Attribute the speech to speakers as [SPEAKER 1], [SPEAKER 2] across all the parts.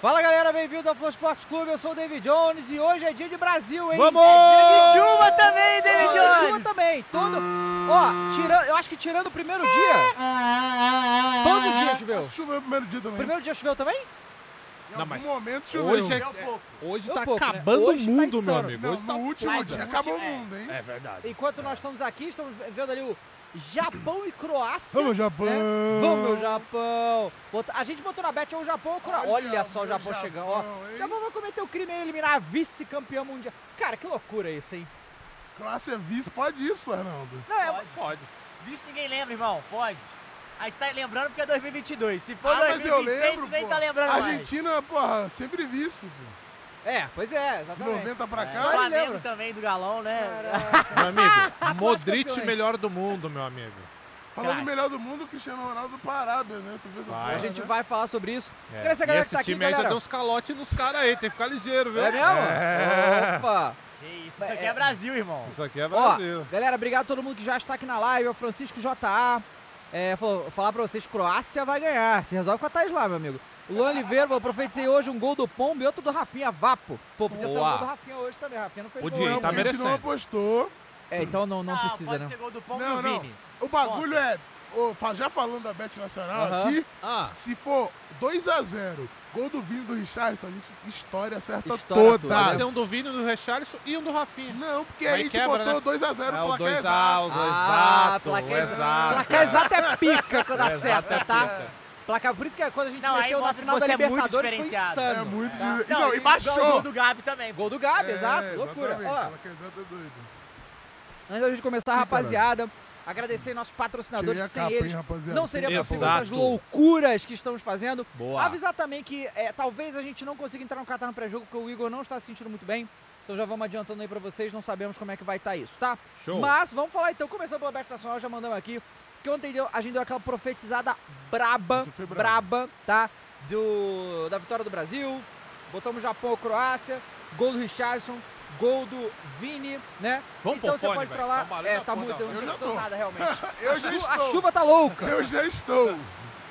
[SPEAKER 1] Fala galera, bem-vindo ao Flow Esporte Clube. Eu sou o David Jones e hoje é dia de Brasil, hein?
[SPEAKER 2] Vamos!
[SPEAKER 1] É dia de
[SPEAKER 2] Chuva também, David
[SPEAKER 1] Dia de Chuva
[SPEAKER 2] Jones!
[SPEAKER 1] também. Todo, ó, tirando, eu acho que tirando o primeiro dia. Todos os dias choveu.
[SPEAKER 3] Choveu no primeiro dia também.
[SPEAKER 1] Primeiro dia choveu também?
[SPEAKER 2] Não,
[SPEAKER 3] Em
[SPEAKER 2] mas
[SPEAKER 3] algum momento choveu.
[SPEAKER 2] hoje, é, hoje
[SPEAKER 1] Deu
[SPEAKER 2] tá
[SPEAKER 1] pouco, né?
[SPEAKER 2] acabando
[SPEAKER 1] Hoje tá
[SPEAKER 2] o mundo, meu
[SPEAKER 1] insano.
[SPEAKER 2] amigo.
[SPEAKER 3] um Não,
[SPEAKER 2] hoje tá
[SPEAKER 3] no último
[SPEAKER 2] foda.
[SPEAKER 3] dia acabou o mundo, hein?
[SPEAKER 2] É verdade.
[SPEAKER 1] Enquanto nós estamos aqui, estamos vendo ali o Japão e Croácia.
[SPEAKER 3] Vamos, Japão!
[SPEAKER 1] né? Vamos, meu Japão! Bota- A gente botou na bet ou o Japão ou Croácia. Olha, só o
[SPEAKER 3] meu
[SPEAKER 1] Japão, chegando, ó.
[SPEAKER 3] Japão,
[SPEAKER 1] O
[SPEAKER 3] hein?
[SPEAKER 1] Japão vai cometer o crime e eliminar a vice-campeã mundial. Cara, que loucura isso, hein?
[SPEAKER 3] Croácia é vice, pode isso, Arnaldo.
[SPEAKER 1] Não, é,
[SPEAKER 2] Pode, pode.
[SPEAKER 4] Disso ninguém lembra, irmão. Pode. A gente tá lembrando porque é 2022. Se for
[SPEAKER 3] Ah, mas eu
[SPEAKER 4] 2026,
[SPEAKER 3] lembro,
[SPEAKER 4] nem
[SPEAKER 3] pô.
[SPEAKER 4] tá lembrando mais.
[SPEAKER 3] Argentina, porra, sempre vice, pô.
[SPEAKER 1] é, pois é,
[SPEAKER 3] De
[SPEAKER 1] exatamente.
[SPEAKER 3] 90 pra
[SPEAKER 4] O
[SPEAKER 3] cá.
[SPEAKER 1] Olha,
[SPEAKER 4] Flamengo
[SPEAKER 1] lembra.
[SPEAKER 4] também, do Galão, né?
[SPEAKER 2] Meu amigo, Modric
[SPEAKER 1] campeões.
[SPEAKER 2] melhor do mundo, meu amigo.
[SPEAKER 3] Falando
[SPEAKER 4] craque.
[SPEAKER 3] melhor do mundo, Cristiano Ronaldo pra Arábia, né? Tu vê essa
[SPEAKER 2] Vai.
[SPEAKER 3] porra,
[SPEAKER 1] A gente
[SPEAKER 3] né?
[SPEAKER 1] vai falar sobre isso.
[SPEAKER 2] É.
[SPEAKER 1] Graças a
[SPEAKER 2] e
[SPEAKER 1] galera que
[SPEAKER 2] esse
[SPEAKER 1] tá aqui,
[SPEAKER 2] time aí
[SPEAKER 1] galera.
[SPEAKER 2] já deu uns calotes nos caras aí, tem que ficar ligeiro, viu?
[SPEAKER 1] É mesmo?
[SPEAKER 2] É.
[SPEAKER 1] Opa!
[SPEAKER 4] Que isso, isso aqui é Brasil, irmão.
[SPEAKER 2] Isso aqui é
[SPEAKER 1] Ó,
[SPEAKER 2] Brasil.
[SPEAKER 1] galera, obrigado a todo mundo que já está aqui na live. É O Francisco JA. É, falou, falar pra vocês, Croácia vai ganhar. Se resolve com a Thais lá, meu amigo. Luan Oliveira, falou, profetizei hoje um gol do Pombo e outro do Rafinha Vapo. Pô, podia ser um
[SPEAKER 2] Boa.
[SPEAKER 1] gol do Rafinha hoje também. Rafinha não fez
[SPEAKER 2] Podia,
[SPEAKER 1] gol.
[SPEAKER 2] hein?
[SPEAKER 3] Não,
[SPEAKER 1] não.
[SPEAKER 2] tá
[SPEAKER 3] porque a gente
[SPEAKER 2] merecendo.
[SPEAKER 3] não apostou.
[SPEAKER 1] É, então não, não precisa,
[SPEAKER 4] pode
[SPEAKER 1] né?
[SPEAKER 4] ser gol do Pombo
[SPEAKER 3] Não,
[SPEAKER 4] do
[SPEAKER 3] não.
[SPEAKER 4] Vini.
[SPEAKER 3] O bagulho é, ô, fa- já falando da Bet Nacional
[SPEAKER 1] Aham.
[SPEAKER 3] aqui,
[SPEAKER 2] Ah,
[SPEAKER 3] se for 2x0, gol do Vini e do Richardson, a gente história acerta
[SPEAKER 1] Estoura tudo.
[SPEAKER 2] vai
[SPEAKER 3] todas.
[SPEAKER 2] ser um do Vini, do Richarlison e um do Rafinha.
[SPEAKER 3] Não, porque
[SPEAKER 2] Mas
[SPEAKER 3] aí a gente
[SPEAKER 2] quebra,
[SPEAKER 3] botou 2x0
[SPEAKER 2] É o
[SPEAKER 3] placar
[SPEAKER 2] 2A,
[SPEAKER 3] exato.
[SPEAKER 2] o 2
[SPEAKER 1] Ah,
[SPEAKER 2] exato,
[SPEAKER 1] placar
[SPEAKER 2] o
[SPEAKER 1] exato.
[SPEAKER 2] um exato.
[SPEAKER 1] Placar exato é pica quando
[SPEAKER 2] exato
[SPEAKER 1] acerta,
[SPEAKER 2] é
[SPEAKER 1] tá?
[SPEAKER 2] pica.
[SPEAKER 1] Placar, por isso que é quando a gente
[SPEAKER 4] Não, aí
[SPEAKER 1] meteu na
[SPEAKER 4] mostra que
[SPEAKER 1] final da
[SPEAKER 4] você é muito
[SPEAKER 1] Libertadores foi
[SPEAKER 4] diferenciado. Tá.
[SPEAKER 3] É
[SPEAKER 1] insano.
[SPEAKER 3] muito difícil.
[SPEAKER 4] Não,
[SPEAKER 3] Não, e baixou.
[SPEAKER 4] gol do Gabi também.
[SPEAKER 1] Gol do Gabi,
[SPEAKER 3] É,
[SPEAKER 1] exato, loucura.
[SPEAKER 3] exatamente,
[SPEAKER 1] Ó,
[SPEAKER 3] placar exato é doido.
[SPEAKER 1] Antes da gente começar, rapaziada, agradecer nossos patrocinadores,
[SPEAKER 3] Tirei a
[SPEAKER 1] que sem
[SPEAKER 3] capa,
[SPEAKER 1] eles
[SPEAKER 3] hein, rapaziada.
[SPEAKER 1] não seria
[SPEAKER 2] Exato.
[SPEAKER 1] possível essas loucuras que estamos fazendo.
[SPEAKER 2] Boa.
[SPEAKER 1] Avisar também que é, talvez a gente não consiga entrar no Catar no pré-jogo, porque o Igor não está se sentindo muito bem. Então já vamos adiantando aí pra vocês, não sabemos como é que vai estar isso, tá?
[SPEAKER 2] Show.
[SPEAKER 1] Mas vamos falar então, começando pela Best Nacional, já mandamos aqui, que ontem deu- a gente deu aquela profetizada braba,
[SPEAKER 3] Ontem foi brabo.
[SPEAKER 1] braba, tá? Do, da vitória do Brasil, botamos Japão ou Croácia, gol do Richardson, gol do Vini, né?
[SPEAKER 2] Vamos
[SPEAKER 1] então
[SPEAKER 2] pôr
[SPEAKER 1] você
[SPEAKER 2] fone,
[SPEAKER 1] pode ir pra
[SPEAKER 2] velho. Tá
[SPEAKER 1] lá.
[SPEAKER 2] um barulho
[SPEAKER 1] é,
[SPEAKER 2] da
[SPEAKER 1] tá
[SPEAKER 2] porra
[SPEAKER 1] muito,
[SPEAKER 2] da
[SPEAKER 1] eu
[SPEAKER 3] hora.
[SPEAKER 1] não
[SPEAKER 3] Eu já
[SPEAKER 1] tô
[SPEAKER 3] tô.
[SPEAKER 1] nada realmente.
[SPEAKER 3] Eu já
[SPEAKER 1] Chu-
[SPEAKER 3] estou.
[SPEAKER 1] a chuva tá louca.
[SPEAKER 3] Eu já estou.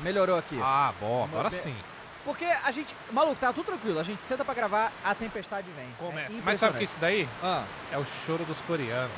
[SPEAKER 1] Melhorou aqui.
[SPEAKER 2] Ah, bom, agora
[SPEAKER 1] Uma-
[SPEAKER 2] sim.
[SPEAKER 1] Porque a gente, maluco, tá tudo tranquilo. A gente senta pra gravar, a tempestade vem.
[SPEAKER 2] Começa.
[SPEAKER 1] É
[SPEAKER 2] Mas sabe o que é
[SPEAKER 1] impressionante.
[SPEAKER 2] isso daí?
[SPEAKER 1] Ah,
[SPEAKER 2] É o choro dos coreanos.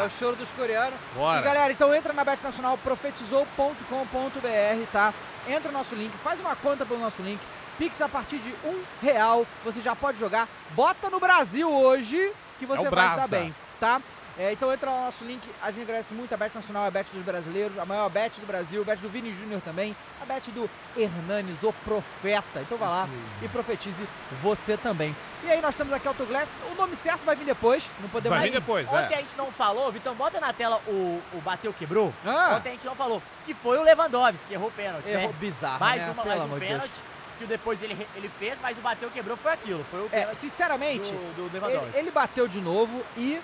[SPEAKER 1] é o choro dos coreanos. E
[SPEAKER 2] Bora.
[SPEAKER 1] galera, então entra na Bet Nacional, profetizou.com.br, tá? Entra no nosso link, faz uma conta pelo nosso link. Pix a partir de um real, você já pode jogar. Bota no Brasil hoje, que você
[SPEAKER 2] É o
[SPEAKER 1] vai se dar
[SPEAKER 2] Brasa.
[SPEAKER 1] bem, tá? É, então entra no nosso link, a gente agradece muito a Bet Nacional, a Bet dos brasileiros, a maior Bet do Brasil, a Bet do Vini Júnior também, a Bet do Hernanes, o profeta. Então vai lá e profetize você também. E aí nós temos aqui a Autoglass, o nome certo vai vir depois, não podemos...
[SPEAKER 2] Vai vir
[SPEAKER 1] mais-
[SPEAKER 2] depois,
[SPEAKER 4] Então, assim, Ontem
[SPEAKER 2] é.
[SPEAKER 4] a gente não falou, Vitão, bota na tela o, o bateu quebrou.
[SPEAKER 1] Ah,
[SPEAKER 4] Ontem a gente não falou. Que foi o Lewandowski, que errou o pênalti,
[SPEAKER 1] errou
[SPEAKER 4] né?
[SPEAKER 1] bizarro,
[SPEAKER 4] Mais
[SPEAKER 1] né?
[SPEAKER 4] uma,
[SPEAKER 1] Pelo
[SPEAKER 4] mais
[SPEAKER 1] amor
[SPEAKER 4] um
[SPEAKER 1] de Deus.
[SPEAKER 4] pênalti. Que depois ele, re- ele fez, mas o bateu quebrou foi aquilo. Foi o
[SPEAKER 1] É,
[SPEAKER 4] pênalti
[SPEAKER 1] sinceramente,
[SPEAKER 4] do, do
[SPEAKER 1] ele,
[SPEAKER 4] Lewandowski.
[SPEAKER 1] ele bateu de novo e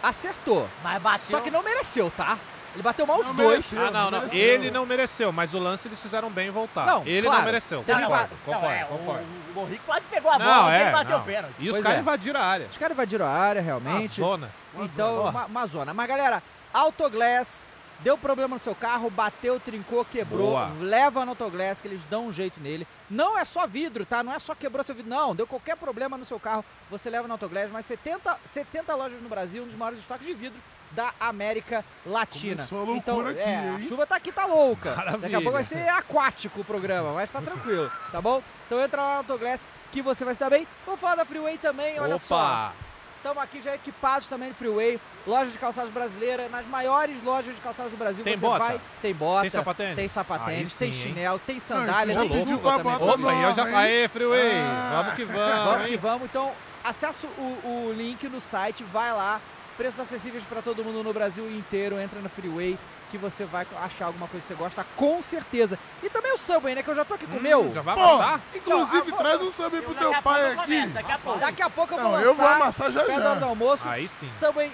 [SPEAKER 1] acertou.
[SPEAKER 4] Mas bateu.
[SPEAKER 1] Só que não mereceu, tá? Ele bateu mal os
[SPEAKER 3] Não
[SPEAKER 1] dois.
[SPEAKER 3] mereceu,
[SPEAKER 2] Ah, não, não.
[SPEAKER 3] mereceu.
[SPEAKER 2] Ele não mereceu, mas o lance eles fizeram bem em voltar.
[SPEAKER 1] Não,
[SPEAKER 2] ele
[SPEAKER 1] claro.
[SPEAKER 2] não mereceu.
[SPEAKER 1] Teve
[SPEAKER 2] Concordo,
[SPEAKER 4] Não,
[SPEAKER 2] concordo,
[SPEAKER 4] é, o-
[SPEAKER 2] concordo.
[SPEAKER 4] O, o Henrique quase pegou a bola,
[SPEAKER 2] Não,
[SPEAKER 4] porque
[SPEAKER 2] é.
[SPEAKER 4] ele bateu o
[SPEAKER 2] não.
[SPEAKER 4] pênalti.
[SPEAKER 2] E os
[SPEAKER 1] Pois
[SPEAKER 2] caras
[SPEAKER 1] é.
[SPEAKER 2] invadiram a área.
[SPEAKER 1] Os caras invadiram a área, realmente.
[SPEAKER 2] zona.
[SPEAKER 1] Então, uma, uma zona. Mas, galera, Autoglass deu problema no seu carro, bateu, trincou, quebrou.
[SPEAKER 2] Boa.
[SPEAKER 1] Leva no Autoglass que eles dão um jeito nele. Não é só vidro, tá? Não é só quebrou seu vidro. Não, deu qualquer problema no seu carro, você leva no Autoglass. Mas 70, 70 lojas no Brasil, um dos maiores estoques de vidro da América Latina.
[SPEAKER 3] Começou a loucura
[SPEAKER 1] então,
[SPEAKER 3] aqui,
[SPEAKER 1] é, a
[SPEAKER 3] hein?
[SPEAKER 1] chuva tá aqui, tá louca. Daqui a
[SPEAKER 2] Maravilha.
[SPEAKER 1] pouco vai ser aquático o programa, mas tá tranquilo, tá bom? Então entra lá no Autoglass que você vai se dar bem. Vou falar da Freeway também, olha só.
[SPEAKER 2] Opa!
[SPEAKER 1] Estamos aqui já equipados também no Freeway, loja de calçados brasileira, nas maiores lojas de calçados do Brasil.
[SPEAKER 2] Tem
[SPEAKER 1] você
[SPEAKER 2] bota?
[SPEAKER 1] vai, tem bota,
[SPEAKER 2] Tem sapatênis?
[SPEAKER 1] tem sapatênis,
[SPEAKER 2] Aí
[SPEAKER 1] tem
[SPEAKER 2] sim, hein?
[SPEAKER 1] chinelo, tem sandália,
[SPEAKER 3] já
[SPEAKER 1] tem
[SPEAKER 3] pediu
[SPEAKER 1] chuva
[SPEAKER 3] tua
[SPEAKER 1] também.
[SPEAKER 3] bota
[SPEAKER 1] Opa,
[SPEAKER 2] Opa, e eu já.
[SPEAKER 3] nova, hein?
[SPEAKER 2] Aê, Freeway!
[SPEAKER 3] Ah.
[SPEAKER 2] Vamos que vamos,
[SPEAKER 1] Vamos que
[SPEAKER 2] hein?
[SPEAKER 1] vamos. Então, acessa o, o link no site, vai lá. Preços acessíveis para todo mundo no Brasil inteiro. Entra no Freeway que você vai achar alguma coisa que você gosta, com certeza. E também o Subway, né? Que eu já tô aqui com o meu.
[SPEAKER 2] Hum, Já vai
[SPEAKER 3] Pô,
[SPEAKER 2] passar?
[SPEAKER 3] inclusive
[SPEAKER 1] Não, ah,
[SPEAKER 3] traz um sub
[SPEAKER 4] Eu
[SPEAKER 3] pro
[SPEAKER 4] daqui
[SPEAKER 3] teu
[SPEAKER 4] a
[SPEAKER 3] pai
[SPEAKER 4] pouco começo,
[SPEAKER 3] aqui.
[SPEAKER 4] Daqui a pouco.
[SPEAKER 1] Daqui a pouco eu vou
[SPEAKER 3] Não,
[SPEAKER 1] lançar.
[SPEAKER 3] eu vou amassar já
[SPEAKER 1] perto da hora do
[SPEAKER 3] já.
[SPEAKER 1] almoço.
[SPEAKER 2] Aí sim.
[SPEAKER 1] Subway,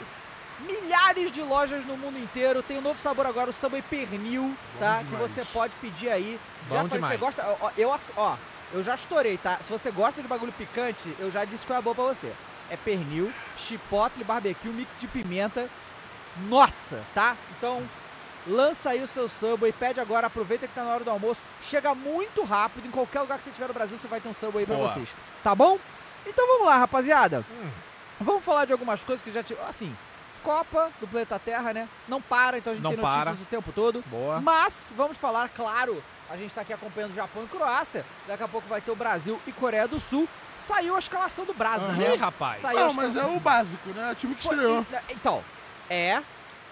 [SPEAKER 1] milhares de lojas no mundo inteiro. Tem um novo sabor agora, o Subway Pernil, tá? Que
[SPEAKER 3] demais.
[SPEAKER 1] você pode pedir aí.
[SPEAKER 2] Bom
[SPEAKER 1] já falei, você
[SPEAKER 2] demais.
[SPEAKER 1] gosta. Ó, eu, ass- ó, eu já estourei, tá? Se você gosta de bagulho picante, eu já disse qual é a boa pra você. É pernil, chipotle, barbecue, mix de pimenta. Nossa, tá? Então, lança aí o seu Subway, pede agora, aproveita que tá na hora do almoço. Chega muito rápido, em qualquer lugar que você estiver no Brasil, você vai ter um Subway pra
[SPEAKER 2] Boa.
[SPEAKER 1] vocês. Tá bom? Então vamos lá, rapaziada. Vamos falar de algumas coisas que já tive. Assim, Copa do planeta Terra, né? Não para, então a gente
[SPEAKER 2] Não
[SPEAKER 1] tem notícias
[SPEAKER 2] para.
[SPEAKER 1] o tempo todo.
[SPEAKER 2] Boa.
[SPEAKER 1] Mas vamos falar, claro, a gente tá aqui acompanhando o Japão e Croácia. Daqui a pouco vai ter o Brasil e Coreia do Sul. Saiu a escalação do Brasa,
[SPEAKER 3] Aham.
[SPEAKER 2] Ih,
[SPEAKER 1] né?
[SPEAKER 2] rapaz.
[SPEAKER 1] Saiu
[SPEAKER 3] Não,
[SPEAKER 1] a
[SPEAKER 3] mas é o básico, né? O time que estreou.
[SPEAKER 1] escalação- Então, é,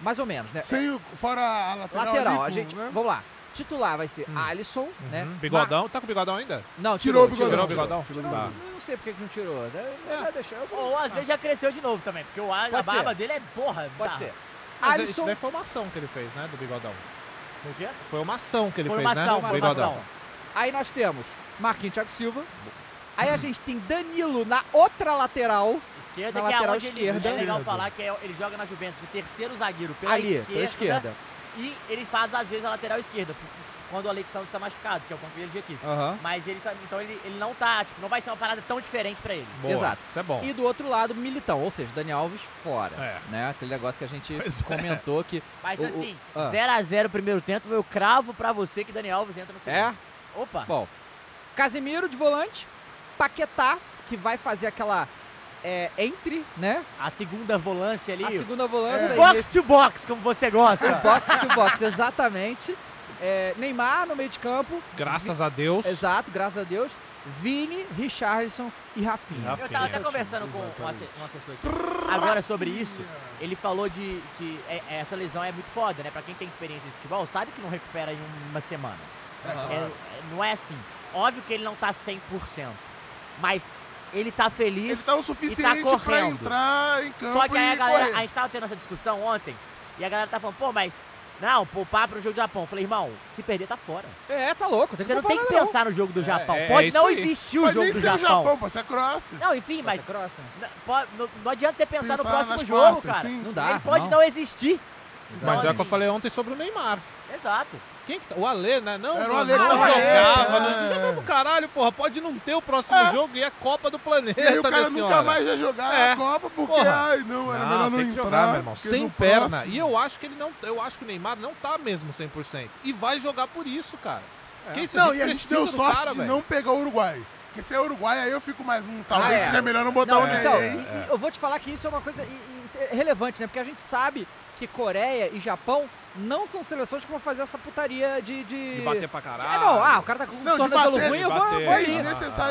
[SPEAKER 1] mais ou menos, né?
[SPEAKER 3] Sem o, fora a lateral.
[SPEAKER 1] Lateral,
[SPEAKER 3] ali,
[SPEAKER 1] a
[SPEAKER 3] com-
[SPEAKER 1] gente.
[SPEAKER 3] né?
[SPEAKER 1] Vamos lá. Titular vai ser Alisson, né?
[SPEAKER 2] Uhum. Bigodão. Tá com bigodão ainda?
[SPEAKER 1] Ma- Não,
[SPEAKER 3] Tirou
[SPEAKER 1] tirou,
[SPEAKER 2] Tirou
[SPEAKER 3] o Bigodão.
[SPEAKER 2] o bigodão?
[SPEAKER 3] Tirou o
[SPEAKER 1] Não,
[SPEAKER 3] bigodão.
[SPEAKER 1] eu não sei porque que não tirou. né? Vai deixar, eu vou-
[SPEAKER 4] É. Ou às vezes já cresceu de novo também, porque o a, a
[SPEAKER 1] Pode ser.
[SPEAKER 4] barba dele é porra.
[SPEAKER 1] Pode
[SPEAKER 4] bizarra.
[SPEAKER 1] ser.
[SPEAKER 2] Tá. Mas é, isso
[SPEAKER 1] Alisson.
[SPEAKER 2] daí foi uma ação que ele fez, né? Do bigodão.
[SPEAKER 4] O quê?
[SPEAKER 2] Foi uma ação que ele
[SPEAKER 4] Foi
[SPEAKER 2] fez,
[SPEAKER 4] uma
[SPEAKER 2] né?
[SPEAKER 4] ação,
[SPEAKER 2] do
[SPEAKER 4] foi uma
[SPEAKER 2] bigodão.
[SPEAKER 4] ação.
[SPEAKER 1] Aí nós temos Marquinhos Thiago Silva. Aí a gente tem Danilo na outra lateral.
[SPEAKER 4] Esquerda,
[SPEAKER 1] Na
[SPEAKER 4] que é
[SPEAKER 1] lateral
[SPEAKER 4] onde ele,
[SPEAKER 1] esquerda.
[SPEAKER 4] é legal
[SPEAKER 3] Esquerda.
[SPEAKER 4] falar que é- ele joga na Juventus de terceiro zagueiro pela
[SPEAKER 1] ali,
[SPEAKER 4] esquerda,
[SPEAKER 1] pela esquerda.
[SPEAKER 4] E ele faz às vezes a lateral esquerda, por- quando o Alexandre está machucado, que é o companheiro de equipe.
[SPEAKER 2] Aham.
[SPEAKER 4] Mas ele tá, então ele, ele não tá, tipo, não vai ser uma parada tão diferente pra ele.
[SPEAKER 2] Boa.
[SPEAKER 1] Exato.
[SPEAKER 2] Isso é bom.
[SPEAKER 1] E do outro lado, Militão, ou seja, Dani Alves fora.
[SPEAKER 2] É.
[SPEAKER 1] Né? Aquele negócio que a gente
[SPEAKER 2] Pois é.
[SPEAKER 1] comentou que.
[SPEAKER 4] Mas
[SPEAKER 1] O- o-
[SPEAKER 4] assim,
[SPEAKER 1] ah.
[SPEAKER 4] 0x0 primeiro tempo, eu cravo pra você que Dani Alves entra no segundo.
[SPEAKER 1] É?
[SPEAKER 4] Opa!
[SPEAKER 1] Bom. Casemiro de volante, Paquetá, que vai fazer aquela. é, entre, né?
[SPEAKER 4] A segunda volância ali.
[SPEAKER 1] A
[SPEAKER 4] o
[SPEAKER 1] segunda volância. e
[SPEAKER 4] Box to box, como você gosta.
[SPEAKER 1] Box to box, exatamente. É, Neymar no meio de campo.
[SPEAKER 2] Graças a Deus.
[SPEAKER 1] Exato, graças a Deus. Vini, Richarlison e Rafinha.
[SPEAKER 2] Rafinha.
[SPEAKER 4] Eu tava até
[SPEAKER 2] Exatamente.
[SPEAKER 4] conversando com um asse- um assessor aqui agora sobre isso. Ele falou de que é- essa lesão é muito foda, né? Pra quem tem experiência de futebol, sabe que não recupera em uma semana. É- é- não é assim. Óbvio que ele não tá 100%, mas ele tá feliz.
[SPEAKER 3] Ele tá o
[SPEAKER 4] e
[SPEAKER 3] suficiente
[SPEAKER 4] tá
[SPEAKER 3] pra
[SPEAKER 4] correndo.
[SPEAKER 3] entrar em campo.
[SPEAKER 4] Só que aí
[SPEAKER 3] e
[SPEAKER 4] a galera, a
[SPEAKER 3] correr.
[SPEAKER 4] gente tava tendo essa discussão ontem, e a galera tá falando, pô, mas não, poupar pro jogo do Japão. Eu falei, irmão, se perder tá fora.
[SPEAKER 1] É, tá louco. Tem que
[SPEAKER 4] Você não tem que
[SPEAKER 1] comparar,
[SPEAKER 4] pensar no jogo do Japão.
[SPEAKER 2] é
[SPEAKER 4] Pode
[SPEAKER 2] isso
[SPEAKER 4] não
[SPEAKER 2] aí.
[SPEAKER 4] existir o
[SPEAKER 3] Pode
[SPEAKER 4] jogo
[SPEAKER 3] nem
[SPEAKER 4] do
[SPEAKER 3] ser o
[SPEAKER 4] Japão.
[SPEAKER 3] Japão, pode ser a Croácia.
[SPEAKER 4] Não, enfim, mas
[SPEAKER 1] Mas próximo.
[SPEAKER 4] Não, po- não- não adianta você pensar, no
[SPEAKER 3] Pensar
[SPEAKER 4] próximo
[SPEAKER 3] nas
[SPEAKER 4] jogo,
[SPEAKER 3] quartas,
[SPEAKER 4] cara.
[SPEAKER 3] sim.
[SPEAKER 1] Não dá.
[SPEAKER 4] Ele pode não, existir.
[SPEAKER 2] Mas é o
[SPEAKER 4] assim,
[SPEAKER 2] que eu falei ontem sobre o Neymar.
[SPEAKER 4] Exato.
[SPEAKER 2] Quem que tá? O Alê, né? Não,
[SPEAKER 3] Era o
[SPEAKER 2] não,
[SPEAKER 3] Alê que
[SPEAKER 2] não
[SPEAKER 3] tava
[SPEAKER 2] jogava,
[SPEAKER 3] nessa,
[SPEAKER 2] né?
[SPEAKER 3] é.
[SPEAKER 2] Jogava o caralho, porra. Pode não ter o próximo
[SPEAKER 3] É.
[SPEAKER 2] jogo e a Copa do Planeta,
[SPEAKER 3] E aí o cara
[SPEAKER 2] minha
[SPEAKER 3] nunca
[SPEAKER 2] senhora.
[SPEAKER 3] mais vai jogar
[SPEAKER 2] É.
[SPEAKER 3] a Copa porque,
[SPEAKER 2] Porra.
[SPEAKER 3] ai, não, era melhor não
[SPEAKER 2] tem que
[SPEAKER 3] entrar.
[SPEAKER 2] jogar, meu irmão.
[SPEAKER 3] porque
[SPEAKER 2] Sem
[SPEAKER 3] no
[SPEAKER 2] perna.
[SPEAKER 3] próximo-
[SPEAKER 2] E eu acho que ele não. Eu acho que o Neymar não tá mesmo 100%. E vai jogar por isso, cara.
[SPEAKER 1] É.
[SPEAKER 2] Que isso,
[SPEAKER 3] É. Não, e a gente
[SPEAKER 2] precisa
[SPEAKER 3] deu
[SPEAKER 2] do
[SPEAKER 3] sorte
[SPEAKER 2] cara,
[SPEAKER 3] de
[SPEAKER 2] velho.
[SPEAKER 3] não pegar o Uruguai. Porque se é Uruguai, aí eu fico mais um. Talvez
[SPEAKER 1] é.
[SPEAKER 3] seja melhor não botar
[SPEAKER 1] Não,
[SPEAKER 3] o né? Ney,
[SPEAKER 1] então,
[SPEAKER 3] hein?
[SPEAKER 1] e- e eu vou te falar que isso é uma coisa i- i- relevante, né? Porque a gente sabe que Coreia e Japão não são seleções que vão fazer essa putaria de. de...
[SPEAKER 2] De bater pra caralho.
[SPEAKER 1] É, não, ah, o cara tá com um
[SPEAKER 3] Não, de
[SPEAKER 1] tornozelo
[SPEAKER 3] bater, é
[SPEAKER 1] ruim,
[SPEAKER 3] de
[SPEAKER 1] eu vou,
[SPEAKER 2] bater.
[SPEAKER 1] vou
[SPEAKER 3] Foi
[SPEAKER 2] e-
[SPEAKER 1] ali.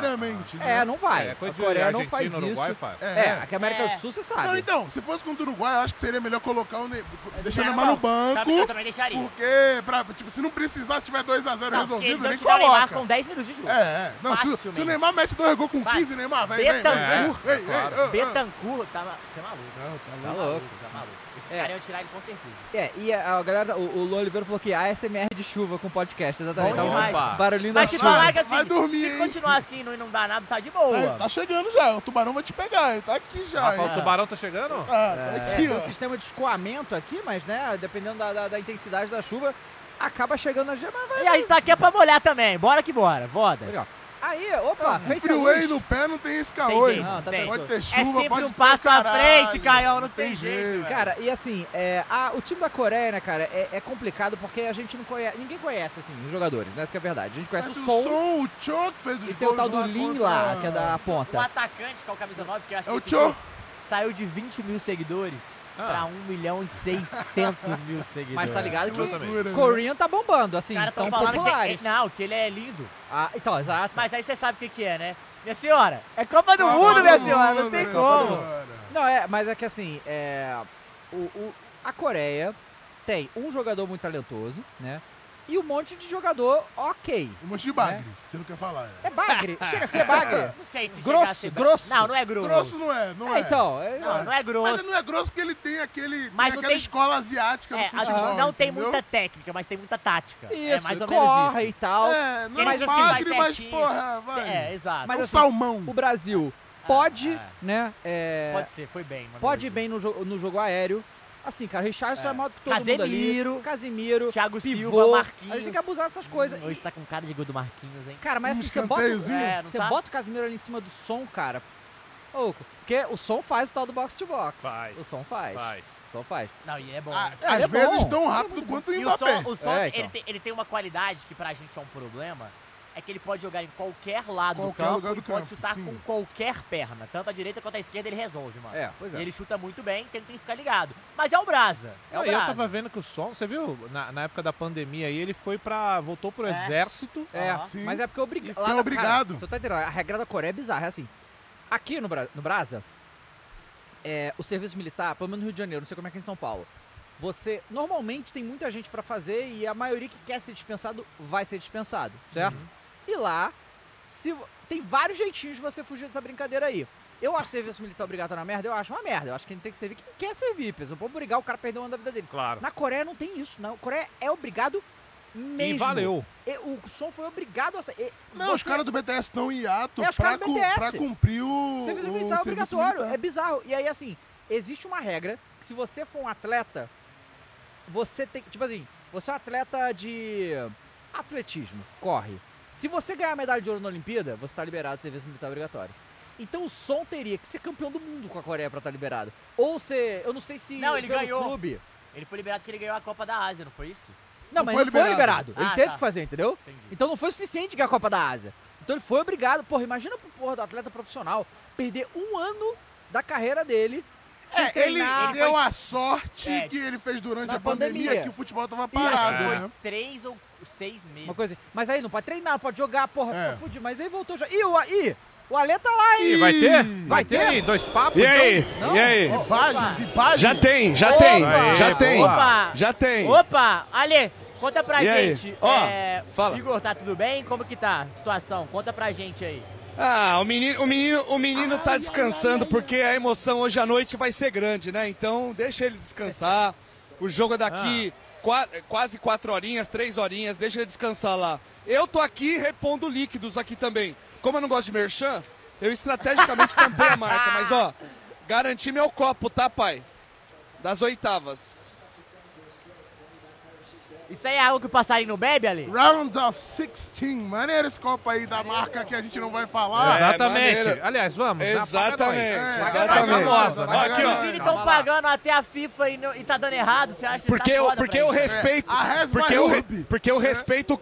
[SPEAKER 3] desnecessariamente.
[SPEAKER 1] É, não vai.
[SPEAKER 2] É, coisa
[SPEAKER 1] a
[SPEAKER 2] de
[SPEAKER 1] Coreia não
[SPEAKER 2] Argentina,
[SPEAKER 1] faz isso.
[SPEAKER 2] Uruguai faz.
[SPEAKER 3] né? É.
[SPEAKER 1] É, aqui a América
[SPEAKER 4] É.
[SPEAKER 1] do Sul você
[SPEAKER 3] Não,
[SPEAKER 1] sabe.
[SPEAKER 3] então, se fosse contra o Uruguai, eu acho que seria melhor colocar o Ney. Deixar o
[SPEAKER 4] Não,
[SPEAKER 3] Neymar no
[SPEAKER 4] sabe que É, Eu
[SPEAKER 3] banco.
[SPEAKER 4] também deixaria.
[SPEAKER 3] Porque, pra, tipo, se não precisar, se tiver 2x0
[SPEAKER 4] Não, porque eles
[SPEAKER 3] resolvido,
[SPEAKER 4] vão
[SPEAKER 3] nem
[SPEAKER 4] tirar o Neymar com
[SPEAKER 3] coloca.
[SPEAKER 4] 10 minutos de jogo.
[SPEAKER 3] É, é. Não, se, se o
[SPEAKER 4] Facilmente.
[SPEAKER 3] Neymar mete dois gols com
[SPEAKER 4] Vai.
[SPEAKER 3] 15, Neymar, vai, Ah, vem, vem, vem.
[SPEAKER 4] Betancourt.
[SPEAKER 3] Ei, ei,
[SPEAKER 2] É, Claro.
[SPEAKER 3] ah, ah.
[SPEAKER 4] Betancourt, tá, ma- tá maluco.
[SPEAKER 3] Não, tá
[SPEAKER 4] Tá
[SPEAKER 3] louco.
[SPEAKER 4] maluco, tá maluco. Esses
[SPEAKER 1] É.
[SPEAKER 4] caras iam tirar ele com certeza.
[SPEAKER 1] É, e a, a galera, o, o Lô Oliveira falou que ASMR de chuva com podcast, exatamente. Então,
[SPEAKER 4] Bom demais.
[SPEAKER 1] barulhinho da
[SPEAKER 4] Mas te
[SPEAKER 3] Vai-
[SPEAKER 1] chuva.
[SPEAKER 4] falar que assim,
[SPEAKER 3] vai dormir,
[SPEAKER 4] se
[SPEAKER 3] hein?
[SPEAKER 4] continuar assim e não- não dá nada, tá de boa.
[SPEAKER 3] Tá, tá chegando já, o tubarão vai te pegar, ele tá aqui já.
[SPEAKER 2] Rafael,
[SPEAKER 3] hein?
[SPEAKER 2] o tubarão tá chegando?
[SPEAKER 3] Ah, tá
[SPEAKER 1] É,
[SPEAKER 3] aqui,
[SPEAKER 1] tem um
[SPEAKER 3] ó.
[SPEAKER 1] sistema de escoamento aqui, mas, né, dependendo da, da- da intensidade da chuva, acaba chegando na gema.
[SPEAKER 4] E a gente tá aqui é pra molhar também. Bora que bora. Bodas.
[SPEAKER 1] Legal. Aí, opa,
[SPEAKER 3] O
[SPEAKER 1] fez a
[SPEAKER 3] Ah, um freeway
[SPEAKER 1] luz.
[SPEAKER 3] no pé não tem esse
[SPEAKER 4] Tem
[SPEAKER 3] caô,
[SPEAKER 4] jeito,
[SPEAKER 3] irmão.
[SPEAKER 1] Não, tá
[SPEAKER 4] tem.
[SPEAKER 3] Pode ter
[SPEAKER 4] É
[SPEAKER 3] chuva,
[SPEAKER 4] sempre
[SPEAKER 3] pode
[SPEAKER 4] um
[SPEAKER 3] ter
[SPEAKER 4] passo à
[SPEAKER 3] caralho,
[SPEAKER 4] frente, Caião. Não, tem, jeito.
[SPEAKER 1] Cara, e assim, é, a- o time da Coreia, né, cara, é, é complicado porque a gente não conhece. Ninguém conhece, assim, os jogadores, né? Isso que é verdade. A gente conhece
[SPEAKER 3] Mas
[SPEAKER 1] o
[SPEAKER 3] o
[SPEAKER 1] som,
[SPEAKER 3] som, o Cho que fez os
[SPEAKER 1] e tem o
[SPEAKER 3] gols
[SPEAKER 1] tal do
[SPEAKER 3] lá
[SPEAKER 1] Lin
[SPEAKER 3] contra-
[SPEAKER 1] lá, que é da
[SPEAKER 4] O
[SPEAKER 1] ponta.
[SPEAKER 4] atacante, que é o camisa 9, que eu acho
[SPEAKER 3] Tá. É o
[SPEAKER 4] que esse
[SPEAKER 3] Cho.
[SPEAKER 4] jogo saiu de 20 mil seguidores
[SPEAKER 2] Ah.
[SPEAKER 4] pra 1 milhão e 600 mil seguidores.
[SPEAKER 1] Mas tá ligado que
[SPEAKER 2] Curiosamente.
[SPEAKER 3] Loucura, né?
[SPEAKER 1] o Korean tá bombando, assim,
[SPEAKER 4] Os caras
[SPEAKER 1] tão
[SPEAKER 4] tão falando que,
[SPEAKER 1] populares.
[SPEAKER 4] é- não, que ele é lindo.
[SPEAKER 1] Ah, então, exato.
[SPEAKER 4] Mas aí você sabe o que, que é, né? Minha senhora, é Copa do
[SPEAKER 3] Copa
[SPEAKER 4] Mundo,
[SPEAKER 3] do
[SPEAKER 4] minha senhora, não
[SPEAKER 3] Mundo,
[SPEAKER 4] tem
[SPEAKER 3] né? Copa
[SPEAKER 4] como.
[SPEAKER 3] do Mundo.
[SPEAKER 4] Não,
[SPEAKER 1] Não, é, mas é que assim, é, o, o- a Coreia tem um jogador muito talentoso, né? E um monte de jogador ok. né?
[SPEAKER 3] Um monte de bagre, você não quer falar. É.
[SPEAKER 1] É bagre, chega a ser bagre.
[SPEAKER 4] Não sei se
[SPEAKER 1] Grosso,
[SPEAKER 4] chegar a ser bra-
[SPEAKER 1] grosso.
[SPEAKER 4] Não, não é grosso.
[SPEAKER 3] Grosso não é, não
[SPEAKER 1] É,
[SPEAKER 3] é.
[SPEAKER 1] então, é-
[SPEAKER 4] Não, não é
[SPEAKER 3] Mas
[SPEAKER 4] grosso.
[SPEAKER 3] ele não é grosso porque ele tem aquele.
[SPEAKER 4] Mas
[SPEAKER 3] Mas
[SPEAKER 4] não
[SPEAKER 3] aquela
[SPEAKER 4] tem-
[SPEAKER 3] escola asiática
[SPEAKER 4] É,
[SPEAKER 3] do futebol.
[SPEAKER 4] assim, não tem
[SPEAKER 3] entendeu?
[SPEAKER 4] muita técnica, mas tem muita tática. é
[SPEAKER 1] isso,
[SPEAKER 4] mais ou
[SPEAKER 1] corre
[SPEAKER 4] menos
[SPEAKER 1] e tal.
[SPEAKER 3] É, não é mas
[SPEAKER 4] Mas, assim,
[SPEAKER 3] bagre,
[SPEAKER 4] vai
[SPEAKER 3] mas
[SPEAKER 4] certinho.
[SPEAKER 3] porra,
[SPEAKER 4] isso.
[SPEAKER 3] vai.
[SPEAKER 4] É,
[SPEAKER 3] É,
[SPEAKER 4] exato.
[SPEAKER 1] Mas
[SPEAKER 3] um
[SPEAKER 1] assim,
[SPEAKER 3] salmão.
[SPEAKER 1] O Brasil pode,
[SPEAKER 4] Ah,
[SPEAKER 1] né? é,
[SPEAKER 4] Pode ser, foi bem. mano.
[SPEAKER 1] pode ir bem no, jo- no jogo aéreo. Assim, cara, Richardson
[SPEAKER 4] É.
[SPEAKER 1] é, maior que todo mundo
[SPEAKER 4] Casemiro.
[SPEAKER 1] ali. Casemiro.
[SPEAKER 4] Thiago
[SPEAKER 1] pivô.
[SPEAKER 4] Silva,
[SPEAKER 1] A gente tem que
[SPEAKER 4] Marquinhos.
[SPEAKER 1] abusar dessas coisas.
[SPEAKER 4] Hoje tá com cara de gol do Marquinhos, hein?
[SPEAKER 1] Cara, mas
[SPEAKER 3] Um
[SPEAKER 1] assim, você bota,
[SPEAKER 3] escanteiozinho?
[SPEAKER 4] É, não
[SPEAKER 1] você
[SPEAKER 4] tá?
[SPEAKER 1] bota o Casimiro ali em cima do som, cara. Ô, porque o som faz o tal do box to box.
[SPEAKER 5] Faz.
[SPEAKER 1] O som faz.
[SPEAKER 5] Rapaz.
[SPEAKER 1] O som faz.
[SPEAKER 4] Não, e é bom.
[SPEAKER 3] Ah,
[SPEAKER 4] né?
[SPEAKER 1] É, ele
[SPEAKER 3] Às
[SPEAKER 1] é
[SPEAKER 3] vezes
[SPEAKER 1] bom.
[SPEAKER 3] tão rápido quanto o
[SPEAKER 4] E o
[SPEAKER 3] Mbappé.
[SPEAKER 4] som, o som
[SPEAKER 1] É, então.
[SPEAKER 4] ele, tem, ele tem uma qualidade que pra gente é um problema, é que ele pode jogar em qualquer lado
[SPEAKER 3] Qualquer
[SPEAKER 4] do campo
[SPEAKER 3] lugar do
[SPEAKER 4] e pode
[SPEAKER 3] campo,
[SPEAKER 4] chutar
[SPEAKER 3] sim.
[SPEAKER 4] com qualquer perna. Tanto a direita quanto a esquerda ele resolve, mano.
[SPEAKER 1] É, pois
[SPEAKER 4] E
[SPEAKER 1] é.
[SPEAKER 4] ele chuta muito bem, tem, tem que ficar ligado. Mas é o Brasa. É o
[SPEAKER 2] Não, e
[SPEAKER 4] Brasa.
[SPEAKER 2] eu tava vendo que o som, você viu? Na, na época da pandemia aí, ele foi pra. voltou pro
[SPEAKER 4] É.
[SPEAKER 2] exército.
[SPEAKER 1] É,
[SPEAKER 4] Aham.
[SPEAKER 3] Sim.
[SPEAKER 1] mas é porque
[SPEAKER 3] E
[SPEAKER 1] obrigado.
[SPEAKER 3] foi obrigado.
[SPEAKER 1] Você tá entendendo? A regra da Coreia é bizarra. É assim. Aqui no, Bra- no Brasa, é, o serviço militar, pelo menos no Rio de Janeiro, não sei como é que é em São Paulo. Você normalmente tem muita gente pra fazer e a maioria que quer ser dispensado vai ser dispensado, certo?
[SPEAKER 3] Uhum.
[SPEAKER 1] E lá, se vo- tem vários jeitinhos de você fugir dessa brincadeira aí. Eu acho serviço militar obrigatório na merda, eu acho uma merda. Eu acho que ele tem que servir quem quer servir, pessoal. Não pode obrigar o cara a perder um ano da vida dele.
[SPEAKER 5] Claro.
[SPEAKER 1] Na Coreia não tem isso, na Coreia é obrigado mesmo.
[SPEAKER 2] E valeu.
[SPEAKER 1] E o som foi obrigado a sa- e
[SPEAKER 3] Não,
[SPEAKER 1] você-
[SPEAKER 3] os caras do BTS estão em ato
[SPEAKER 1] É, os
[SPEAKER 3] pra,
[SPEAKER 1] caras do
[SPEAKER 3] cu-
[SPEAKER 1] BTS.
[SPEAKER 3] pra cumprir o.
[SPEAKER 1] Serviço
[SPEAKER 3] o
[SPEAKER 1] militar é
[SPEAKER 3] serviço
[SPEAKER 1] obrigatório.
[SPEAKER 3] militar.
[SPEAKER 1] É bizarro. E aí, assim, existe uma regra que se você for um atleta, você tem. Tipo assim, você é um atleta de atletismo, corre. Se você ganhar a medalha de ouro na Olimpíada, você tá liberado do serviço militar obrigatório. Então o Son teria que ser campeão do mundo com a Coreia pra estar liberado. Ou ser. Eu não sei se.
[SPEAKER 4] Não, ele
[SPEAKER 1] pelo
[SPEAKER 4] ganhou.
[SPEAKER 1] Clube.
[SPEAKER 4] Ele foi liberado porque ele ganhou a Copa da Ásia, não foi isso?
[SPEAKER 1] Não,
[SPEAKER 3] Não
[SPEAKER 1] mas
[SPEAKER 3] foi
[SPEAKER 1] ele foi
[SPEAKER 3] liberado.
[SPEAKER 1] liberado. Ele
[SPEAKER 4] Ah,
[SPEAKER 1] teve
[SPEAKER 4] tá.
[SPEAKER 1] que fazer, entendeu?
[SPEAKER 4] Entendi.
[SPEAKER 1] Então não foi suficiente ganhar a Copa da Ásia. Então ele foi obrigado. Porra, imagina pro porra do atleta profissional perder um ano da carreira dele. sem
[SPEAKER 3] É, ele
[SPEAKER 1] treinar.
[SPEAKER 3] deu a sorte
[SPEAKER 4] É,
[SPEAKER 3] que ele fez durante
[SPEAKER 1] na
[SPEAKER 3] a pandemia,
[SPEAKER 1] pandemia.
[SPEAKER 3] que o futebol tava
[SPEAKER 4] E acho
[SPEAKER 3] parado,
[SPEAKER 4] que foi
[SPEAKER 3] né?
[SPEAKER 4] três ou seis meses.
[SPEAKER 1] Uma coisa assim. Mas aí não pode treinar, não pode jogar, porra,
[SPEAKER 3] É.
[SPEAKER 1] pô, fudido. Mas aí voltou já. Ih, o, ih, o Alê tá lá, hein?
[SPEAKER 2] E vai ter?
[SPEAKER 1] Vai ter?
[SPEAKER 2] Ih, dois papos? então?
[SPEAKER 6] E aí?
[SPEAKER 1] Não?
[SPEAKER 6] E aí?
[SPEAKER 3] Imagens e páginas.
[SPEAKER 6] Já tem, já
[SPEAKER 4] Opa!
[SPEAKER 6] tem, já
[SPEAKER 4] Aê,
[SPEAKER 6] tem,
[SPEAKER 4] boa!
[SPEAKER 6] já tem.
[SPEAKER 4] Opa, Ale, conta pra
[SPEAKER 6] E aí?
[SPEAKER 4] gente.
[SPEAKER 6] Ó,
[SPEAKER 4] é,
[SPEAKER 6] fala.
[SPEAKER 4] Igor, tá tudo bem? Como que tá a situação? Conta pra gente aí.
[SPEAKER 6] Ah, o menino, o menino, o menino tá descansando porque a emoção hoje à noite vai ser grande, né? Então deixa ele descansar. O jogo é daqui
[SPEAKER 2] Ah.
[SPEAKER 6] qua- quase quatro horinhas, três horinhas, deixa ele descansar lá. Eu tô aqui repondo líquidos aqui também. Como eu não gosto de merchan, eu estrategicamente tampei a marca, mas ó, garanti meu copo, tá, pai? Das oitavas.
[SPEAKER 4] Isso aí é algo que o passarinho não bebe, Ale?
[SPEAKER 3] Round of 16. Maneiro esse copo aí da marca que a gente não vai
[SPEAKER 7] É,
[SPEAKER 3] falar.
[SPEAKER 2] Exatamente.
[SPEAKER 6] é maneiro.
[SPEAKER 2] Aliás, vamos. dá- paga
[SPEAKER 6] Exatamente,
[SPEAKER 2] nós.
[SPEAKER 3] É,
[SPEAKER 6] exatamente.
[SPEAKER 3] famosa,
[SPEAKER 7] né?
[SPEAKER 6] Ó, aqui, ó.
[SPEAKER 4] Inclusive, estão pagando até a FIFA e, não- e tá dando errado. Você acha que
[SPEAKER 6] Porque
[SPEAKER 4] tá
[SPEAKER 6] eu,
[SPEAKER 4] foda
[SPEAKER 6] porque eu
[SPEAKER 4] pra isso?
[SPEAKER 6] respeito.
[SPEAKER 3] É, arrasa
[SPEAKER 6] porque,
[SPEAKER 3] mais
[SPEAKER 6] eu,
[SPEAKER 3] hobby.
[SPEAKER 6] re- porque eu respeito.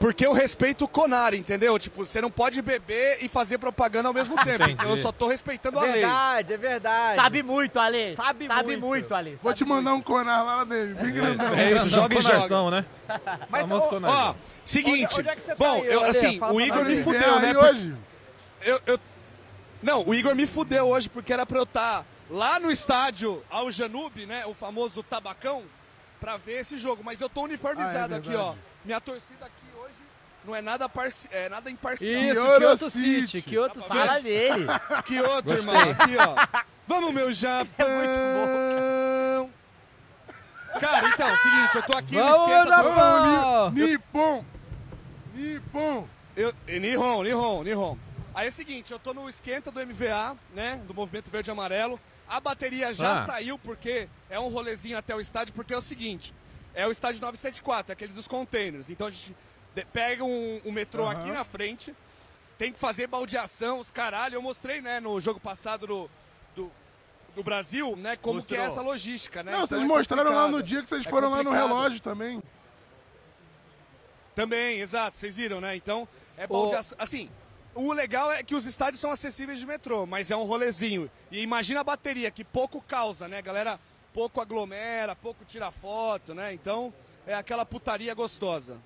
[SPEAKER 6] Porque eu respeito o Conar, entendeu? Tipo, você não pode beber e fazer propaganda ao mesmo tempo.
[SPEAKER 2] Entendi.
[SPEAKER 6] Então eu só tô respeitando a lei.
[SPEAKER 1] Verdade, é verdade.
[SPEAKER 4] Sabe muito, Ale.
[SPEAKER 1] Sabe muito.
[SPEAKER 4] Ale.
[SPEAKER 3] Vou
[SPEAKER 4] Sabe
[SPEAKER 3] te mandar um conar lá dele, bem grandão.
[SPEAKER 6] É isso, joga e joga.
[SPEAKER 2] Conarzão, né?
[SPEAKER 1] Mas,
[SPEAKER 2] Famoso
[SPEAKER 1] ô,
[SPEAKER 2] conarzão.
[SPEAKER 6] Ó, seguinte.
[SPEAKER 1] Onde- onde é que você tá
[SPEAKER 6] bom,
[SPEAKER 1] aí,
[SPEAKER 6] eu,
[SPEAKER 1] Alê?
[SPEAKER 6] assim,
[SPEAKER 1] Fala
[SPEAKER 6] o
[SPEAKER 1] pra tá
[SPEAKER 6] Igor
[SPEAKER 1] nós.
[SPEAKER 6] me
[SPEAKER 3] Ele
[SPEAKER 6] fudeu,
[SPEAKER 3] vem
[SPEAKER 6] né?
[SPEAKER 3] aí
[SPEAKER 6] Porque
[SPEAKER 3] hoje.
[SPEAKER 6] Eu, eu- Não, o Igor me fudeu hoje porque era pra eu estar lá no estádio ao Janube, né? O famoso tabacão, pra ver esse jogo. Mas eu tô uniformizado
[SPEAKER 3] Ah, é
[SPEAKER 6] aqui, ó.
[SPEAKER 3] verdade.
[SPEAKER 6] Minha torcida aqui hoje não é nada, parci... é nada imparcial.
[SPEAKER 1] Isso,
[SPEAKER 3] Kyoto
[SPEAKER 1] Kyoto City,
[SPEAKER 3] City.
[SPEAKER 1] Kyoto City.
[SPEAKER 4] Fala dele.
[SPEAKER 6] Aqui outro, irmão. Aqui, ó. Vamos, meu Japão. cara. então, é o seguinte, eu tô aqui no
[SPEAKER 1] Vamos,
[SPEAKER 6] esquenta do...
[SPEAKER 1] Japão!
[SPEAKER 3] Nippon. Nippon.
[SPEAKER 6] Eu, e Nihon, Nihon, Nihon. Aí é o seguinte, eu tô no esquenta do MVA, né? Do Movimento Verde e Amarelo. A bateria já
[SPEAKER 2] Ah.
[SPEAKER 6] saiu, porque é um rolezinho até o estádio, porque é o seguinte, é o estádio 974, é aquele dos containers. Então a gente de- pega um, um metrô aqui na frente, tem que fazer baldeação, os caralho. Eu mostrei, né, no jogo passado do, do, do Brasil, né, como que é essa logística, né?
[SPEAKER 3] Não,
[SPEAKER 6] Então
[SPEAKER 3] vocês
[SPEAKER 6] é
[SPEAKER 3] mostraram lá
[SPEAKER 6] complicado.
[SPEAKER 3] no dia que vocês
[SPEAKER 6] É
[SPEAKER 3] foram lá no
[SPEAKER 6] complicado.
[SPEAKER 3] relógio também.
[SPEAKER 6] Também, exato, vocês viram, né? Então, é bom de ass- Assim, o legal é que os estádios são acessíveis de metrô, mas é um rolezinho. E imagina a bateria, que pouco causa, né? A galera pouco aglomera, pouco tira foto, né? Então, é aquela putaria gostosa.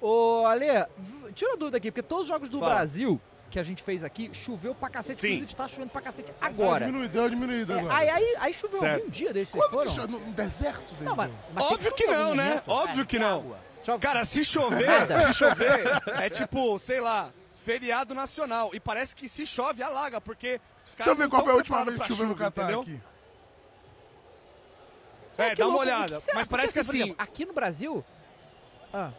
[SPEAKER 1] Ô, Ale, v- tira uma dúvida aqui, porque todos os jogos do
[SPEAKER 6] Fala.
[SPEAKER 1] Brasil que a gente fez aqui, choveu pra cacete,
[SPEAKER 6] Sim.
[SPEAKER 1] inclusive tá chovendo pra cacete
[SPEAKER 3] Deu
[SPEAKER 1] agora.
[SPEAKER 3] uma diminuída, deu uma diminuída
[SPEAKER 1] É,
[SPEAKER 3] agora.
[SPEAKER 1] aí, aí, aí choveu
[SPEAKER 6] Certo.
[SPEAKER 1] algum dia desses vocês
[SPEAKER 3] Quando que
[SPEAKER 1] foram?
[SPEAKER 3] chove? No deserto,
[SPEAKER 1] Não, mas, mas tem
[SPEAKER 6] Óbvio que
[SPEAKER 1] chover em
[SPEAKER 6] não,
[SPEAKER 1] algum
[SPEAKER 6] né?
[SPEAKER 1] momento.
[SPEAKER 6] Óbvio que não.
[SPEAKER 1] Chove-
[SPEAKER 6] Cara, se chover,
[SPEAKER 1] Nada.
[SPEAKER 6] se chover, é tipo, sei lá, feriado nacional. E parece que se chove, alaga, porque os caras.
[SPEAKER 3] Deixa eu ver
[SPEAKER 6] não
[SPEAKER 3] qual
[SPEAKER 6] tão
[SPEAKER 3] foi a última
[SPEAKER 6] preparados
[SPEAKER 3] vez
[SPEAKER 6] pra
[SPEAKER 3] que choveu no
[SPEAKER 6] chuva,
[SPEAKER 3] Catar
[SPEAKER 6] entendeu?
[SPEAKER 3] aqui.
[SPEAKER 6] É,
[SPEAKER 1] que
[SPEAKER 6] dá uma
[SPEAKER 1] louco,
[SPEAKER 6] olhada.
[SPEAKER 1] o será?
[SPEAKER 6] Mas
[SPEAKER 1] Porque,
[SPEAKER 6] parece que
[SPEAKER 1] por
[SPEAKER 6] assim.
[SPEAKER 1] exemplo, aqui no Brasil. Ah,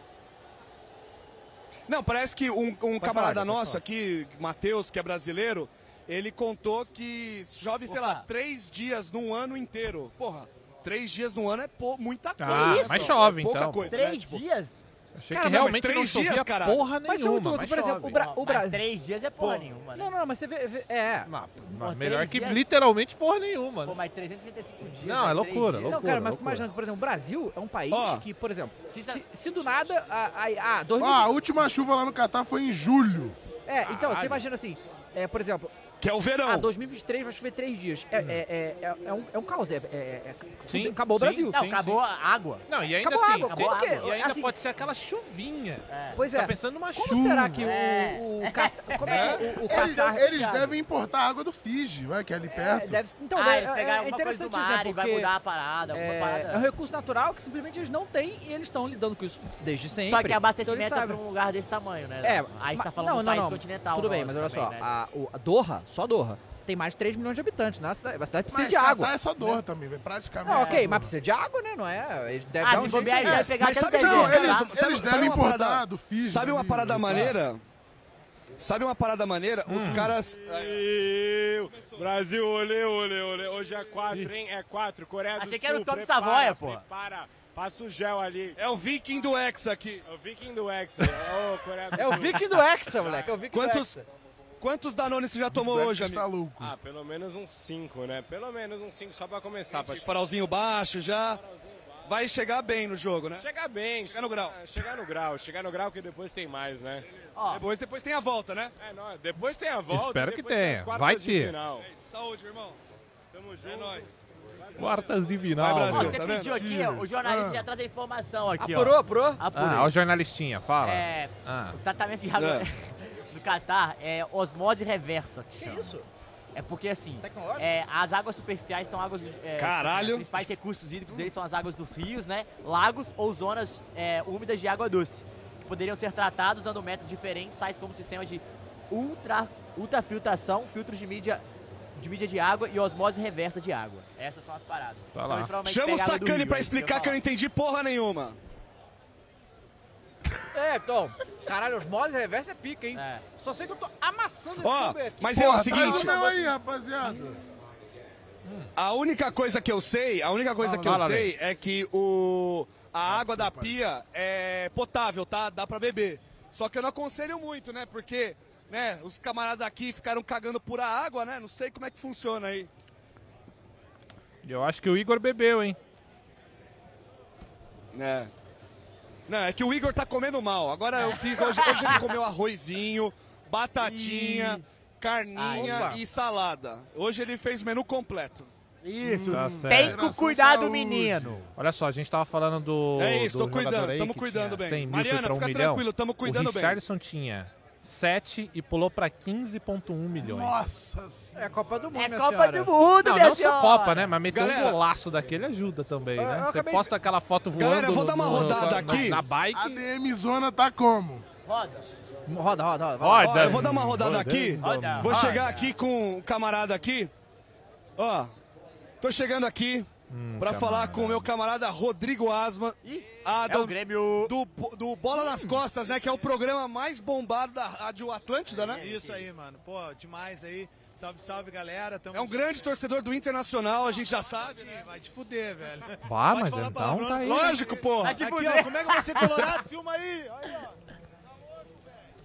[SPEAKER 6] Não, parece que um, um camarada
[SPEAKER 1] falar, pode
[SPEAKER 6] nosso
[SPEAKER 1] falar.
[SPEAKER 6] aqui, Matheus, que é brasileiro, ele contou que chove, sei lá, três dias num ano inteiro. Porra, três dias num ano é pou- muita coisa.
[SPEAKER 8] Ah,
[SPEAKER 6] né,
[SPEAKER 8] mas
[SPEAKER 6] só?
[SPEAKER 8] chove,
[SPEAKER 6] É pouca
[SPEAKER 8] então.
[SPEAKER 6] Coisa, né?
[SPEAKER 4] Três
[SPEAKER 6] Tipo,
[SPEAKER 4] dias?
[SPEAKER 8] Achei
[SPEAKER 6] Cara,
[SPEAKER 8] que
[SPEAKER 6] não, mas
[SPEAKER 8] realmente não
[SPEAKER 6] três
[SPEAKER 8] chovia
[SPEAKER 6] dias, caralho.
[SPEAKER 8] porra nenhuma,
[SPEAKER 1] mas
[SPEAKER 8] mas,
[SPEAKER 1] se muito outro, por exemplo, o, Bra
[SPEAKER 4] Não,
[SPEAKER 1] o
[SPEAKER 4] mas
[SPEAKER 1] Brasil.
[SPEAKER 4] Três dias é porra nenhuma, né?
[SPEAKER 1] Não, não, não, mas você vê. vê- é.
[SPEAKER 2] Não,
[SPEAKER 4] Pô,
[SPEAKER 2] melhor
[SPEAKER 4] três
[SPEAKER 2] que
[SPEAKER 4] dias-
[SPEAKER 2] literalmente porra nenhuma.
[SPEAKER 4] Pô,
[SPEAKER 2] Né?
[SPEAKER 4] mas 365 dias.
[SPEAKER 2] Não,
[SPEAKER 4] né?
[SPEAKER 2] é
[SPEAKER 4] Três
[SPEAKER 2] loucura,
[SPEAKER 4] dias.
[SPEAKER 2] loucura.
[SPEAKER 1] não, cara, mas fica imaginando, por exemplo, o Brasil é um país
[SPEAKER 6] Ó.
[SPEAKER 1] que, por exemplo, se,
[SPEAKER 4] Se tá-
[SPEAKER 1] se do nada. Ah, ah, ah, 2000,
[SPEAKER 3] Ó, a última chuva lá no Catar foi em julho.
[SPEAKER 1] é, então, você imagina assim. É, por exemplo,
[SPEAKER 6] Que é o verão.
[SPEAKER 1] ah, 2023 vai chover três dias. É, é, é, é, é um, é um caos. É, é, é, é-
[SPEAKER 2] Sim,
[SPEAKER 1] acabou o
[SPEAKER 2] sim.
[SPEAKER 1] Brasil.
[SPEAKER 4] Não,
[SPEAKER 2] Sim,
[SPEAKER 4] acabou a água.
[SPEAKER 2] Não, e ainda
[SPEAKER 1] Acabou a
[SPEAKER 2] assim,
[SPEAKER 1] água,
[SPEAKER 2] tem-
[SPEAKER 4] acabou a
[SPEAKER 1] água.
[SPEAKER 2] e ainda
[SPEAKER 1] Assim-
[SPEAKER 2] pode ser aquela chuvinha.
[SPEAKER 4] É.
[SPEAKER 1] Pois
[SPEAKER 2] Tá
[SPEAKER 1] é.
[SPEAKER 2] pensando numa chuva.
[SPEAKER 1] Como será que
[SPEAKER 4] É.
[SPEAKER 1] o, o, Cat- como é que o, o
[SPEAKER 3] Eles,
[SPEAKER 1] Qatar-
[SPEAKER 3] eles
[SPEAKER 4] Thiago.
[SPEAKER 3] devem importar água do Fiji, vai, que é ali
[SPEAKER 1] É,
[SPEAKER 3] perto.
[SPEAKER 1] deve, então,
[SPEAKER 4] ah,
[SPEAKER 1] deve-
[SPEAKER 4] eles
[SPEAKER 1] é,
[SPEAKER 4] pegaram
[SPEAKER 1] é
[SPEAKER 4] alguma coisa
[SPEAKER 1] interessante
[SPEAKER 4] do
[SPEAKER 1] isso, né?
[SPEAKER 4] mar e
[SPEAKER 1] Porque
[SPEAKER 4] vai mudar a parada, alguma
[SPEAKER 1] é, é um
[SPEAKER 4] parada.
[SPEAKER 1] recurso natural que simplesmente eles não têm e eles estão lidando com isso desde sempre.
[SPEAKER 4] Só que
[SPEAKER 1] Então eles
[SPEAKER 4] abastecimento é
[SPEAKER 1] sabem.
[SPEAKER 4] pra um lugar desse tamanho, né?
[SPEAKER 1] É,
[SPEAKER 4] Aí você
[SPEAKER 1] ma-
[SPEAKER 4] tá falando
[SPEAKER 1] não,
[SPEAKER 4] de um
[SPEAKER 1] não,
[SPEAKER 4] país
[SPEAKER 1] não.
[SPEAKER 4] continental.
[SPEAKER 1] Tudo bem, mas
[SPEAKER 4] nosso
[SPEAKER 1] olha
[SPEAKER 4] também,
[SPEAKER 1] só,
[SPEAKER 4] né?
[SPEAKER 1] a, o- a Doha, só Doha, tem mais de 3 milhões de habitantes, né? A cidade, a cidade precisa
[SPEAKER 3] Mas
[SPEAKER 1] de
[SPEAKER 3] Catar
[SPEAKER 1] água.
[SPEAKER 3] é essa dor também, velho. Praticamente.
[SPEAKER 1] Não,
[SPEAKER 3] essa
[SPEAKER 1] Ah, ok,
[SPEAKER 3] dor.
[SPEAKER 1] mas precisa de água, né? Não é? Eles devem
[SPEAKER 4] Ah,
[SPEAKER 1] dar
[SPEAKER 4] se
[SPEAKER 1] um
[SPEAKER 4] bobear,
[SPEAKER 1] jeito,
[SPEAKER 4] eles devem pegar
[SPEAKER 6] mas
[SPEAKER 4] até o
[SPEAKER 6] sabe-
[SPEAKER 3] Não,
[SPEAKER 4] deserto.
[SPEAKER 3] eles,
[SPEAKER 4] lá.
[SPEAKER 6] Sabe-
[SPEAKER 3] eles
[SPEAKER 6] sabe
[SPEAKER 3] devem
[SPEAKER 6] É uma
[SPEAKER 3] importar
[SPEAKER 6] parada- né?
[SPEAKER 3] do Fiji.
[SPEAKER 6] Sabe uma
[SPEAKER 3] ali,
[SPEAKER 6] parada
[SPEAKER 3] do-
[SPEAKER 6] maneira? Sabe uma parada maneira? Os caras.
[SPEAKER 9] Eu, Brasil, olê, olê, olê. Hoje é 4, hein? É 4. Coreia do
[SPEAKER 4] Achei
[SPEAKER 9] Sul.
[SPEAKER 4] que era o Tom
[SPEAKER 9] prepara,
[SPEAKER 4] Savoia, pô.
[SPEAKER 9] Prepara. Passa o gel ali.
[SPEAKER 6] É o Viking do Ex aqui.
[SPEAKER 9] É o Viking do Hexa. Ô, Coreia do
[SPEAKER 1] É o
[SPEAKER 9] Sul.
[SPEAKER 1] Viking do Hexa, moleque. É o Viking
[SPEAKER 6] Quantos,
[SPEAKER 1] do Hexa.
[SPEAKER 6] quantos Danones você já tomou
[SPEAKER 3] do-
[SPEAKER 6] hoje,
[SPEAKER 3] está
[SPEAKER 6] amigo?
[SPEAKER 3] louco.
[SPEAKER 9] Ah, pelo menos uns 5, né? Pelo menos uns 5 só pra começar. Pra
[SPEAKER 6] Farolzinho baixo já. Vai chegar bem no jogo, né?
[SPEAKER 9] chegar bem.
[SPEAKER 6] Chegar no grau.
[SPEAKER 9] Ah, Chegar no grau. Chegar no grau que depois tem mais, né?
[SPEAKER 4] Ó,
[SPEAKER 6] Depois, depois tem a volta, né?
[SPEAKER 9] É, não, depois tem a volta.
[SPEAKER 8] Espero que
[SPEAKER 9] depois tem as
[SPEAKER 8] tenha.
[SPEAKER 9] quartas
[SPEAKER 8] Vai
[SPEAKER 9] de
[SPEAKER 8] ter.
[SPEAKER 9] Final.
[SPEAKER 6] É Saúde, irmão.
[SPEAKER 9] Tamo junto.
[SPEAKER 6] É nóis.
[SPEAKER 8] Quartas de
[SPEAKER 6] Vai,
[SPEAKER 8] final.
[SPEAKER 4] ó,
[SPEAKER 6] Brasil.
[SPEAKER 4] você
[SPEAKER 6] tá vendo?
[SPEAKER 4] pediu aqui, ó, o jornalista já traz a informação aqui,
[SPEAKER 1] Apurou,
[SPEAKER 4] ó.
[SPEAKER 1] apurou?
[SPEAKER 4] Apurou.
[SPEAKER 8] Ah, ó, o jornalistinha, fala.
[SPEAKER 4] É,
[SPEAKER 8] Ah.
[SPEAKER 4] o tratamento de
[SPEAKER 7] É.
[SPEAKER 4] água
[SPEAKER 6] É.
[SPEAKER 4] do Catar é osmose reversa. Que,
[SPEAKER 1] Que
[SPEAKER 4] chama.
[SPEAKER 1] isso?
[SPEAKER 4] É porque assim,
[SPEAKER 1] Tecnológico?
[SPEAKER 4] é, as águas superficiais são águas. É,
[SPEAKER 6] Caralho.
[SPEAKER 4] Os principais recursos hídricos deles são as águas dos rios, né? Lagos ou zonas é, úmidas de água doce. Que poderiam ser tratados usando métodos diferentes, tais como sistemas de ultra, ultrafiltração, filtros de mídia. De mídia de água e osmose reversa de água. Essas são as paradas.
[SPEAKER 8] Tá lá.
[SPEAKER 4] eles provavelmente
[SPEAKER 6] Chama o
[SPEAKER 4] pegam água do
[SPEAKER 6] Sacani
[SPEAKER 4] rio,
[SPEAKER 6] pra
[SPEAKER 4] é isso
[SPEAKER 6] explicar que eu
[SPEAKER 4] ia
[SPEAKER 6] não entendi porra nenhuma.
[SPEAKER 1] É, então. Caralho, os mods reverso é pica, hein?
[SPEAKER 4] falar. É.
[SPEAKER 1] Só sei que eu tô amassando esse
[SPEAKER 6] Ó,
[SPEAKER 1] Uber aqui.
[SPEAKER 6] mas é
[SPEAKER 3] Porra,
[SPEAKER 6] o
[SPEAKER 3] tá
[SPEAKER 6] seguinte,
[SPEAKER 3] no meu aí, rapaziada.
[SPEAKER 6] a única coisa que eu sei, a única coisa
[SPEAKER 8] Fala,
[SPEAKER 6] que eu
[SPEAKER 8] fala,
[SPEAKER 6] sei é que o a água da pia é potável, tá? Dá pra beber. Só que eu não aconselho muito, né? Porque, né, os camaradas aqui ficaram cagando pura água, né? Não sei como é que funciona aí.
[SPEAKER 8] Eu acho que o Igor bebeu, hein?
[SPEAKER 6] É. Não, é que o Igor tá comendo mal. Agora eu fiz hoje, hoje ele comeu arrozinho, batatinha, carninha
[SPEAKER 1] Ah, opa.
[SPEAKER 6] e salada. Hoje ele fez o menu completo.
[SPEAKER 4] Isso.
[SPEAKER 8] Tá
[SPEAKER 4] Tem
[SPEAKER 8] certo.
[SPEAKER 4] que
[SPEAKER 3] Geração
[SPEAKER 4] cuidar do
[SPEAKER 3] saúde.
[SPEAKER 4] menino.
[SPEAKER 8] Olha só, a gente tava falando do.
[SPEAKER 6] é isso,
[SPEAKER 8] do
[SPEAKER 6] tô cuidando,
[SPEAKER 8] jogador aí
[SPEAKER 6] tamo
[SPEAKER 8] que tinha
[SPEAKER 6] cuidando bem.
[SPEAKER 8] 100 mil, foi
[SPEAKER 6] Mariana,
[SPEAKER 8] pra um
[SPEAKER 6] fica
[SPEAKER 8] milhão.
[SPEAKER 6] tranquilo, tamo cuidando
[SPEAKER 8] o
[SPEAKER 6] bem.
[SPEAKER 8] Richardson tinha 7 e pulou pra 15,1 milhões.
[SPEAKER 3] Nossa senhora.
[SPEAKER 1] É Copa do Mundo,
[SPEAKER 4] É
[SPEAKER 1] minha
[SPEAKER 4] Copa
[SPEAKER 1] senhora.
[SPEAKER 4] do Mundo,
[SPEAKER 8] Não,
[SPEAKER 4] minha
[SPEAKER 8] não só
[SPEAKER 4] senhora.
[SPEAKER 8] Copa, né? Mas meter
[SPEAKER 6] Galera- Ah,
[SPEAKER 8] um golaço daquele ajuda também,
[SPEAKER 1] Eu- eu
[SPEAKER 8] né? Você
[SPEAKER 1] acabei-
[SPEAKER 8] posta aquela foto voando
[SPEAKER 6] Galera, eu vou
[SPEAKER 8] no-
[SPEAKER 6] dar uma
[SPEAKER 8] no-
[SPEAKER 6] rodada
[SPEAKER 8] na-
[SPEAKER 6] aqui.
[SPEAKER 8] Na bike.
[SPEAKER 3] A DM Zona tá como?
[SPEAKER 4] Roda.
[SPEAKER 1] Roda, roda, roda.
[SPEAKER 8] Ó,
[SPEAKER 6] Ó, eu vou dar uma rodada aqui.
[SPEAKER 4] Roda.
[SPEAKER 6] Vou
[SPEAKER 4] roda.
[SPEAKER 6] chegar aqui com um camarada aqui. Ó, tô chegando aqui
[SPEAKER 8] Hum,
[SPEAKER 6] pra falar com o meu camarada Rodrigo Asma.
[SPEAKER 4] Ih, É
[SPEAKER 6] Adams,
[SPEAKER 4] o Grêmio.
[SPEAKER 6] do, do Bola nas Costas, né? Que é o programa mais bombado da Rádio Atlântida, né?
[SPEAKER 10] Isso aí, mano. Pô, demais aí. Salve, salve, galera. Tamo
[SPEAKER 6] É um grande torcedor do Internacional, a gente já sabe, né?
[SPEAKER 10] Ih, Vai te fuder, velho. né?
[SPEAKER 8] Bah,
[SPEAKER 10] Pode
[SPEAKER 8] mas
[SPEAKER 10] falar
[SPEAKER 8] então
[SPEAKER 10] palavrão,
[SPEAKER 8] tá aí.
[SPEAKER 6] Lógico, porra.
[SPEAKER 4] Te
[SPEAKER 10] Aqui, ó,
[SPEAKER 4] fuder.
[SPEAKER 10] como é que vai ser colorado? Filma aí.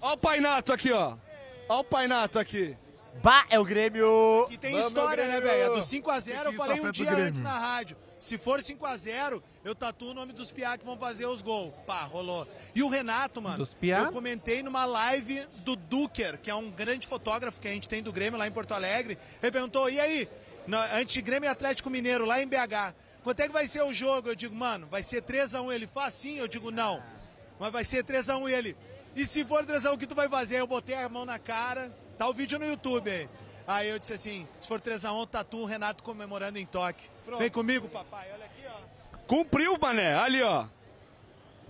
[SPEAKER 6] Ó o Painato aqui, ó. Ó o Painato aqui.
[SPEAKER 4] Bah, é o Grêmio.
[SPEAKER 10] Que tem
[SPEAKER 1] Vamos,
[SPEAKER 10] história, né,
[SPEAKER 1] Grêmio.
[SPEAKER 10] velho? A Do 5x0 eu
[SPEAKER 3] Isso
[SPEAKER 10] falei um
[SPEAKER 3] afeta o
[SPEAKER 10] dia
[SPEAKER 3] Grêmio.
[SPEAKER 10] antes na rádio. Se for 5x0, eu tatuo o nome dos piá que vão fazer os gols. Pá, rolou. E o Renato, mano.
[SPEAKER 8] Dos piá?
[SPEAKER 10] Eu comentei numa live do Duker, que é um grande fotógrafo que a gente tem do Grêmio lá em Porto Alegre. Ele perguntou, e aí? Na- Ante Grêmio e Atlético Mineiro lá em BH. Quanto é que vai ser o um." jogo? Eu digo, mano, vai ser 3x1. Ele faz sim, eu digo, não. Mas vai ser 3x1 ele. um." E se for, Andrezão, o que tu vai fazer? Aí Eu botei a mão na cara, tá o vídeo no YouTube aí. Aí eu disse assim, se for 3x1, tatu, o Renato comemorando em Tóquio. Vem comigo, papai, olha aqui, ó.
[SPEAKER 6] Cumpriu, mané. Ali, ó.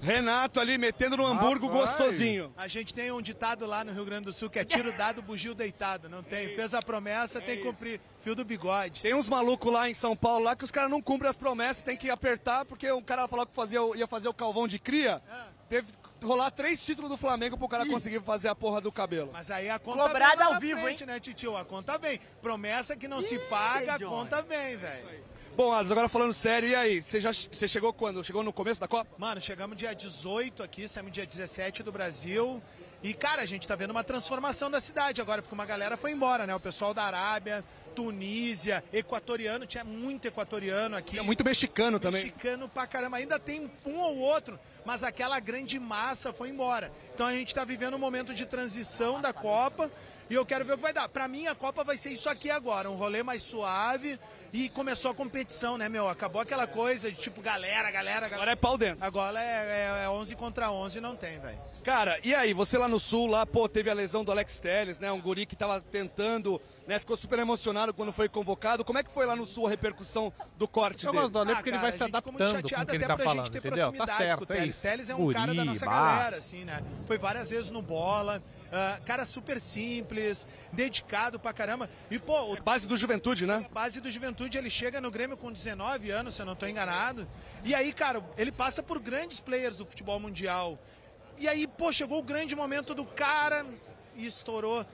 [SPEAKER 6] Renato ali metendo no hambúrguer gostosinho.
[SPEAKER 10] A gente tem um ditado lá no Rio Grande do Sul que é tiro dado, bugio deitado. Não tem. Fez a promessa, tem que cumprir. Fio do bigode.
[SPEAKER 6] É Tem uns malucos lá em São Paulo lá que os caras não cumprem as promessas, tem que apertar, porque um cara falou que fazia, o- ia fazer o calvão de cria.
[SPEAKER 10] Ah.
[SPEAKER 6] Teve que rolar três títulos do Flamengo pro cara conseguir fazer a porra do cabelo.
[SPEAKER 10] Mas aí a conta
[SPEAKER 6] Cobrado
[SPEAKER 10] vem lá
[SPEAKER 6] ao
[SPEAKER 10] na
[SPEAKER 6] vivo,
[SPEAKER 10] frente, né, Titio? A conta vem. Promessa que não se paga, a
[SPEAKER 6] Johnny. É
[SPEAKER 10] conta vem, velho.
[SPEAKER 6] Bom, Adams, agora falando sério, e aí? Você já você chegou quando? Chegou no começo da Copa?
[SPEAKER 10] Mano, chegamos dia 18 aqui, saímos dia 17 do Brasil. E, cara, a gente tá vendo uma transformação da cidade agora, porque uma galera foi embora, né? O pessoal da Arábia, Tunísia, equatoriano, tinha muito equatoriano aqui.
[SPEAKER 6] É muito mexicano também.
[SPEAKER 10] Mexicano pra caramba, ainda tem um ou outro, mas aquela grande massa foi embora. Então a gente tá vivendo um momento de transição da Copa e eu quero ver o que vai dar. Pra mim a Copa vai ser isso aqui agora, um rolê mais suave e começou a competição, né, meu? Acabou aquela coisa de tipo galera, galera, galera. Agora
[SPEAKER 6] é pau dentro.
[SPEAKER 10] Agora é, é- é 11 contra 11 não tem, velho.
[SPEAKER 6] Cara, e aí, você lá no sul, lá, pô, teve a lesão do Alex Telles, né? Um guri que tava tentando, né? Ficou super emocionado quando foi convocado. Como é que foi lá no sul a repercussão do corte
[SPEAKER 8] Eu
[SPEAKER 6] dele?
[SPEAKER 8] gosto do Ale porque
[SPEAKER 10] Ah,
[SPEAKER 8] ele vai se adaptando com o que ele tá falando, entendeu? Tá certo,
[SPEAKER 10] com o
[SPEAKER 8] é
[SPEAKER 10] Teles.
[SPEAKER 8] isso.
[SPEAKER 10] Teles é um
[SPEAKER 8] Guri,
[SPEAKER 10] cara da nossa
[SPEAKER 8] barra.
[SPEAKER 10] galera, assim, né? Foi várias vezes no bola. ah, cara super simples, dedicado pra caramba. E, pô, o
[SPEAKER 6] base do Juventude, né?
[SPEAKER 10] Base do Juventude, ele chega no Grêmio com 19 anos, se eu não tô enganado. E aí, cara, ele passa por grandes players do futebol mundial. E aí, pô, chegou o grande momento do cara e estourou.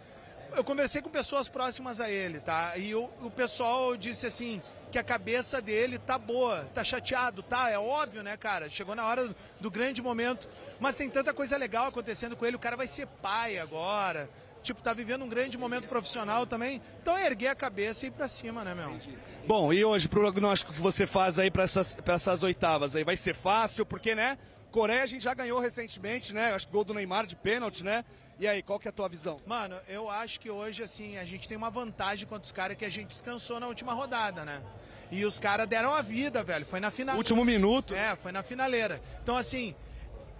[SPEAKER 10] Eu conversei com pessoas próximas a ele, tá? E o, o pessoal disse assim que a cabeça dele tá boa, tá chateado, tá? É óbvio, né, cara? Chegou na hora do, do grande momento, mas tem tanta coisa legal acontecendo com ele. O cara vai ser pai agora. Tipo, tá vivendo um grande momento profissional também. Então é erguer a cabeça e ir pra cima, né, meu?
[SPEAKER 6] Bom, e hoje, pro prognóstico que você faz aí pra essas, pra essas oitavas aí? Vai ser fácil, porque, né? Coreia a gente já ganhou recentemente, né? Acho que gol do Neymar de pênalti, né? E aí, qual que é a tua visão?
[SPEAKER 10] Mano, eu acho que hoje, assim, a gente tem uma vantagem contra os caras que a gente descansou na última rodada, né? E os caras deram a vida, velho. Foi na final.
[SPEAKER 6] Último minuto.
[SPEAKER 10] É, foi na finaleira. Então, assim,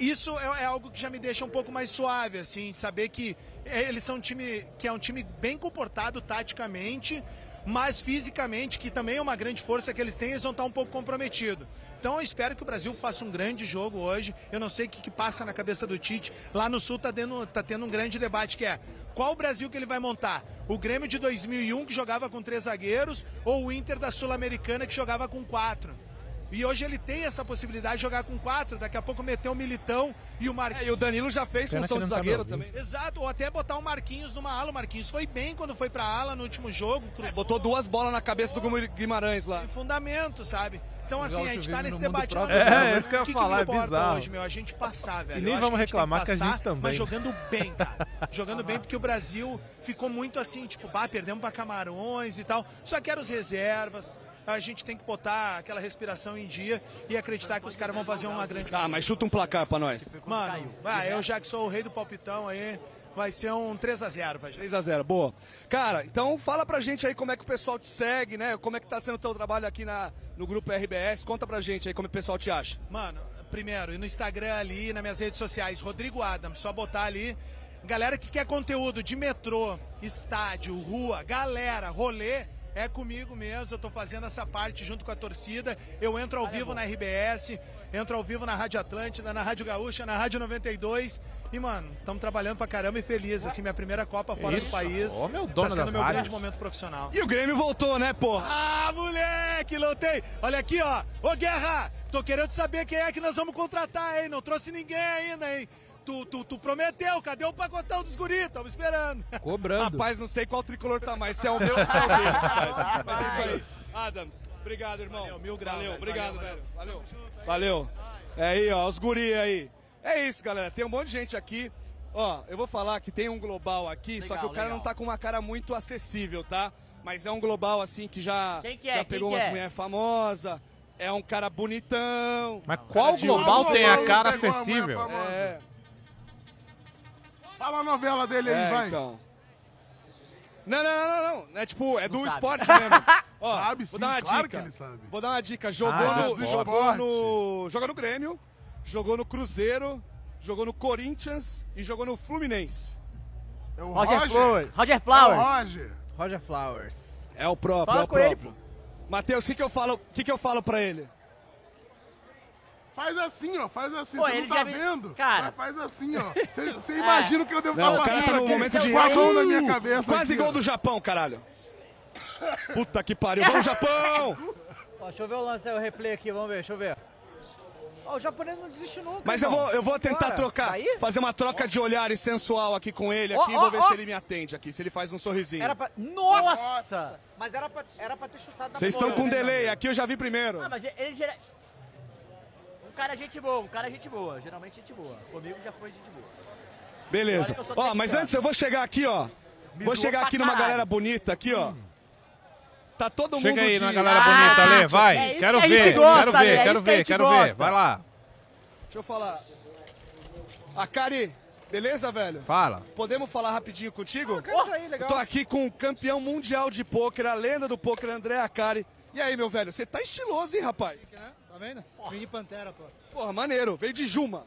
[SPEAKER 10] isso é, é algo que já me deixa um pouco mais suave, assim, saber que é, eles são um time que é um time bem comportado taticamente, mas fisicamente, que também é uma grande força que eles têm, eles vão estar um pouco comprometidos. Então eu espero que o Brasil faça um grande jogo hoje. Eu não sei o que, que passa na cabeça do Tite. Lá no Sul tá, tendo- tá tendo um grande debate que é qual o Brasil que ele vai montar? O Grêmio de 2001 que jogava com três zagueiros ou o Inter da Sul-Americana que jogava com quatro? E hoje ele tem essa possibilidade de jogar com quatro, daqui a pouco meter o Militão e o Marquinhos.
[SPEAKER 6] É, e o Danilo já fez Pena função que ele de não tá me zagueiro ouvindo.
[SPEAKER 10] Exato, ou até botar o Marquinhos numa ala. O Marquinhos foi bem quando foi pra ala no último jogo. cruzou.
[SPEAKER 6] Botou duas bolas na cabeça do Guimarães lá.
[SPEAKER 10] Fundamento, sabe? Então, assim, a gente tá
[SPEAKER 6] vive
[SPEAKER 10] nesse
[SPEAKER 6] no mundo
[SPEAKER 10] debate.
[SPEAKER 6] próprio.
[SPEAKER 10] mas não
[SPEAKER 6] É,
[SPEAKER 10] sei,
[SPEAKER 6] isso que eu ia
[SPEAKER 10] o me
[SPEAKER 6] falar, é
[SPEAKER 10] importa
[SPEAKER 8] bizarro.
[SPEAKER 10] Hoje, meu, a gente passar, velho.
[SPEAKER 8] nem
[SPEAKER 10] Eu acho
[SPEAKER 8] vamos
[SPEAKER 10] que tem
[SPEAKER 8] reclamar que a gente
[SPEAKER 10] passar,
[SPEAKER 8] também.
[SPEAKER 10] Mas jogando bem, cara. jogando bem porque o Brasil ficou muito assim, tipo, bah, perdemos pra Camarões e tal. Só quero os reservas. A gente tem que botar aquela respiração em dia e acreditar que os caras vão fazer uma grande
[SPEAKER 6] Tá, mas chuta um placar pra nós.
[SPEAKER 10] Mano, ah, eu já que sou o rei do palpitão aí, vai ser um 3x0 pra gente.
[SPEAKER 6] 3x0, boa. Cara, então fala pra gente aí como é que o pessoal te segue, né? Como é que tá sendo o teu trabalho aqui na, no grupo RBS. Conta pra gente aí como o pessoal te acha.
[SPEAKER 10] Mano, primeiro, e no Instagram ali, nas minhas redes sociais, Rodrigo Adams, só botar ali. Galera que quer conteúdo de metrô, estádio, rua, galera, rolê, é comigo mesmo. Eu tô fazendo essa parte junto com a torcida. Eu entro ao vivo na RBS, entro ao vivo na Rádio Atlântida, na Rádio Gaúcha, na Rádio 92. E, mano, estamos trabalhando pra caramba e feliz, assim, minha primeira Copa fora do
[SPEAKER 6] Isso.
[SPEAKER 10] país.
[SPEAKER 6] Ô, meu
[SPEAKER 10] tá
[SPEAKER 6] dono
[SPEAKER 10] sendo
[SPEAKER 6] das
[SPEAKER 10] meu
[SPEAKER 6] rádios.
[SPEAKER 10] grande momento profissional.
[SPEAKER 6] E o Grêmio voltou, né, porra?
[SPEAKER 10] Ah, moleque, lotei. Olha aqui, ó. Ô, Guerra, tô querendo saber quem é que nós vamos contratar, hein? Não trouxe ninguém ainda, hein? Tu, tu, tu prometeu, cadê o pacotão dos guris? Tava esperando.
[SPEAKER 8] Cobrando.
[SPEAKER 6] Rapaz, não sei qual tricolor tá mais, se é o meu ou se é o dele. rapaz. Mas é isso aí. Adams, obrigado, irmão. Valeu, mil graus. Valeu, obrigado, velho. Valeu. Valeu. É aí, ó, os guri aí. É isso, galera. Tem um monte de gente aqui. Ó, eu vou falar que tem um global aqui, só que o cara
[SPEAKER 8] legal.
[SPEAKER 6] não tá com uma cara muito acessível, tá? Mas é um global assim que já,
[SPEAKER 8] Quem que é?
[SPEAKER 6] já
[SPEAKER 8] Quem
[SPEAKER 6] pegou
[SPEAKER 8] que
[SPEAKER 6] umas
[SPEAKER 8] é?
[SPEAKER 6] mulheres famosas. É um cara bonitão.
[SPEAKER 8] Mas qual
[SPEAKER 6] de-
[SPEAKER 8] global
[SPEAKER 6] Qual
[SPEAKER 8] tem a
[SPEAKER 6] global
[SPEAKER 8] cara
[SPEAKER 6] pegou a mulher
[SPEAKER 8] acessível?
[SPEAKER 6] famosa? É.
[SPEAKER 3] Fala a novela dele aí,
[SPEAKER 6] É,
[SPEAKER 3] vai.
[SPEAKER 6] então. Não, não, não, não, não. É tipo, é do
[SPEAKER 3] sabe.
[SPEAKER 6] esporte mesmo. Ó,
[SPEAKER 3] Sabe
[SPEAKER 6] vou
[SPEAKER 3] sim,
[SPEAKER 6] dar uma
[SPEAKER 3] claro
[SPEAKER 6] dica.
[SPEAKER 3] que ele sabe.
[SPEAKER 6] Vou dar uma dica. Jogou,
[SPEAKER 3] Ah, é do
[SPEAKER 6] no,
[SPEAKER 3] esporte.
[SPEAKER 6] jogou no. Joga no Grêmio, jogou no Cruzeiro, jogou no Corinthians e jogou no Fluminense.
[SPEAKER 4] É o Roger Roger. Flowers. Roger Flowers. É o
[SPEAKER 6] Roger.
[SPEAKER 1] Roger Flowers.
[SPEAKER 6] É o próprio,
[SPEAKER 4] Fala
[SPEAKER 6] é o
[SPEAKER 4] com ele,
[SPEAKER 6] próprio. Matheus, o que, que eu falo? O que, que eu falo pra ele?
[SPEAKER 3] Faz assim, ó, faz assim.
[SPEAKER 4] Pô,
[SPEAKER 3] você
[SPEAKER 4] ele
[SPEAKER 3] não tá
[SPEAKER 4] já me-
[SPEAKER 3] vendo?
[SPEAKER 4] Cara.
[SPEAKER 3] Mas faz assim, ó. Você- Você
[SPEAKER 4] É.
[SPEAKER 3] imagina o que eu devo estar
[SPEAKER 6] Não, o cara
[SPEAKER 3] passando
[SPEAKER 6] tá num
[SPEAKER 3] aqui,
[SPEAKER 6] momento de
[SPEAKER 3] com a mão na
[SPEAKER 6] Uh,
[SPEAKER 3] minha cabeça
[SPEAKER 6] Quase
[SPEAKER 3] aqui,
[SPEAKER 6] igual
[SPEAKER 3] ó.
[SPEAKER 6] do Japão, caralho. Puta que pariu. Vamos, Japão!
[SPEAKER 1] Ó, deixa eu ver o lance aí, o replay aqui, vamos ver, deixa eu ver. Ó, o japonês não desiste nunca.
[SPEAKER 6] Mas eu
[SPEAKER 1] irmão.
[SPEAKER 6] vou, eu vou tentar
[SPEAKER 1] Bora.
[SPEAKER 6] trocar,
[SPEAKER 1] Aí?
[SPEAKER 6] fazer uma troca de olhares sensual aqui com ele
[SPEAKER 1] Ó,
[SPEAKER 6] aqui,
[SPEAKER 1] ó,
[SPEAKER 6] vou ver
[SPEAKER 1] ó.
[SPEAKER 6] se ele me atende aqui, se ele faz um sorrisinho.
[SPEAKER 1] Era pra... Nossa! Mas era pra, era pra ter chutado na
[SPEAKER 6] Vocês
[SPEAKER 1] bola,
[SPEAKER 6] estão com
[SPEAKER 1] né,
[SPEAKER 6] delay,
[SPEAKER 1] meu?
[SPEAKER 6] aqui eu já vi primeiro.
[SPEAKER 4] Ah, mas ele gera... Um cara é gente boa, um cara é gente boa. Geralmente gente boa. Comigo já foi gente boa.
[SPEAKER 6] Beleza.
[SPEAKER 4] Olha que eu sou
[SPEAKER 6] Ó, mas
[SPEAKER 4] atleticano.
[SPEAKER 6] antes eu vou chegar aqui, ó.
[SPEAKER 4] Me
[SPEAKER 6] Vou
[SPEAKER 4] zoou
[SPEAKER 6] chegar
[SPEAKER 4] pra
[SPEAKER 6] aqui numa
[SPEAKER 4] caralho.
[SPEAKER 6] galera bonita aqui, ó. Tá todo mundo
[SPEAKER 8] Chega aí
[SPEAKER 6] de...
[SPEAKER 8] na galera bonita, Lê, vai.
[SPEAKER 6] é isso
[SPEAKER 8] quero
[SPEAKER 6] que a
[SPEAKER 8] ver,
[SPEAKER 6] gente gosta,
[SPEAKER 8] quero
[SPEAKER 6] Lê, é
[SPEAKER 8] ver,
[SPEAKER 6] isso
[SPEAKER 8] quero
[SPEAKER 6] que a
[SPEAKER 8] ver,
[SPEAKER 6] gente
[SPEAKER 8] quero ver.
[SPEAKER 6] gosta.
[SPEAKER 8] Vai lá,
[SPEAKER 6] Deixa eu falar. A Cari, beleza, velho?
[SPEAKER 8] fala.
[SPEAKER 6] Podemos falar rapidinho contigo?
[SPEAKER 1] Cara, tá aí,
[SPEAKER 6] Eu
[SPEAKER 1] legal.
[SPEAKER 6] tô aqui com o campeão mundial de pôquer, a lenda do pôquer, André Acari. E aí, meu velho, você tá estiloso, hein, rapaz?
[SPEAKER 11] Tá vendo? Vim de Pantera, pô.
[SPEAKER 6] Porra, maneiro, veio de Juma.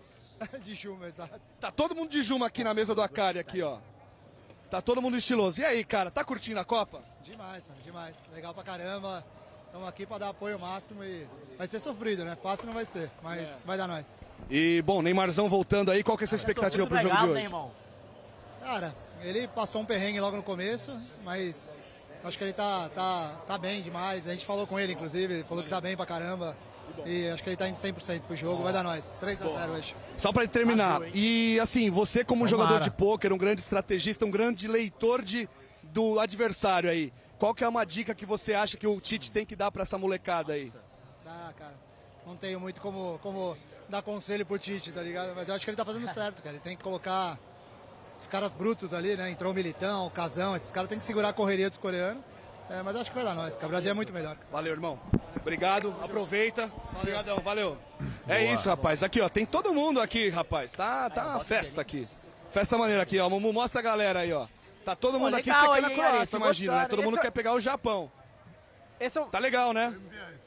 [SPEAKER 11] De Juma, exato.
[SPEAKER 6] Tá todo mundo de Juma aqui na mesa do Acari, aqui, ó. Tá todo mundo estiloso. E aí, cara, tá curtindo a Copa?
[SPEAKER 11] Demais, mano, demais. Legal pra caramba. Estamos aqui pra dar apoio máximo e vai ser sofrido, né? Fácil não vai ser, mas
[SPEAKER 4] É.
[SPEAKER 11] vai dar nós.
[SPEAKER 6] E, bom, Neymarzão voltando aí, qual que é a sua expectativa pro jogo de
[SPEAKER 1] né,
[SPEAKER 6] hoje?
[SPEAKER 11] Cara, ele passou um perrengue logo no começo, mas acho que ele tá, tá, tá bem demais. A gente falou com ele, inclusive, ele falou que tá bem pra caramba. E acho que ele tá indo 100% pro jogo, vai dar nós. 3x0 hoje.
[SPEAKER 6] Só pra terminar, e assim, você como um
[SPEAKER 11] Tomara.
[SPEAKER 6] jogador de pôquer, um grande estrategista, um grande leitor de, do adversário aí, qual que é uma dica que você acha que o Tite tem que dar pra essa molecada aí?
[SPEAKER 11] Tá, cara. Não tenho muito como, como dar conselho pro Tite, tá ligado? Mas eu acho que ele tá fazendo certo, cara. Ele tem que colocar os caras brutos ali, né? Entrou o Militão, o Casão, esses caras tem que segurar a correria dos coreanos. É, mas eu acho que vai dar nós, cara. O Brasil é muito melhor.
[SPEAKER 6] Valeu, irmão. Obrigado, aproveita. Obrigadão, valeu. É isso, rapaz. Aqui, ó, tem todo mundo aqui, rapaz. Tá, tá uma festa aqui. Festa maneira aqui, ó. Mumu, mostra a galera aí, ó. Tá
[SPEAKER 2] Pô,
[SPEAKER 6] todo mundo aqui
[SPEAKER 2] legal,
[SPEAKER 6] secando a
[SPEAKER 2] hein, Ari?
[SPEAKER 6] Croácia,
[SPEAKER 2] Se
[SPEAKER 6] imagina, né?
[SPEAKER 2] gostaram.
[SPEAKER 6] Todo mundo
[SPEAKER 2] Esse é-
[SPEAKER 6] quer pegar o Japão.
[SPEAKER 1] Esse é o...
[SPEAKER 6] Tá legal, né?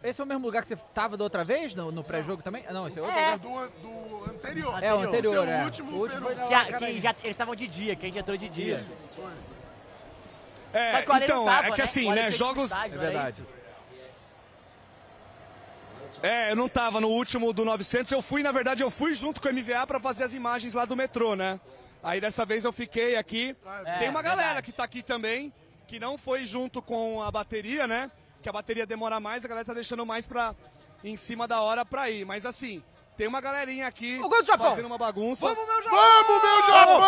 [SPEAKER 1] Esse é o mesmo lugar que você tava da outra vez, no, no pré-jogo também? Ah, Não, esse é outro
[SPEAKER 3] É. Do,
[SPEAKER 1] lugar.
[SPEAKER 3] do anterior.
[SPEAKER 1] É, o anterior,
[SPEAKER 3] Seu
[SPEAKER 1] é.
[SPEAKER 3] último,
[SPEAKER 1] O último
[SPEAKER 3] peru-
[SPEAKER 1] foi na-
[SPEAKER 4] Que, a-
[SPEAKER 1] Cara,
[SPEAKER 4] que já, eles estavam de dia, que a gente entrou de dia.
[SPEAKER 6] É,
[SPEAKER 4] Só que o Ale não
[SPEAKER 6] então,
[SPEAKER 4] tava,
[SPEAKER 6] é que
[SPEAKER 4] né?
[SPEAKER 6] assim,
[SPEAKER 4] O Ale
[SPEAKER 6] né,
[SPEAKER 4] fez
[SPEAKER 6] jogos...
[SPEAKER 4] estágio, É verdade.
[SPEAKER 6] É, eu não tava no último do 900, eu fui, na verdade, eu fui junto com o MVA pra fazer as imagens lá do metrô, né? Aí dessa vez eu fiquei aqui.
[SPEAKER 2] é,
[SPEAKER 6] Tem uma galera
[SPEAKER 2] verdade.
[SPEAKER 6] que tá aqui também, que não foi junto com a bateria, né? Que a bateria demora mais, a galera tá deixando mais pra em cima da hora pra ir. Mas assim, tem uma galerinha aqui
[SPEAKER 2] O gol do Japão.
[SPEAKER 6] fazendo uma bagunça.
[SPEAKER 2] Vamos,
[SPEAKER 1] meu
[SPEAKER 2] Japão!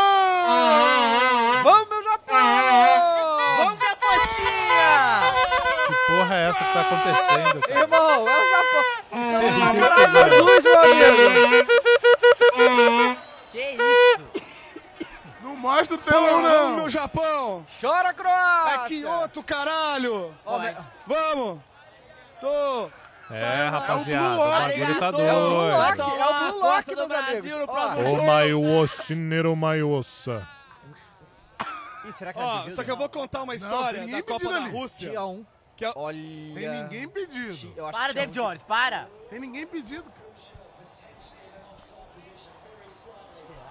[SPEAKER 2] Vamos, meu Japão!
[SPEAKER 1] Vamos, meu Japão!
[SPEAKER 4] Vamos, minha pocinha!
[SPEAKER 8] Que porra é essa que tá acontecendo, cara?
[SPEAKER 1] Irmão, é o Japão. é
[SPEAKER 3] Jesus, meu
[SPEAKER 6] Ah,
[SPEAKER 8] amigo!
[SPEAKER 4] Que isso?
[SPEAKER 3] É Não mostra o
[SPEAKER 6] Pô,
[SPEAKER 3] telão, não.
[SPEAKER 6] Vamos, meu Japão!
[SPEAKER 1] Chora, Croácia!
[SPEAKER 6] É que outro caralho!
[SPEAKER 1] Ó, mas-
[SPEAKER 6] Vamos! Tô...
[SPEAKER 8] É,
[SPEAKER 6] Blue
[SPEAKER 8] rapaziada, o
[SPEAKER 6] Lock,
[SPEAKER 8] bagulho tá
[SPEAKER 6] é o Blue Lock.
[SPEAKER 8] doido.
[SPEAKER 1] É o Blue Lock, meus amigos.
[SPEAKER 8] Ô, Maiossa, Nero Maiossa.
[SPEAKER 1] Ih, será que
[SPEAKER 6] Ó, só que eu vou contar uma história da Copa da Rússia.
[SPEAKER 1] Dia 1.
[SPEAKER 6] Que é-
[SPEAKER 1] Olha...
[SPEAKER 3] Tem ninguém pedido.
[SPEAKER 1] Eu acho
[SPEAKER 4] Para,
[SPEAKER 1] que
[SPEAKER 4] David
[SPEAKER 1] tinha um-
[SPEAKER 4] Jones, para.
[SPEAKER 3] Tem ninguém pedido.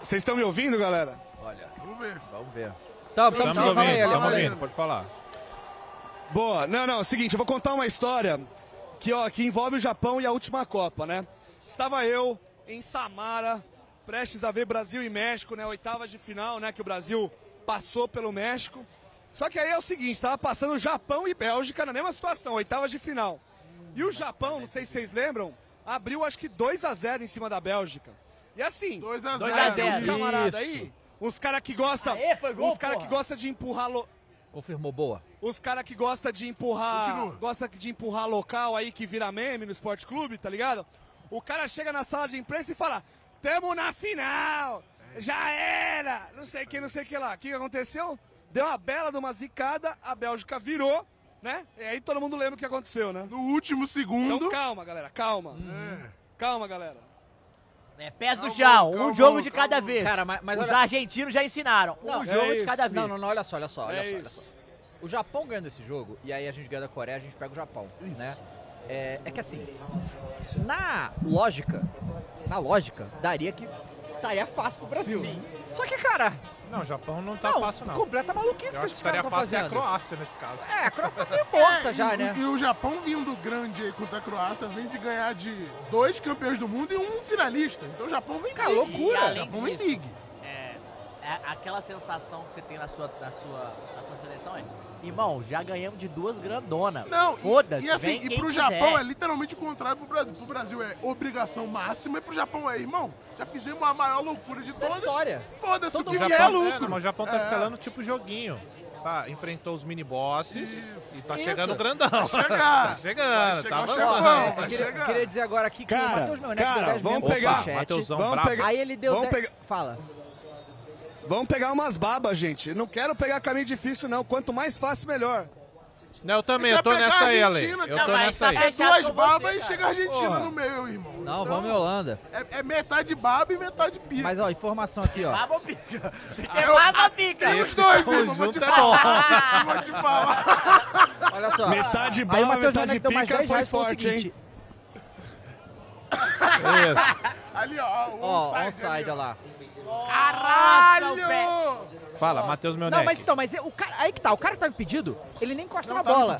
[SPEAKER 6] Vocês estão me ouvindo, galera?
[SPEAKER 1] Olha,
[SPEAKER 3] Vamos ver.
[SPEAKER 1] vamos ver. Tá,
[SPEAKER 6] Tamo
[SPEAKER 1] tá, fala
[SPEAKER 6] ouvindo,
[SPEAKER 1] aí, Ale,
[SPEAKER 6] tamo
[SPEAKER 1] fala aí.
[SPEAKER 6] ouvindo,
[SPEAKER 8] pode falar.
[SPEAKER 6] Boa. Não, não, é o seguinte, eu vou contar uma história que, ó, que envolve o Japão e a última Copa, né? Estava eu em Samara, prestes a ver Brasil e México, né? Oitavas de final, né? Que o Brasil passou pelo México. Só que aí é o seguinte, tava passando Japão e Bélgica na mesma situação, oitavas de final. E o Japão, não sei se vocês lembram, abriu acho que 2 a 0 em cima da Bélgica. E assim, 2
[SPEAKER 3] a
[SPEAKER 6] 2
[SPEAKER 3] zero.
[SPEAKER 6] a 0 os
[SPEAKER 3] Isso.
[SPEAKER 6] camaradas aí, os caras que gostam,
[SPEAKER 1] gol,
[SPEAKER 6] os caras que
[SPEAKER 1] porra.
[SPEAKER 6] gostam de empurrar lo-
[SPEAKER 1] Confirmou, boa.
[SPEAKER 6] os cara que gosta de empurrar, gosta de empurrar local aí que vira meme no esporte clube, tá ligado? O cara chega na sala de imprensa e fala: "Tamo na final! Já era! Não sei quem, não sei que lá". O que que aconteceu? Deu uma bela de uma zicada, a Bélgica virou, né? E aí todo mundo lembra o que aconteceu, né?
[SPEAKER 3] No último segundo.
[SPEAKER 6] Então calma, galera, calma. Calma, galera.
[SPEAKER 4] É pés no
[SPEAKER 6] Calma,
[SPEAKER 4] chão,
[SPEAKER 6] calma,
[SPEAKER 4] um jogo de
[SPEAKER 6] calma.
[SPEAKER 4] cada vez.
[SPEAKER 1] Cara, mas- mas
[SPEAKER 4] Os
[SPEAKER 1] olha-
[SPEAKER 4] argentinos já ensinaram, um
[SPEAKER 1] Não,
[SPEAKER 4] jogo
[SPEAKER 1] é
[SPEAKER 4] de
[SPEAKER 1] isso.
[SPEAKER 4] cada vez.
[SPEAKER 1] Não, não, não, olha só, olha só, olha
[SPEAKER 4] É
[SPEAKER 1] só, olha
[SPEAKER 4] isso.
[SPEAKER 1] só. O Japão ganhando esse jogo, e aí a gente ganha da Coreia, a gente pega o Japão, né? Tá É, é que assim, na lógica, na lógica, daria que estaria fácil pro Brasil. Só que, cara.
[SPEAKER 7] Não, o Japão não tá fácil, não.
[SPEAKER 1] Completa maluquice
[SPEAKER 7] Eu
[SPEAKER 1] que
[SPEAKER 7] acho que
[SPEAKER 1] esses caras
[SPEAKER 7] estaria
[SPEAKER 1] estão
[SPEAKER 7] fácil é
[SPEAKER 1] fazendo.
[SPEAKER 7] a Croácia nesse caso.
[SPEAKER 1] É, a Croácia tá meio morta
[SPEAKER 3] É,
[SPEAKER 1] já,
[SPEAKER 3] e,
[SPEAKER 1] né?
[SPEAKER 3] E o Japão vindo grande aí contra a Croácia, vem de ganhar de dois campeões do mundo e um finalista. Então o Japão vem
[SPEAKER 4] Cara,
[SPEAKER 3] big.
[SPEAKER 4] loucura.
[SPEAKER 3] O
[SPEAKER 4] Além
[SPEAKER 3] Japão vem
[SPEAKER 4] disso,
[SPEAKER 3] big.
[SPEAKER 4] É, é aquela sensação que você tem na sua, na sua, na sua seleção é. Irmão, já ganhamos de duas grandonas.
[SPEAKER 3] Não,
[SPEAKER 4] Foda-se,
[SPEAKER 3] e, e assim,
[SPEAKER 4] vem
[SPEAKER 3] e
[SPEAKER 4] quem
[SPEAKER 3] pro
[SPEAKER 4] quiser.
[SPEAKER 3] Japão é literalmente o contrário pro Brasil. Pro Brasil é obrigação máxima e pro Japão é, irmão, já fizemos a maior loucura de todas.
[SPEAKER 1] história.
[SPEAKER 3] Foda-se, o
[SPEAKER 7] Todo
[SPEAKER 3] que
[SPEAKER 7] mundo-
[SPEAKER 3] vier é
[SPEAKER 7] Japão-
[SPEAKER 3] lucro.
[SPEAKER 7] não, mas o Japão tá
[SPEAKER 3] É.
[SPEAKER 7] escalando tipo joguinho. Tá, enfrentou os mini-bosses e tá
[SPEAKER 1] Isso.
[SPEAKER 7] chegando o grandão.
[SPEAKER 1] Vai chegar.
[SPEAKER 7] tá chegando, tá
[SPEAKER 1] Ó,
[SPEAKER 7] avançando.
[SPEAKER 1] eu queria, queria dizer agora aqui que
[SPEAKER 7] Cara,
[SPEAKER 1] o Matheus Meunete
[SPEAKER 7] cara,
[SPEAKER 1] deu 10
[SPEAKER 7] vamos
[SPEAKER 1] membros
[SPEAKER 7] pegar.
[SPEAKER 1] pro chat.
[SPEAKER 7] Matheusão
[SPEAKER 6] Vamos brabo. pegar-
[SPEAKER 1] Aí ele deu
[SPEAKER 6] vamos
[SPEAKER 1] 10
[SPEAKER 6] pegar-
[SPEAKER 1] Fala.
[SPEAKER 6] Vamos pegar umas babas, gente. Não quero pegar caminho difícil, não. Quanto mais fácil, melhor.
[SPEAKER 7] Não, eu também, eu tô nessa aí, Ale. Eu tô nessa aí.
[SPEAKER 3] É duas babas e chega a Argentina no meio, irmão. Então,
[SPEAKER 1] Não, vamos em Holanda.
[SPEAKER 3] É, é metade baba e metade pica.
[SPEAKER 1] Mas, ó, informação aqui, ó.
[SPEAKER 4] Baba ou pica?
[SPEAKER 3] É
[SPEAKER 4] baba
[SPEAKER 3] pica? Os dois,
[SPEAKER 7] é um
[SPEAKER 3] irmão, vou
[SPEAKER 1] é
[SPEAKER 3] te falar. Vou te falar.
[SPEAKER 1] Olha só.
[SPEAKER 6] Metade
[SPEAKER 1] Aí o
[SPEAKER 6] bala,
[SPEAKER 1] Matheus
[SPEAKER 6] metade
[SPEAKER 1] Werneck deu mais
[SPEAKER 6] pica,
[SPEAKER 1] 10
[SPEAKER 6] foi
[SPEAKER 1] reais e falou o
[SPEAKER 6] forte, hein?
[SPEAKER 1] seguinte,
[SPEAKER 3] Ali, ó, o
[SPEAKER 1] Ó,
[SPEAKER 3] onside
[SPEAKER 1] onside,
[SPEAKER 3] ali,
[SPEAKER 1] olha lá.
[SPEAKER 3] Caralho!
[SPEAKER 7] Fala, Matheus Meunete.
[SPEAKER 1] Não, mas então, mas o cara, aí que tá, o cara que tava impedido, ele nem encosta na
[SPEAKER 3] tava
[SPEAKER 1] bola.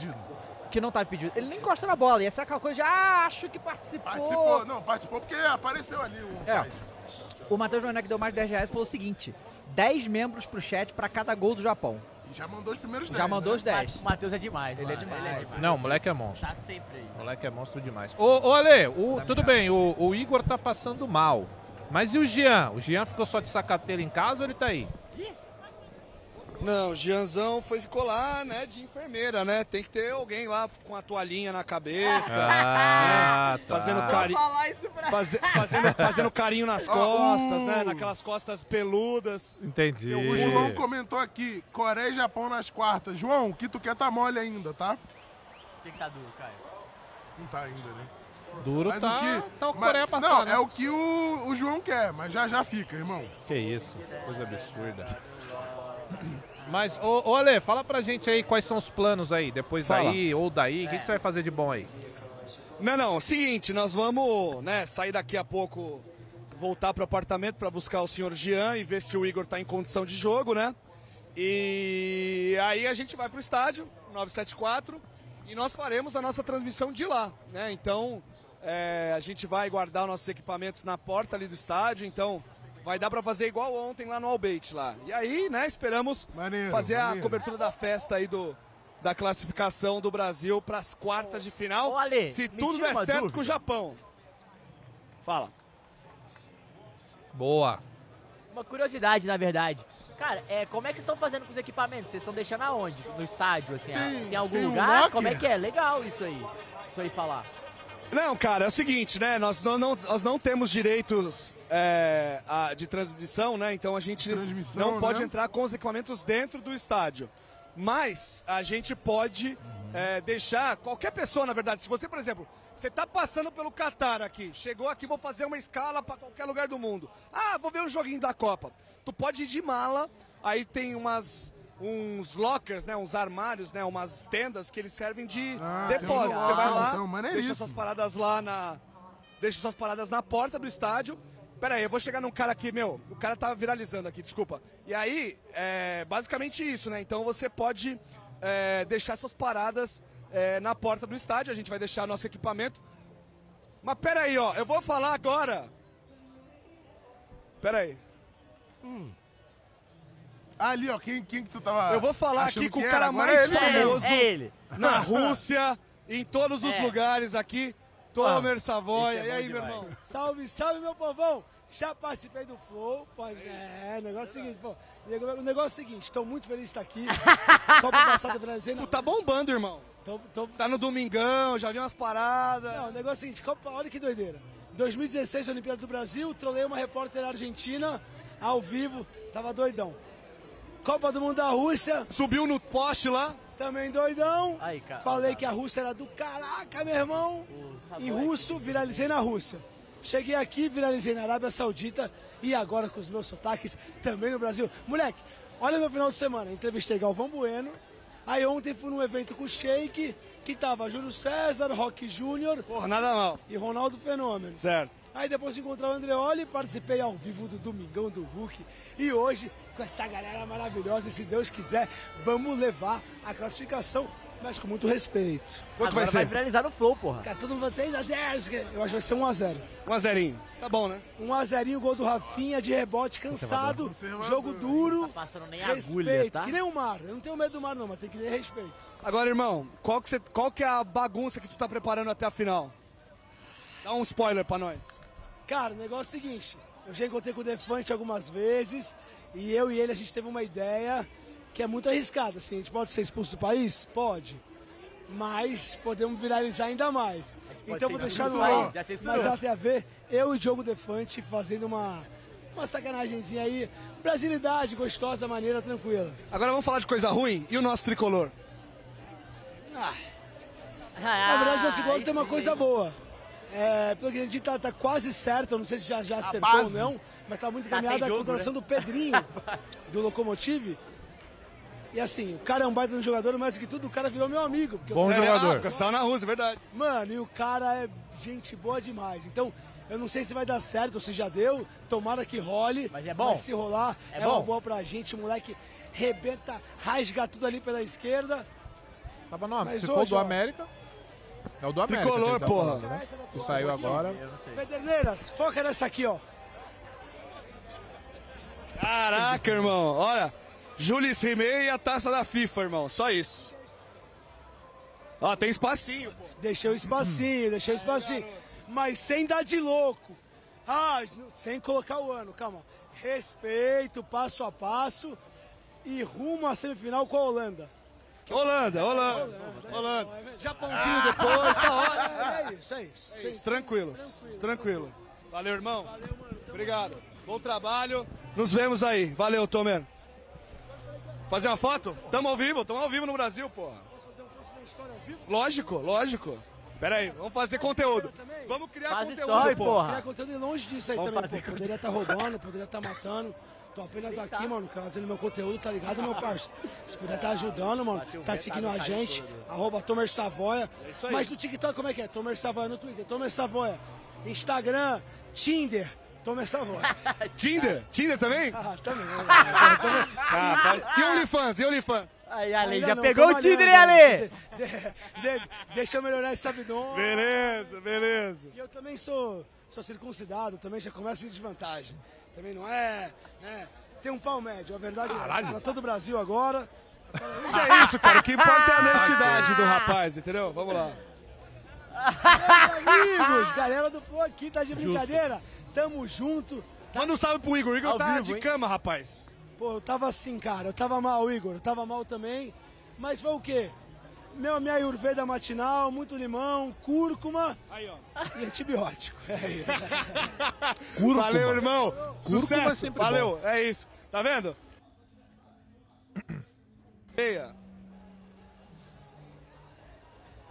[SPEAKER 1] Que não tava impedido. Ele nem encosta na bola. E essa é aquela coisa de, ah, acho que participou.
[SPEAKER 3] Participou, não, participou porque apareceu ali o
[SPEAKER 1] É.
[SPEAKER 3] onside.
[SPEAKER 1] O Matheus Werneck deu mais 10 reais e falou o seguinte, 10 membros pro chat pra cada gol do Japão.
[SPEAKER 3] E já mandou os primeiros 10.
[SPEAKER 1] Já mandou
[SPEAKER 3] né?
[SPEAKER 1] os 10.
[SPEAKER 4] O Matheus é demais,
[SPEAKER 1] Ele é
[SPEAKER 4] mano,
[SPEAKER 1] demais.
[SPEAKER 4] ele é demais.
[SPEAKER 7] Não, o moleque é monstro.
[SPEAKER 4] Tá sempre aí.
[SPEAKER 7] O moleque é monstro demais. Ô, ô Ale, o- tudo bem, o, o Igor tá passando mal. Mas e o Jean? O Jean ficou só de sacateira em casa ou ele tá aí?
[SPEAKER 6] Não, o Gianzão foi, ficou lá, né, de enfermeira, né? Tem que ter alguém lá com a toalhinha na cabeça.
[SPEAKER 7] Ah,
[SPEAKER 6] né?
[SPEAKER 7] tá.
[SPEAKER 6] Fazendo carinho. faze- fazendo, fazendo carinho nas
[SPEAKER 3] Ó,
[SPEAKER 6] costas,
[SPEAKER 3] o-
[SPEAKER 6] né? Naquelas costas peludas.
[SPEAKER 7] Entendi.
[SPEAKER 3] O João comentou aqui, Coreia e Japão nas quartas. João, o que tu quer tá mole ainda, tá?
[SPEAKER 4] Tem que tá duro, Caio.
[SPEAKER 3] Não tá ainda, né?
[SPEAKER 7] Duro
[SPEAKER 3] Mas
[SPEAKER 7] tá,
[SPEAKER 3] o que,
[SPEAKER 7] tá o
[SPEAKER 3] mas-
[SPEAKER 7] Coreia passando.
[SPEAKER 3] Não, é o que o, o João quer, mas já já fica, irmão.
[SPEAKER 7] Que isso, coisa absurda. Mas, ô, ô Ale, fala pra gente aí quais são os planos aí, depois
[SPEAKER 6] Fala.
[SPEAKER 7] daí ou daí, o que, que você vai fazer de bom aí?
[SPEAKER 6] Não, não, seguinte, nós vamos, né, sair daqui a pouco, voltar pro apartamento para buscar o senhor Jean e ver se o Igor tá em condição de jogo, né? E aí a gente vai pro estádio 974 e nós faremos a nossa transmissão de lá, né? Então, é, a gente vai guardar os nossos equipamentos na porta ali do estádio, então vai dar para fazer igual ontem lá no Albeit lá. E aí, né, esperamos fazer a
[SPEAKER 3] maneiro.
[SPEAKER 6] cobertura da festa aí do da classificação do Brasil para as quartas de final.
[SPEAKER 4] Ô, Ale,
[SPEAKER 6] se
[SPEAKER 4] me
[SPEAKER 6] tudo
[SPEAKER 4] tira
[SPEAKER 6] der
[SPEAKER 4] uma
[SPEAKER 6] certo
[SPEAKER 4] dúvida.
[SPEAKER 6] com o Japão. Fala.
[SPEAKER 7] Boa.
[SPEAKER 4] Uma curiosidade, na verdade. Cara, é, como é que vocês estão fazendo com os equipamentos? Vocês estão deixando aonde? No estádio, assim? Tem, tem algum
[SPEAKER 6] tem um
[SPEAKER 4] lugar?
[SPEAKER 6] locker?
[SPEAKER 4] como é que é? Legal isso aí. Isso aí falar.
[SPEAKER 6] Não, cara, é o seguinte, né? Nós não, não- nós não temos direitos é, a- de transmissão, né? Então a gente não pode
[SPEAKER 3] né?
[SPEAKER 6] entrar com os equipamentos dentro do estádio. Mas a gente pode é, deixar qualquer pessoa, na verdade. Se você, por exemplo, você tá passando pelo Catar aqui, chegou aqui, vou fazer uma escala para qualquer lugar do mundo. Ah, vou ver um joguinho da Copa. Tu pode ir de mala, aí tem umas uns lockers, né, uns armários, né, umas tendas que eles servem de
[SPEAKER 3] Ah,
[SPEAKER 6] depósito.
[SPEAKER 3] legal.
[SPEAKER 6] Você vai lá,
[SPEAKER 3] Então,
[SPEAKER 6] deixa
[SPEAKER 3] maneiríssimo.
[SPEAKER 6] suas paradas lá na. Deixa suas paradas na porta do estádio. Pera aí, eu vou chegar num cara aqui, meu. O cara tá viralizando aqui, desculpa. E aí, é basicamente isso, né? Então você pode é, deixar suas paradas é, na porta do estádio. A gente vai deixar nosso equipamento. Mas pera aí, ó. Eu vou falar agora. Pera aí.
[SPEAKER 3] Hum. Ali, ó, quem, quem que tu tava.
[SPEAKER 6] Eu vou falar aqui
[SPEAKER 3] achando
[SPEAKER 6] com o
[SPEAKER 3] que
[SPEAKER 6] cara
[SPEAKER 3] era? Agora
[SPEAKER 6] mais
[SPEAKER 3] é ele.
[SPEAKER 6] famoso
[SPEAKER 3] É ele.
[SPEAKER 6] na Rússia, em todos os
[SPEAKER 12] É.
[SPEAKER 6] lugares aqui. Tomer
[SPEAKER 12] Ah,
[SPEAKER 3] é
[SPEAKER 6] Savoia. e aí, meu irmão?
[SPEAKER 12] Salve, salve, meu povão! Já participei do Flow. Pode... É, o negócio é o seguinte, pô. O negócio é o seguinte, estou muito feliz de estar aqui. Copa passada Brasil.
[SPEAKER 6] Tá bombando, irmão. Tá no Domingão, já vi umas paradas.
[SPEAKER 12] Não, o negócio é o seguinte, Copa, olha que doideira. 2016, Olimpíada do Brasil, trolei uma repórter argentina, ao vivo, tava doidão. Copa do Mundo da Rússia.
[SPEAKER 6] Subiu no poste lá.
[SPEAKER 12] Também doidão.
[SPEAKER 4] Aí, cara.
[SPEAKER 12] Falei que a Rússia era do caraca, meu irmão. Em russo, viralizei na Rússia. Cheguei aqui, viralizei na Arábia Saudita e agora com os meus sotaques também no Brasil. Moleque, olha meu final de semana. Entrevistei Galvão Bueno. Aí ontem fui num evento com o Sheik, que tava Júlio César, Rock Júnior.
[SPEAKER 6] Porra, nada mal.
[SPEAKER 12] E Ronaldo Fenômeno.
[SPEAKER 6] Certo.
[SPEAKER 12] Aí depois encontrei o Andreoli, participei ao vivo do Domingão do Hulk. E hoje, com essa galera maravilhosa, e se Deus quiser, vamos levar a classificação, mas com muito respeito.
[SPEAKER 4] Agora vai viralizar no Flow, porra.
[SPEAKER 12] Cara, todo mundo vai 3x0. Eu acho que vai ser 1x0.
[SPEAKER 6] 1x0. Tá bom, né?
[SPEAKER 12] 1x0, gol do Rafinha de rebote, cansado. Jogo duro. Tá
[SPEAKER 4] passando nem
[SPEAKER 12] respeito,
[SPEAKER 4] agulha, tá?
[SPEAKER 12] Que nem o mar. Eu não tenho medo do mar, não, mas tem que ter respeito.
[SPEAKER 6] Agora, irmão, qual que, cê- qual que é a bagunça que tu tá preparando até a final? Dá um spoiler pra nós.
[SPEAKER 12] Cara, o negócio é o seguinte: eu já encontrei com o Defante algumas vezes e eu e ele a gente teve uma ideia que é muito arriscada. Assim, a gente pode ser expulso do país? Pode. Mas podemos viralizar ainda mais.
[SPEAKER 4] pode
[SPEAKER 12] Então
[SPEAKER 4] ser
[SPEAKER 12] vou deixar no
[SPEAKER 4] censurado,
[SPEAKER 12] ar.
[SPEAKER 4] já censurou.
[SPEAKER 12] Mas ela tem a ver eu e Diogo Defante fazendo uma, uma sacanagemzinha aí. Brasilidade, gostosa, maneira, tranquila.
[SPEAKER 6] Agora vamos falar de coisa ruim e o nosso tricolor.
[SPEAKER 12] Ah, Na verdade, nosso gol
[SPEAKER 4] Ah, aí
[SPEAKER 12] tem uma
[SPEAKER 4] sim.
[SPEAKER 12] coisa boa. É, pelo que a gente tá, tá quase certo, eu não sei se já, já acertou ou
[SPEAKER 4] Tá base.
[SPEAKER 12] Tá não, mas tá muito
[SPEAKER 4] Tá sem
[SPEAKER 12] encaminhada a
[SPEAKER 4] jogo,
[SPEAKER 12] contratação
[SPEAKER 4] né?
[SPEAKER 12] do Pedrinho, do Locomotive. E assim, o cara é um baita de um jogador, mas que tudo, o cara virou meu amigo. porque eu
[SPEAKER 6] Bom
[SPEAKER 12] falei,
[SPEAKER 6] jogador.
[SPEAKER 12] "Ah,
[SPEAKER 6] Gastão na Rússia, é verdade.
[SPEAKER 12] Mano, e o cara é gente boa demais. Então, eu não sei se vai dar certo ou se já deu, tomara que role. Mas é
[SPEAKER 4] bom?
[SPEAKER 12] se rolar,
[SPEAKER 4] É
[SPEAKER 12] é, uma
[SPEAKER 4] bom?
[SPEAKER 12] boa pra gente, o moleque rebenta, rasga tudo ali pela esquerda.
[SPEAKER 7] Tava no
[SPEAKER 12] Mas
[SPEAKER 7] Se for
[SPEAKER 12] hoje,
[SPEAKER 7] do
[SPEAKER 12] ó,
[SPEAKER 7] América. É o do América.
[SPEAKER 12] Tricolor,
[SPEAKER 7] que ele tá
[SPEAKER 12] porra.
[SPEAKER 7] falando, né? Tu saiu agora.
[SPEAKER 12] Pederneira, foca nessa aqui, ó.
[SPEAKER 6] Caraca, irmão. Olha, Jules Rimet e a taça da FIFA, irmão. Só isso. Ó, tem espacinho, pô. Hum. É,
[SPEAKER 12] Deixei o espacinho, deixei o espacinho. Mas sem dar de louco. Ah, n- sem colocar o ano, calma. Respeito, passo a passo. E rumo à semifinal com a Holanda.
[SPEAKER 6] Holanda, Holanda, Holanda. Japãozinho depois, tá ótimo.
[SPEAKER 12] É isso, é isso.
[SPEAKER 6] É isso, Tranquilos, tranquilo. Valeu, irmão. Valeu, mano. Obrigado. Bom trabalho. Nos vemos aí. Valeu, Tomeno. Fazer uma foto? Tamo ao vivo, tamo ao vivo no Brasil, porra. Lógico, lógico. Pera aí, vamos fazer conteúdo. Vamos criar
[SPEAKER 4] Faz
[SPEAKER 6] conteúdo,
[SPEAKER 4] story,
[SPEAKER 6] pô.
[SPEAKER 4] porra.
[SPEAKER 12] Queria conteúdo e longe disso aí
[SPEAKER 4] Vamos
[SPEAKER 12] também, pô.
[SPEAKER 4] fazer
[SPEAKER 12] Poderia estar roubando, poderia estar matando. Tô apenas aqui, mano, trazendo meu conteúdo, tá ligado, meu parceiro? Se puder tá ajudando, mano, tá seguindo a gente, arroba Tomer Savoia.
[SPEAKER 6] isso aí.
[SPEAKER 12] Mas no TikTok como é que é? Tomer Savoia no Twitter, Tomer Savoia. Instagram, Tinder, Tomer Savoia.
[SPEAKER 6] Tinder? Tinder também?
[SPEAKER 12] Ah, também.
[SPEAKER 6] Ah, faz... E OnlyFans, e OnlyFans?
[SPEAKER 4] Aí,
[SPEAKER 12] Ainda
[SPEAKER 4] Ale, já
[SPEAKER 12] não,
[SPEAKER 4] pegou o
[SPEAKER 12] trabalhando,
[SPEAKER 4] Tinder, hein, Ale?
[SPEAKER 12] de- de- de- deixa eu melhorar esse abdômen.
[SPEAKER 6] Beleza, beleza.
[SPEAKER 12] E eu também sou, sou circuncidado, também já começo em desvantagem. Também não é, né? Tem um pau médio, a verdade é essa. Pra todo o Brasil agora.
[SPEAKER 6] Mas é isso, cara. O que importa é a honestidade do rapaz, entendeu? Vamos lá.
[SPEAKER 12] Amigos, galera do Flow aqui, tá de brincadeira? Tamo junto.
[SPEAKER 6] Manda um salve pro Igor. O Igor
[SPEAKER 12] Ao
[SPEAKER 6] tá
[SPEAKER 12] vivo,
[SPEAKER 6] de
[SPEAKER 12] hein?
[SPEAKER 6] cama, rapaz.
[SPEAKER 12] Pô, eu tava assim, cara. Eu tava mal, Igor. Eu tava mal também. Mas foi o quê? Meu, minha Ayurveda matinal, muito limão, cúrcuma e antibiótico. É isso.
[SPEAKER 6] Curto, Valeu, irmão.
[SPEAKER 12] Cúrcuma é
[SPEAKER 6] Sucesso.
[SPEAKER 12] sempre
[SPEAKER 6] Valeu. É isso. Tá vendo? Eia.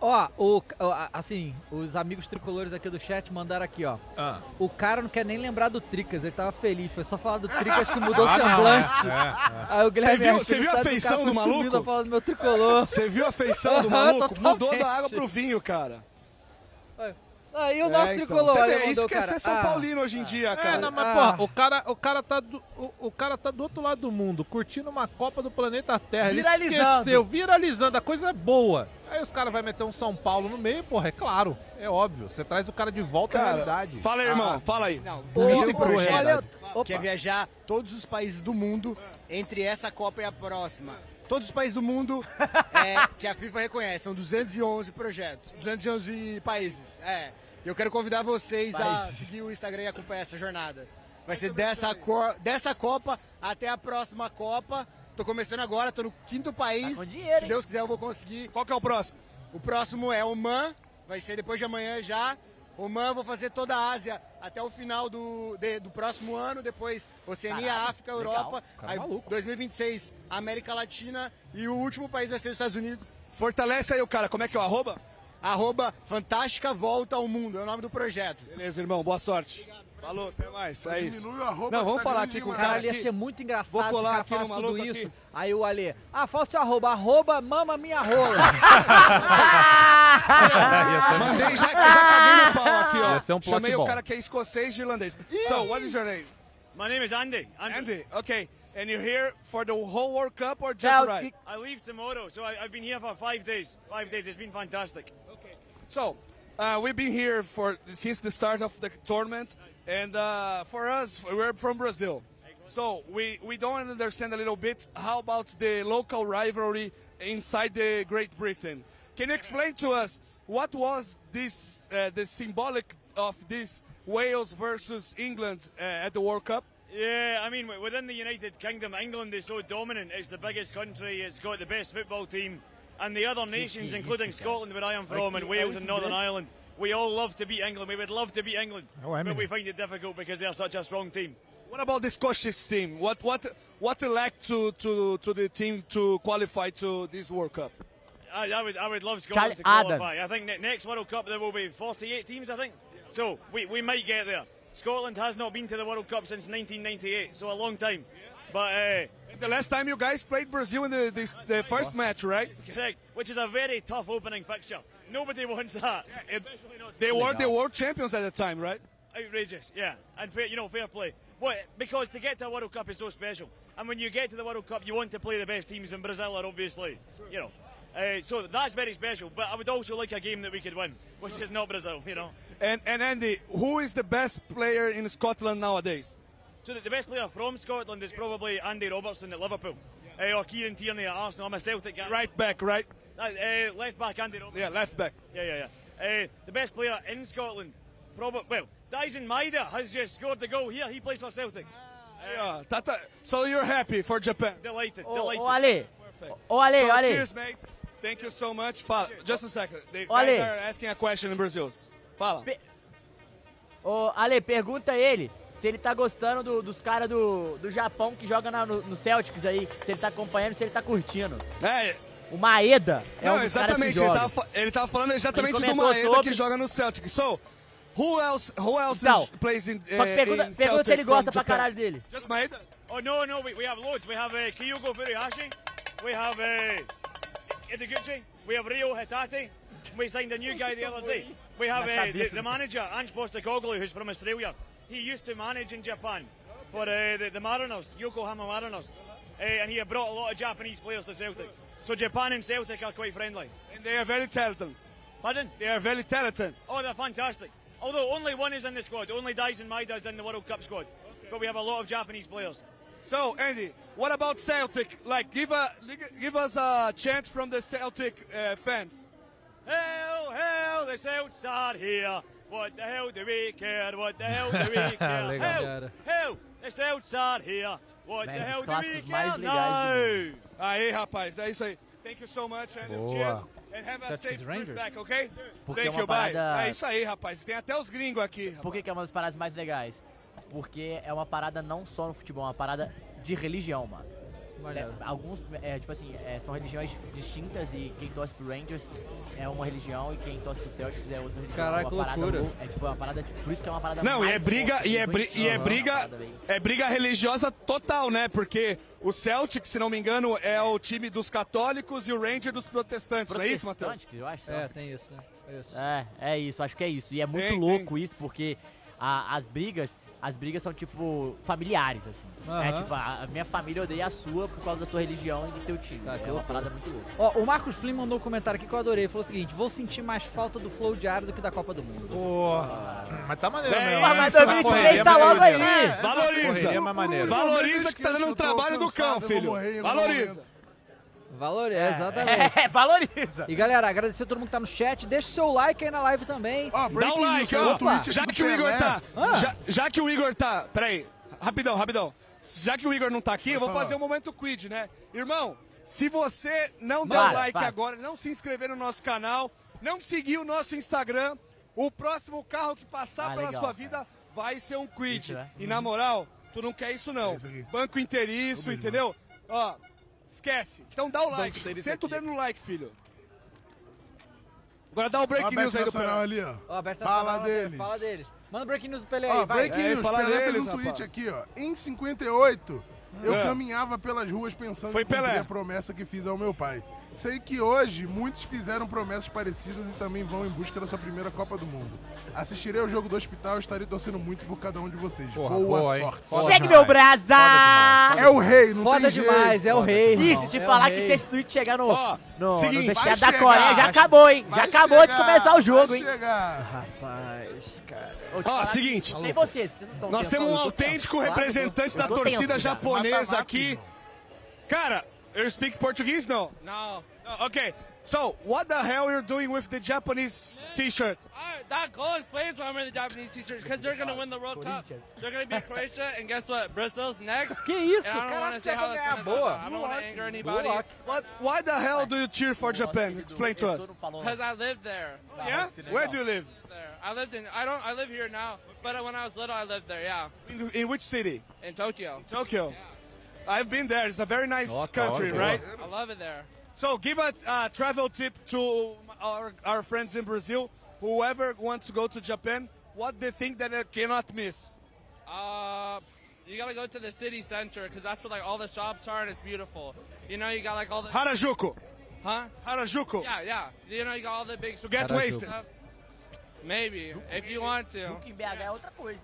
[SPEAKER 1] Ó, o, ó, a- assim, os amigos tricolores aqui do chat mandaram aqui, ó.
[SPEAKER 7] Ah.
[SPEAKER 1] O cara não quer nem lembrar do Tricas, ele tava feliz. Foi só falar do Tricas que mudou o
[SPEAKER 7] Ah, não,
[SPEAKER 1] semblante.
[SPEAKER 7] é, é, é.
[SPEAKER 1] Aí o Guilherme
[SPEAKER 6] Você viu-
[SPEAKER 1] Arce,
[SPEAKER 6] você
[SPEAKER 1] ele
[SPEAKER 6] viu a
[SPEAKER 1] tá cara,
[SPEAKER 6] feição
[SPEAKER 1] foi
[SPEAKER 6] do
[SPEAKER 1] subindo
[SPEAKER 6] maluco?
[SPEAKER 1] a falar do meu tricolor.
[SPEAKER 6] Você viu a feição do maluco? Mudou da água pro vinho, cara.
[SPEAKER 1] Aí o
[SPEAKER 6] É,
[SPEAKER 1] nosso
[SPEAKER 6] então.
[SPEAKER 1] tricolor,
[SPEAKER 6] Você
[SPEAKER 1] olha,
[SPEAKER 6] vê, isso
[SPEAKER 1] mandou,
[SPEAKER 6] que é
[SPEAKER 1] cara.
[SPEAKER 6] ser São
[SPEAKER 1] Ah,
[SPEAKER 6] Paulino hoje em dia, cara. Ah.
[SPEAKER 7] É, não, mas porra, o cara, o, cara tá do, o, o cara tá do outro lado do mundo, curtindo uma Copa do Planeta Terra. Ele
[SPEAKER 4] Viralizando.
[SPEAKER 7] esqueceu, viralizando, a coisa é boa. Aí os caras vão meter um São Paulo no meio, porra, é claro, é óbvio. Você traz o cara de volta à realidade. Ah.
[SPEAKER 6] Fala aí, irmão, fala aí.
[SPEAKER 7] Não,
[SPEAKER 6] Ô,
[SPEAKER 7] muito
[SPEAKER 6] ô,
[SPEAKER 7] projeto.
[SPEAKER 6] olha-
[SPEAKER 13] Que é viajar todos os países do mundo entre essa Copa e a próxima. Todos os países do mundo é, que a FIFA reconhece. São 211 projetos, 211 países. É. E eu quero convidar vocês a
[SPEAKER 4] Países.
[SPEAKER 13] seguir o Instagram e acompanhar essa jornada. Vai ser dessa, cor, dessa Copa até a próxima Copa. Tô começando agora, tô no quinto país.
[SPEAKER 6] Tá
[SPEAKER 4] com dinheiro,
[SPEAKER 13] Se Deus quiser, eu vou conseguir.
[SPEAKER 6] Qual que é o próximo?
[SPEAKER 13] O próximo é Oman. Vai ser depois de amanhã já. Oman, eu vou fazer toda a Ásia até o final do, de- do próximo ano. Depois Oceania,
[SPEAKER 4] Caralho,
[SPEAKER 13] África,
[SPEAKER 4] legal.
[SPEAKER 13] Europa.
[SPEAKER 6] é
[SPEAKER 4] Cara,
[SPEAKER 13] aí,
[SPEAKER 4] maluco.
[SPEAKER 13] 2026, América Latina. E o último país vai ser os Estados Unidos.
[SPEAKER 6] Fortalece aí o cara. Como é que é o arroba?
[SPEAKER 13] Arroba Fantástica Volta ao Mundo. É o nome do projeto.
[SPEAKER 6] Beleza, irmão. Boa sorte. Falou, até mais. É isso.
[SPEAKER 13] Diminui o arroba
[SPEAKER 6] Não, vamos
[SPEAKER 13] que tá
[SPEAKER 6] falar
[SPEAKER 13] grande
[SPEAKER 6] aqui com o
[SPEAKER 1] Cara,
[SPEAKER 6] cara.
[SPEAKER 1] ali ia
[SPEAKER 6] aqui.
[SPEAKER 1] ser muito engraçado
[SPEAKER 6] Vou
[SPEAKER 1] se o
[SPEAKER 6] colar
[SPEAKER 1] cara
[SPEAKER 6] aqui no
[SPEAKER 1] falasse tudo
[SPEAKER 6] maluco
[SPEAKER 1] isso.
[SPEAKER 6] aqui.
[SPEAKER 1] Aí o Ale, ah, fala seu arroba, arroba, mama minha rola.
[SPEAKER 6] Mandei, já, já caguei no pau aqui, ó.
[SPEAKER 7] Ia ser um plot
[SPEAKER 6] Chamei
[SPEAKER 7] bom.
[SPEAKER 6] o cara que é escocês e irlandês. So, what is your name?
[SPEAKER 14] My name is Andy. Andy.
[SPEAKER 6] okay. And you're here for the whole World Cup or just
[SPEAKER 14] É
[SPEAKER 6] right?
[SPEAKER 14] I leave tomorrow, so I, I've been here for five days. Five days, it's been fantastic.
[SPEAKER 6] So, uh, we've been here for since the start of the tournament, and uh, for us, we're from Brazil. So we, we don't understand a little bit how about the local rivalry inside the Great Britain. Can you explain to us what was this uh, the symbolic of this Wales versus England uh, at the World Cup?
[SPEAKER 14] Yeah, I mean, wi- within the United Kingdom, England is so dominant. It's the biggest country, it's got the best football team. And the other nations, including Scotland, where I am from, and Wales and Northern Ireland, we all love to beat England. We would love to beat England,
[SPEAKER 6] Oh, I
[SPEAKER 14] but
[SPEAKER 6] mean
[SPEAKER 14] we
[SPEAKER 6] it.
[SPEAKER 14] find it difficult because they're such a strong team.
[SPEAKER 6] What about the Scottish team? What what what lacked to, to, to the team to qualify to this World Cup?
[SPEAKER 14] I, I would, I would love Scotland to
[SPEAKER 6] Charlie
[SPEAKER 14] qualify. I think ne- next World Cup there will be 48 teams. I think so. We, we might get there. Scotland has not been to the World Cup since 1998, so a long time. But uh,
[SPEAKER 6] The last time you guys played Brazil in the, the, the first match, right?
[SPEAKER 14] correct, which is a very tough opening fixture. Nobody wants that. Especially not
[SPEAKER 6] They were
[SPEAKER 14] Scotland.
[SPEAKER 6] the world champions at the time, right?
[SPEAKER 14] outrageous. Yeah, and fair, you know, fair play. What? Because to get to a World Cup is so special, and when you get to the World Cup, you want to play the best teams in Brazil, are obviously, you know. Uh, so that's very special. But I would also like a game that we could win, which is not Brazil, you know.
[SPEAKER 6] And, and Andy, who is the best player in Scotland nowadays?
[SPEAKER 14] So the, the best player from Scotland is probably Andy Robertson at Liverpool, uh, or Kieran Tierney at Arsenal. I'm a Celtic guy.
[SPEAKER 6] Right back, right?
[SPEAKER 14] Uh, uh, left back Andy Robertson.
[SPEAKER 6] Yeah, left back.
[SPEAKER 14] Yeah, yeah, yeah. Uh, the best player in Scotland, probably well, Dyson Maida has just scored the goal here. He plays for Celtic. Eh,
[SPEAKER 6] Yeah, Tata, so you're happy for Japan?
[SPEAKER 14] Delighted,
[SPEAKER 6] Oh,
[SPEAKER 4] Ô,
[SPEAKER 14] delighted.
[SPEAKER 4] ô, Oh, Ale. Ô, Ale,
[SPEAKER 6] so,
[SPEAKER 4] ô, Ale.
[SPEAKER 6] Cheers, mate. Thank you so much. Fala, just a second. They
[SPEAKER 4] Ô, Oh, Ale.
[SPEAKER 6] guys are
[SPEAKER 15] é
[SPEAKER 6] asking a question in Brazil. Fala.
[SPEAKER 4] Ô, Ale, pergunta ele se ele tá gostando do- dos caras do, do Japão que joga na- no, no Celtics aí. Se ele tá acompanhando, se ele tá curtindo.
[SPEAKER 6] É.
[SPEAKER 4] O Maeda é
[SPEAKER 6] Não,
[SPEAKER 4] um dos caras que
[SPEAKER 6] exatamente. Ele tá
[SPEAKER 4] joga.
[SPEAKER 6] tava, fa- ele tava falando exatamente
[SPEAKER 4] Ele
[SPEAKER 6] do
[SPEAKER 4] comentou
[SPEAKER 6] Maeda
[SPEAKER 4] sobre-
[SPEAKER 6] que joga no Celtic. So, who else, who else
[SPEAKER 4] Então,
[SPEAKER 6] is, plays in,
[SPEAKER 4] só que
[SPEAKER 6] eh,
[SPEAKER 4] pergunta-
[SPEAKER 6] in
[SPEAKER 4] pergunta se ele
[SPEAKER 6] Celtic from
[SPEAKER 4] gosta pra
[SPEAKER 6] Japan?
[SPEAKER 4] caralho dele.
[SPEAKER 6] Just Maeda?
[SPEAKER 14] Oh no, no, we, we have loads. We have uh, Kyogo Furuhashi, we have uh, Ideguchi, we have Rio Hitati. We signed a new guy the other day. We have uh, the, the manager Ange Postecoglou, who's from Australia. He used to manage in Japan for uh, the, the Mariners, Yokohama Mariners, uh, and he had brought a lot of Japanese players to Celtic. So Japan and Celtic are quite friendly.
[SPEAKER 6] And they are very talented.
[SPEAKER 14] Pardon?
[SPEAKER 6] They are very talented.
[SPEAKER 14] Oh, they're fantastic. Although only one is in the squad, only Dyson Maida is in the World Cup squad. But we have a lot of Japanese players.
[SPEAKER 6] So, Andy, what about Celtic? Like, give a give us a chant from the Celtic uh, fans.
[SPEAKER 14] Hell, hell, the Celts are here. What the hell do we care? What the hell do we care?
[SPEAKER 6] Legal,
[SPEAKER 14] hell,
[SPEAKER 6] cara.
[SPEAKER 14] hell, the Celts are here. What
[SPEAKER 6] Bem,
[SPEAKER 14] the
[SPEAKER 6] dos
[SPEAKER 14] hell do we
[SPEAKER 6] clássicos mais
[SPEAKER 14] care?
[SPEAKER 6] legais
[SPEAKER 14] No!
[SPEAKER 6] Aí, rapaz, é isso aí. Thank you so much, Andy.
[SPEAKER 7] Boa.
[SPEAKER 6] Cheers. And have a
[SPEAKER 4] Celtics
[SPEAKER 6] safe trip
[SPEAKER 4] Rangers?
[SPEAKER 6] back, okay?
[SPEAKER 4] Porque é
[SPEAKER 6] Thank
[SPEAKER 4] uma
[SPEAKER 6] you,
[SPEAKER 4] parada-
[SPEAKER 6] bye. É isso aí, rapaz. Tem até os gringos aqui.
[SPEAKER 4] Por que, que é uma das paradas mais legais? Porque é uma parada não só no futebol, é uma parada de religião, mano.
[SPEAKER 1] Maneiro.
[SPEAKER 4] É, alguns, é, tipo assim, é, são religiões distintas e quem torce pro Rangers é uma religião e quem torce pro Celtics é outra religião.
[SPEAKER 7] Caraca,
[SPEAKER 4] é uma parada
[SPEAKER 7] loucura.
[SPEAKER 4] lou- É tipo, é uma parada, de- por isso que é uma parada
[SPEAKER 6] Não, e
[SPEAKER 4] mais
[SPEAKER 6] é briga,
[SPEAKER 4] forte,
[SPEAKER 6] e é, bri- e é
[SPEAKER 4] doentia, uma
[SPEAKER 6] briga,
[SPEAKER 4] parada bem-
[SPEAKER 6] é briga religiosa total, né? Porque o Celtic, se não me engano, é o time dos católicos e o Ranger dos protestantes, não é isso, Matheus?
[SPEAKER 4] Protestantes, eu acho.
[SPEAKER 1] É, tem isso, né? É isso.
[SPEAKER 4] É, é isso, acho que é isso. E é muito louco isso, porque a- as brigas, as brigas são tipo familiares, assim.
[SPEAKER 1] Aham.
[SPEAKER 4] É tipo, a, a minha família odeia a sua por causa da sua religião e do teu time.
[SPEAKER 1] Tá,
[SPEAKER 4] é uma parada muito louca.
[SPEAKER 1] Ó, o Marcos Flim mandou um comentário aqui que eu adorei. Ele falou o seguinte: vou sentir mais falta do flow diário do que da Copa do Mundo.
[SPEAKER 7] Mas tá maneiro
[SPEAKER 1] É
[SPEAKER 7] mesmo.
[SPEAKER 1] isso,
[SPEAKER 7] Mas
[SPEAKER 1] mas 2023 tá logo aí.
[SPEAKER 7] É,
[SPEAKER 1] Valoriza.
[SPEAKER 7] Correria mais maneiro.
[SPEAKER 6] Valoriza que tá dando um trabalho do cão, filho. Valoriza.
[SPEAKER 1] Valoriza, exatamente.
[SPEAKER 4] É, valoriza.
[SPEAKER 1] E galera, agradecer a todo mundo que tá no chat. Deixa o seu like aí na live também.
[SPEAKER 6] Dá um like,
[SPEAKER 1] é
[SPEAKER 6] ó. Já que o Igor tá.
[SPEAKER 1] Ah.
[SPEAKER 6] Já, já que o Igor tá. Peraí, rapidão, rapidão. Já que o Igor não tá aqui, eu vou
[SPEAKER 7] falar.
[SPEAKER 6] fazer um momento quid, né? Irmão, se você não deu
[SPEAKER 7] Faz,
[SPEAKER 6] like
[SPEAKER 7] faz.
[SPEAKER 6] agora, não se inscrever no nosso canal, não seguir o nosso Instagram, o próximo carro que passar
[SPEAKER 7] Ah,
[SPEAKER 6] pela
[SPEAKER 7] legal,
[SPEAKER 6] sua vida vai ser um quid.
[SPEAKER 7] Isso, né?
[SPEAKER 6] E na moral, tu não quer isso não. Banco inteiriço, entendeu? Ó, esquece. Então dá o
[SPEAKER 7] Banco
[SPEAKER 6] like.
[SPEAKER 7] inteiriço
[SPEAKER 6] Senta o dedo no like, filho. Agora dá o break news aí do Pelé.
[SPEAKER 1] Ó, Best
[SPEAKER 3] Fala
[SPEAKER 1] Nacional, né,
[SPEAKER 3] deles.
[SPEAKER 4] É,
[SPEAKER 6] É,
[SPEAKER 1] Fala deles. Manda o break news do Pelé aí,
[SPEAKER 3] Ó,
[SPEAKER 1] vai.
[SPEAKER 3] break news, Pelé fez um tweet aqui, ó. Em 58, Eu
[SPEAKER 4] Ah.
[SPEAKER 6] É.
[SPEAKER 3] caminhava pelas ruas pensando
[SPEAKER 6] Foi
[SPEAKER 3] em cumprir
[SPEAKER 6] Pelé.
[SPEAKER 3] a promessa que fiz ao meu pai. Sei que hoje muitos fizeram promessas parecidas e também vão em busca da sua primeira Copa do Mundo. Assistirei ao jogo do hospital e estarei torcendo muito por cada um de vocês. boa,
[SPEAKER 4] boa, hein?
[SPEAKER 3] sorte.
[SPEAKER 4] Foda Segue demais. meu brasa! Foda demais, foda
[SPEAKER 3] É o rei, não
[SPEAKER 1] Foda
[SPEAKER 3] tem jeito.
[SPEAKER 1] demais, é o rei.
[SPEAKER 4] Isso,
[SPEAKER 1] irmão,
[SPEAKER 4] te
[SPEAKER 1] é o
[SPEAKER 4] falar que
[SPEAKER 1] rei.
[SPEAKER 4] se esse tweet chegar no, no,
[SPEAKER 1] seguinte,
[SPEAKER 4] no
[SPEAKER 1] vai
[SPEAKER 4] vestiário da
[SPEAKER 1] chegar,
[SPEAKER 4] Coreia, já
[SPEAKER 1] vai-
[SPEAKER 4] acabou, hein? Já
[SPEAKER 1] vai
[SPEAKER 4] acabou de
[SPEAKER 1] chegar,
[SPEAKER 4] começar o
[SPEAKER 1] vai
[SPEAKER 4] jogo, hein? tipo,
[SPEAKER 1] Rapaz, cara.
[SPEAKER 6] Ó, seguinte.
[SPEAKER 4] Não sei vocês, vocês não estão
[SPEAKER 6] Nós temos um autêntico representante da torcida japonesa aqui. Cara, you speak Portuguese? No.
[SPEAKER 16] Now,
[SPEAKER 6] No, Okay. So, what the hell you're doing with the Japanese t-shirt?
[SPEAKER 16] uh, that goal explains why I'm wearing the Japanese t-shirt because they're gonna win the World Cup. They're gonna beat Croatia, and guess what? Brazil's next.
[SPEAKER 1] Que isso?
[SPEAKER 16] And I don't
[SPEAKER 1] Cara,
[SPEAKER 16] wanna
[SPEAKER 1] acho que
[SPEAKER 16] say
[SPEAKER 1] é
[SPEAKER 16] how that's gonna
[SPEAKER 1] ganhar.
[SPEAKER 16] go.
[SPEAKER 1] Boa.
[SPEAKER 16] I don't wanna anger anybody.
[SPEAKER 6] What, why the hell do you cheer for Japan? Explain to us. Oh,
[SPEAKER 16] Because I live there.
[SPEAKER 6] Yeah? Where do you live?
[SPEAKER 16] There. I lived in. I don't. I live here now. But when I was little, I lived there. Yeah.
[SPEAKER 6] In, in which city?
[SPEAKER 16] In Tokyo.
[SPEAKER 6] Tokyo. I've been there. It's a very nice
[SPEAKER 16] Nossa,
[SPEAKER 6] country,
[SPEAKER 16] olha.
[SPEAKER 6] right?
[SPEAKER 16] I love it there.
[SPEAKER 6] So give a uh, travel tip to our, our friends in Brazil. Whoever wants to go to Japan, what they think that they cannot miss.
[SPEAKER 16] Uh, you gotta go to the city center because that's where like all the shops are and it's beautiful. You know, you got like all the
[SPEAKER 6] Harajuku.
[SPEAKER 16] Huh?
[SPEAKER 6] Harajuku.
[SPEAKER 16] Yeah, yeah. You know, you got all the big
[SPEAKER 6] So get wasted.
[SPEAKER 16] Maybe if you want to.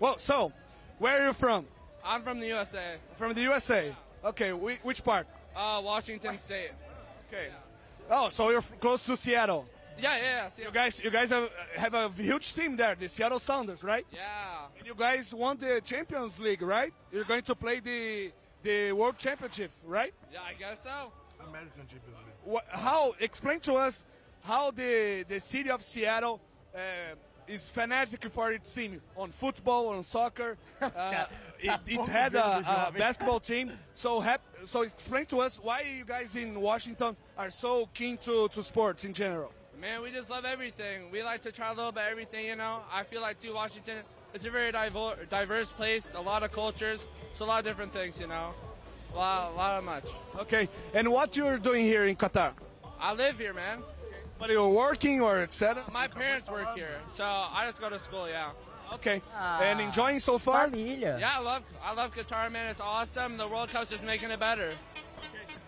[SPEAKER 6] Well, so where are you from?
[SPEAKER 16] I'm from the USA,
[SPEAKER 6] From the USA. Okay, whi- which part?
[SPEAKER 16] uh, Washington State.
[SPEAKER 6] Okay. Oh, so you're f- close to Seattle.
[SPEAKER 16] Yeah, yeah. yeah.
[SPEAKER 6] You guys, you guys have, have a huge team there, the Seattle Sounders, right?
[SPEAKER 16] Yeah.
[SPEAKER 6] And you guys won the Champions League, right? You're going to play the the World Championship, right?
[SPEAKER 16] Yeah, I guess so.
[SPEAKER 3] American Champions League.
[SPEAKER 6] What, how explain to us how the the city of Seattle uh, is fanatic for its team on football, on soccer. Uh, it, it had a, a basketball team. So hap- so explain to us why you guys in Washington are so keen to, to sports in general.
[SPEAKER 16] Man, we just love everything. We like to try a little bit of everything, you know. I feel like too Washington, it's a very divo- diverse place, a lot of cultures, it's a lot of different things, you know. A lot, a lot of much.
[SPEAKER 6] Okay, and what you're doing here in Qatar?
[SPEAKER 16] I live here, man.
[SPEAKER 6] But you're working or etc.
[SPEAKER 16] My parents work here, so I just go to school. Yeah.
[SPEAKER 6] Okay, and enjoying so far.
[SPEAKER 16] Yeah, I love I love guitar, man. It's awesome. The World Cup's just making it better.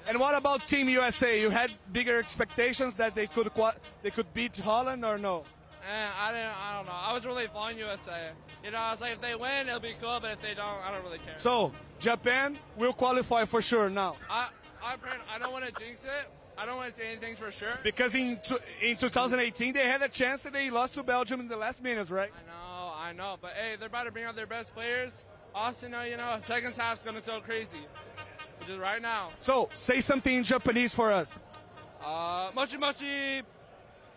[SPEAKER 6] And what about Team USA? You had bigger expectations that they could qua- they could beat Holland or no?
[SPEAKER 16] And I didn't. I don't know. I was really following USA. You know, I was like, if they win, it'll be cool. But if they don't, I don't really care.
[SPEAKER 6] So Japan will qualify for sure now
[SPEAKER 16] I I plan- I don't want to jinx it. I don't want to say anything for sure.
[SPEAKER 6] because in tw in 2018 they had a chance and they lost to Belgium in the last minute, right?
[SPEAKER 16] I know, I know. But hey, they're about to bring out their best players. Austin, though, you know, second half's gonna go crazy. Just right now.
[SPEAKER 6] So say something in Japanese for us.
[SPEAKER 16] Uh, mochi mochi.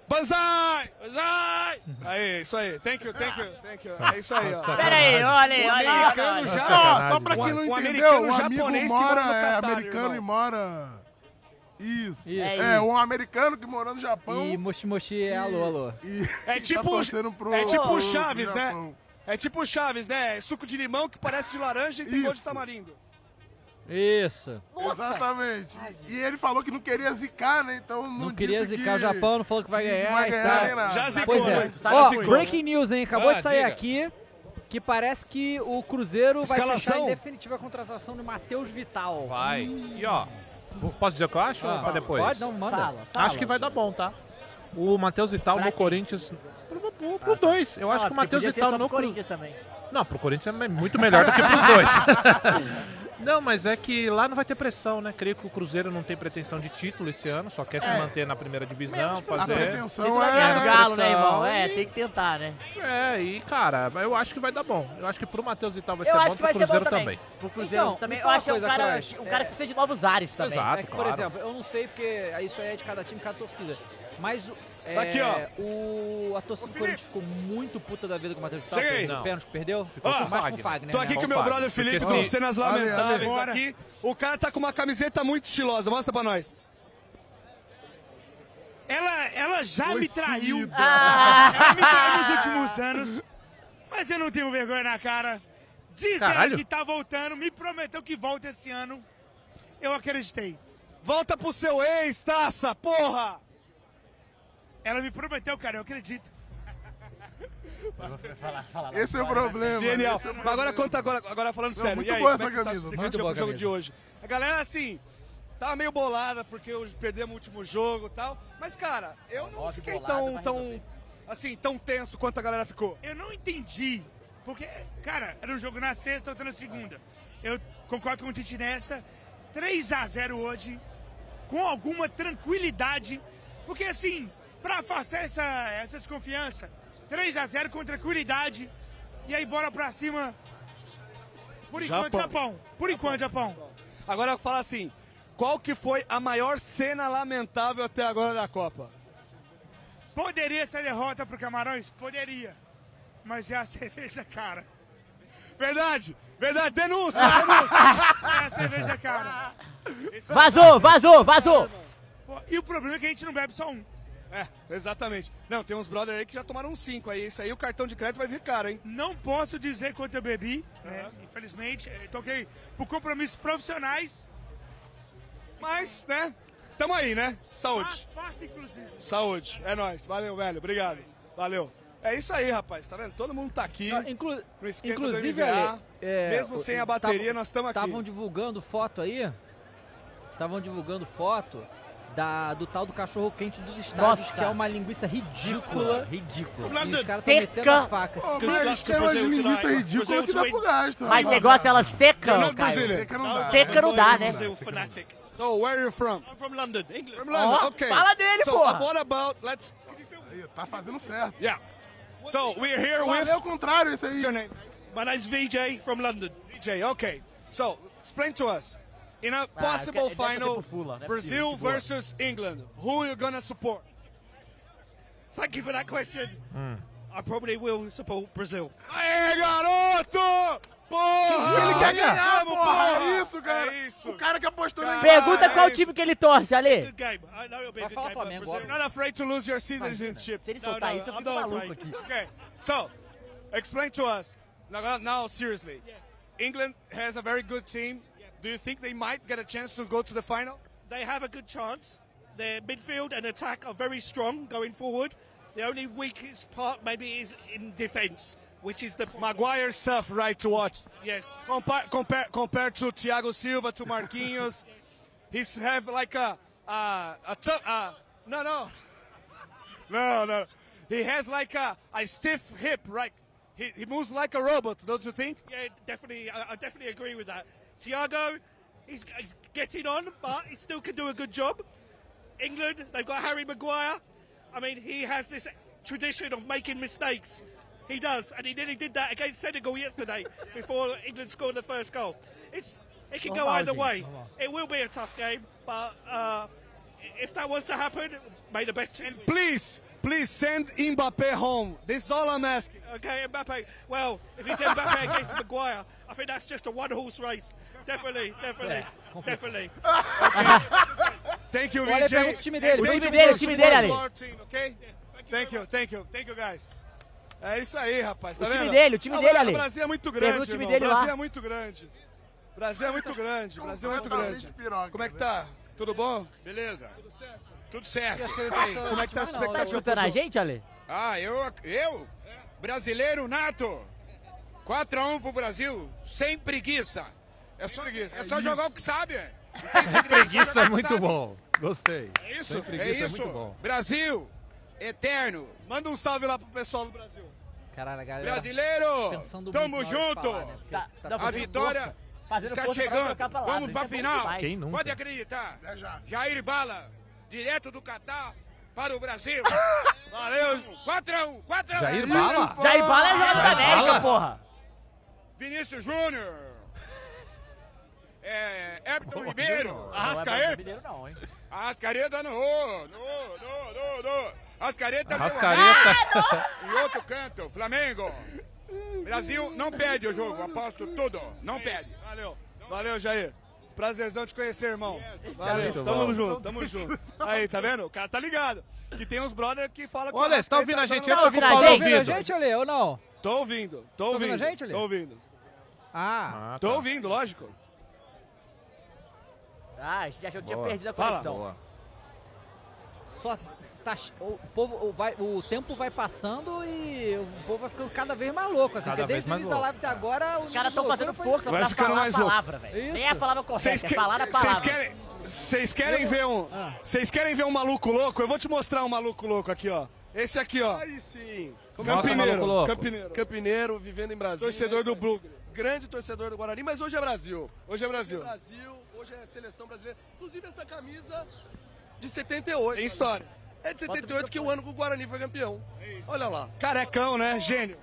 [SPEAKER 6] Banzai!
[SPEAKER 16] Banzai!
[SPEAKER 3] Uhum.
[SPEAKER 6] Aí, isso aí. Thank you, thank you, thank you.
[SPEAKER 3] Tá.
[SPEAKER 6] É isso aí, ó.
[SPEAKER 4] Pera aí, olha aí,
[SPEAKER 6] O
[SPEAKER 4] olha aí,
[SPEAKER 6] americano
[SPEAKER 4] olha aí.
[SPEAKER 6] já-
[SPEAKER 3] Só, só pra quem não
[SPEAKER 6] o
[SPEAKER 3] entendeu,
[SPEAKER 6] americano
[SPEAKER 3] o
[SPEAKER 6] um japonês
[SPEAKER 3] amigo
[SPEAKER 6] que
[SPEAKER 3] mora,
[SPEAKER 6] no
[SPEAKER 3] é
[SPEAKER 6] Catar,
[SPEAKER 3] americano
[SPEAKER 6] irmão.
[SPEAKER 3] e mora... Isso.
[SPEAKER 1] É
[SPEAKER 3] É,
[SPEAKER 1] isso.
[SPEAKER 3] um americano que mora no Japão.
[SPEAKER 1] E Moshi Moshi é alô, alô.
[SPEAKER 6] É tipo,
[SPEAKER 3] Tá torcendo pro-
[SPEAKER 6] é tipo
[SPEAKER 3] pro
[SPEAKER 6] o Chaves, né?
[SPEAKER 3] Japão.
[SPEAKER 6] É tipo o Chaves, né? É suco de limão que parece de laranja e tem gosto de tamarindo.
[SPEAKER 7] Isso.
[SPEAKER 3] Exatamente. E, e ele falou que não queria zicar, né? Então não,
[SPEAKER 7] Não queria
[SPEAKER 3] disse
[SPEAKER 7] zicar o
[SPEAKER 3] que-
[SPEAKER 7] Japão, não falou que vai ganhar.
[SPEAKER 3] Não vai
[SPEAKER 7] e
[SPEAKER 3] ganhar
[SPEAKER 7] tal.
[SPEAKER 3] nem nada. Já zicou,
[SPEAKER 7] pois é.
[SPEAKER 3] né? Sabe
[SPEAKER 7] Ó,
[SPEAKER 3] zicou, né?
[SPEAKER 7] breaking news, hein? Acabou
[SPEAKER 1] Ah,
[SPEAKER 7] de sair
[SPEAKER 1] diga.
[SPEAKER 7] aqui que parece que o Cruzeiro vai fechar
[SPEAKER 1] Escalação?
[SPEAKER 7] em definitiva a contratação do Matheus Vital.
[SPEAKER 8] Vai. E ó, vou- posso dizer o que eu acho
[SPEAKER 7] Ah,
[SPEAKER 8] ou pra depois?
[SPEAKER 7] pode, não, manda. Fala, fala.
[SPEAKER 8] Acho que vai dar bom, tá? O Matheus Vital no Corinthians. Pro,
[SPEAKER 4] Ah,
[SPEAKER 8] pro,
[SPEAKER 4] tá.
[SPEAKER 8] pros dois. Eu acho que o Matheus Vital no
[SPEAKER 4] no
[SPEAKER 8] Cruzeiro.
[SPEAKER 4] Corinthians também.
[SPEAKER 8] Não, pro Corinthians é me- muito melhor do que pros dois. não, mas é que lá não vai ter pressão, né? Creio que o Cruzeiro não tem pretensão de título esse ano, só quer se
[SPEAKER 4] É.
[SPEAKER 8] manter na primeira divisão, fazer.
[SPEAKER 4] Título é ganhar do Galo, né, irmão? É, tem que tentar, né?
[SPEAKER 8] É, e cara, eu acho que vai dar bom. Eu acho que pro Matheus Vital vai
[SPEAKER 4] eu
[SPEAKER 8] ser
[SPEAKER 4] acho
[SPEAKER 8] bom,
[SPEAKER 4] que
[SPEAKER 8] pro
[SPEAKER 4] vai ser bom
[SPEAKER 8] Cruzeiro
[SPEAKER 4] também.
[SPEAKER 8] também.
[SPEAKER 4] Pro Cruzeiro
[SPEAKER 7] Então,
[SPEAKER 4] também.
[SPEAKER 7] me
[SPEAKER 4] Eu
[SPEAKER 7] fala
[SPEAKER 4] acho que é um
[SPEAKER 7] uma coisa,
[SPEAKER 4] cara,
[SPEAKER 7] Coraz.
[SPEAKER 4] um cara
[SPEAKER 7] É.
[SPEAKER 4] que precisa de novos ares também.
[SPEAKER 1] É
[SPEAKER 7] Exato,
[SPEAKER 4] que,
[SPEAKER 7] Por exemplo, eu não sei porque isso aí é de cada time, cada torcida. Mas o- é,
[SPEAKER 3] Tá
[SPEAKER 4] Aqui, ó.
[SPEAKER 7] O, a torcida do Corinthians ficou muito puta da vida com o Matheus Vital.
[SPEAKER 6] Chega aí.
[SPEAKER 7] perdeu o
[SPEAKER 6] Não.
[SPEAKER 7] pênalti que perdeu. Ficou
[SPEAKER 6] Ó,
[SPEAKER 7] com mais com o Fagner. assim.
[SPEAKER 6] Tô aqui
[SPEAKER 7] né?
[SPEAKER 6] com o meu brother Felipe
[SPEAKER 7] Porque
[SPEAKER 6] do
[SPEAKER 7] se-
[SPEAKER 6] Cenas
[SPEAKER 7] Olha aí,
[SPEAKER 6] Lamentáveis
[SPEAKER 7] agora-
[SPEAKER 6] aqui. O cara tá com uma camiseta muito estilosa, mostra pra nós.
[SPEAKER 15] Ela, ela já
[SPEAKER 6] Foi
[SPEAKER 15] me traiu.
[SPEAKER 6] sumido. Ah.
[SPEAKER 15] Ela me traiu nos últimos anos. Mas eu não tenho vergonha na cara. Diz ela
[SPEAKER 8] Caralho.
[SPEAKER 15] que tá voltando, me prometeu que volta esse ano. Eu acreditei.
[SPEAKER 6] Volta pro seu ex, taça, porra!
[SPEAKER 15] Ela me prometeu, cara, eu acredito.
[SPEAKER 4] Ah,
[SPEAKER 3] Esse é o problema.
[SPEAKER 6] Genial.
[SPEAKER 3] esse é o
[SPEAKER 6] Mas agora
[SPEAKER 3] problema.
[SPEAKER 6] conta agora, agora falando
[SPEAKER 3] Não,
[SPEAKER 6] sério.
[SPEAKER 3] muito
[SPEAKER 6] e aí,
[SPEAKER 3] boa
[SPEAKER 6] como é
[SPEAKER 3] essa
[SPEAKER 6] que tá
[SPEAKER 3] camisa,
[SPEAKER 6] se
[SPEAKER 3] muito
[SPEAKER 6] sentindo
[SPEAKER 3] boa
[SPEAKER 6] o jogo
[SPEAKER 3] camisa.
[SPEAKER 6] de hoje? A galera, assim, tava meio bolada porque hoje perdemos o último jogo e tal. Mas, cara, eu não
[SPEAKER 15] Nove
[SPEAKER 6] fiquei
[SPEAKER 15] bolada
[SPEAKER 6] tão,
[SPEAKER 15] vai
[SPEAKER 6] tão, assim, tão tenso quanto a galera ficou.
[SPEAKER 15] Eu não entendi. Porque, cara, era um jogo na sexta, outro na segunda. Eu concordo com o Tite nessa. 3x0 hoje, com alguma tranquilidade. Porque, assim, pra afastar essa, essa desconfiança, 3x0 com tranquilidade. E aí, bora pra cima. Por enquanto,
[SPEAKER 6] Japão.
[SPEAKER 15] Japão. Por enquanto, Japão.
[SPEAKER 6] Agora fala assim, qual que foi a maior cena lamentável até agora da Copa?
[SPEAKER 15] Poderia ser derrota pro Camarões? Poderia. Mas é a cerveja cara.
[SPEAKER 6] Verdade, verdade, denúncia,
[SPEAKER 15] denúncia. É a cerveja cara. Isso é-
[SPEAKER 4] Vazou, vazou, vazou!
[SPEAKER 15] Pô, E o problema é que a gente não bebe só um.
[SPEAKER 6] É, exatamente. Não, tem uns brother aí que já tomaram uns cinco aí. Isso aí o cartão de crédito vai vir caro, hein?
[SPEAKER 15] Não posso dizer quanto eu bebi, né? Infelizmente, eh, toquei por compromissos profissionais.
[SPEAKER 6] Mas, né? Tamo aí, né? Saúde.
[SPEAKER 15] Faz parte, inclusive.
[SPEAKER 6] Saúde. É nóis. Valeu, velho. Obrigado. Valeu. É isso aí, rapaz. Tá vendo? Todo mundo tá aqui. no esquema do
[SPEAKER 1] Inclusive,
[SPEAKER 6] MVA.
[SPEAKER 1] Ale, é,
[SPEAKER 6] mesmo sem a bateria,
[SPEAKER 1] tavam-
[SPEAKER 6] nós estamos aqui.
[SPEAKER 1] Estavam divulgando foto aí. Estavam divulgando foto da, do tal do cachorro quente dos estádios,
[SPEAKER 4] Nossa.
[SPEAKER 1] que é uma linguiça ridícula. Ridícula. E os caras estão
[SPEAKER 4] Seca.
[SPEAKER 1] metendo a faca.
[SPEAKER 4] Ô,
[SPEAKER 1] seca.
[SPEAKER 4] mas tem umas linguiças ridículas que dá pro gasto, Mas
[SPEAKER 1] Nossa.
[SPEAKER 4] você gosta dela seca,
[SPEAKER 6] é
[SPEAKER 1] Não,
[SPEAKER 4] Caio?
[SPEAKER 1] não, Brasília.
[SPEAKER 4] Seca
[SPEAKER 1] não dá.
[SPEAKER 4] Seca não dá, né?
[SPEAKER 6] Brazil
[SPEAKER 9] fanatic.
[SPEAKER 6] So, where are you from?
[SPEAKER 9] é I'm from London, England.
[SPEAKER 6] From London,
[SPEAKER 4] Ó,
[SPEAKER 6] okay.
[SPEAKER 4] fala dele,
[SPEAKER 6] so,
[SPEAKER 4] porra.
[SPEAKER 6] What about, let's...
[SPEAKER 3] Tá fazendo certo.
[SPEAKER 6] Yeah. So, we're here
[SPEAKER 3] Mas
[SPEAKER 6] with...
[SPEAKER 3] é o contrário isso aí.
[SPEAKER 6] What's your name? My name's VJ from London. VJ, okay. So, explain to us. In a
[SPEAKER 4] Ah,
[SPEAKER 6] possible
[SPEAKER 4] deve ter
[SPEAKER 6] final,
[SPEAKER 4] pro Fula, não é
[SPEAKER 6] Brazil
[SPEAKER 4] possível, tipo,
[SPEAKER 6] versus England, who are you gonna support?
[SPEAKER 9] Thank you for that question.
[SPEAKER 6] Hum.
[SPEAKER 9] I probably will support Brazil.
[SPEAKER 6] Aê, garoto! Porra!
[SPEAKER 3] Ele quer ganhar,
[SPEAKER 6] Vamos,
[SPEAKER 3] porra! É
[SPEAKER 6] porra!
[SPEAKER 3] isso, cara. O cara que apostou na
[SPEAKER 4] Pergunta
[SPEAKER 3] Itália.
[SPEAKER 4] qual time que ele torce, Ale.
[SPEAKER 15] Game. I know it'll be a good game. Flamengo,
[SPEAKER 6] You're not afraid to lose your citizenship.
[SPEAKER 4] Se ele soltar isso, eu
[SPEAKER 6] I'm
[SPEAKER 4] fico
[SPEAKER 6] not
[SPEAKER 4] maluco
[SPEAKER 6] afraid.
[SPEAKER 4] aqui.
[SPEAKER 6] Okay, so explain to us now, now seriously. England has a very good team. Do you think they might get a chance to go to the final?
[SPEAKER 9] They have a good chance. Their midfield and attack are very strong going forward. The only weakest part maybe is in defence, which is the
[SPEAKER 6] Maguire stuff, right to watch.
[SPEAKER 9] Yes.
[SPEAKER 6] Compare, compare, compare to Thiago Silva, to Marquinhos. He's have like a uh, a tough. Uh, no, no, no, no. He has like a, a stiff hip, right? He, he moves like a robot, don't you think?
[SPEAKER 9] Yeah, definitely. I, I definitely agree with that. Thiago, he's, he's getting on, but he still can do a good job. England, they've got Harry Maguire. I mean, he has this tradition of making mistakes. He does, and he nearly did that against Senegal yesterday before England scored the first goal. It's it can go
[SPEAKER 15] Normal,
[SPEAKER 9] either
[SPEAKER 15] James,
[SPEAKER 9] way.
[SPEAKER 15] normal.
[SPEAKER 9] It will be a tough game, but uh, if that was to happen, may the best.
[SPEAKER 6] Please, please send Mbappe home. This is all I'm asking.
[SPEAKER 9] Okay, Mbappe. Well, if it's Mbappe against Maguire, I think that's just a one-horse race. Definitely,
[SPEAKER 4] É,
[SPEAKER 9] definitely,
[SPEAKER 6] Yeah.
[SPEAKER 9] definitely.
[SPEAKER 6] Thank you,
[SPEAKER 9] O Ale
[SPEAKER 6] VJ.
[SPEAKER 9] pega o time dele,
[SPEAKER 6] And
[SPEAKER 9] o time
[SPEAKER 6] thank
[SPEAKER 9] dele, o time dele,
[SPEAKER 6] you for support
[SPEAKER 9] Ale.
[SPEAKER 6] our team, okay? Thank you, thank you, thank you guys. É isso aí, rapaz. Tá
[SPEAKER 4] O time
[SPEAKER 6] vendo?
[SPEAKER 4] dele, o time
[SPEAKER 6] Ah,
[SPEAKER 4] dele,
[SPEAKER 6] mano,
[SPEAKER 4] Ale.
[SPEAKER 6] O Brasil é muito
[SPEAKER 4] Pergunta
[SPEAKER 6] grande,
[SPEAKER 4] o time
[SPEAKER 6] irmão.
[SPEAKER 4] dele
[SPEAKER 6] o Brasil
[SPEAKER 4] lá.
[SPEAKER 6] é muito grande. O Brasil é muito grande, o Brasil
[SPEAKER 7] tá
[SPEAKER 6] é muito grande.
[SPEAKER 3] Piroca,
[SPEAKER 6] Como é que
[SPEAKER 7] né?
[SPEAKER 6] tá? Tudo bom?
[SPEAKER 17] Beleza. Tudo certo.
[SPEAKER 4] Como é que tá a expectativa? Tá escutando a gente, Ale?
[SPEAKER 17] Ah, eu, eu brasileiro nato. 4x1 pro Brasil, sem preguiça. É só, é só jogar o que sabe. é.
[SPEAKER 7] Preguiça é muito bom. Gostei.
[SPEAKER 17] É isso?
[SPEAKER 7] Sem preguiça
[SPEAKER 17] é
[SPEAKER 7] é
[SPEAKER 17] isso.
[SPEAKER 7] muito bom.
[SPEAKER 17] Brasil, eterno.
[SPEAKER 6] Manda um salve lá pro pessoal do Brasil.
[SPEAKER 1] Caralho, a galera.
[SPEAKER 17] Brasileiro,
[SPEAKER 1] pensando
[SPEAKER 17] tamo
[SPEAKER 1] muito na hora de
[SPEAKER 17] junto.
[SPEAKER 1] falar, né? Porque tá- tá
[SPEAKER 17] a
[SPEAKER 1] fazendo
[SPEAKER 17] vitória
[SPEAKER 1] força. Fazendo
[SPEAKER 17] está
[SPEAKER 1] força pra
[SPEAKER 17] chegando.
[SPEAKER 1] trocar a palavra,
[SPEAKER 17] Vamos pra
[SPEAKER 1] isso é bom
[SPEAKER 17] final.
[SPEAKER 1] demais. Quem nunca?
[SPEAKER 17] Pode acreditar. Jair Bala, direto do Catar para o Brasil. Valeu. 4x1, 4x1.
[SPEAKER 7] Jair Bala?
[SPEAKER 4] Jair Bala é jogador da
[SPEAKER 7] Jair
[SPEAKER 4] América,
[SPEAKER 7] Bala?
[SPEAKER 4] porra.
[SPEAKER 17] Vinícius Júnior. É, Everton Ribeiro.
[SPEAKER 4] Não é
[SPEAKER 17] Arrascaeta.
[SPEAKER 4] brasileiro não, hein?
[SPEAKER 17] Arrascaeta não. No, no, no, no. Arrascaeta. é
[SPEAKER 7] Arrascaeta.
[SPEAKER 6] Ah,
[SPEAKER 17] E outro canto, Flamengo. Brasil não perde o jogo, aposto tudo. Não perde.
[SPEAKER 6] É Valeu. Valeu, Jair. Prazerzão te conhecer, irmão. Valeu,
[SPEAKER 7] Muito
[SPEAKER 6] tamo
[SPEAKER 7] bom.
[SPEAKER 6] junto, tamo junto. Aí, tá vendo? O cara tá ligado. Que tem uns brother que fala
[SPEAKER 7] Ô, Ale, você tá
[SPEAKER 6] Arrascaeta,
[SPEAKER 7] ouvindo a gente?
[SPEAKER 6] no-
[SPEAKER 7] Eu tô com o pau no
[SPEAKER 1] Tá ouvindo a
[SPEAKER 7] ouvido.
[SPEAKER 1] gente, Ale, ou não?
[SPEAKER 6] Tô ouvindo, tô
[SPEAKER 1] Tá ouvindo
[SPEAKER 6] ouvindo.
[SPEAKER 1] a gente, Ale?
[SPEAKER 6] Tô ouvindo.
[SPEAKER 1] Ah.
[SPEAKER 6] Tô ouvindo, lógico.
[SPEAKER 4] Ah, a gente achou que tinha
[SPEAKER 6] Boa.
[SPEAKER 4] perdido a
[SPEAKER 6] Fala.
[SPEAKER 4] conexão.
[SPEAKER 6] Boa.
[SPEAKER 1] Só tá, o, povo, o, vai, o tempo vai passando e o povo vai ficando cada vez mais louco. Assim,
[SPEAKER 4] Cada
[SPEAKER 1] porque
[SPEAKER 4] vez
[SPEAKER 1] desde o
[SPEAKER 4] mais
[SPEAKER 1] início da
[SPEAKER 4] louco.
[SPEAKER 1] live até agora...
[SPEAKER 4] Os caras estão fazendo força
[SPEAKER 6] Vai
[SPEAKER 4] pra
[SPEAKER 6] ficando
[SPEAKER 4] falar a
[SPEAKER 6] mais louco.
[SPEAKER 4] palavra, velho. Nem é a palavra
[SPEAKER 6] Vocês
[SPEAKER 4] correta, é
[SPEAKER 6] que-
[SPEAKER 4] falar a
[SPEAKER 6] vocês
[SPEAKER 4] palavra.
[SPEAKER 6] querem- Vocês querem ver um. Vocês querem ver um maluco louco? Eu vou te mostrar um maluco louco aqui, ó. Esse aqui, ó.
[SPEAKER 10] Aí sim.
[SPEAKER 6] Como é o
[SPEAKER 4] tá
[SPEAKER 6] Mostra, primeiro? maluco louco.
[SPEAKER 10] Campineiro. vivendo em Brasil.
[SPEAKER 6] Torcedor do
[SPEAKER 10] Brugge. Grande torcedor do Guarani, mas hoje é Brasil.
[SPEAKER 6] Hoje é Brasil.
[SPEAKER 10] Hoje é Brasil, hoje é seleção brasileira. Inclusive essa camisa de 78. Tem história. É de 78 que é o ano que o Guarani foi campeão. Olha lá.
[SPEAKER 6] Carecão, né? Gênio.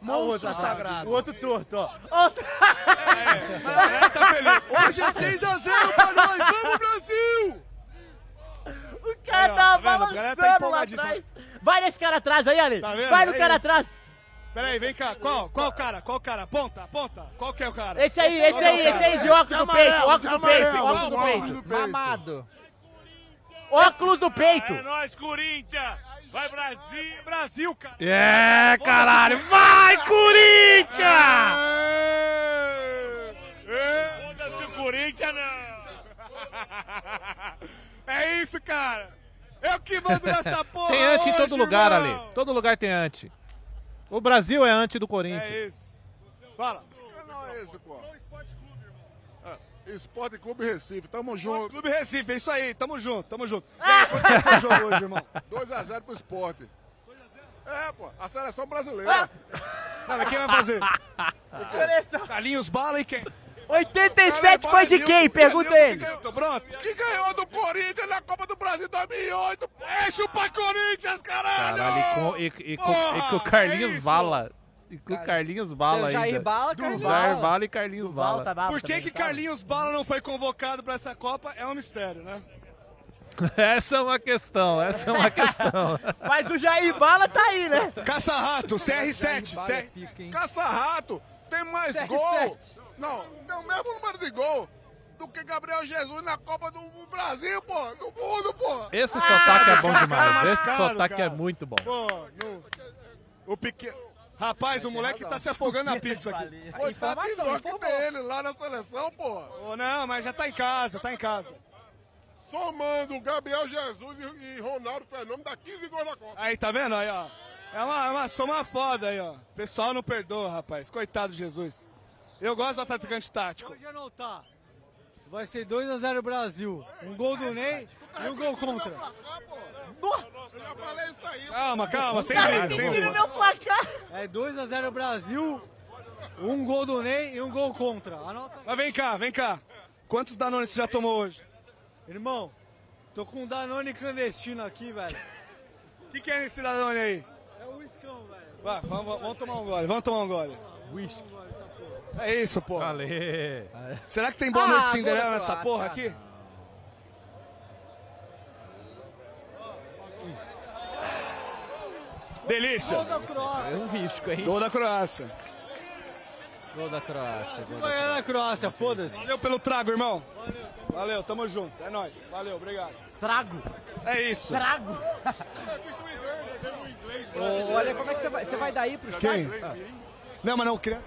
[SPEAKER 10] Monstro
[SPEAKER 6] Ah,
[SPEAKER 10] sagrado.
[SPEAKER 6] o outro torto, ó.
[SPEAKER 10] É, tá feliz. Hoje é 6x0 pra nós. Vamos, Brasil!
[SPEAKER 4] O cara tá balançando lá atrás. Vai nesse cara atrás aí, Ale.
[SPEAKER 6] Tá vendo?
[SPEAKER 4] Vai no
[SPEAKER 6] É
[SPEAKER 4] cara
[SPEAKER 6] isso.
[SPEAKER 4] atrás.
[SPEAKER 6] Peraí, vem cá. Qual? Qual cara? Qual cara? Aponta, aponta. Qual que é o cara?
[SPEAKER 4] Esse aí, esse
[SPEAKER 6] Qual que é o
[SPEAKER 4] aí,
[SPEAKER 6] cara?
[SPEAKER 4] esse aí de óculos no peito, óculos no peito,
[SPEAKER 6] amarelo,
[SPEAKER 4] óculos no
[SPEAKER 6] óculos
[SPEAKER 4] peito.
[SPEAKER 6] do peito.
[SPEAKER 4] Mamado. Óculos do peito.
[SPEAKER 15] É nóis, Corinthians! Vai, Brasil!
[SPEAKER 6] Brasil, cara!
[SPEAKER 7] É, caralho. Vai, Corinthians!
[SPEAKER 15] Foda-se o Corinthians, não!
[SPEAKER 6] É isso, cara! Eu que mando nessa porra!
[SPEAKER 7] tem ante em
[SPEAKER 6] hoje,
[SPEAKER 7] todo lugar,
[SPEAKER 6] irmão.
[SPEAKER 7] Ale. Todo lugar tem ante. O Brasil é ante do
[SPEAKER 6] É
[SPEAKER 7] Corinthians.
[SPEAKER 6] isso. Fala.
[SPEAKER 3] Não é esse, pô. Ah, Esporte Clube Recife, tamo junto.
[SPEAKER 6] Clube Recife, é isso aí, tamo junto, tamo junto. E
[SPEAKER 4] Ah!
[SPEAKER 6] aí, Quanto é seu jogo hoje, irmão?
[SPEAKER 3] 2x0 pro esporte. 2x0? É, pô, a seleção
[SPEAKER 4] Ah!
[SPEAKER 3] brasileira.
[SPEAKER 6] Não, mas quem vai fazer? Carlinhos Bala e quem?
[SPEAKER 3] é
[SPEAKER 4] 87 foi de quem? Pergunta ele.
[SPEAKER 6] Tô pronto?
[SPEAKER 3] Que ganhou do Corinthians na Copa do Brasil 2008. Enche o pai Corinthians, caralho!
[SPEAKER 7] Caralho, e com, e, e com, e com o
[SPEAKER 6] é
[SPEAKER 7] Carlinhos Bala. E com o Carlinhos Bala
[SPEAKER 6] Jair
[SPEAKER 7] ainda.
[SPEAKER 6] Bala,
[SPEAKER 7] Do
[SPEAKER 6] Carlinhos
[SPEAKER 7] Jair
[SPEAKER 6] Bala.
[SPEAKER 7] Bala e Carlinhos Bala.
[SPEAKER 1] tá
[SPEAKER 6] Por que, que Carlinhos Bala não foi convocado pra essa Copa é um mistério, né?
[SPEAKER 7] essa é uma questão, essa é uma questão.
[SPEAKER 4] Mas o Jair Bala tá aí, né?
[SPEAKER 6] Caça-rato, CR7.
[SPEAKER 7] é
[SPEAKER 3] Cé- Caça-rato tem mais
[SPEAKER 4] CR7.
[SPEAKER 3] gol. Não, tem o mesmo número de gol do que Gabriel Jesus na Copa do Brasil, pô. Do mundo, pô.
[SPEAKER 7] Esse sotaque é bom
[SPEAKER 6] Ah, cara,
[SPEAKER 7] demais.
[SPEAKER 6] cara,
[SPEAKER 7] Esse
[SPEAKER 6] cara,
[SPEAKER 7] sotaque é
[SPEAKER 6] cara.
[SPEAKER 7] muito bom.
[SPEAKER 6] Pô, no- o pequeno. Rapaz, o moleque tá se afogando na pizza aqui.
[SPEAKER 3] Pô, tá pior que tem ele lá na seleção, pô.
[SPEAKER 6] Ô, não, mas já tá em casa, tá em casa.
[SPEAKER 3] Somando Gabriel Jesus e, e Ronaldo Fenômeno, dá 15 gols na Copa.
[SPEAKER 6] Aí, tá vendo? Aí, ó. É uma, é uma soma foda aí, ó. O pessoal não perdoa, rapaz. Coitado de Jesus. Eu gosto do atacante tático.
[SPEAKER 12] Hoje não tá. Vai ser 2x0 Brasil. Um gol do
[SPEAKER 6] Né?
[SPEAKER 12] Ney e um gol contra.
[SPEAKER 3] Eu já falei isso aí.
[SPEAKER 6] Calma, calma, sem
[SPEAKER 12] Cara,
[SPEAKER 6] briga,
[SPEAKER 12] que
[SPEAKER 6] sem
[SPEAKER 12] tira
[SPEAKER 6] briga.
[SPEAKER 12] meu
[SPEAKER 4] placar.
[SPEAKER 12] É 2x0 Brasil. Um gol do Ney e um gol contra. Anota.
[SPEAKER 6] Mas vem cá, vem cá. Quantos Danones você já tomou hoje?
[SPEAKER 12] Irmão, tô com um Danone clandestino aqui, velho.
[SPEAKER 6] O que, que é esse Danone aí?
[SPEAKER 12] É o Iscão, velho.
[SPEAKER 6] Vai, vamos, vamos tomar um gole, vamos tomar um gole.
[SPEAKER 12] Whisky.
[SPEAKER 6] É isso, pô.
[SPEAKER 7] Valeu.
[SPEAKER 6] Será que tem boa noite
[SPEAKER 7] Ah,
[SPEAKER 6] Cinderela
[SPEAKER 7] boa
[SPEAKER 6] nessa
[SPEAKER 7] Croácia.
[SPEAKER 6] porra aqui? Delícia.
[SPEAKER 12] Ah, Gol da Croácia.
[SPEAKER 6] É um risco, hein? Gol da Croácia.
[SPEAKER 1] Gol da Croácia. Gol
[SPEAKER 6] Vai lá,
[SPEAKER 1] da
[SPEAKER 6] Croácia, foda-se. Valeu pelo trago, irmão. Valeu, tamo junto. É nóis. Valeu, obrigado.
[SPEAKER 4] Trago.
[SPEAKER 6] É isso.
[SPEAKER 4] Trago.
[SPEAKER 1] Ô, Olha, como é que você vai, você vai daí pro
[SPEAKER 6] Quem? Ah.
[SPEAKER 1] estádio?
[SPEAKER 6] Não, mas não, queria...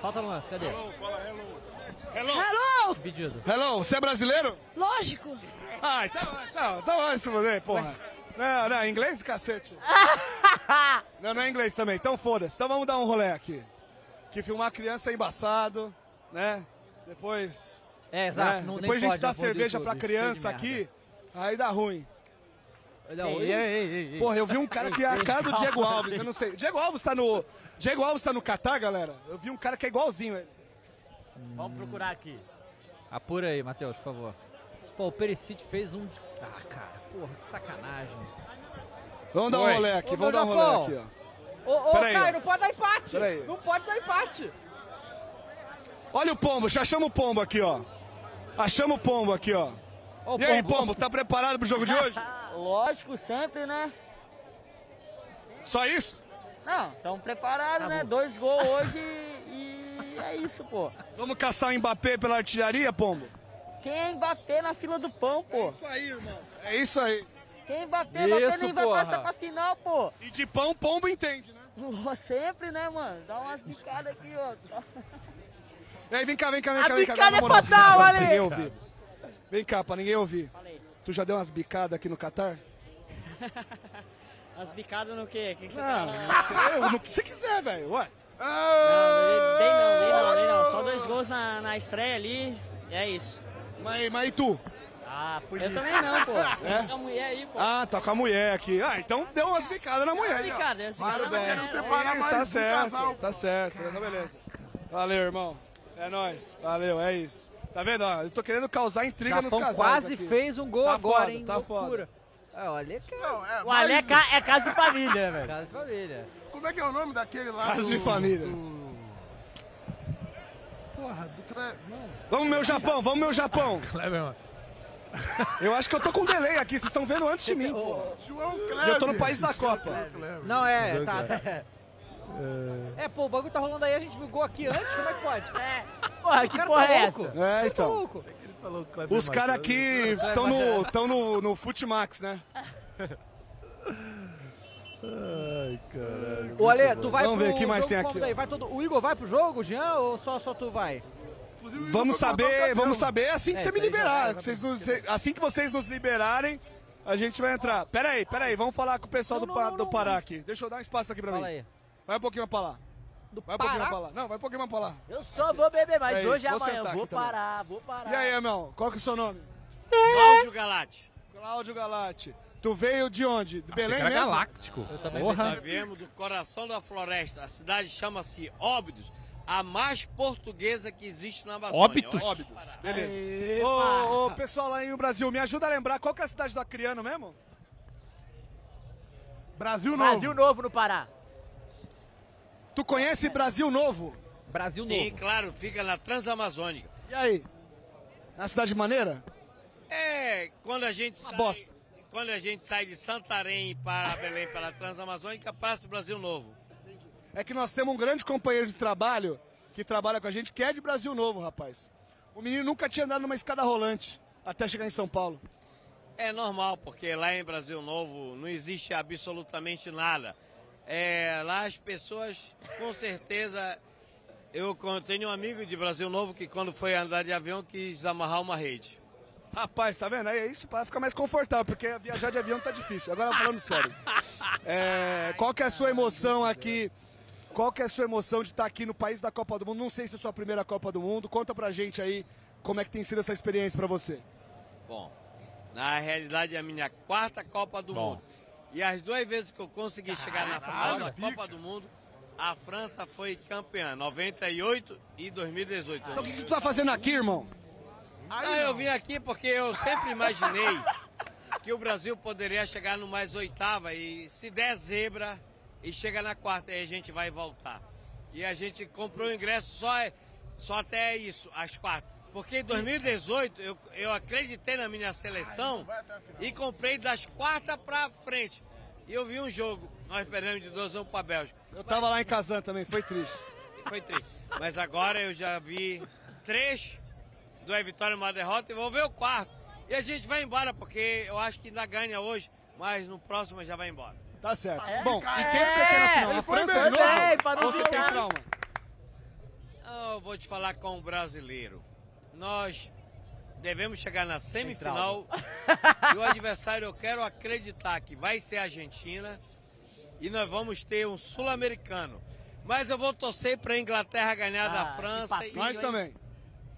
[SPEAKER 1] Falta o lance, cadê?
[SPEAKER 6] Hello.
[SPEAKER 18] Hello.
[SPEAKER 1] Pedido.
[SPEAKER 6] Hello, você é brasileiro?
[SPEAKER 18] Lógico.
[SPEAKER 6] Ah, então, então, então é isso você, porra. Não, não, inglês, cacete. Não, não é inglês também, então foda-se. Então vamos dar um rolê aqui. Que filmar criança é embaçado, né? Depois. né?
[SPEAKER 1] É, exato, não- nem
[SPEAKER 6] Depois a gente
[SPEAKER 1] pode,
[SPEAKER 6] dá
[SPEAKER 1] não pode
[SPEAKER 6] cerveja
[SPEAKER 1] tudo,
[SPEAKER 6] pra
[SPEAKER 1] cheio de
[SPEAKER 6] criança
[SPEAKER 1] merda.
[SPEAKER 6] aqui, aí dá ruim.
[SPEAKER 1] Não, ei, ei, ei, ei.
[SPEAKER 6] Porra, eu vi um cara que é a
[SPEAKER 1] Ei,
[SPEAKER 6] cara do
[SPEAKER 1] calma,
[SPEAKER 6] Diego Alves,
[SPEAKER 1] ei.
[SPEAKER 6] eu não sei. Diego Alves tá no. Diego Alves tá no Catar, galera? Eu vi um cara que é igualzinho ele.
[SPEAKER 4] Vamos procurar aqui.
[SPEAKER 1] Apura aí, Matheus, por favor. Pô, o Perisic fez um... de- Ah, cara, porra, que sacanagem.
[SPEAKER 6] Vamos dar
[SPEAKER 1] Oi.
[SPEAKER 6] um rolê aqui,
[SPEAKER 1] Ô,
[SPEAKER 6] vamos dar um rolê
[SPEAKER 1] Japão.
[SPEAKER 6] aqui, ó.
[SPEAKER 1] Ô, ô,
[SPEAKER 6] Peraí,
[SPEAKER 1] Caio,
[SPEAKER 6] ó.
[SPEAKER 1] não pode dar empate.
[SPEAKER 6] Peraí.
[SPEAKER 1] Não pode dar empate.
[SPEAKER 6] Olha o pombo, já chama o pombo aqui, ó. Achamos o pombo aqui, ó. e aí, pombo, tá preparado pro jogo de hoje?
[SPEAKER 19] Lógico, sempre, né?
[SPEAKER 6] Só isso? Tá
[SPEAKER 19] Não, estamos preparados, né? Dois gols hoje e é isso, pô.
[SPEAKER 6] Vamos caçar o Mbappé pela artilharia, pombo?
[SPEAKER 19] Quem bater na fila do pão, pô. isso
[SPEAKER 6] aí, irmão. É isso aí.
[SPEAKER 19] Quem bater, bater
[SPEAKER 6] Isso,
[SPEAKER 19] nem vai
[SPEAKER 6] porra.
[SPEAKER 19] passar pra final, pô.
[SPEAKER 6] E de pão, pombo entende, né?
[SPEAKER 19] Sempre, né, mano? Dá umas picadas aqui, ó.
[SPEAKER 6] Ei, vem cá, vem cá, vem
[SPEAKER 4] A
[SPEAKER 6] cá. vem cá,
[SPEAKER 4] bicada
[SPEAKER 6] na
[SPEAKER 4] é
[SPEAKER 6] moralzinha,
[SPEAKER 4] fatal,
[SPEAKER 6] pra
[SPEAKER 4] Ale.
[SPEAKER 6] ninguém ouvir. Vem cá, pra ninguém ouvir. Tu já deu umas bicadas aqui no Catar?
[SPEAKER 20] As bicadas no quê? O que, que você
[SPEAKER 6] Ah,
[SPEAKER 20] tá falando?
[SPEAKER 6] eu, no que você quiser, velho. Ué.
[SPEAKER 20] Não, dei não, dei não, dei não. Só dois gols na, na estreia ali, e é isso.
[SPEAKER 6] Mas, mas e tu?
[SPEAKER 20] Ah, por Eu também não, pô.
[SPEAKER 6] É?
[SPEAKER 20] Fica a mulher aí, pô.
[SPEAKER 6] Ah, tá com a mulher aqui. Ah, então deu umas bicadas na mulher. aí, ó.
[SPEAKER 20] Bicada, essa bicada
[SPEAKER 6] Parabéns.
[SPEAKER 20] na mulher, né?
[SPEAKER 6] É isso,
[SPEAKER 3] um
[SPEAKER 6] tá
[SPEAKER 20] Tá
[SPEAKER 6] certo,
[SPEAKER 20] casal.
[SPEAKER 6] Tá certo, tá beleza. Valeu, irmão. É nóis. Valeu, é isso. Tá vendo? ó? eu tô querendo causar intriga
[SPEAKER 1] Japão
[SPEAKER 6] nos casais.
[SPEAKER 1] quase
[SPEAKER 6] aqui.
[SPEAKER 1] fez um gol
[SPEAKER 6] Tá
[SPEAKER 1] agora,
[SPEAKER 6] foda,
[SPEAKER 1] hein?
[SPEAKER 6] Tá
[SPEAKER 1] Loucura.
[SPEAKER 6] foda.
[SPEAKER 1] É, olha que...
[SPEAKER 4] O Ale é, ca é casa de família, velho.
[SPEAKER 1] Casa de família.
[SPEAKER 3] um. Como é que é o nome daquele lá?
[SPEAKER 6] Caso
[SPEAKER 3] do-
[SPEAKER 6] de família.
[SPEAKER 3] Porra, do Cre... Não.
[SPEAKER 6] Vamos, meu Japão, vamos, meu Japão. Eu acho que eu tô com delay aqui, vocês estão vendo antes de mim.
[SPEAKER 3] João
[SPEAKER 6] E eu tô no país da Copa.
[SPEAKER 1] Não, é,
[SPEAKER 6] João
[SPEAKER 1] tá. tá. É, pô, o bagulho tá rolando aí, a gente viu gol aqui antes, como é que pode? É.
[SPEAKER 4] Porra,
[SPEAKER 10] tá
[SPEAKER 4] que porra é essa?
[SPEAKER 6] É, então. Os caras aqui estão no, tão no, no Futimax, né?
[SPEAKER 21] Ai, caralho.
[SPEAKER 1] Ô, Ale, tu vai
[SPEAKER 6] Vamos
[SPEAKER 1] pro
[SPEAKER 6] ver o que mais
[SPEAKER 1] jogo
[SPEAKER 6] tem aqui,
[SPEAKER 1] como
[SPEAKER 6] ó.
[SPEAKER 1] daí? Vai todo... O Igor vai pro jogo, Jean, ou só, só tu vai?
[SPEAKER 6] Vamos saber, vamos saber assim que
[SPEAKER 1] É,
[SPEAKER 6] você me
[SPEAKER 1] isso aí já
[SPEAKER 6] liberar.
[SPEAKER 1] era,
[SPEAKER 6] que vocês nos- assim que vocês nos liberarem, a gente vai entrar. Pera aí, pera aí, vamos falar com o pessoal do, Pa- do Pará aqui. Deixa eu dar um espaço aqui pra
[SPEAKER 4] Fala
[SPEAKER 6] mim.
[SPEAKER 4] aí.
[SPEAKER 6] Vai um pouquinho mais pra lá. vai um pouquinho mais pra lá. Não, vai um pouquinho mais pra lá.
[SPEAKER 4] Eu só vou beber mais
[SPEAKER 6] É
[SPEAKER 4] hoje e
[SPEAKER 6] isso, vou
[SPEAKER 4] amanhã.
[SPEAKER 6] sentar
[SPEAKER 4] Eu vou
[SPEAKER 6] aqui também.
[SPEAKER 4] parar, vou parar.
[SPEAKER 6] E aí, irmão, qual que é o seu nome?
[SPEAKER 4] Cláudio Galate.
[SPEAKER 6] Cláudio Galate. Tu veio de onde? De Belém
[SPEAKER 8] Ah, que era
[SPEAKER 6] mesmo?
[SPEAKER 8] galáctico. Eu também Porra.
[SPEAKER 18] Nós viemos do coração da floresta. A cidade chama-se Óbidos, a mais portuguesa que existe na Amazônia.
[SPEAKER 6] Óbitos?
[SPEAKER 18] Olha,
[SPEAKER 6] Beleza. Ô, ô, pessoal lá no Brasil, me ajuda a lembrar qual que é a cidade do Acriano mesmo?
[SPEAKER 3] Brasil
[SPEAKER 4] Novo. Brasil Novo no Pará.
[SPEAKER 6] Tu conhece Brasil Novo?
[SPEAKER 1] Brasil
[SPEAKER 18] Sim, claro, fica na Transamazônica.
[SPEAKER 6] E aí? Na cidade maneira?
[SPEAKER 18] É, quando a gente sai, quando a gente sai de Santarém para Belém pela Transamazônica, passa o Brasil Novo.
[SPEAKER 6] É que nós temos um grande companheiro de trabalho que trabalha com a gente, que é de Brasil Novo, rapaz. O menino nunca tinha andado numa escada rolante até chegar em São Paulo.
[SPEAKER 18] É normal, porque lá em Brasil Novo não existe absolutamente nada. É, lá as pessoas, com certeza, eu con- tenho um amigo de Brasil Novo que quando foi andar de avião quis amarrar uma rede.
[SPEAKER 6] Rapaz, tá vendo? Aí é isso para ficar mais confortável, porque viajar de avião tá difícil. Agora falando sério. É, qual que é a sua emoção aqui? Qual que é a sua emoção de estar aqui no país da Copa do Mundo? Não sei se é a sua primeira Copa do Mundo. Conta pra gente aí como é que tem sido essa experiência pra você.
[SPEAKER 18] Bom, na realidade é a minha quarta Copa do
[SPEAKER 6] Bom.
[SPEAKER 18] Mundo. E as duas vezes que eu consegui chegar na final da Copa do Mundo, a França foi campeã, 98 e 2018.
[SPEAKER 6] Então o que, que tu tá fazendo aqui, irmão?
[SPEAKER 18] Não, eu vim aqui porque eu sempre imaginei que o Brasil poderia chegar no mais oitava e se der zebra e chega na quarta, aí a gente vai voltar. E a gente comprou o ingresso só, só até isso, às quartas. Porque em 2018 eu, eu acreditei na minha
[SPEAKER 20] Então.
[SPEAKER 18] seleção e comprei das quartas pra frente. E eu vi um jogo, nós perdemos de 2 a 1 pra Bélgica.
[SPEAKER 6] Eu tava lá em Kazan também, foi triste.
[SPEAKER 18] Foi triste. Mas agora eu já vi três, duas vitórias e uma derrota, e vou ver o quarto. E a gente vai embora, porque eu acho que ainda ganha hoje, mas no próximo já vai embora.
[SPEAKER 6] Tá certo.
[SPEAKER 18] É?
[SPEAKER 6] Bom, e quem que você quer na final?
[SPEAKER 18] Ele
[SPEAKER 6] A
[SPEAKER 18] foi
[SPEAKER 6] França
[SPEAKER 18] bem,
[SPEAKER 6] de novo?
[SPEAKER 18] bem, pra não
[SPEAKER 6] Ou você tem
[SPEAKER 18] ficar.
[SPEAKER 6] trauma?
[SPEAKER 18] Ah, Eu vou te falar com o brasileiro. Nós devemos chegar na semifinal. E o adversário, eu quero acreditar que vai ser a Argentina. E nós vamos ter um sul-americano. Mas eu vou torcer para a Inglaterra ganhar
[SPEAKER 6] Ah,
[SPEAKER 18] da
[SPEAKER 6] que
[SPEAKER 18] França.
[SPEAKER 6] papinho, Nós hein? também.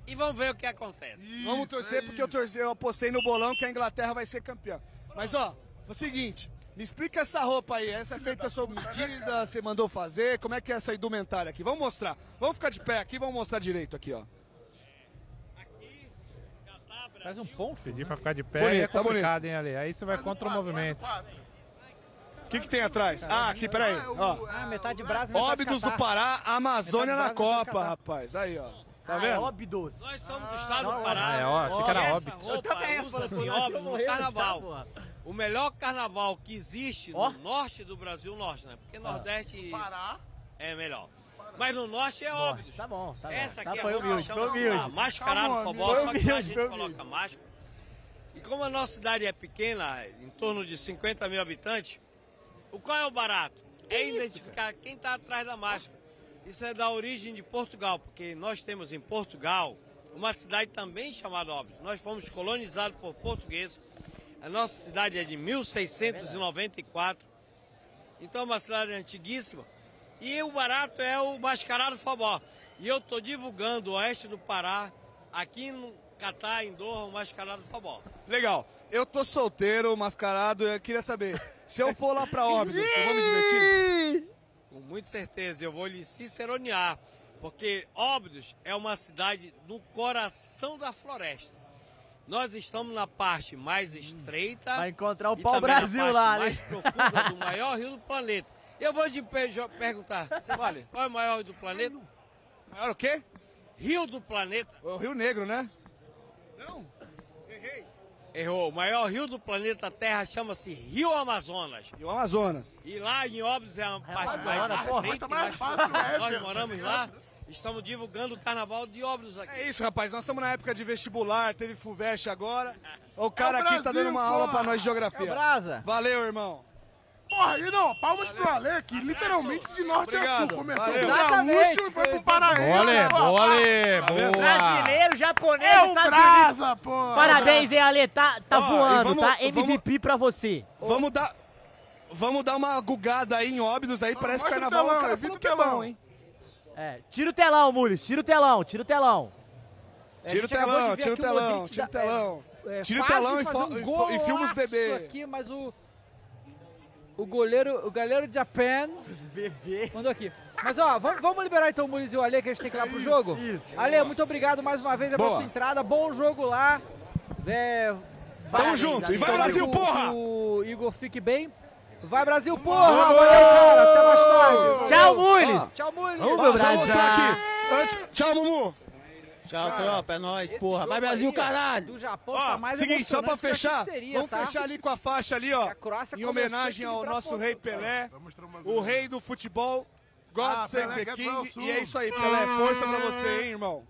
[SPEAKER 18] E vamos ver o que acontece.
[SPEAKER 6] Vamos torcer, porque eu, torci, eu apostei no bolão que a Inglaterra vai ser campeã. Mas, ó, é o seguinte, me explica essa roupa aí. Essa é feita sob medida, você mandou fazer. Como é que é essa indumentária aqui? Vamos mostrar. Vamos ficar de pé aqui, vamos mostrar direito aqui, ó.
[SPEAKER 1] tá.
[SPEAKER 8] Faz um poncho. Pedir pra ficar de pé
[SPEAKER 6] Bonito,
[SPEAKER 8] aí é
[SPEAKER 6] tá bonito.
[SPEAKER 8] complicado, hein, Ale? Aí você vai contra o movimento.
[SPEAKER 6] O que, que tem atrás? Ah, aqui, peraí. Ó.
[SPEAKER 1] Ah, metade de Brasil, metade
[SPEAKER 6] Óbidos
[SPEAKER 1] Catar.
[SPEAKER 6] do Pará, Amazônia na
[SPEAKER 1] Metade É Brasil, metade
[SPEAKER 6] Copa,
[SPEAKER 1] Catar.
[SPEAKER 6] rapaz. Aí, ó. Tá
[SPEAKER 18] Ah,
[SPEAKER 6] vendo?
[SPEAKER 18] é
[SPEAKER 4] Óbidos.
[SPEAKER 18] Nós somos do estado
[SPEAKER 6] não,
[SPEAKER 18] do Pará.
[SPEAKER 6] é, ó, achei que era
[SPEAKER 18] Essa
[SPEAKER 6] Óbidos. Eu
[SPEAKER 18] roupa
[SPEAKER 6] também ia falar,
[SPEAKER 18] usa-se
[SPEAKER 6] pô,
[SPEAKER 18] em
[SPEAKER 6] nós
[SPEAKER 18] Óbidos
[SPEAKER 6] somos
[SPEAKER 18] no
[SPEAKER 6] reinos,
[SPEAKER 18] carnaval.
[SPEAKER 6] tá,
[SPEAKER 18] O melhor carnaval que existe no norte do Brasil, norte, né?
[SPEAKER 6] Ah.
[SPEAKER 18] Porque Nordeste é melhor. Mas no norte é Óbidos.
[SPEAKER 4] Tá bom, tá bom.
[SPEAKER 18] Essa
[SPEAKER 4] Tá,
[SPEAKER 18] aqui
[SPEAKER 4] foi
[SPEAKER 18] é uma
[SPEAKER 4] humilde,
[SPEAKER 18] chama
[SPEAKER 4] foi humilde.
[SPEAKER 18] mascarado
[SPEAKER 4] Tá bom,
[SPEAKER 18] forró,
[SPEAKER 4] foi
[SPEAKER 18] só que lá a
[SPEAKER 4] humilde,
[SPEAKER 18] gente
[SPEAKER 4] foi
[SPEAKER 18] coloca máscara. E como a nossa cidade é pequena, em torno de 50 mil habitantes, o qual é o barato? é identificar quem está tá atrás da máscara. Isso é da origem de Portugal, porque nós temos em Portugal uma cidade também chamada Óbidos. Nós fomos colonizados por portugueses. A nossa cidade é de 1694. então é uma cidade antiguíssima. E o barato é o mascarado forró. E eu estou divulgando o oeste do Pará, aqui no Catar, em Doha, o mascarado forró.
[SPEAKER 6] Legal. Eu tô solteiro, mascarado, eu queria saber. Se eu for lá pra Óbidos, eu vou me divertir?
[SPEAKER 18] Com muita certeza, eu vou lhe ciceronear, porque Óbidos é uma cidade no coração da floresta. Nós estamos na parte mais estreita.
[SPEAKER 4] Vai encontrar o
[SPEAKER 18] e
[SPEAKER 4] pau
[SPEAKER 18] também na
[SPEAKER 4] Brasil
[SPEAKER 18] parte
[SPEAKER 4] lá, né?
[SPEAKER 18] mais profunda do maior rio do planeta. Eu vou te pe- jo- perguntar, você vale? qual é o maior rio do planeta?
[SPEAKER 6] Maior o quê?
[SPEAKER 18] Rio do planeta.
[SPEAKER 6] O Rio Negro, né?
[SPEAKER 18] Não, errei. Errou. O maior rio do planeta Terra chama-se Rio Amazonas.
[SPEAKER 6] O Amazonas.
[SPEAKER 18] E lá em Óbidos é a parte
[SPEAKER 6] Amazonas,
[SPEAKER 18] mais
[SPEAKER 6] porra, tá
[SPEAKER 18] estreita e
[SPEAKER 6] mais
[SPEAKER 18] mais
[SPEAKER 6] fácil,
[SPEAKER 18] profunda.
[SPEAKER 6] né,
[SPEAKER 18] Nós
[SPEAKER 6] velho?
[SPEAKER 18] moramos lá, estamos divulgando o carnaval de Óbidos aqui.
[SPEAKER 6] É isso, rapaz. Nós estamos na época de vestibular, teve FUVEST agora.
[SPEAKER 4] É
[SPEAKER 6] O cara aqui tá
[SPEAKER 18] Brasil,
[SPEAKER 6] dando uma aula
[SPEAKER 18] porra.
[SPEAKER 6] pra nós de geografia.
[SPEAKER 18] É o Brasa.
[SPEAKER 6] Valeu, irmão.
[SPEAKER 3] Porra, e não, palmas pro Ale, que literalmente de norte a
[SPEAKER 6] Obrigado.
[SPEAKER 3] sul. Começou
[SPEAKER 6] Valeu.
[SPEAKER 3] com o gaúcho
[SPEAKER 6] Exatamente,
[SPEAKER 3] e foi
[SPEAKER 7] Boa,
[SPEAKER 3] pro
[SPEAKER 7] Ale,
[SPEAKER 3] paraense. pô.
[SPEAKER 7] boa, Ale,
[SPEAKER 3] Tá vendo?
[SPEAKER 7] boa.
[SPEAKER 4] Brasileiro, japonês,
[SPEAKER 3] É o
[SPEAKER 4] Estados
[SPEAKER 3] Brasa,
[SPEAKER 4] Unidos.
[SPEAKER 3] pô.
[SPEAKER 4] Parabéns, hein, Ale? Tá, tá
[SPEAKER 6] Ó, e
[SPEAKER 4] voando,
[SPEAKER 6] vamos-
[SPEAKER 4] tá?
[SPEAKER 6] vamos-
[SPEAKER 4] MVP pra você.
[SPEAKER 6] Vamos dar. Vamos dar uma gugada aí em Óbidos aí, parece
[SPEAKER 4] Ah, mostra o
[SPEAKER 6] carnaval,
[SPEAKER 4] telão,
[SPEAKER 6] o cara
[SPEAKER 4] evita
[SPEAKER 6] falou
[SPEAKER 4] o
[SPEAKER 6] que é
[SPEAKER 4] telão.
[SPEAKER 6] bom, hein?
[SPEAKER 4] É, tira o telão, Mules, tira o telão, tira o telão.
[SPEAKER 6] É, Tira o telão, tira o telão, tira o
[SPEAKER 1] é,
[SPEAKER 6] telão.
[SPEAKER 4] É,
[SPEAKER 6] Tira o telão e
[SPEAKER 4] um
[SPEAKER 6] fo- e fo- e filma os bebê.
[SPEAKER 1] um aqui, mas o o goleiro, o goleiro de Japan os bebê. mandou aqui. Mas ó, vamos, vamos liberar então o Muniz e o Ale que a gente tem que ir lá pro jogo.
[SPEAKER 4] isso.
[SPEAKER 1] Ale, muito obrigado mais uma vez pela
[SPEAKER 4] Boa.
[SPEAKER 1] sua entrada. Bom jogo lá. É,
[SPEAKER 6] Tamo junto. E vai, Brasil, porra!
[SPEAKER 1] Que o Igor fique bem. Vai Brasil, porra! Valeu, cara. Até mais tarde.
[SPEAKER 4] Tchau, Mules.
[SPEAKER 1] Tchau, Mules.
[SPEAKER 4] Vamos, meu Brasil.
[SPEAKER 6] Tchau, Mumu.
[SPEAKER 5] Tchau, tropa. É nóis, porra. Vai, Brasil, caralho.
[SPEAKER 1] Do Japão
[SPEAKER 6] Ó,
[SPEAKER 1] tá mais
[SPEAKER 6] seguinte, só pra
[SPEAKER 1] emocionante que eu achei que
[SPEAKER 6] fechar,
[SPEAKER 1] seria,
[SPEAKER 6] vamos
[SPEAKER 1] tá?
[SPEAKER 6] fechar ali com a faixa ali, ó,
[SPEAKER 1] Croácia
[SPEAKER 6] em
[SPEAKER 1] começou
[SPEAKER 6] homenagem
[SPEAKER 1] aqui
[SPEAKER 6] ao
[SPEAKER 1] pra
[SPEAKER 6] nosso
[SPEAKER 1] ponta.
[SPEAKER 6] rei Pelé, o rei do futebol, God
[SPEAKER 3] Ah,
[SPEAKER 6] Save
[SPEAKER 3] Pelé
[SPEAKER 6] the
[SPEAKER 3] quer pra o Ah.
[SPEAKER 6] King,
[SPEAKER 3] sul.
[SPEAKER 6] e é isso aí, Pelé, força pra você, hein, irmão.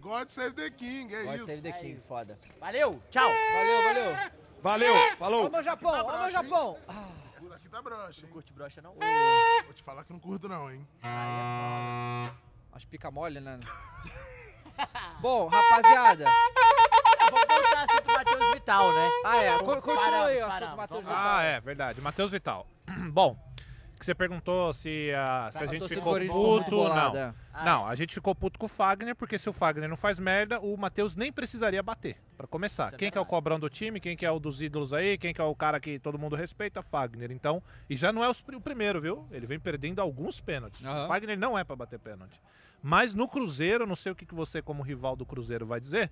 [SPEAKER 3] God Save the King, é
[SPEAKER 6] God
[SPEAKER 3] isso.
[SPEAKER 6] Save the King,
[SPEAKER 4] foda. Valeu, É. tchau.
[SPEAKER 1] Valeu, valeu.
[SPEAKER 6] É. Valeu, falou.
[SPEAKER 1] Ô, meu Japão,
[SPEAKER 3] Tá
[SPEAKER 1] ô, meu
[SPEAKER 3] broxa, hein?
[SPEAKER 1] Japão.
[SPEAKER 3] Essa daqui tá broxa, hein? Não
[SPEAKER 4] curte broxa, não?
[SPEAKER 3] Vou te falar que não curto, não,
[SPEAKER 1] é
[SPEAKER 3] hein?
[SPEAKER 1] Mas pica mole, né? Bom, rapaziada.
[SPEAKER 4] Vamos voltar ao assunto Matheus Vital, né?
[SPEAKER 1] Ah, é. Co-
[SPEAKER 4] Paramos,
[SPEAKER 1] continua aí o
[SPEAKER 4] paramos,
[SPEAKER 1] assunto Matheus
[SPEAKER 4] vamos
[SPEAKER 1] Vital.
[SPEAKER 4] lá.
[SPEAKER 7] Ah, é, verdade. Matheus Vital. Bom, que você perguntou se, ah, se a
[SPEAKER 4] Tá, a
[SPEAKER 7] gente
[SPEAKER 4] torcida do
[SPEAKER 7] ficou
[SPEAKER 4] Corinthians ficou muito
[SPEAKER 7] puto.
[SPEAKER 4] bolada,
[SPEAKER 7] Não.
[SPEAKER 4] é. Ah,
[SPEAKER 7] não, a gente ficou puto com o Fagner, porque se o Fagner não faz merda, o Matheus nem precisaria bater, pra começar. quem que é o cobrão do time, quem que é o dos ídolos aí, quem que é o cara que todo mundo respeita? Fagner. Então, e já não é os pri- o primeiro, viu? Ele vem perdendo alguns pênaltis.
[SPEAKER 8] Aham.
[SPEAKER 7] O Fagner não é pra bater pênalti. Mas no Cruzeiro, não sei o que que você, como rival do Cruzeiro, vai dizer,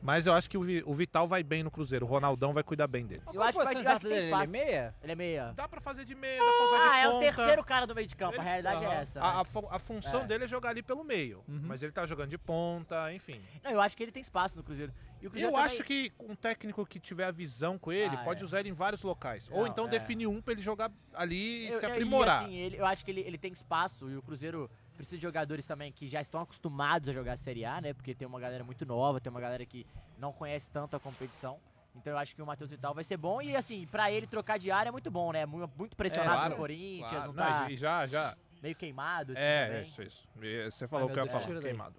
[SPEAKER 7] mas eu acho que o Vi- o Vital vai bem no Cruzeiro. O Ronaldão vai cuidar bem dele.
[SPEAKER 4] Eu acho que, vai,
[SPEAKER 1] posição
[SPEAKER 4] eu acho que
[SPEAKER 1] exata
[SPEAKER 4] tem
[SPEAKER 1] dele? Ele é
[SPEAKER 4] espaço.
[SPEAKER 1] meia?
[SPEAKER 4] Ele é meia.
[SPEAKER 7] Dá pra fazer de meia, dá pra usar de
[SPEAKER 4] Ah, é o
[SPEAKER 7] ponta.
[SPEAKER 4] terceiro cara do meio de campo, a
[SPEAKER 7] Ele-
[SPEAKER 4] realidade é
[SPEAKER 7] Aham.
[SPEAKER 4] essa, né?
[SPEAKER 7] A, a fu- a função
[SPEAKER 4] É.
[SPEAKER 7] dele é jogar ali pelo meio,
[SPEAKER 4] Uhum.
[SPEAKER 7] mas ele tá jogando de ponta, enfim.
[SPEAKER 4] Não, eu acho que ele tem espaço no Cruzeiro. E o
[SPEAKER 7] Eu
[SPEAKER 4] Cruzeiro também-
[SPEAKER 7] acho que um técnico que tiver a visão com ele
[SPEAKER 4] Ah,
[SPEAKER 7] pode
[SPEAKER 4] é.
[SPEAKER 7] usar ele em vários locais. Ou
[SPEAKER 4] Não,
[SPEAKER 7] então
[SPEAKER 4] é.
[SPEAKER 7] define um pra ele jogar ali e
[SPEAKER 4] Eu-
[SPEAKER 7] se
[SPEAKER 4] eu- e,
[SPEAKER 7] aprimorar.
[SPEAKER 4] assim, ele- eu acho que ele, ele tem espaço e o Cruzeiro precisa de jogadores também que já estão acostumados a jogar a Série A, né? Porque tem uma galera muito nova, tem uma galera que não conhece tanto a competição. Então eu acho que o Matheus Vital vai ser bom e, assim, pra ele trocar de área é muito bom, né? Mu- Muito, pressionado
[SPEAKER 7] É, claro,
[SPEAKER 4] no Corinthians,
[SPEAKER 7] claro.
[SPEAKER 4] não tá
[SPEAKER 7] e já, já.
[SPEAKER 4] meio queimado. assim,
[SPEAKER 7] É,
[SPEAKER 4] também.
[SPEAKER 7] isso, isso. E Você falou
[SPEAKER 4] Ai,
[SPEAKER 7] o que eu ia
[SPEAKER 4] meu Deus,
[SPEAKER 7] falar,
[SPEAKER 4] tira daí.
[SPEAKER 7] queimado.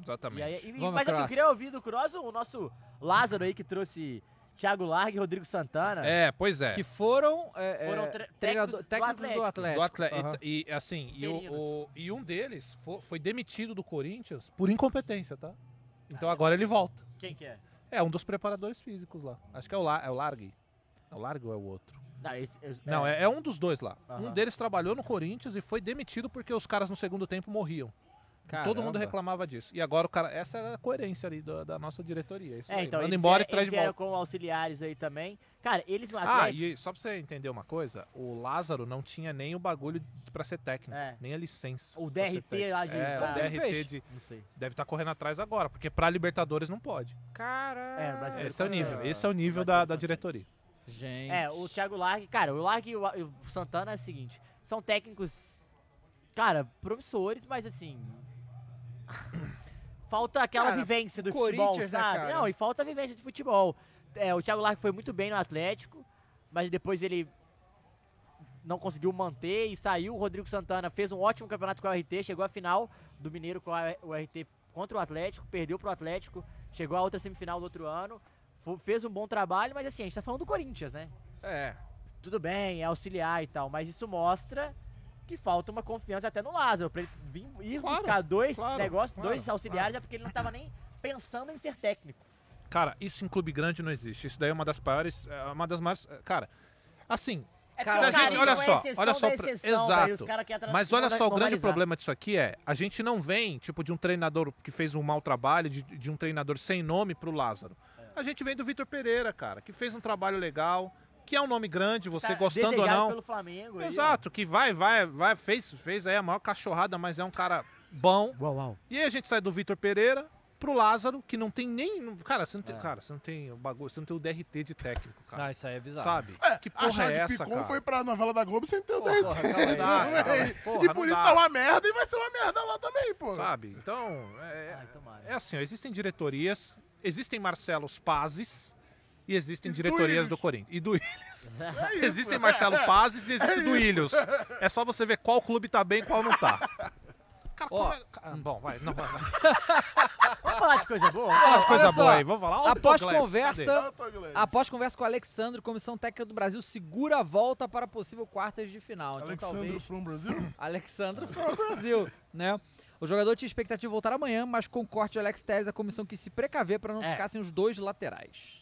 [SPEAKER 7] Exatamente.
[SPEAKER 4] E aí- e- mas aqui, eu queria ouvir do Cross o nosso Lázaro aí que trouxe Thiago Largue e Rodrigo Santana.
[SPEAKER 7] É, pois é.
[SPEAKER 1] Que foram, é, é,
[SPEAKER 4] Foram tre- técnicos
[SPEAKER 1] treinador-
[SPEAKER 4] do
[SPEAKER 1] técnicos do Atlético.
[SPEAKER 7] Do Atlético.
[SPEAKER 1] Aham.
[SPEAKER 7] E e, assim, e, o-
[SPEAKER 1] Meninos.
[SPEAKER 7] o- e um deles fo- foi, demitido do Corinthians
[SPEAKER 4] Ah.
[SPEAKER 7] por incompetência, tá? Então agora ele volta.
[SPEAKER 4] Quem que é?
[SPEAKER 7] É um dos preparadores físicos lá. Acho que é o, La, é o Largue. É o Largue ou é o outro?
[SPEAKER 4] Não, Ah, esse- eu-
[SPEAKER 7] Não, é, é um dos dois lá.
[SPEAKER 4] Aham.
[SPEAKER 7] Um deles trabalhou no Corinthians e foi demitido porque os caras no segundo tempo morriam. E Todo mundo
[SPEAKER 4] Caramba.
[SPEAKER 7] reclamava disso. E agora o cara. Essa é a coerência ali da, da nossa diretoria. Isso
[SPEAKER 4] É,
[SPEAKER 7] aí.
[SPEAKER 4] então,
[SPEAKER 7] Manda
[SPEAKER 4] eles
[SPEAKER 7] embora e
[SPEAKER 4] vie-
[SPEAKER 7] traz
[SPEAKER 4] eles
[SPEAKER 7] de volta.
[SPEAKER 4] vieram com auxiliares aí também. Cara, eles no
[SPEAKER 7] Ah,
[SPEAKER 4] Atlético...
[SPEAKER 7] e só pra você entender uma coisa, o Lázaro não tinha nem o bagulho pra ser técnico, nem a licença.
[SPEAKER 4] É. O
[SPEAKER 7] pra ser
[SPEAKER 4] DRT
[SPEAKER 7] técnico.
[SPEAKER 4] lá de-
[SPEAKER 7] É,
[SPEAKER 4] Como
[SPEAKER 7] o
[SPEAKER 4] que ele
[SPEAKER 7] DRT
[SPEAKER 4] fez?
[SPEAKER 7] de.
[SPEAKER 4] Não sei.
[SPEAKER 7] Deve estar correndo atrás agora, porque pra Libertadores não pode.
[SPEAKER 1] Cara...
[SPEAKER 4] É, o brasileiro
[SPEAKER 7] Esse é o
[SPEAKER 4] consegue.
[SPEAKER 7] nível, esse é o nível da, da diretoria.
[SPEAKER 1] Gente.
[SPEAKER 4] É, o Thiago Largue, cara, o Largue e o e o Santana é o seguinte, são técnicos, cara, promissores, mas assim, falta aquela
[SPEAKER 1] Cara,
[SPEAKER 4] vivência do futebol,
[SPEAKER 1] Corinthians, né,
[SPEAKER 4] sabe?
[SPEAKER 1] cara?
[SPEAKER 4] Não, e falta a vivência de futebol. É, o Thiago Largue foi muito bem no Atlético, mas depois ele não conseguiu manter e saiu. O Rodrigo Santana fez um ótimo campeonato com o RT, chegou à final do Mineiro com a- o RT contra o Atlético, perdeu pro Atlético, chegou à outra semifinal do outro ano, fo- fez um bom trabalho, mas assim, a gente tá falando do Corinthians, né?
[SPEAKER 1] É.
[SPEAKER 4] Tudo bem, é auxiliar e tal, mas isso mostra que falta uma confiança até no Lázaro, pra ele vir, ir
[SPEAKER 7] Claro,
[SPEAKER 4] buscar dois
[SPEAKER 7] claro,
[SPEAKER 4] negócios,
[SPEAKER 7] claro,
[SPEAKER 4] dois auxiliares,
[SPEAKER 7] claro.
[SPEAKER 4] é porque ele não tava nem pensando em ser técnico.
[SPEAKER 7] Cara, isso em clube grande não existe. Isso daí é uma das maiores. é Uma das maiores. Cara, assim.
[SPEAKER 4] É
[SPEAKER 7] se a
[SPEAKER 4] porque o
[SPEAKER 7] gente,
[SPEAKER 4] carinho
[SPEAKER 7] olha
[SPEAKER 4] é
[SPEAKER 7] só,
[SPEAKER 4] exceção
[SPEAKER 7] olha só.
[SPEAKER 4] da
[SPEAKER 7] pra-
[SPEAKER 4] exceção,
[SPEAKER 7] Exato.
[SPEAKER 4] velho, os cara quer tra-
[SPEAKER 7] Mas olha só, o grande
[SPEAKER 4] normalizar.
[SPEAKER 7] problema disso aqui é: a gente não vem, tipo, de um treinador que fez um mau trabalho, de, de um treinador sem nome pro Lázaro. A gente vem do Vitor Pereira, cara, que fez um trabalho legal, que é um nome grande, você
[SPEAKER 4] Tá
[SPEAKER 7] gostando ou
[SPEAKER 4] desejado
[SPEAKER 7] não.
[SPEAKER 4] pelo Flamengo. aí, ó.
[SPEAKER 7] Exato, que vai, vai, vai, fez, fez aí a maior cachorrada, mas é um cara bom. E aí a gente sai do Vitor Pereira pro Lázaro, que não tem nem. não- Cara, você não tem, cara, você não tem o bagulho, você não tem o DRT de técnico, cara.
[SPEAKER 3] Não, isso aí é bizarro.
[SPEAKER 7] Sabe?
[SPEAKER 3] É,
[SPEAKER 7] que
[SPEAKER 3] a
[SPEAKER 7] porra
[SPEAKER 3] Jade
[SPEAKER 7] é essa,
[SPEAKER 3] Picon
[SPEAKER 7] cara?
[SPEAKER 3] foi pra novela da Globo sem ter o DRT.
[SPEAKER 7] calma aí,
[SPEAKER 3] Não,
[SPEAKER 7] calma aí.
[SPEAKER 3] é.
[SPEAKER 7] Porra,
[SPEAKER 3] E
[SPEAKER 7] não
[SPEAKER 3] por isso
[SPEAKER 7] dá.
[SPEAKER 3] tá uma merda e vai ser uma merda lá também, pô.
[SPEAKER 7] Sabe? Então, é, é assim, ó, existem diretorias, existem Marcelos Pazes e existem diretorias
[SPEAKER 8] Duílios.
[SPEAKER 7] do Corinthians. E do Ilhos.
[SPEAKER 8] É isso.
[SPEAKER 7] existem Marcelo
[SPEAKER 8] É.
[SPEAKER 7] Pazes e existe
[SPEAKER 8] É
[SPEAKER 7] do
[SPEAKER 8] isso.
[SPEAKER 7] Ilhos. É só você ver qual clube tá bem e qual não tá. Cara,
[SPEAKER 1] Ó.
[SPEAKER 7] como é- Ah, Bom, vai, não, vai, vai.
[SPEAKER 4] Vamos falar de coisa boa?
[SPEAKER 7] Fala
[SPEAKER 1] Ó,
[SPEAKER 7] de coisa
[SPEAKER 1] olha
[SPEAKER 7] boa
[SPEAKER 1] só,
[SPEAKER 7] aí, vamos falar. Ó, o
[SPEAKER 1] Após
[SPEAKER 7] Douglas, cadê?
[SPEAKER 1] conversa, após conversa com o Alexandre, Comissão Técnica do Brasil segura a volta para possível quartas de final. Então,
[SPEAKER 3] Alexandre
[SPEAKER 1] talvez...
[SPEAKER 3] from Brasil?
[SPEAKER 1] Alexandre from Brasil, né? O jogador tinha expectativa de voltar amanhã, mas com o corte de Alex Telles, a comissão quis se precaver para não
[SPEAKER 4] É.
[SPEAKER 1] ficar sem os dois laterais.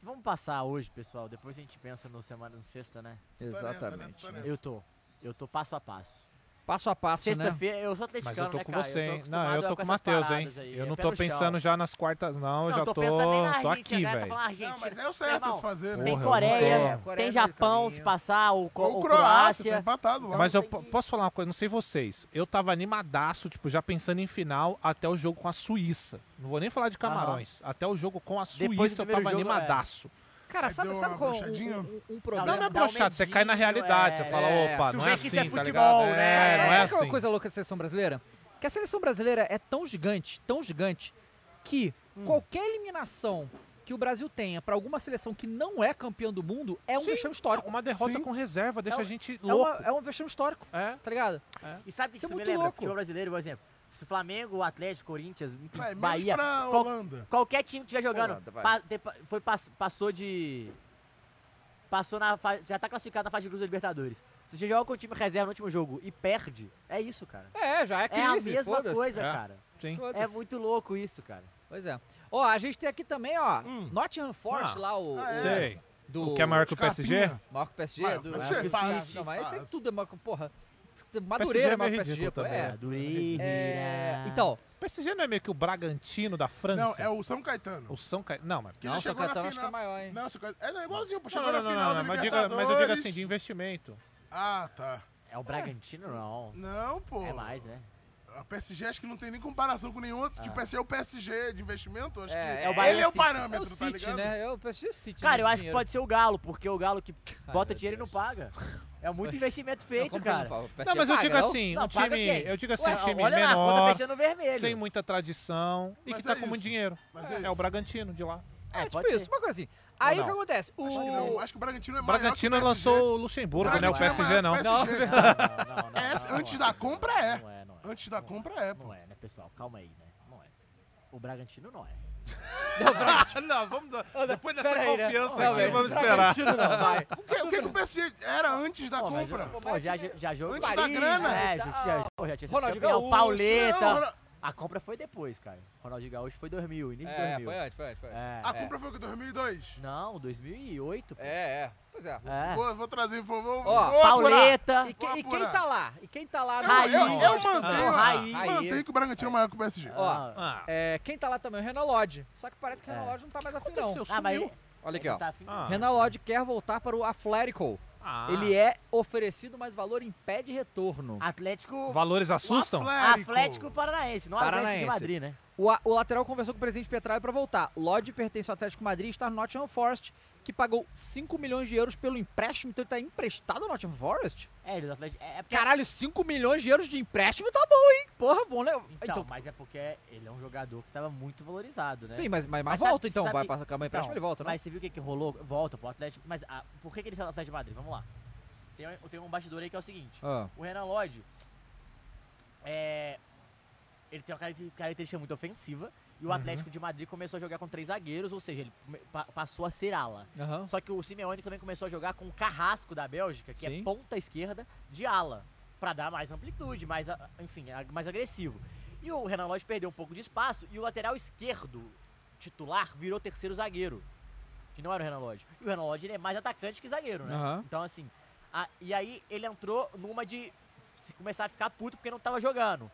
[SPEAKER 4] Vamos passar hoje, pessoal. Depois a gente pensa no semana, no sexta, né?
[SPEAKER 1] Exatamente, né?
[SPEAKER 4] Eu tô. Eu tô passo a passo.
[SPEAKER 1] Passo a passo, né?
[SPEAKER 4] Sexta-feira, eu sou
[SPEAKER 7] Mas
[SPEAKER 4] atleticano,
[SPEAKER 7] eu tô
[SPEAKER 4] né,
[SPEAKER 7] com
[SPEAKER 4] cara?
[SPEAKER 7] você, hein? Não,
[SPEAKER 4] acostumado
[SPEAKER 7] eu tô com o
[SPEAKER 4] essas
[SPEAKER 7] Matheus, hein?
[SPEAKER 4] paradas aí,
[SPEAKER 7] Eu
[SPEAKER 4] é
[SPEAKER 7] não
[SPEAKER 4] pé
[SPEAKER 7] tô
[SPEAKER 4] no chão.
[SPEAKER 7] pensando já nas quartas, não. Eu
[SPEAKER 4] Não,
[SPEAKER 7] já
[SPEAKER 4] tô
[SPEAKER 7] tô.
[SPEAKER 4] pensando nem na
[SPEAKER 7] Tô
[SPEAKER 4] Argentina,
[SPEAKER 7] aqui,
[SPEAKER 4] a galera tá
[SPEAKER 7] velho.
[SPEAKER 4] falando Argentina.
[SPEAKER 3] Não, mas é o certo
[SPEAKER 4] irmão,
[SPEAKER 3] se fazer, né?
[SPEAKER 4] Tem
[SPEAKER 7] Porra, eu não
[SPEAKER 4] Coreia,
[SPEAKER 7] tô.
[SPEAKER 4] tem Japão se passar, o, Co- o
[SPEAKER 7] tá
[SPEAKER 4] Croácia.
[SPEAKER 7] Mas eu po- posso falar uma coisa, não sei vocês. Eu tava animadaço, tipo, já pensando em final até o jogo com a Suíça. Não vou nem falar de Camarões. Até o jogo com a
[SPEAKER 1] Depois do
[SPEAKER 7] Suíça eu
[SPEAKER 1] primeiro
[SPEAKER 7] tava
[SPEAKER 1] jogo, é.
[SPEAKER 7] animadaço.
[SPEAKER 1] Cara, sabe,
[SPEAKER 3] deu
[SPEAKER 1] sabe
[SPEAKER 3] uma
[SPEAKER 1] qual é
[SPEAKER 3] brochadinha?
[SPEAKER 1] um, um, um problema?
[SPEAKER 7] Não, não é brochado, você cai na realidade. Você fala, opa, não é assim, tá ligado? É, não é
[SPEAKER 1] sabe, sabe qual é a
[SPEAKER 7] assim.
[SPEAKER 1] coisa louca da seleção brasileira? Que a seleção brasileira é tão gigante, tão gigante, que
[SPEAKER 7] Hum.
[SPEAKER 1] qualquer eliminação que o Brasil tenha pra alguma seleção que não é campeã do mundo é um
[SPEAKER 7] Sim,
[SPEAKER 1] vexame histórico.
[SPEAKER 7] Uma derrota
[SPEAKER 1] Sim.
[SPEAKER 7] com reserva deixa
[SPEAKER 1] É um-
[SPEAKER 7] a gente
[SPEAKER 1] é uma-
[SPEAKER 7] louco.
[SPEAKER 1] É, um vexame histórico, tá ligado?
[SPEAKER 4] E sabe o que
[SPEAKER 1] Isso é
[SPEAKER 4] isso me
[SPEAKER 1] muito
[SPEAKER 4] lembra?
[SPEAKER 1] louco.
[SPEAKER 4] Futebol brasileiro, por exemplo. Se Flamengo, Atlético, Corinthians, enfim,
[SPEAKER 1] Vai, menos
[SPEAKER 4] Bahia.
[SPEAKER 1] pra
[SPEAKER 4] qual-
[SPEAKER 1] Holanda.
[SPEAKER 4] Qualquer time que estiver jogando.
[SPEAKER 1] Holanda, vai.
[SPEAKER 4] pa- de- pa- foi, pass- passou de. Passou na fase. Já tá classificado na fase de grupo da Libertadores. Se você joga com o time reserva no último jogo e perde, é isso, cara.
[SPEAKER 1] É, já é
[SPEAKER 4] a
[SPEAKER 1] crise,
[SPEAKER 4] mesma
[SPEAKER 1] foda-se.
[SPEAKER 4] coisa,
[SPEAKER 1] É,
[SPEAKER 4] cara.
[SPEAKER 1] sim.
[SPEAKER 4] É
[SPEAKER 1] Foda-se.
[SPEAKER 4] muito louco isso, cara.
[SPEAKER 1] Pois é. Ó, a gente tem aqui também, ó, Nottingham Forest
[SPEAKER 4] Ah.
[SPEAKER 1] lá, o...
[SPEAKER 4] Ah,
[SPEAKER 1] o-
[SPEAKER 7] Sei.
[SPEAKER 1] Do...
[SPEAKER 7] O que é maior que o PSG?
[SPEAKER 1] Maior que o PSG?
[SPEAKER 7] Maior que
[SPEAKER 1] do...
[SPEAKER 7] o PSG,
[SPEAKER 1] do-
[SPEAKER 7] fácil,
[SPEAKER 1] City. Não, mas isso aí
[SPEAKER 7] fácil.
[SPEAKER 1] tudo é maior que... Porra.
[SPEAKER 7] PSG
[SPEAKER 1] Madureira
[SPEAKER 7] é
[SPEAKER 1] é maior que
[SPEAKER 7] meio
[SPEAKER 1] o PSG,
[SPEAKER 7] ridículo
[SPEAKER 1] pô.
[SPEAKER 7] também,
[SPEAKER 1] É.
[SPEAKER 7] né? Madureira.
[SPEAKER 1] É, Então...
[SPEAKER 7] O PSG não é meio que o Bragantino da
[SPEAKER 3] Não,
[SPEAKER 7] França?
[SPEAKER 3] é o São Caetano.
[SPEAKER 7] o São Caetano. Não, mas
[SPEAKER 3] Que já chegou na final. maior, hein? Não, São Caetano. É, não, é igualzinho, pô.
[SPEAKER 7] Não, não,
[SPEAKER 3] Chegou
[SPEAKER 7] não,
[SPEAKER 3] na
[SPEAKER 7] não,
[SPEAKER 3] final
[SPEAKER 7] não,
[SPEAKER 3] da
[SPEAKER 7] mas, diga-
[SPEAKER 3] Libertadores.
[SPEAKER 7] mas eu digo assim, de investimento.
[SPEAKER 3] Ah, tá.
[SPEAKER 4] É o Bragantino, não.
[SPEAKER 3] Não, pô.
[SPEAKER 4] É mais, né? Ah.
[SPEAKER 3] A PSG acho que não tem nem comparação com nenhum outro. Tipo, PSG é o PSG de investimento. Acho que
[SPEAKER 4] é o Bayern
[SPEAKER 3] ele é o
[SPEAKER 4] City.
[SPEAKER 3] parâmetro,
[SPEAKER 4] É o
[SPEAKER 3] tá
[SPEAKER 4] City,
[SPEAKER 3] ligado?
[SPEAKER 4] né? É
[SPEAKER 1] o PSG City.
[SPEAKER 4] Cara, eu acho que pode ser o Galo, porque o Galo que bota dinheiro e não paga. É muito investimento feito,
[SPEAKER 7] como que
[SPEAKER 4] cara.
[SPEAKER 7] não paga? O PSG Não, mas eu paga,
[SPEAKER 1] é
[SPEAKER 7] digo não? assim, um
[SPEAKER 4] é paga
[SPEAKER 7] time-
[SPEAKER 4] quem?
[SPEAKER 7] eu digo assim, um time
[SPEAKER 4] olha lá, a conta tá
[SPEAKER 7] menor,
[SPEAKER 4] fechando vermelho.
[SPEAKER 7] Sem muita tradição e
[SPEAKER 4] Mas
[SPEAKER 7] que
[SPEAKER 4] é
[SPEAKER 7] tá com
[SPEAKER 4] isso.
[SPEAKER 7] muito dinheiro.
[SPEAKER 3] Mas
[SPEAKER 7] é,
[SPEAKER 3] é
[SPEAKER 7] é o Bragantino de lá.
[SPEAKER 1] É, tipo
[SPEAKER 7] pode
[SPEAKER 1] isso,
[SPEAKER 7] ser.
[SPEAKER 1] uma coisa assim.
[SPEAKER 7] Ou
[SPEAKER 1] Aí o que
[SPEAKER 7] não?
[SPEAKER 1] acontece? O...
[SPEAKER 3] Acho que não. Acho que o Bragantino é
[SPEAKER 7] O
[SPEAKER 3] maior
[SPEAKER 7] Bragantino
[SPEAKER 3] que o PSG.
[SPEAKER 7] lançou o Luxemburgo, né? O
[SPEAKER 3] Bragantino
[SPEAKER 7] PSG
[SPEAKER 3] é
[SPEAKER 7] não.
[SPEAKER 3] maior que o PSG. É, Antes da compra é. Antes da compra é, pô.
[SPEAKER 4] Não é, né, pessoal? Calma aí, né? Não é. O Bragantino não é.
[SPEAKER 2] não, vamos. Depois
[SPEAKER 4] dessa Pera aí, né? confiança Não, aqui, velho, vamos
[SPEAKER 3] esperar.
[SPEAKER 4] Bragantino não, vai.
[SPEAKER 3] O que, o que que o PSG era antes da compra?
[SPEAKER 4] Pô, já, já, já jogou.
[SPEAKER 3] Antes da
[SPEAKER 4] Paris,
[SPEAKER 3] grana.
[SPEAKER 4] né? Já, já, pô, já tinha sido
[SPEAKER 1] Ronaldinho
[SPEAKER 4] campeão,
[SPEAKER 1] Gaúcho.
[SPEAKER 4] Pauleta.
[SPEAKER 1] Não, Ronald-
[SPEAKER 4] A compra foi depois, cara. Ronaldinho Gaúcho foi 2000, início de
[SPEAKER 1] É,
[SPEAKER 4] 2000.
[SPEAKER 1] foi antes, foi antes, foi antes.
[SPEAKER 4] É.
[SPEAKER 3] A compra foi o que, 2002?
[SPEAKER 4] Não, 2008. Pô.
[SPEAKER 1] É, é. Pois é.
[SPEAKER 4] É.
[SPEAKER 3] Vou, vou trazer, vou, vou,
[SPEAKER 4] Ó,
[SPEAKER 3] vou
[SPEAKER 4] Pauleta.
[SPEAKER 3] apurar.
[SPEAKER 1] E, que-
[SPEAKER 3] Vou
[SPEAKER 1] e quem
[SPEAKER 3] apurar.
[SPEAKER 1] tá lá? E quem tá lá?
[SPEAKER 3] Eu,
[SPEAKER 1] no-
[SPEAKER 3] eu, eu
[SPEAKER 1] Lógico,
[SPEAKER 3] mantenho,
[SPEAKER 4] Ah,
[SPEAKER 1] não.
[SPEAKER 3] a-
[SPEAKER 1] Aí.
[SPEAKER 3] mantenho que o Bragantino é maior que o PSG.
[SPEAKER 1] Ó, é, quem tá lá também? O Renan Lodge. Só que parece que o Renan
[SPEAKER 3] Ah. É.
[SPEAKER 1] Lodge não tá mais afim, não.
[SPEAKER 3] Aconteceu, Ah, mas sumiu. ele-
[SPEAKER 1] Olha aqui,
[SPEAKER 3] ele
[SPEAKER 1] ó.
[SPEAKER 3] tá afim, não.
[SPEAKER 1] Ah. Renan Lodge quer voltar para o Atlético.
[SPEAKER 7] Ah.
[SPEAKER 1] Ele é oferecido, mas valor impede retorno.
[SPEAKER 4] Atlético...
[SPEAKER 7] Valores assustam?
[SPEAKER 4] Atlético, Paranaense, não é Atlético de Madrid, né?
[SPEAKER 1] O, a- o lateral conversou com o presidente Petralha para voltar. Lodge pertence ao Atlético Madrid e está no Nottingham Forest, que pagou 5 milhões de euros pelo empréstimo, então ele tá emprestado ao Nottingham Forest?
[SPEAKER 4] É, ele do Atlético... É, é porque...
[SPEAKER 1] Caralho, 5 milhões de euros de empréstimo tá bom, hein? Porra, bom, né?
[SPEAKER 4] Então, mas é porque ele é um jogador que tava muito valorizado, né?
[SPEAKER 1] Sim, mas- mas- mas volta, então, vai passar com a mão
[SPEAKER 4] então,
[SPEAKER 1] empréstimo, ele volta, não?
[SPEAKER 4] Mas você viu o que, que rolou? Volta pro Atlético. Mas ah, por que, que ele saiu do Atlético de Madrid? Vamos lá. Tem, um- tem um bastidor aí que é o seguinte.
[SPEAKER 1] Ah.
[SPEAKER 4] O Renan Lodge, é, ele tem uma caracter- característica muito ofensiva. E o
[SPEAKER 1] Uhum.
[SPEAKER 4] Atlético de Madrid começou a jogar com três zagueiros, ou seja, ele come- pa- passou a ser ala.
[SPEAKER 1] Aham.
[SPEAKER 4] Só que o Simeone também começou a jogar com o Carrasco da Bélgica, que é
[SPEAKER 1] Sim.
[SPEAKER 4] ponta esquerda de ala, Pra dar mais amplitude, mais, a- enfim, a- mais agressivo. E o Renan Lodge perdeu um pouco de espaço e o lateral esquerdo titular virou terceiro zagueiro, que não era o Renan Lodge. E o Renan Lodge ele é mais atacante que zagueiro, né?
[SPEAKER 1] Aham.
[SPEAKER 4] Então assim, a- e aí ele entrou numa de se começar a ficar puto porque não tava jogando.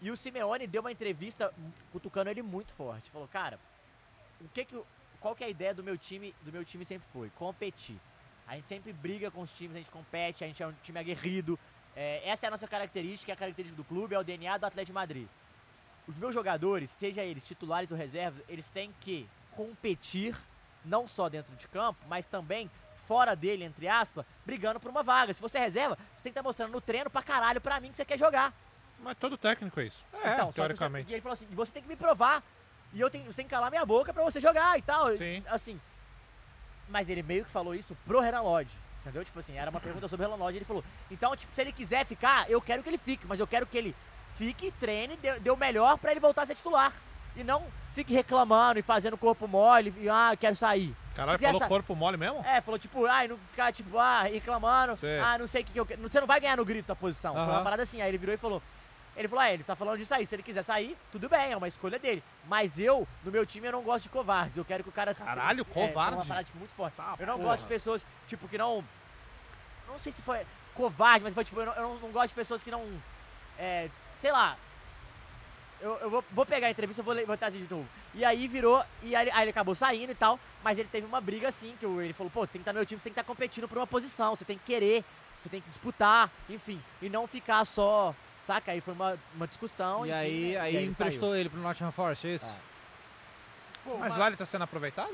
[SPEAKER 4] E o Simeone deu uma entrevista hum, cutucando ele muito forte. Falou, cara, o que que, o- qual que é a ideia do meu time? Do meu time sempre foi competir. A gente sempre briga com os times, a gente compete, a gente é um time aguerrido. É, essa é a nossa característica, é a característica do clube, é o DNA do Atlético de Madrid. Os meus jogadores, seja eles titulares ou reservas, eles têm que competir não só dentro de campo, mas também fora dele, entre aspas, brigando por uma vaga. Se você é reserva, você tem que estar mostrando no treino pra caralho pra mim que você quer jogar.
[SPEAKER 7] Mas todo técnico é isso.
[SPEAKER 4] Então, só que você-
[SPEAKER 7] teoricamente.
[SPEAKER 4] e ele falou assim, você tem que me provar. E eu tenho, você tem que calar minha boca pra você jogar e tal.
[SPEAKER 7] Sim.
[SPEAKER 4] Assim. Mas ele meio que falou isso pro Renan Lodge. Entendeu? Tipo assim, era uma pergunta sobre o Renan Lodge. Ele falou, então, tipo, se ele quiser ficar, eu quero que ele fique. Mas eu quero que ele fique, treine, dê, dê o melhor pra ele voltar a ser titular. E não fique reclamando e fazendo corpo mole. E, ah, eu quero sair.
[SPEAKER 7] Caralho,
[SPEAKER 4] Se quiser
[SPEAKER 7] falou
[SPEAKER 4] sa-
[SPEAKER 7] corpo mole mesmo?
[SPEAKER 4] é, falou tipo, ai, não ficar tipo, ah, reclamando,
[SPEAKER 7] Sei.
[SPEAKER 4] ah, não sei o que, que eu quero. Você não vai ganhar no grito a posição. Foi uma
[SPEAKER 7] Aham.
[SPEAKER 4] parada assim. Aí ele virou e falou. Ele falou, ah, ele tá falando disso aí. Se ele quiser sair, tudo bem, é uma escolha dele. Mas eu, no meu time, eu não gosto de covardes. Eu quero que o cara.
[SPEAKER 7] Caralho,
[SPEAKER 4] é, É uma
[SPEAKER 7] covarde?
[SPEAKER 4] parada tipo, muito forte.
[SPEAKER 1] Tá,
[SPEAKER 4] eu não
[SPEAKER 7] porra.
[SPEAKER 4] gosto de pessoas, tipo, que não. Não sei se foi covarde, mas foi tipo, eu não, eu não- não gosto de pessoas que não. É, sei lá, eu, eu vou, vou pegar a entrevista, eu vou, le- vou trazer de novo. E aí virou, e aí, ele- aí ele acabou saindo e tal, mas ele teve uma briga assim, que o- ele falou, pô, você tem que estar no meu time, você tem que estar competindo por uma posição, você tem que querer, você tem que disputar, enfim, e não ficar só, saca? Aí foi uma, uma discussão.
[SPEAKER 1] E
[SPEAKER 4] enfim,
[SPEAKER 1] aí,
[SPEAKER 4] né?
[SPEAKER 1] aí
[SPEAKER 4] E ele
[SPEAKER 1] emprestou
[SPEAKER 4] saiu.
[SPEAKER 1] ele pro Nottingham Forest, é isso?
[SPEAKER 7] Mas lá ele tá sendo aproveitado?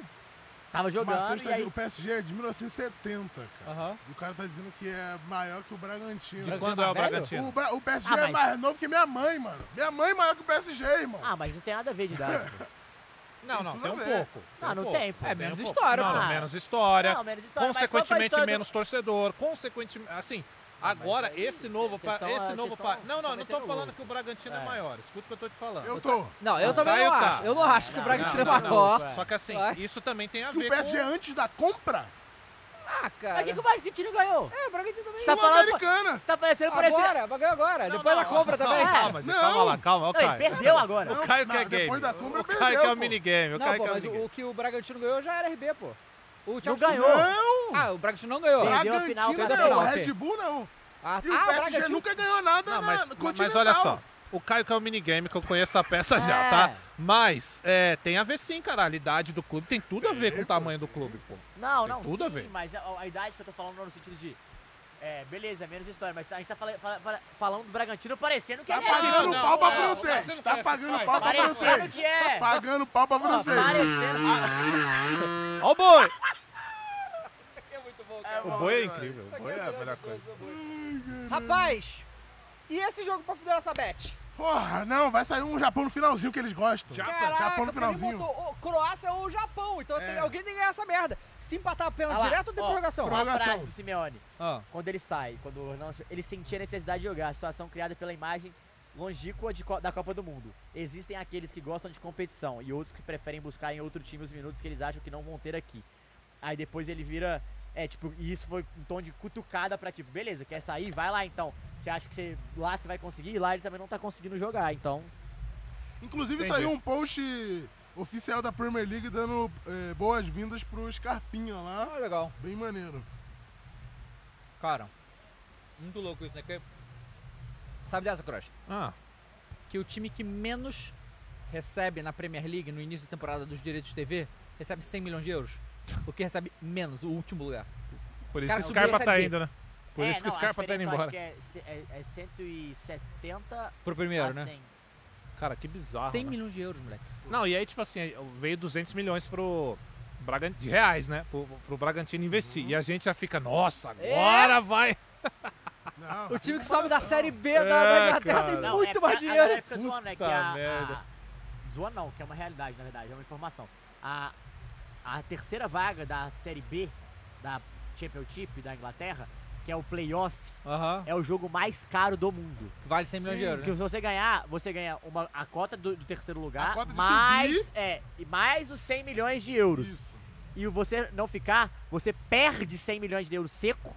[SPEAKER 4] Tava jogando,
[SPEAKER 3] Matheus tá
[SPEAKER 4] e aí-
[SPEAKER 3] dizendo, O PSG é de 1970, cara. E o cara tá dizendo que é maior que o Bragantino.
[SPEAKER 7] De quando é o Bragantino?
[SPEAKER 3] O, Bra- o PSG
[SPEAKER 4] tá Ah,
[SPEAKER 3] é
[SPEAKER 4] mas-
[SPEAKER 3] mais novo que minha mãe, mano. Minha mãe é maior que o PSG, irmão.
[SPEAKER 4] Ah, mas não tem nada a ver de idade. pô.
[SPEAKER 7] Não, não,
[SPEAKER 3] Tudo
[SPEAKER 7] tem um
[SPEAKER 3] a ver.
[SPEAKER 7] pouco.
[SPEAKER 1] Ah,
[SPEAKER 4] Não,
[SPEAKER 7] um
[SPEAKER 4] não
[SPEAKER 7] pouco.
[SPEAKER 4] tem, pô. É
[SPEAKER 7] um
[SPEAKER 4] menos
[SPEAKER 7] pouco.
[SPEAKER 4] história,
[SPEAKER 7] não,
[SPEAKER 4] pô.
[SPEAKER 7] não, menos história.
[SPEAKER 4] Não, menos história, mas qual foi a
[SPEAKER 7] Consequentemente,
[SPEAKER 4] história do-
[SPEAKER 7] menos
[SPEAKER 1] tá
[SPEAKER 7] torcedor. Consequentemente, assim, agora esse novo...
[SPEAKER 4] vocês
[SPEAKER 7] Pa...
[SPEAKER 4] tão-
[SPEAKER 7] Esse
[SPEAKER 4] vocês
[SPEAKER 7] novo
[SPEAKER 4] tão-
[SPEAKER 7] pa...
[SPEAKER 4] vocês
[SPEAKER 7] Não,
[SPEAKER 4] tão
[SPEAKER 7] não, não tô
[SPEAKER 4] metendo
[SPEAKER 7] falando
[SPEAKER 4] louco.
[SPEAKER 7] que o Bragantino é,
[SPEAKER 4] É.
[SPEAKER 7] maior. Escuta o que eu tô te falando.
[SPEAKER 3] Eu tô.
[SPEAKER 1] Não, eu também
[SPEAKER 7] Tá,
[SPEAKER 1] não
[SPEAKER 7] tá.
[SPEAKER 1] acho. Eu não acho que o Bragantino é maior.
[SPEAKER 7] Só que assim, isso também tem a
[SPEAKER 3] Que
[SPEAKER 7] ver
[SPEAKER 3] o PSG
[SPEAKER 7] com...
[SPEAKER 3] é antes da compra?
[SPEAKER 1] Ah, cara.
[SPEAKER 4] Mas o que, que o Bragantino ganhou?
[SPEAKER 1] É, o Bragantino também
[SPEAKER 4] Você tá
[SPEAKER 1] ganhou.
[SPEAKER 4] falando,
[SPEAKER 3] Sul-Americana.
[SPEAKER 4] Você tá parecendo parecendo...
[SPEAKER 1] Agora, vai ganhar agora. Depois da compra
[SPEAKER 7] calma,
[SPEAKER 1] também. é.
[SPEAKER 7] calma, gente, calma lá, calma, ó,
[SPEAKER 1] Não, ele
[SPEAKER 7] Caio.
[SPEAKER 1] perdeu agora.
[SPEAKER 7] O Caio que é
[SPEAKER 1] Não, depois
[SPEAKER 7] game.
[SPEAKER 1] da compra
[SPEAKER 7] O Caio
[SPEAKER 1] perdeu,
[SPEAKER 7] que é o
[SPEAKER 1] pô.
[SPEAKER 7] minigame. O
[SPEAKER 1] Não,
[SPEAKER 7] Caio
[SPEAKER 1] pô,
[SPEAKER 7] que é o
[SPEAKER 1] mas
[SPEAKER 7] minigame.
[SPEAKER 1] o, o que o Bragantino ganhou já era RB, pô. O Thiago
[SPEAKER 4] ganhou.
[SPEAKER 1] Silva- Ah, o Bragentino não ganhou.
[SPEAKER 3] Bragantino
[SPEAKER 1] Perdeu a
[SPEAKER 3] não,
[SPEAKER 1] final, ok.
[SPEAKER 3] Red Bull não.
[SPEAKER 1] Ah,
[SPEAKER 3] E o
[SPEAKER 1] ah,
[SPEAKER 3] PSG
[SPEAKER 1] Bragantino-
[SPEAKER 3] nunca ganhou nada
[SPEAKER 2] Ah,
[SPEAKER 7] Não, mas,
[SPEAKER 3] na
[SPEAKER 7] mas
[SPEAKER 3] Continental.
[SPEAKER 7] olha só. O Caio que é o minigame, que eu conheço a peça já, tá? Mas é, tem a ver sim, caralho. A idade do clube tem tudo a ver com o tamanho do clube, pô.
[SPEAKER 4] Não,
[SPEAKER 7] Tem
[SPEAKER 4] não,
[SPEAKER 7] tudo
[SPEAKER 4] sim,
[SPEAKER 7] a ver.
[SPEAKER 4] mas a, a idade que eu tô falando não no sentido de. É, beleza, menos história, mas a gente tá fala- fala- fala- falando do Bragantino parecendo que
[SPEAKER 3] Tá
[SPEAKER 4] é grande.
[SPEAKER 3] pagando
[SPEAKER 4] Não,
[SPEAKER 3] pau pra
[SPEAKER 4] não,
[SPEAKER 3] francês.
[SPEAKER 4] parecendo-
[SPEAKER 3] Tá pagando pau pra
[SPEAKER 4] Parecendo
[SPEAKER 3] francês.
[SPEAKER 4] que é.
[SPEAKER 3] Tá pagando pau pra francês.
[SPEAKER 7] Ó o boi!
[SPEAKER 2] O boi é incrível. O boi é a melhor coisa.
[SPEAKER 1] Rapaz, e esse jogo pra Federação Bet?
[SPEAKER 3] Porra, não, vai sair um Japão no finalzinho que eles gostam.
[SPEAKER 1] Caraca,
[SPEAKER 3] Japão no
[SPEAKER 1] o Felipe
[SPEAKER 3] finalzinho.
[SPEAKER 1] botou, ô, Croácia ou Japão, então tem- alguém tem que ganhar essa merda. Se empatar pênalti
[SPEAKER 7] Então,
[SPEAKER 4] Olha lá,
[SPEAKER 1] direto ou tem
[SPEAKER 4] ó,
[SPEAKER 1] prorrogação?
[SPEAKER 4] uma frase do Simeone.
[SPEAKER 7] Ah.
[SPEAKER 4] Quando ele sai, quando o Ronaldo- ele sentia a necessidade de jogar, a situação criada pela imagem longínqua de co- da Copa do Mundo. Existem aqueles que gostam de competição e outros que preferem buscar em outro time os minutos que eles acham que não vão ter aqui. Aí depois ele vira, é tipo, e isso foi um tom de cutucada pra tipo, beleza, quer sair? Vai lá então. Você acha que você- lá você vai conseguir? E lá ele também não tá conseguindo jogar, então...
[SPEAKER 3] Inclusive
[SPEAKER 4] Entendi.
[SPEAKER 3] saiu um post oficial da Premier League dando eh, boas-vindas pro Scarpinha lá.
[SPEAKER 1] Ah, legal.
[SPEAKER 3] Bem maneiro.
[SPEAKER 1] Cara, muito louco isso, né? Porque, sabe dessa, Cross?
[SPEAKER 7] Ah.
[SPEAKER 1] Que o time que menos recebe na Premier League, no início da temporada dos direitos de TV, recebe 100 milhões de euros. O que recebe menos, o último lugar.
[SPEAKER 7] Por isso
[SPEAKER 1] Cara,
[SPEAKER 7] que o
[SPEAKER 1] subiu a
[SPEAKER 7] Scarpa
[SPEAKER 1] Série
[SPEAKER 7] tá
[SPEAKER 1] B.
[SPEAKER 7] indo, né? Por
[SPEAKER 4] É,
[SPEAKER 7] isso que
[SPEAKER 4] não,
[SPEAKER 7] o
[SPEAKER 4] a
[SPEAKER 7] Scarpa tá indo
[SPEAKER 4] diferença eu
[SPEAKER 7] embora.
[SPEAKER 4] acho que é, se- é, é 170
[SPEAKER 7] Pro primeiro,
[SPEAKER 4] a
[SPEAKER 7] né?
[SPEAKER 4] 100.
[SPEAKER 7] Cara, que bizarro.
[SPEAKER 1] 100
[SPEAKER 7] né?
[SPEAKER 1] Tá milhões de euros, moleque.
[SPEAKER 7] Não, e aí, tipo assim, veio 200 milhões pro Bragan... de reais, né? Pro, pro Bragantino investir. E a gente já fica, nossa, agora
[SPEAKER 1] Uhum. É.
[SPEAKER 7] vai.
[SPEAKER 1] o time que sobe da Série B da,
[SPEAKER 7] É,
[SPEAKER 1] da Inglaterra
[SPEAKER 7] cara.
[SPEAKER 1] tem
[SPEAKER 7] Não,
[SPEAKER 1] muito
[SPEAKER 4] é,
[SPEAKER 1] mais
[SPEAKER 4] a- a
[SPEAKER 1] dinheiro.
[SPEAKER 4] galera fica zoando, né, que a-
[SPEAKER 7] merda.
[SPEAKER 4] a- zoando não, que é uma realidade, na verdade, é uma informação. A, a terceira vaga da Série B da Championship da Inglaterra que é o playoff, é o jogo mais caro do mundo.
[SPEAKER 1] Vale 100 milhões de euros,
[SPEAKER 4] Que
[SPEAKER 1] né?
[SPEAKER 4] se você ganhar, você ganha uma, a cota do, do terceiro lugar,
[SPEAKER 1] A cota de
[SPEAKER 4] mais,
[SPEAKER 1] subir.
[SPEAKER 4] É, e mais os 100 milhões de euros. E você não ficar, você perde 100 milhões de euros seco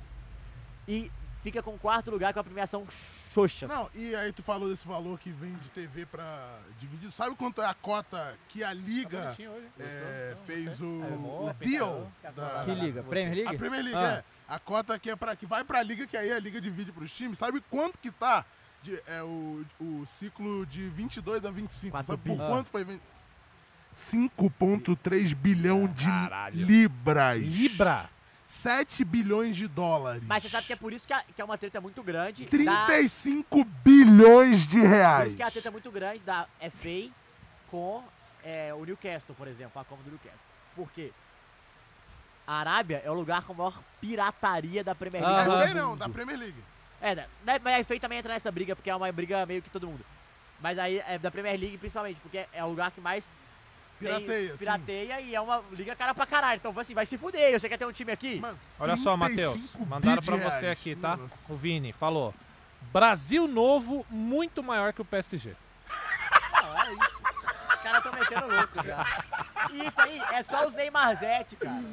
[SPEAKER 4] e fica com o quarto lugar com a premiação xoxa.
[SPEAKER 3] Não, e aí tu falou desse valor que vem de TV pra dividido. Sabe quanto é a cota que a
[SPEAKER 7] Tá
[SPEAKER 3] Liga
[SPEAKER 7] bonitinho hoje, hein?
[SPEAKER 3] é,
[SPEAKER 7] Gostou?
[SPEAKER 3] fez o,
[SPEAKER 7] Arrumou,
[SPEAKER 3] o deal?
[SPEAKER 7] fica-
[SPEAKER 3] Da,
[SPEAKER 1] Que liga? Premier League?
[SPEAKER 3] A Premier League,
[SPEAKER 1] Ah.
[SPEAKER 3] é. A cota que, é pra, que vai pra Liga, que aí a Liga divide pros times. Sabe quanto que tá de, é, o, o ciclo de 22 a 25? Sabe por
[SPEAKER 21] bi. Ah.
[SPEAKER 3] quanto foi? vin- 5,3 bilhão de libras.
[SPEAKER 7] Libra?
[SPEAKER 3] 7 bilhões de dólares.
[SPEAKER 4] Mas você sabe que é por isso que, a- que é uma treta muito grande. da-
[SPEAKER 3] 35 bilhões de
[SPEAKER 4] Por
[SPEAKER 3] reais.
[SPEAKER 4] isso que é a treta muito grande da FA com é, o Newcastle, por exemplo, a Copa do Newcastle. Por quê? A Arábia é o lugar com a maior pirataria da Premier
[SPEAKER 7] Ah,
[SPEAKER 4] League.
[SPEAKER 3] Não
[SPEAKER 4] do
[SPEAKER 3] é feio, não,
[SPEAKER 4] mundo.
[SPEAKER 3] da Premier League.
[SPEAKER 4] É, da- da- mas a FA também entra nessa briga, porque é uma briga meio que todo mundo. Mas aí é da Premier League principalmente, porque é o lugar que mais tem-
[SPEAKER 3] Pirateia, sim.
[SPEAKER 4] pirateia e é uma liga cara pra caralho. Então, assim, vai se fuder. Você quer ter um time aqui?
[SPEAKER 7] Olha só, Matheus,
[SPEAKER 4] 35
[SPEAKER 7] mandaram
[SPEAKER 4] bi
[SPEAKER 7] pra
[SPEAKER 4] de
[SPEAKER 7] você
[SPEAKER 4] reais.
[SPEAKER 7] aqui, tá? O Vini falou: Brasil novo muito maior que o PSG.
[SPEAKER 4] Os caras tão metendo louco já. E isso aí é só os Neymarzete, cara.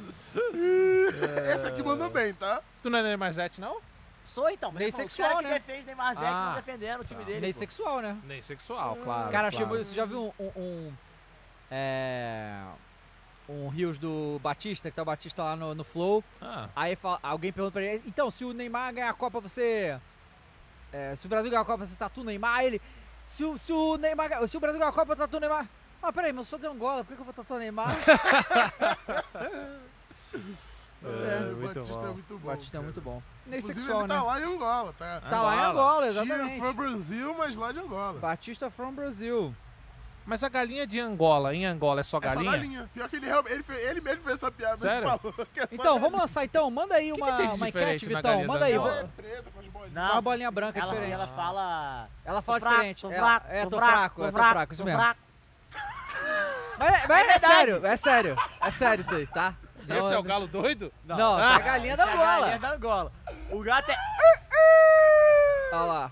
[SPEAKER 3] É. Essa aqui mandou bem, tá?
[SPEAKER 7] Tu não é Neymarzete, não?
[SPEAKER 4] Sou então, mas
[SPEAKER 7] Ney
[SPEAKER 4] ele falou,
[SPEAKER 7] sexual,
[SPEAKER 4] o cara
[SPEAKER 7] né?
[SPEAKER 4] que defende Neymar Zete
[SPEAKER 7] Ah.
[SPEAKER 4] não defendendo o time dele.
[SPEAKER 1] Nem
[SPEAKER 4] pô.
[SPEAKER 1] sexual, né?
[SPEAKER 7] Nem sexual, claro.
[SPEAKER 1] Cara,
[SPEAKER 7] claro.
[SPEAKER 1] achei muito. Você já viu um. um, um é, um Rios do Batista, que tá o Batista lá no, no Flow.
[SPEAKER 7] Ah.
[SPEAKER 1] Aí fala- alguém pergunta pra ele: então, se o Neymar ganhar a Copa, você. é, se o Brasil ganhar a Copa, você tatua o Neymar? Aí ele. Se, o- se, o Neymar, ga- se o Brasil ganhar a Copa, eu tatuo o Neymar. Ah, peraí, mas eu sou de Angola, por que, que eu vou tatuar o Neymar?
[SPEAKER 3] É, o Batista é muito bom.
[SPEAKER 1] Batista é muito bom. Nem
[SPEAKER 3] Inclusive,
[SPEAKER 1] sexual,
[SPEAKER 3] ele tá
[SPEAKER 1] né?
[SPEAKER 3] lá em Angola, tá?
[SPEAKER 1] Tá lá em Angola, exatamente.
[SPEAKER 3] Tio from Brasil, mas lá de Angola.
[SPEAKER 1] Batista from Brasil.
[SPEAKER 7] Mas a galinha de Angola, em Angola, é só
[SPEAKER 3] É só
[SPEAKER 7] galinha?
[SPEAKER 3] galinha. Pior que ele, realmente- ele, fez- ele mesmo fez essa piada.
[SPEAKER 7] Sério?
[SPEAKER 3] Ele falou que é só
[SPEAKER 1] Então,
[SPEAKER 3] galinha.
[SPEAKER 1] vamos lançar então. Manda aí
[SPEAKER 3] que
[SPEAKER 1] uma,
[SPEAKER 3] tem de
[SPEAKER 1] uma enquete,
[SPEAKER 7] diferente na
[SPEAKER 1] Vitão.
[SPEAKER 7] galinha
[SPEAKER 1] Manda
[SPEAKER 7] da
[SPEAKER 1] aí.
[SPEAKER 7] Angola?
[SPEAKER 1] ó.
[SPEAKER 4] Não,
[SPEAKER 1] uma bolinha branca é
[SPEAKER 4] ela,
[SPEAKER 1] diferente.
[SPEAKER 4] Ela fala.
[SPEAKER 1] Ela fala
[SPEAKER 4] "Tô fraco,
[SPEAKER 1] diferente,
[SPEAKER 4] Tô
[SPEAKER 1] ela-
[SPEAKER 4] fraco,
[SPEAKER 1] é,
[SPEAKER 4] tô,
[SPEAKER 1] tô
[SPEAKER 4] fraco,
[SPEAKER 1] fraco, é,
[SPEAKER 4] tô
[SPEAKER 1] tô
[SPEAKER 4] fraco,
[SPEAKER 1] fraco, isso
[SPEAKER 4] tô
[SPEAKER 1] mesmo.
[SPEAKER 4] fraco.
[SPEAKER 1] Mas,
[SPEAKER 4] É
[SPEAKER 1] mas é,
[SPEAKER 4] verdade.
[SPEAKER 1] sério, é sério. É sério isso aí, tá?
[SPEAKER 7] Esse é o galo doido?
[SPEAKER 1] Não, essa é a galinha da
[SPEAKER 4] Essa é a
[SPEAKER 1] Angola.
[SPEAKER 4] galinha da Angola. O gato é.
[SPEAKER 1] Olha lá.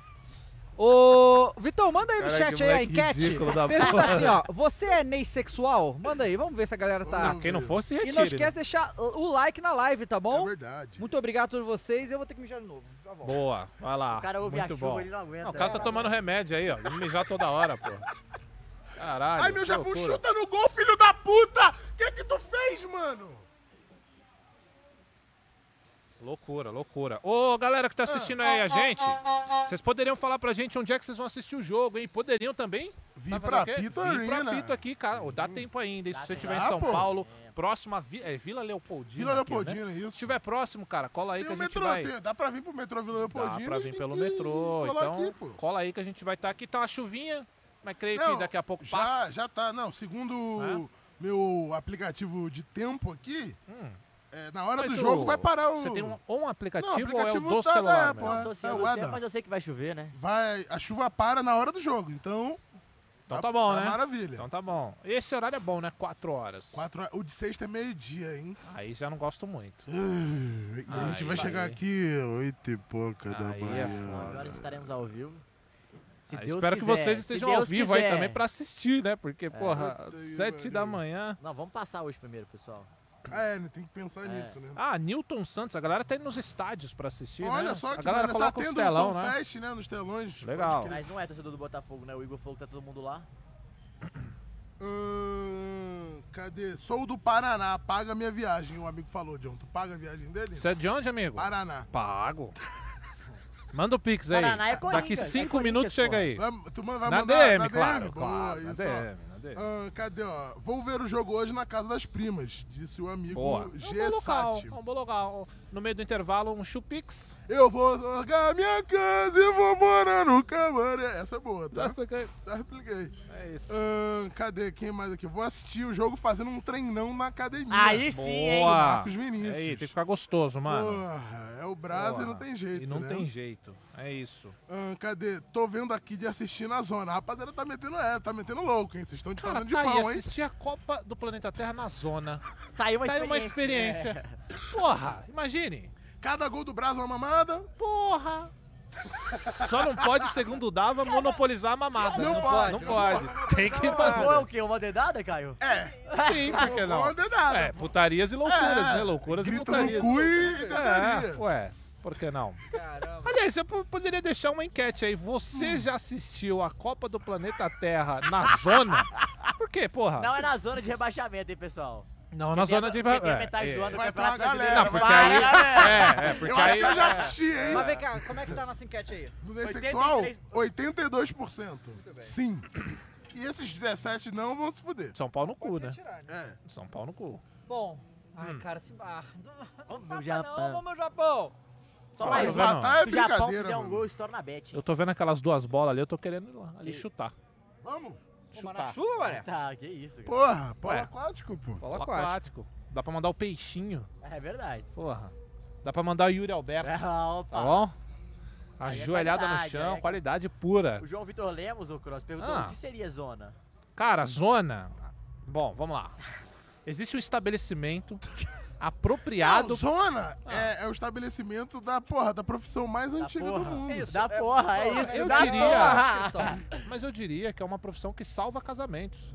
[SPEAKER 1] Ô, Vitão, manda aí no
[SPEAKER 7] Caraca,
[SPEAKER 1] chat aí a
[SPEAKER 7] moleque
[SPEAKER 1] enquete.
[SPEAKER 7] ridículo da
[SPEAKER 1] Pergunta
[SPEAKER 7] porra.
[SPEAKER 1] assim, ó. Você é neissexual? Manda aí, vamos ver se a galera tá...
[SPEAKER 7] Ah, quem não for, se
[SPEAKER 1] E
[SPEAKER 7] retire,
[SPEAKER 1] não esquece
[SPEAKER 7] né?
[SPEAKER 1] de deixar o like na live, tá bom? É
[SPEAKER 3] verdade.
[SPEAKER 1] Muito obrigado a todos vocês. Eu vou ter que mijar de novo. Já volto.
[SPEAKER 7] Boa, vai lá.
[SPEAKER 1] O cara ouve
[SPEAKER 7] muito
[SPEAKER 1] a chuva,
[SPEAKER 7] bom.
[SPEAKER 1] ele não aguenta.
[SPEAKER 7] o
[SPEAKER 4] né?
[SPEAKER 7] cara tá tomando remédio aí, ó. Vou mijar toda hora, pô. Caralho.
[SPEAKER 3] Ai, meu
[SPEAKER 7] que
[SPEAKER 3] jabu,
[SPEAKER 7] loucura.
[SPEAKER 3] chuta no gol, filho da puta! O que que tu fez, mano?
[SPEAKER 7] Loucura, loucura. Ô, galera que tá assistindo aí a gente, vocês poderiam falar pra gente onde é que vocês vão assistir o jogo, hein? Poderiam também? Vir
[SPEAKER 3] pra Pito
[SPEAKER 7] Vir pra
[SPEAKER 3] Arena.
[SPEAKER 7] Pito aqui, cara. Ô, Dá tempo ainda. E se você estiver em
[SPEAKER 3] Dá,
[SPEAKER 7] São
[SPEAKER 3] pô.
[SPEAKER 7] Paulo, próximo a Vi- é, Vila Leopoldina.
[SPEAKER 3] Vila
[SPEAKER 7] aqui, né?
[SPEAKER 3] Leopoldina, isso.
[SPEAKER 7] Se estiver próximo, cara, cola aí
[SPEAKER 3] Tem
[SPEAKER 7] que a
[SPEAKER 3] o
[SPEAKER 7] gente
[SPEAKER 3] metrô,
[SPEAKER 7] vai...
[SPEAKER 3] tem- dá pra vir pro metrô Vila
[SPEAKER 7] Dá
[SPEAKER 3] Leopoldina?
[SPEAKER 7] pra vir pelo metrô.
[SPEAKER 3] colar
[SPEAKER 7] Então,
[SPEAKER 3] aqui, pô.
[SPEAKER 7] cola aí que a gente vai estar aqui. Tá uma chuvinha, mas creio
[SPEAKER 3] Não,
[SPEAKER 7] que daqui a pouco
[SPEAKER 3] já,
[SPEAKER 7] passa.
[SPEAKER 3] Já tá, não. Segundo meu aplicativo de tempo aqui, é, na hora
[SPEAKER 7] Hum. Mas
[SPEAKER 3] do
[SPEAKER 7] o-
[SPEAKER 3] jogo vai parar o.
[SPEAKER 7] você tem um- ou um aplicativo
[SPEAKER 3] não,
[SPEAKER 7] ou é o
[SPEAKER 3] aplicativo
[SPEAKER 7] do
[SPEAKER 3] tá-
[SPEAKER 7] celular,
[SPEAKER 3] é,
[SPEAKER 7] né?
[SPEAKER 3] pô,
[SPEAKER 7] Eu sou
[SPEAKER 3] é
[SPEAKER 7] celular
[SPEAKER 3] o
[SPEAKER 7] tempo,
[SPEAKER 3] ADA.
[SPEAKER 7] mas
[SPEAKER 4] eu sei que vai chover, né?
[SPEAKER 3] Vai, a chuva para na hora do jogo, então.
[SPEAKER 7] Então tá bom, né?
[SPEAKER 3] Maravilha.
[SPEAKER 7] Então tá bom. Esse horário é bom, né? Quatro horas.
[SPEAKER 3] Quatro horas. O de sexta é meio-dia, hein? Ah,
[SPEAKER 7] Aí já não gosto muito.
[SPEAKER 3] E a gente
[SPEAKER 7] Aí,
[SPEAKER 3] vai chegar
[SPEAKER 7] aí.
[SPEAKER 3] aqui oito e pouca da
[SPEAKER 7] Aí é
[SPEAKER 3] manhã.
[SPEAKER 7] foda.
[SPEAKER 4] Agora estaremos ao vivo. Se
[SPEAKER 7] Ah,
[SPEAKER 4] Deus
[SPEAKER 7] espero que
[SPEAKER 4] quiser,
[SPEAKER 7] vocês
[SPEAKER 4] se
[SPEAKER 7] estejam
[SPEAKER 4] Deus
[SPEAKER 7] ao vivo aí
[SPEAKER 4] quiser.
[SPEAKER 7] também pra assistir, né? Porque, porra,
[SPEAKER 4] Puta
[SPEAKER 7] sete da manhã.
[SPEAKER 4] Não, vamos passar hoje primeiro, pessoal.
[SPEAKER 3] Ah, é, né? tem que pensar
[SPEAKER 4] É.
[SPEAKER 3] nisso, né?
[SPEAKER 7] Ah, Newton Santos, a galera tá indo nos estádios pra assistir.
[SPEAKER 3] Olha
[SPEAKER 7] né?
[SPEAKER 3] só que
[SPEAKER 7] a galera
[SPEAKER 3] maneiro,
[SPEAKER 7] coloca
[SPEAKER 3] tá
[SPEAKER 7] os
[SPEAKER 3] tendo
[SPEAKER 7] telão,
[SPEAKER 3] um
[SPEAKER 7] né?
[SPEAKER 3] fanfest, né? Nos telões.
[SPEAKER 7] Legal.
[SPEAKER 3] Pode crer.
[SPEAKER 4] Mas não é torcedor do Botafogo, né? O Igor falou que tá todo mundo lá.
[SPEAKER 3] Ahn, cadê? Sou do Paraná, paga minha viagem. O amigo falou, John. Tu paga a viagem dele?
[SPEAKER 7] Você é de onde, amigo?
[SPEAKER 3] Paraná.
[SPEAKER 7] Pago. Manda o Pix aí.
[SPEAKER 3] Paraná é
[SPEAKER 7] Daqui
[SPEAKER 3] Corinthians, é
[SPEAKER 7] cinco minutos chega aí.
[SPEAKER 3] Vai, tu manda- vai
[SPEAKER 7] na
[SPEAKER 3] mandar
[SPEAKER 7] DM,
[SPEAKER 3] na
[SPEAKER 7] claro,
[SPEAKER 3] DM?
[SPEAKER 7] claro.
[SPEAKER 3] Boa,
[SPEAKER 7] na
[SPEAKER 3] isso,
[SPEAKER 7] DM, na
[SPEAKER 3] ó.
[SPEAKER 7] DM.
[SPEAKER 3] Ahn, cadê, ó? Vou ver o jogo hoje na casa das primas, disse o amigo
[SPEAKER 7] Boa.
[SPEAKER 3] G.
[SPEAKER 7] É um bom local,
[SPEAKER 3] Sati.
[SPEAKER 7] é um bom local. No meio do intervalo, um chupix.
[SPEAKER 3] Eu vou largar minha casa e vou morar no camaré. Essa é boa, tá?
[SPEAKER 7] Já expliquei.
[SPEAKER 3] Já expliquei.
[SPEAKER 7] É isso.
[SPEAKER 3] cadê? Quem mais aqui? Vou assistir o jogo fazendo um treinão na academia.
[SPEAKER 7] Boa.
[SPEAKER 3] Marcos Vinícius.
[SPEAKER 7] Aí, tem que ficar gostoso, mano.
[SPEAKER 3] Porra, é o Brasa e
[SPEAKER 7] Boa.
[SPEAKER 3] não tem jeito,
[SPEAKER 7] E não
[SPEAKER 3] né?
[SPEAKER 7] tem jeito. É isso.
[SPEAKER 3] Ah, cadê? Tô vendo aqui de assistir na zona. A rapaziada tá metendo é, tá metendo louco, hein? Vocês estão de
[SPEAKER 7] Cara,
[SPEAKER 3] fazendo de
[SPEAKER 7] tá aí,
[SPEAKER 3] pau, hein?
[SPEAKER 7] assistir a Copa do Planeta Terra na zona.
[SPEAKER 4] Tá aí uma
[SPEAKER 7] Tá aí uma
[SPEAKER 4] experiência. É.
[SPEAKER 7] experiência. Porra, imagine.
[SPEAKER 3] Cada gol do Brasil é uma mamada.
[SPEAKER 7] Porra! Só não pode, segundo o Dava, monopolizar a mamada.
[SPEAKER 3] Não
[SPEAKER 7] Não, pode,
[SPEAKER 3] pode,
[SPEAKER 7] não pode. Tem que
[SPEAKER 4] Ou é o quê? Uma dedada, Caio?
[SPEAKER 3] É.
[SPEAKER 7] Sim, por que não?
[SPEAKER 4] Uma dedada.
[SPEAKER 7] É, putarias e loucuras,
[SPEAKER 4] É.
[SPEAKER 7] né? Loucuras
[SPEAKER 4] Grito
[SPEAKER 7] e putarias.
[SPEAKER 4] no cu e
[SPEAKER 7] é,
[SPEAKER 4] putaria.
[SPEAKER 7] ué, por que não? Aliás, você po- poderia deixar uma enquete aí. Você
[SPEAKER 4] Hum.
[SPEAKER 7] já assistiu a Copa do Planeta Terra na zona? Por quê, porra?
[SPEAKER 4] Não é na zona de rebaixamento, hein, pessoal?
[SPEAKER 7] Não, na Ah.
[SPEAKER 4] Porque
[SPEAKER 7] zona
[SPEAKER 4] tem-
[SPEAKER 7] de
[SPEAKER 4] porque tem
[SPEAKER 7] é,
[SPEAKER 4] metade do
[SPEAKER 7] é.
[SPEAKER 4] ano do Campeonato Brasileiro.
[SPEAKER 7] Não, porque
[SPEAKER 4] Vai,
[SPEAKER 7] aí.
[SPEAKER 4] galera!
[SPEAKER 7] É, é, porque
[SPEAKER 3] Eu acho
[SPEAKER 7] aí.
[SPEAKER 3] que eu já assisti, hein?
[SPEAKER 1] Mas vem cá, como é que tá a nossa enquete aí?
[SPEAKER 3] Nudez sexual, 82%. Sim. E esses 17 não vão se fuder.
[SPEAKER 7] São Paulo no cu, né?
[SPEAKER 3] É.
[SPEAKER 7] São Paulo no cu.
[SPEAKER 1] Bom, ai,
[SPEAKER 7] Hum.
[SPEAKER 1] cara, se barra.
[SPEAKER 4] Vamos,
[SPEAKER 1] Não,
[SPEAKER 4] Japão.
[SPEAKER 1] vamos, meu Japão. um.
[SPEAKER 4] Só
[SPEAKER 7] Ah,
[SPEAKER 4] mais
[SPEAKER 7] tá
[SPEAKER 4] uma.
[SPEAKER 7] não. Ah, é
[SPEAKER 4] Se o Japão
[SPEAKER 7] brincadeira,
[SPEAKER 4] fizer um
[SPEAKER 7] mano.
[SPEAKER 4] gol, estoura na bet.
[SPEAKER 7] Eu tô vendo aquelas duas bolas ali, eu tô querendo ir lá, ali
[SPEAKER 4] Que-
[SPEAKER 7] chutar.
[SPEAKER 3] Vamos.
[SPEAKER 7] Chutar.
[SPEAKER 1] chuva, mané?
[SPEAKER 4] Tá, que isso, cara.
[SPEAKER 3] Porra, polo
[SPEAKER 7] Ué.
[SPEAKER 3] aquático, pô.
[SPEAKER 7] Polo aquático. Dá pra mandar o peixinho.
[SPEAKER 4] É verdade.
[SPEAKER 7] Porra. Dá pra mandar o Yuri Alberto.
[SPEAKER 4] opa.
[SPEAKER 7] Tá bom?
[SPEAKER 4] Aí é
[SPEAKER 7] Ajoelhada no
[SPEAKER 4] qualidade,
[SPEAKER 7] chão,
[SPEAKER 4] é.
[SPEAKER 7] qualidade pura.
[SPEAKER 4] O João Vitor Lemos, o Cross, perguntou
[SPEAKER 7] Ah.
[SPEAKER 4] o que seria zona.
[SPEAKER 7] Cara, zona. Bom, vamos lá. Existe um estabelecimento apropriado.
[SPEAKER 3] Não, zona é, é o estabelecimento da, porra, da profissão mais antiga do mundo.
[SPEAKER 4] Isso, da é porra, é porra. isso,
[SPEAKER 7] Eu
[SPEAKER 4] da
[SPEAKER 7] diria.
[SPEAKER 4] porra.
[SPEAKER 7] Ah. Mas eu diria que é uma profissão que salva casamentos.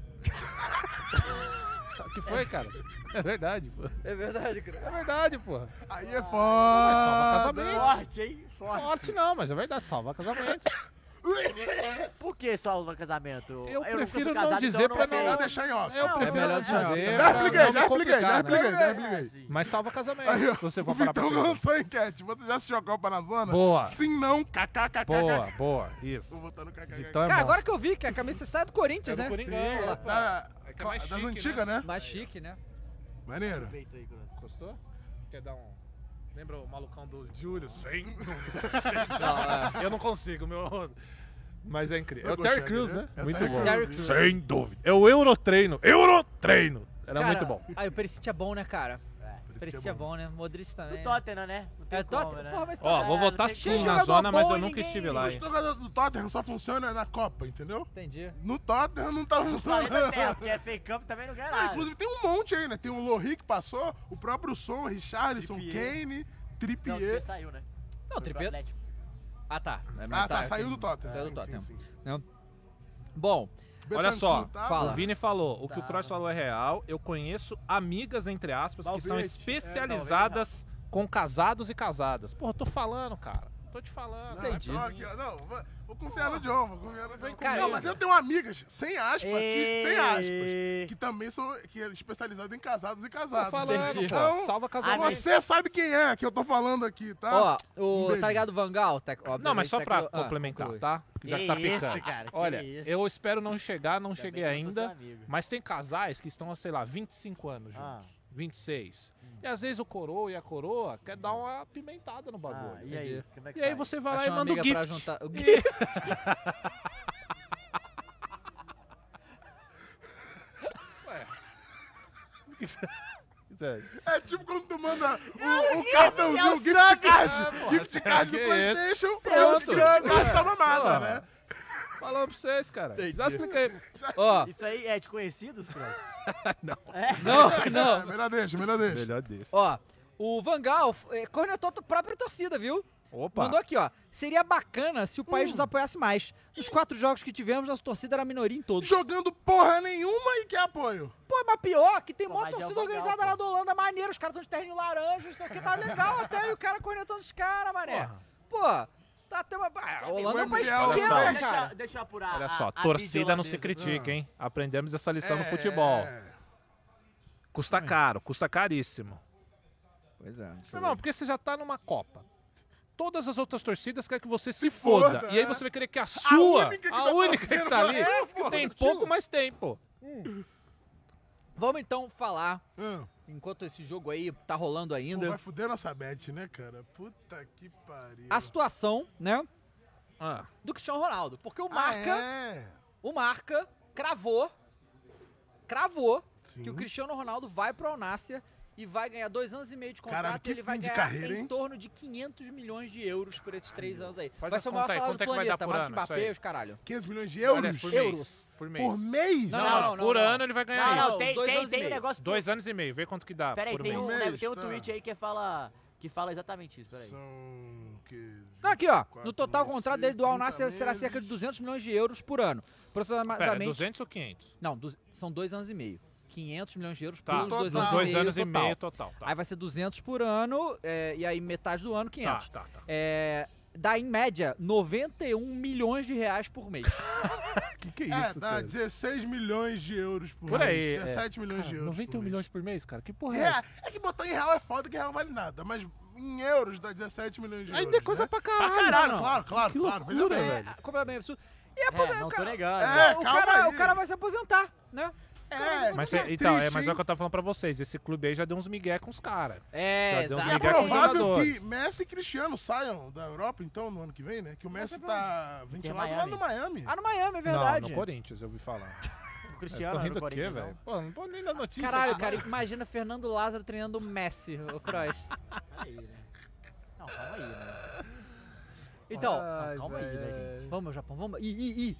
[SPEAKER 7] que foi, cara? É verdade, pô.
[SPEAKER 1] É verdade, cara.
[SPEAKER 7] É verdade, porra.
[SPEAKER 3] Aí é
[SPEAKER 7] Mas salva
[SPEAKER 3] foda.
[SPEAKER 7] casamento.
[SPEAKER 4] Forte, hein? Forte.
[SPEAKER 7] Forte não, mas é verdade, salva casamento.
[SPEAKER 4] Por que só o casamento? Eu, nunca fui
[SPEAKER 7] prefiro não
[SPEAKER 4] casado, então
[SPEAKER 7] dizer
[SPEAKER 4] eu
[SPEAKER 7] pra
[SPEAKER 4] sei.
[SPEAKER 7] não- Eu prefiro
[SPEAKER 4] não-
[SPEAKER 7] não dizer.
[SPEAKER 3] Já
[SPEAKER 7] pra
[SPEAKER 3] expliquei,
[SPEAKER 7] não
[SPEAKER 3] já expliquei, já
[SPEAKER 7] complicar, né?
[SPEAKER 3] expliquei, já expliquei.
[SPEAKER 7] Mas salva casamento.
[SPEAKER 3] Aí, ó,
[SPEAKER 7] se você
[SPEAKER 3] o
[SPEAKER 7] for parar pra
[SPEAKER 3] Vitão
[SPEAKER 7] pensar.
[SPEAKER 3] lançou a enquete. Você já assistiu a Copa na Zona?
[SPEAKER 7] Boa.
[SPEAKER 3] Sim, não. KKKK.
[SPEAKER 7] Boa, boa, isso.
[SPEAKER 3] Vou botar no KKK.
[SPEAKER 7] Vitão é
[SPEAKER 1] Cara, agora
[SPEAKER 7] monstro.
[SPEAKER 1] que eu vi que a camisa está do Corinthians,
[SPEAKER 3] É
[SPEAKER 1] né?
[SPEAKER 3] do Coringão, Sim, é, pô. da- É que é mais das chique, antigas, né? né?
[SPEAKER 1] Mais chique, né?
[SPEAKER 3] Maneiro.
[SPEAKER 7] Gostou? Quer dar um. Lembra o malucão do Júlio? Ah. Sem
[SPEAKER 3] Não,
[SPEAKER 7] Eu não consigo, meu. Mas é incrível.
[SPEAKER 3] Eu
[SPEAKER 7] É o Terry
[SPEAKER 3] gostei,
[SPEAKER 7] Crews,
[SPEAKER 3] né?
[SPEAKER 7] né?
[SPEAKER 3] É o
[SPEAKER 7] muito
[SPEAKER 3] Terry
[SPEAKER 7] bom.
[SPEAKER 1] Crews.
[SPEAKER 7] Sem dúvida. É o Eurotreino. Eurotreino! Era
[SPEAKER 1] Cara,
[SPEAKER 7] muito bom.
[SPEAKER 1] Aí o Perisic é bom, né, cara?
[SPEAKER 4] É.
[SPEAKER 1] Perisic é bom, né? Modric também.
[SPEAKER 4] Do Tottenham, né? Não tem
[SPEAKER 1] É,
[SPEAKER 4] como,
[SPEAKER 1] Tottenham,
[SPEAKER 4] né?
[SPEAKER 1] porra, mas
[SPEAKER 7] Ó, vou votar sim na zona, mas eu nunca estive lá.
[SPEAKER 3] Os
[SPEAKER 7] hein?
[SPEAKER 3] jogadores do Tottenham só funcionam na Copa, entendeu?
[SPEAKER 1] Entendi.
[SPEAKER 3] No Tottenham não tá
[SPEAKER 4] Planeta Terra,
[SPEAKER 3] funcionando.
[SPEAKER 4] porque é fake camp também não ganha
[SPEAKER 3] Ah,
[SPEAKER 4] nada.
[SPEAKER 3] inclusive tem um monte aí, né? Tem o Lohri que passou, o próprio Son, Richarlison,
[SPEAKER 4] Trippier.
[SPEAKER 3] Kane,
[SPEAKER 4] Não, o Trippier
[SPEAKER 3] Trippier.
[SPEAKER 4] saiu, né?
[SPEAKER 1] Não, o Trippier- Ah, tá. É, mas
[SPEAKER 3] Ah, tá, saiu do Tottenham.
[SPEAKER 1] Saiu do
[SPEAKER 3] Sim,
[SPEAKER 1] Tottenham.
[SPEAKER 3] sim,
[SPEAKER 1] Não. Bom,
[SPEAKER 7] Olha só,
[SPEAKER 1] Fala.
[SPEAKER 7] o Vini falou, o que o
[SPEAKER 1] Tá.
[SPEAKER 7] Cross falou é real. Eu conheço amigas, entre aspas, que são
[SPEAKER 1] Malvete.
[SPEAKER 7] especializadas com casados e casadas. Porra, eu tô falando, cara. Tô te falando.
[SPEAKER 3] Não, Entendi. aqui, ó, não, vou, vou confiar no John, vou confiar no John.
[SPEAKER 7] comigo.
[SPEAKER 3] não, mas eu tenho amigas, sem aspas, que, sem
[SPEAKER 7] Ei.
[SPEAKER 3] aspas, que também são que é especializada em casados e casadas.
[SPEAKER 7] Tô falando, Entendi. pô,
[SPEAKER 3] Então,
[SPEAKER 7] salva casamento.
[SPEAKER 3] Você sabe quem é que eu tô falando aqui, tá?
[SPEAKER 1] Ó, o,
[SPEAKER 3] Um beijo.
[SPEAKER 1] tá ligado o Vangal? Tá, ó,
[SPEAKER 7] Não, mas só pra
[SPEAKER 1] ah,
[SPEAKER 7] complementar,
[SPEAKER 1] conclui.
[SPEAKER 7] tá? Que Já que tá
[SPEAKER 1] Que isso,
[SPEAKER 7] picante.
[SPEAKER 1] cara, que
[SPEAKER 7] Olha,
[SPEAKER 1] isso.
[SPEAKER 7] eu espero não chegar, não cheguei
[SPEAKER 1] que eu sou seu
[SPEAKER 7] ainda.
[SPEAKER 1] amigo.
[SPEAKER 7] Mas tem casais que estão, sei lá, 25 anos juntos.
[SPEAKER 1] Ah. Hum.
[SPEAKER 7] 26. E às vezes o coroa e a coroa quer dar uma pimentada no
[SPEAKER 1] Ah,
[SPEAKER 7] bagulho.
[SPEAKER 4] e aí?
[SPEAKER 7] entendeu?
[SPEAKER 4] Como é que
[SPEAKER 7] e aí
[SPEAKER 4] faz?
[SPEAKER 7] você vai lá
[SPEAKER 1] Acha
[SPEAKER 7] e
[SPEAKER 1] uma
[SPEAKER 7] manda o
[SPEAKER 1] amiga pra
[SPEAKER 7] gift.
[SPEAKER 1] juntar- o gift.
[SPEAKER 3] É tipo quando tu manda
[SPEAKER 13] É,
[SPEAKER 3] o, o
[SPEAKER 13] é,
[SPEAKER 3] cartãozinho,
[SPEAKER 13] é o
[SPEAKER 3] o gift
[SPEAKER 13] sangue.
[SPEAKER 3] card,
[SPEAKER 13] É, porra,
[SPEAKER 3] gift card do
[SPEAKER 7] que
[SPEAKER 3] Playstation,
[SPEAKER 7] isso?
[SPEAKER 3] é
[SPEAKER 7] Pronto.
[SPEAKER 3] o gift card da
[SPEAKER 7] É.
[SPEAKER 3] mamada,
[SPEAKER 7] Porra.
[SPEAKER 3] né?
[SPEAKER 7] Falando pra vocês, cara. Já
[SPEAKER 4] Entendi.
[SPEAKER 7] expliquei.
[SPEAKER 1] Ó.
[SPEAKER 4] Isso aí é de É, conhecidos, Cross?
[SPEAKER 7] não.
[SPEAKER 1] Não, não.
[SPEAKER 3] Melhor deixa, melhor deixa.
[SPEAKER 7] Melhor deixa.
[SPEAKER 1] Ó, o Vangal eh, cornetou a própria torcida, viu?
[SPEAKER 7] Opa.
[SPEAKER 1] Mandou aqui, ó. Seria bacana se o
[SPEAKER 3] Hum.
[SPEAKER 1] país nos apoiasse mais. Nos quatro jogos que tivemos, nossa torcida era a minoria em todos.
[SPEAKER 3] Jogando porra nenhuma e quer apoio.
[SPEAKER 1] Pô, mas pior que tem
[SPEAKER 4] Pô,
[SPEAKER 1] mó
[SPEAKER 4] mas é o
[SPEAKER 1] torcida
[SPEAKER 4] Vangal,
[SPEAKER 1] organizada
[SPEAKER 4] pô.
[SPEAKER 1] lá da Holanda, maneiro, os caras estão de terninho laranja, isso aqui tá legal até, e o cara cornetando os caras, mané. Pô, tá até uma... Ah, a Holanda é um país
[SPEAKER 7] Olha
[SPEAKER 1] pequeno,
[SPEAKER 7] só.
[SPEAKER 1] né,
[SPEAKER 4] Deixa,
[SPEAKER 1] cara?
[SPEAKER 4] deixa eu apurar.
[SPEAKER 7] Olha
[SPEAKER 4] a-
[SPEAKER 7] só,
[SPEAKER 4] a mídia
[SPEAKER 7] torcida não se
[SPEAKER 4] holandesa.
[SPEAKER 7] critica, hein? Aprendemos essa lição no
[SPEAKER 4] É.
[SPEAKER 7] futebol. Custa caro, custa caríssimo.
[SPEAKER 1] Pois é. Deixa
[SPEAKER 7] Não, não, porque você já tá numa Copa. Todas as outras torcidas querem que você se,
[SPEAKER 3] foda,
[SPEAKER 7] foda. E aí
[SPEAKER 3] é.
[SPEAKER 7] você vai querer que a sua, a
[SPEAKER 3] única
[SPEAKER 7] única que,
[SPEAKER 3] que tá torcendo
[SPEAKER 7] tá
[SPEAKER 3] pra-
[SPEAKER 7] ali,
[SPEAKER 3] É,
[SPEAKER 7] porque
[SPEAKER 3] porra,
[SPEAKER 7] tem
[SPEAKER 3] do
[SPEAKER 7] pouco,
[SPEAKER 3] time.
[SPEAKER 7] mas tem, pô.
[SPEAKER 1] Vamos então falar, enquanto esse jogo aí tá rolando
[SPEAKER 3] Hum. Pô, vai
[SPEAKER 1] ainda,
[SPEAKER 3] fuder nossa bet, né, cara? Puta que pariu.
[SPEAKER 1] a situação, né,
[SPEAKER 7] Ah.
[SPEAKER 1] do Cristiano Ronaldo. Porque o
[SPEAKER 3] Ah,
[SPEAKER 1] Marca,
[SPEAKER 3] é.
[SPEAKER 1] o Marca cravou, cravou que o Cristiano Ronaldo vai pro Al-Nassr e vai ganhar dois anos e meio de contrato
[SPEAKER 3] Caralho, que
[SPEAKER 1] e ele vai
[SPEAKER 3] fim de
[SPEAKER 1] ganhar
[SPEAKER 3] carreira,
[SPEAKER 1] em
[SPEAKER 3] hein?
[SPEAKER 1] torno de 500 milhões de euros por esses três anos aí.
[SPEAKER 3] Faz
[SPEAKER 1] vai
[SPEAKER 3] a
[SPEAKER 1] ser o
[SPEAKER 3] conta
[SPEAKER 1] maior
[SPEAKER 3] aí,
[SPEAKER 1] salário
[SPEAKER 3] quanto é
[SPEAKER 1] do
[SPEAKER 3] que vai
[SPEAKER 1] planeta,
[SPEAKER 3] dar por
[SPEAKER 1] Marco
[SPEAKER 3] ano, isso
[SPEAKER 1] Mbappé,
[SPEAKER 3] aí?
[SPEAKER 1] os caralho.
[SPEAKER 3] 500 milhões de
[SPEAKER 7] Olha,
[SPEAKER 3] euros?
[SPEAKER 7] por mês,
[SPEAKER 1] Euros.
[SPEAKER 7] por mês.
[SPEAKER 3] Por mês?
[SPEAKER 7] Não, não, por ano ele vai ganhar
[SPEAKER 4] Não,
[SPEAKER 7] isso.
[SPEAKER 4] não, tem- Dois tem- anos e tem meio. negócio por-
[SPEAKER 7] Dois tá. anos e meio, vê quanto que dá
[SPEAKER 4] Ah, Peraí,
[SPEAKER 7] por
[SPEAKER 4] tem
[SPEAKER 7] mês.
[SPEAKER 4] um, né, tem um tweet aí que fala que fala exatamente isso, peraí.
[SPEAKER 7] é
[SPEAKER 1] Tá aqui, ó. No total, o contrato dele do Al Nassr será cerca de 200 milhões de euros por ano.
[SPEAKER 3] é
[SPEAKER 1] Aproximadamente...
[SPEAKER 7] Pera, 200 ou 500?
[SPEAKER 1] Não, du- são dois anos e meio. 500 milhões de euros
[SPEAKER 7] Tá.
[SPEAKER 1] pelos dois
[SPEAKER 7] Total.
[SPEAKER 1] anos,
[SPEAKER 7] Dois
[SPEAKER 1] e meio
[SPEAKER 7] anos e
[SPEAKER 1] total.
[SPEAKER 7] meio total, tá.
[SPEAKER 1] Aí vai ser 200 por ano, é, e aí metade do ano, 500.
[SPEAKER 7] Tá, tá, tá.
[SPEAKER 1] É, dá, em média, 91 milhões de reais por mês. que que
[SPEAKER 3] É, dá 16 milhões de euros por,
[SPEAKER 1] Por
[SPEAKER 3] mês.
[SPEAKER 1] aí, é.
[SPEAKER 3] 17 milhões de euros.
[SPEAKER 7] 91 milhões por mês, cara? Que porra é
[SPEAKER 3] É,
[SPEAKER 7] essa?
[SPEAKER 3] é que botar em real é foda, que real vale nada. Mas em euros dá 17 milhões de euros.
[SPEAKER 7] Ainda é coisa
[SPEAKER 3] né?
[SPEAKER 7] pra caralho, mano.
[SPEAKER 3] claro, claro, claro. Veja
[SPEAKER 1] loucura,
[SPEAKER 3] bem.
[SPEAKER 1] velho. Completamente absurdo. E
[SPEAKER 4] é,
[SPEAKER 1] aposenta,
[SPEAKER 3] não
[SPEAKER 1] o
[SPEAKER 3] tô
[SPEAKER 1] cara,
[SPEAKER 3] negando.
[SPEAKER 1] É,
[SPEAKER 3] É,
[SPEAKER 1] o,
[SPEAKER 3] calma
[SPEAKER 1] cara,
[SPEAKER 3] aí.
[SPEAKER 1] o cara vai se aposentar, né? É,
[SPEAKER 7] Mas, é, então, é, mas é o que eu tava falando pra vocês. Esse clube aí já deu uns migué com os caras.
[SPEAKER 1] É,
[SPEAKER 7] já deu uns
[SPEAKER 3] E é
[SPEAKER 7] migué com os
[SPEAKER 3] provável
[SPEAKER 7] jogadores.
[SPEAKER 3] que Messi e Cristiano saiam da Europa, então, no ano que vem, né? Que o Messi tá ventilado lá no Miami.
[SPEAKER 1] Ah, no Miami,
[SPEAKER 7] Não,
[SPEAKER 1] é verdade.
[SPEAKER 7] no Corinthians, eu ouvi falar.
[SPEAKER 1] O
[SPEAKER 7] Cristiano Mas tô era do rindo o quê, Corinthians, velho? não? Pô, não tô nem da notícia.
[SPEAKER 1] Caralho, cara, imagina Fernando Lázaro treinando o Messi, o Kroos.
[SPEAKER 4] Aí, né? Não, calma aí, né?
[SPEAKER 1] Então,
[SPEAKER 4] Ai,
[SPEAKER 1] calma aí, né,
[SPEAKER 4] velho.
[SPEAKER 1] gente? Vamos, meu Japão, vamos. Ih, ih, ih.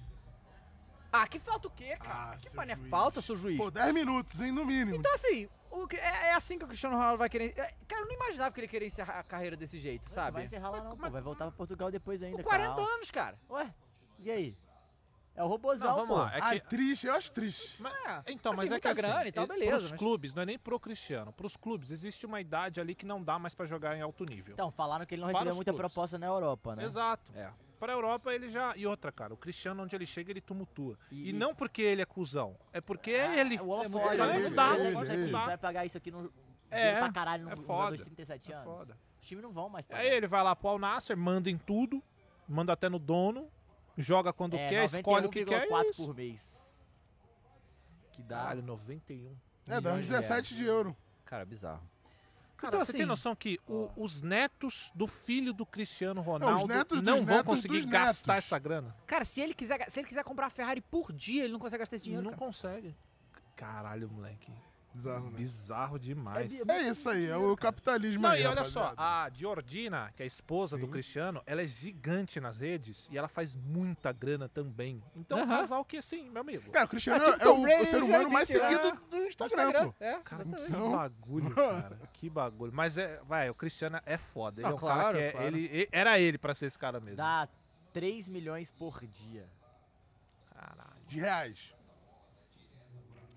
[SPEAKER 1] Ah, que falta o quê,
[SPEAKER 7] Ah,
[SPEAKER 1] cara? que mané falta, seu juiz?
[SPEAKER 3] Pô, 10 minutos, hein, no mínimo.
[SPEAKER 1] Então, assim, o que- é, é assim que o Cristiano Ronaldo vai querer. é, Cara, eu não imaginava que ele queria encerrar a carreira desse jeito, sabe?
[SPEAKER 4] vai encerrar lá não,
[SPEAKER 7] é
[SPEAKER 4] pô. Vai
[SPEAKER 7] tá?
[SPEAKER 4] voltar pra Portugal depois ainda,
[SPEAKER 1] 40
[SPEAKER 4] calma.
[SPEAKER 1] anos, cara.
[SPEAKER 4] Ué, e aí? É o robôzão,
[SPEAKER 7] Não, vamos
[SPEAKER 4] pô.
[SPEAKER 7] lá, é que- Ah,
[SPEAKER 3] triste, eu acho triste.
[SPEAKER 7] Então, mas é que assim,
[SPEAKER 1] grana e tal,
[SPEAKER 7] e-
[SPEAKER 1] beleza.
[SPEAKER 7] Pros
[SPEAKER 1] mas-
[SPEAKER 7] clubes, não é nem pro Cristiano. Pros clubes, existe uma idade ali que não dá mais pra jogar em alto nível.
[SPEAKER 4] Então, falaram que ele não
[SPEAKER 7] Para
[SPEAKER 4] recebeu
[SPEAKER 7] os
[SPEAKER 4] muita
[SPEAKER 7] clubes.
[SPEAKER 4] proposta na Europa, né?
[SPEAKER 7] Exato.
[SPEAKER 1] É.
[SPEAKER 7] Pra Europa ele já. E outra, cara, o Cristiano, onde ele chega, ele tumultua. E,
[SPEAKER 4] e-
[SPEAKER 7] não porque ele é cuzão. É porque ele.
[SPEAKER 4] O Olaf
[SPEAKER 7] é muito-
[SPEAKER 4] Olha,
[SPEAKER 7] não
[SPEAKER 4] ele,
[SPEAKER 7] dá,
[SPEAKER 4] ele,
[SPEAKER 7] não
[SPEAKER 4] isso
[SPEAKER 7] consegue
[SPEAKER 4] aqui,
[SPEAKER 7] dar.
[SPEAKER 4] Você vai pagar isso aqui no...
[SPEAKER 7] É,
[SPEAKER 4] dinheiro pra caralho no
[SPEAKER 7] é
[SPEAKER 4] no
[SPEAKER 7] foda,
[SPEAKER 4] jogador de 37
[SPEAKER 7] é
[SPEAKER 4] anos.
[SPEAKER 7] foda.
[SPEAKER 4] Os times não vão mais pagar.
[SPEAKER 7] É, Aí ele vai lá pro Al Nasser, manda em tudo, manda até no dono, joga quando
[SPEAKER 4] É,
[SPEAKER 7] quer, escolhe o que quer. e
[SPEAKER 4] 91,4
[SPEAKER 7] é isso.
[SPEAKER 4] por mês. Que dá.
[SPEAKER 7] Caralho, 91.
[SPEAKER 3] É, dá uns
[SPEAKER 7] milhões de
[SPEAKER 3] 17 de euro.
[SPEAKER 1] Cara, bizarro.
[SPEAKER 7] Cara,
[SPEAKER 1] Então,
[SPEAKER 7] você tem
[SPEAKER 1] assim,
[SPEAKER 7] noção que o- os netos do filho do Cristiano
[SPEAKER 3] Não,
[SPEAKER 7] Ronaldo
[SPEAKER 3] os
[SPEAKER 7] não,
[SPEAKER 3] netos dos
[SPEAKER 7] vão
[SPEAKER 3] netos
[SPEAKER 7] conseguir
[SPEAKER 3] dos
[SPEAKER 7] gastar
[SPEAKER 3] netos.
[SPEAKER 7] essa grana?
[SPEAKER 1] Cara, se ele, quiser, se ele quiser comprar a Ferrari por dia, ele não consegue gastar esse dinheiro.
[SPEAKER 7] Não
[SPEAKER 1] consegue.
[SPEAKER 7] Caralho, moleque.
[SPEAKER 3] Bizarro, né?
[SPEAKER 7] Bizarro demais.
[SPEAKER 3] É isso aí, é o capitalismo
[SPEAKER 7] Não,
[SPEAKER 3] aí,
[SPEAKER 7] e olha só,
[SPEAKER 3] rapaziada.
[SPEAKER 7] a Georgina, que é a esposa do Cristiano, ela é gigante nas redes e ela faz muita grana também. Então,
[SPEAKER 3] Aham.
[SPEAKER 7] um casal que assim, meu amigo.
[SPEAKER 3] Cara, o Cristiano
[SPEAKER 4] tipo
[SPEAKER 3] é, o, o ser humano mais
[SPEAKER 4] é.
[SPEAKER 3] seguido no Instagram, pô.
[SPEAKER 7] cara, que
[SPEAKER 3] Então?
[SPEAKER 7] bagulho, cara. Que bagulho. Mas é, vai, o Cristiano é foda. Ele
[SPEAKER 4] Ah,
[SPEAKER 7] é um cara
[SPEAKER 4] claro,
[SPEAKER 7] que é,
[SPEAKER 4] claro.
[SPEAKER 7] ele, e- era ele pra ser esse cara mesmo.
[SPEAKER 4] Dá 3 milhões por dia.
[SPEAKER 7] Caralho.
[SPEAKER 3] De reais.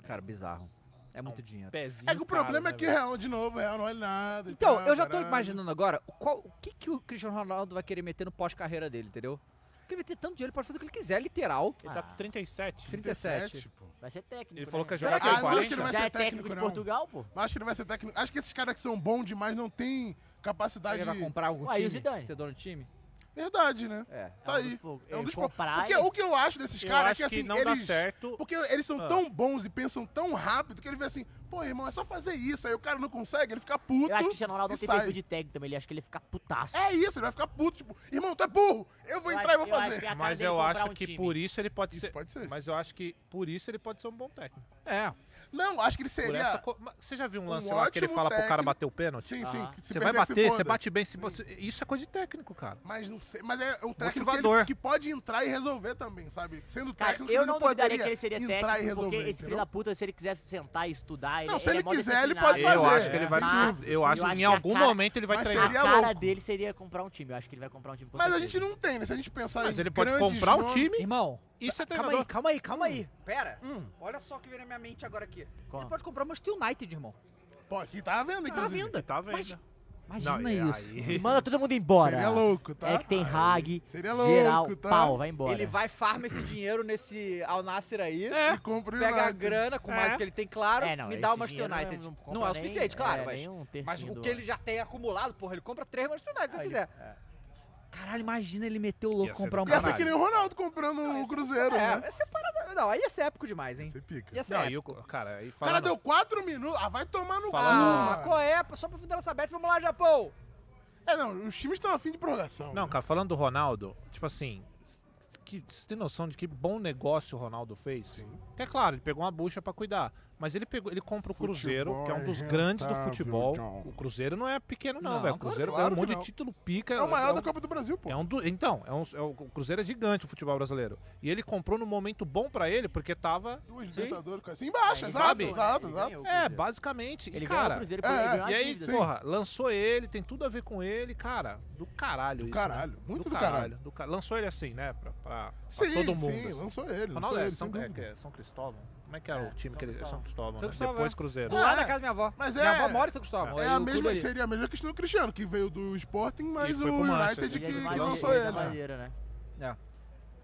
[SPEAKER 1] Cara, bizarro. É muito
[SPEAKER 7] um
[SPEAKER 1] dinheiro.
[SPEAKER 3] É que o problema
[SPEAKER 7] né,
[SPEAKER 3] é que real, de novo, real não vale nada. e
[SPEAKER 1] Então,
[SPEAKER 3] tal,
[SPEAKER 1] eu já
[SPEAKER 3] Ah,
[SPEAKER 1] tô
[SPEAKER 3] caralho.
[SPEAKER 1] imaginando agora o qual, o que, que o Cristiano Ronaldo vai querer meter no pós-carreira dele, entendeu? Porque ele vai ter tanto dinheiro, ele pode fazer o que ele quiser, literal.
[SPEAKER 7] Ele tá com 37.
[SPEAKER 1] 37.
[SPEAKER 4] Vai ser técnico.
[SPEAKER 7] Ele falou que ia
[SPEAKER 3] Será
[SPEAKER 7] jogar
[SPEAKER 3] que, ah,
[SPEAKER 7] até
[SPEAKER 3] não acho
[SPEAKER 7] 40.
[SPEAKER 3] que ele vai
[SPEAKER 4] Já
[SPEAKER 3] ser
[SPEAKER 4] é técnico de
[SPEAKER 3] não.
[SPEAKER 4] Portugal, pô?
[SPEAKER 3] Não acho que ele vai ser técnico. Acho que esses caras que são bons demais não têm capacidade
[SPEAKER 1] Ele vai comprar algum
[SPEAKER 3] Ué, e
[SPEAKER 1] time?
[SPEAKER 3] o Zidane?
[SPEAKER 1] Ser dono do time?
[SPEAKER 3] Verdade, né?
[SPEAKER 1] É.
[SPEAKER 3] Tá aí. É um dos poucos.
[SPEAKER 1] comprar
[SPEAKER 3] Porque
[SPEAKER 1] e-
[SPEAKER 3] o que eu acho desses
[SPEAKER 1] Eu
[SPEAKER 3] caras é
[SPEAKER 1] acho
[SPEAKER 3] que assim,
[SPEAKER 1] que não
[SPEAKER 3] eles,
[SPEAKER 1] dá certo.
[SPEAKER 3] Porque eles são
[SPEAKER 1] Ah.
[SPEAKER 3] tão bons e pensam tão rápido que ele vê assim, pô, irmão, é só fazer isso. Aí o cara não consegue, ele fica puto.
[SPEAKER 4] Eu acho que o Cristiano
[SPEAKER 3] e
[SPEAKER 4] Ronaldo não tem
[SPEAKER 3] sai.
[SPEAKER 4] perfil de técnico também. Ele acha que ele fica putaço.
[SPEAKER 3] É isso, ele vai ficar puto, tipo, irmão, tu é burro, eu vou entrar e vou fazer.
[SPEAKER 7] Mas eu acho
[SPEAKER 4] um
[SPEAKER 7] que por isso ele pode ser, Mas eu acho que por isso ele pode ser um bom técnico.
[SPEAKER 1] É.
[SPEAKER 3] Não, acho que ele
[SPEAKER 7] Por
[SPEAKER 3] seria.
[SPEAKER 7] essa co- mas Você já viu um lance lá que ele
[SPEAKER 3] ótimo
[SPEAKER 7] fala pro cara
[SPEAKER 3] técnico.
[SPEAKER 7] bater o pênalti?
[SPEAKER 3] Sim, sim.
[SPEAKER 7] Ah.
[SPEAKER 3] que se
[SPEAKER 7] Você vai
[SPEAKER 3] perder, se
[SPEAKER 7] bater, você
[SPEAKER 3] foda.
[SPEAKER 7] bate bem. se você- Isso é coisa de técnico, cara.
[SPEAKER 3] Mas não sei. Mas é um técnico que,
[SPEAKER 7] Motivador.
[SPEAKER 3] ele- que pode entrar e resolver também, sabe? Sendo
[SPEAKER 4] Cara,
[SPEAKER 3] técnico,
[SPEAKER 4] eu
[SPEAKER 3] é ele
[SPEAKER 4] não
[SPEAKER 3] poderia
[SPEAKER 4] duvidaria que ele seria
[SPEAKER 3] entrar
[SPEAKER 4] técnico,
[SPEAKER 3] e resolver.
[SPEAKER 4] porque esse filho
[SPEAKER 3] entendeu?
[SPEAKER 4] da puta, se ele quiser sentar e estudar, ele
[SPEAKER 3] Não, se
[SPEAKER 4] é
[SPEAKER 3] ele
[SPEAKER 4] mó
[SPEAKER 3] quiser, ele
[SPEAKER 4] disciplinado.
[SPEAKER 3] pode Eu fazer.
[SPEAKER 7] acho que ele vai- um- eu acho que em
[SPEAKER 4] a
[SPEAKER 7] algum momento ele vai
[SPEAKER 4] mas
[SPEAKER 7] treinar.
[SPEAKER 4] A cara
[SPEAKER 7] louco.
[SPEAKER 4] dele seria comprar um time. Eu acho que ele vai comprar um time com
[SPEAKER 3] Mas a
[SPEAKER 4] certeza.
[SPEAKER 3] gente não tem, né? Se a gente pensar
[SPEAKER 7] Mas
[SPEAKER 3] em
[SPEAKER 7] ele pode
[SPEAKER 3] grandes
[SPEAKER 4] um
[SPEAKER 7] comprar o
[SPEAKER 3] nomes-
[SPEAKER 7] time
[SPEAKER 1] Irmão,
[SPEAKER 7] e ser
[SPEAKER 1] calma
[SPEAKER 7] treinador.
[SPEAKER 1] aí, calma aí, calma aí. um Hum. Pera. Olha só o que vem na minha mente agora aqui.
[SPEAKER 7] Qual?
[SPEAKER 1] Ele pode comprar o Manchester United, irmão.
[SPEAKER 3] Pode, que tá à venda,
[SPEAKER 1] Tá à
[SPEAKER 3] inclusive.
[SPEAKER 1] venda.
[SPEAKER 7] Tá à venda.
[SPEAKER 1] Mas, imagina
[SPEAKER 7] Não, e
[SPEAKER 1] isso.
[SPEAKER 7] aí-
[SPEAKER 4] Manda todo mundo embora.
[SPEAKER 1] Seria louco, tá?
[SPEAKER 4] É que tem Hag,
[SPEAKER 1] Seria
[SPEAKER 4] geral,
[SPEAKER 1] louco, tá?
[SPEAKER 4] pau, vai embora.
[SPEAKER 1] Ele vai, farma esse dinheiro nesse Al Nasser aí,
[SPEAKER 3] É. e compra o
[SPEAKER 1] pega a
[SPEAKER 3] United.
[SPEAKER 1] grana com mais
[SPEAKER 3] É.
[SPEAKER 1] o que ele tem, claro,
[SPEAKER 3] É, não,
[SPEAKER 1] me dá o
[SPEAKER 3] esse
[SPEAKER 1] Manchester
[SPEAKER 3] dinheiro
[SPEAKER 1] United.
[SPEAKER 3] não- não
[SPEAKER 1] Não,
[SPEAKER 3] compra
[SPEAKER 1] é o
[SPEAKER 3] nem-
[SPEAKER 1] suficiente, claro,
[SPEAKER 3] é,
[SPEAKER 1] mas,
[SPEAKER 3] nem um
[SPEAKER 1] mas
[SPEAKER 3] tercinho
[SPEAKER 1] o
[SPEAKER 3] do
[SPEAKER 1] que ele já tem acumulado, porra, ele compra três Manchester United se
[SPEAKER 3] Ah,
[SPEAKER 1] ele
[SPEAKER 3] ele-
[SPEAKER 1] quiser. Caralho, imagina ele meter o louco
[SPEAKER 3] ser
[SPEAKER 1] comprar um
[SPEAKER 3] do caralho. Ia ser
[SPEAKER 1] Bernardo.
[SPEAKER 3] é que nem o Ronaldo comprando um Cruzeiro,
[SPEAKER 1] É,
[SPEAKER 3] né?
[SPEAKER 1] essa parada. Não, aí ia ser épico demais, hein? Ia ser
[SPEAKER 3] pica.
[SPEAKER 1] Ia ser
[SPEAKER 7] Não, e o,
[SPEAKER 1] épico.
[SPEAKER 7] cara, aí
[SPEAKER 3] O cara
[SPEAKER 7] fala.
[SPEAKER 3] deu 4 minutos. Ah, vai tomar no
[SPEAKER 7] Falando-
[SPEAKER 3] cu.
[SPEAKER 1] Ah, qual é? Só pra fundar essa bet, vamos lá, Japão!
[SPEAKER 3] É, não, os times estão afim de prorrogação.
[SPEAKER 7] Não, cara, falando do Ronaldo, tipo assim, que, você tem noção de que bom negócio o Ronaldo fez? Sim. É claro, ele pegou uma bucha pra cuidar.
[SPEAKER 10] Mas ele, pegou, ele compra o
[SPEAKER 7] Cruzeiro, que é um dos
[SPEAKER 10] é
[SPEAKER 7] grandes do
[SPEAKER 10] rentável,
[SPEAKER 3] então.
[SPEAKER 7] futebol.
[SPEAKER 10] John.
[SPEAKER 7] O Cruzeiro não é pequeno, não,
[SPEAKER 10] Não,
[SPEAKER 7] velho. O
[SPEAKER 10] claro-
[SPEAKER 7] Cruzeiro
[SPEAKER 10] claro
[SPEAKER 7] tem um
[SPEAKER 10] que
[SPEAKER 7] monte
[SPEAKER 10] não.
[SPEAKER 7] de título pica.
[SPEAKER 3] É o maior
[SPEAKER 7] um-
[SPEAKER 3] da Copa do Brasil, pô.
[SPEAKER 7] É um do- então, é um, é um- o Cruzeiro é gigante o futebol brasileiro. E ele comprou no momento bom pra ele, porque tava.
[SPEAKER 3] Duas Libertadores, coisa assim, embaixo, exato, exato, exato. É,
[SPEAKER 7] É, basicamente. E,
[SPEAKER 3] Ele ganhou o
[SPEAKER 7] cara,
[SPEAKER 3] Cruzeiro porque ele ganhou a
[SPEAKER 7] E aí,
[SPEAKER 3] dívida.
[SPEAKER 7] porra, lançou ele, tem tudo a ver com ele, cara. Do caralho isso.
[SPEAKER 3] caralho,
[SPEAKER 7] né?
[SPEAKER 3] muito do caralho.
[SPEAKER 7] do ca- Lançou ele assim, né? Pra, pra- pra
[SPEAKER 3] Sim,
[SPEAKER 7] todo mundo.
[SPEAKER 3] sim,
[SPEAKER 7] assim.
[SPEAKER 3] lançou ele,
[SPEAKER 7] Ronaldo
[SPEAKER 3] lançou
[SPEAKER 7] é
[SPEAKER 3] ele,
[SPEAKER 7] São,
[SPEAKER 3] sem
[SPEAKER 7] é
[SPEAKER 3] dúvida.
[SPEAKER 7] que é São Cristóvão. Como é que era o time que ele. é São Cristóvão,
[SPEAKER 1] São
[SPEAKER 7] né?
[SPEAKER 1] Cristóvão,
[SPEAKER 7] Depois
[SPEAKER 1] é.
[SPEAKER 7] Cruzeiro.
[SPEAKER 1] Do lado da casa da minha avó.
[SPEAKER 3] Mas
[SPEAKER 1] minha
[SPEAKER 3] é-
[SPEAKER 1] avó mora em São Cristóvão.
[SPEAKER 3] É
[SPEAKER 1] aí
[SPEAKER 3] a
[SPEAKER 1] o
[SPEAKER 3] mesma,
[SPEAKER 1] Cruzeiro-
[SPEAKER 3] seria a mesma questão do Cristiano, que veio do Sporting, mas
[SPEAKER 1] foi
[SPEAKER 3] o
[SPEAKER 1] pro Manchester.
[SPEAKER 3] United que,
[SPEAKER 1] Ele é de
[SPEAKER 3] que
[SPEAKER 1] Madeira,
[SPEAKER 3] lançou
[SPEAKER 1] ele é
[SPEAKER 3] ele.
[SPEAKER 1] da
[SPEAKER 3] né?
[SPEAKER 1] Madeira, né? É.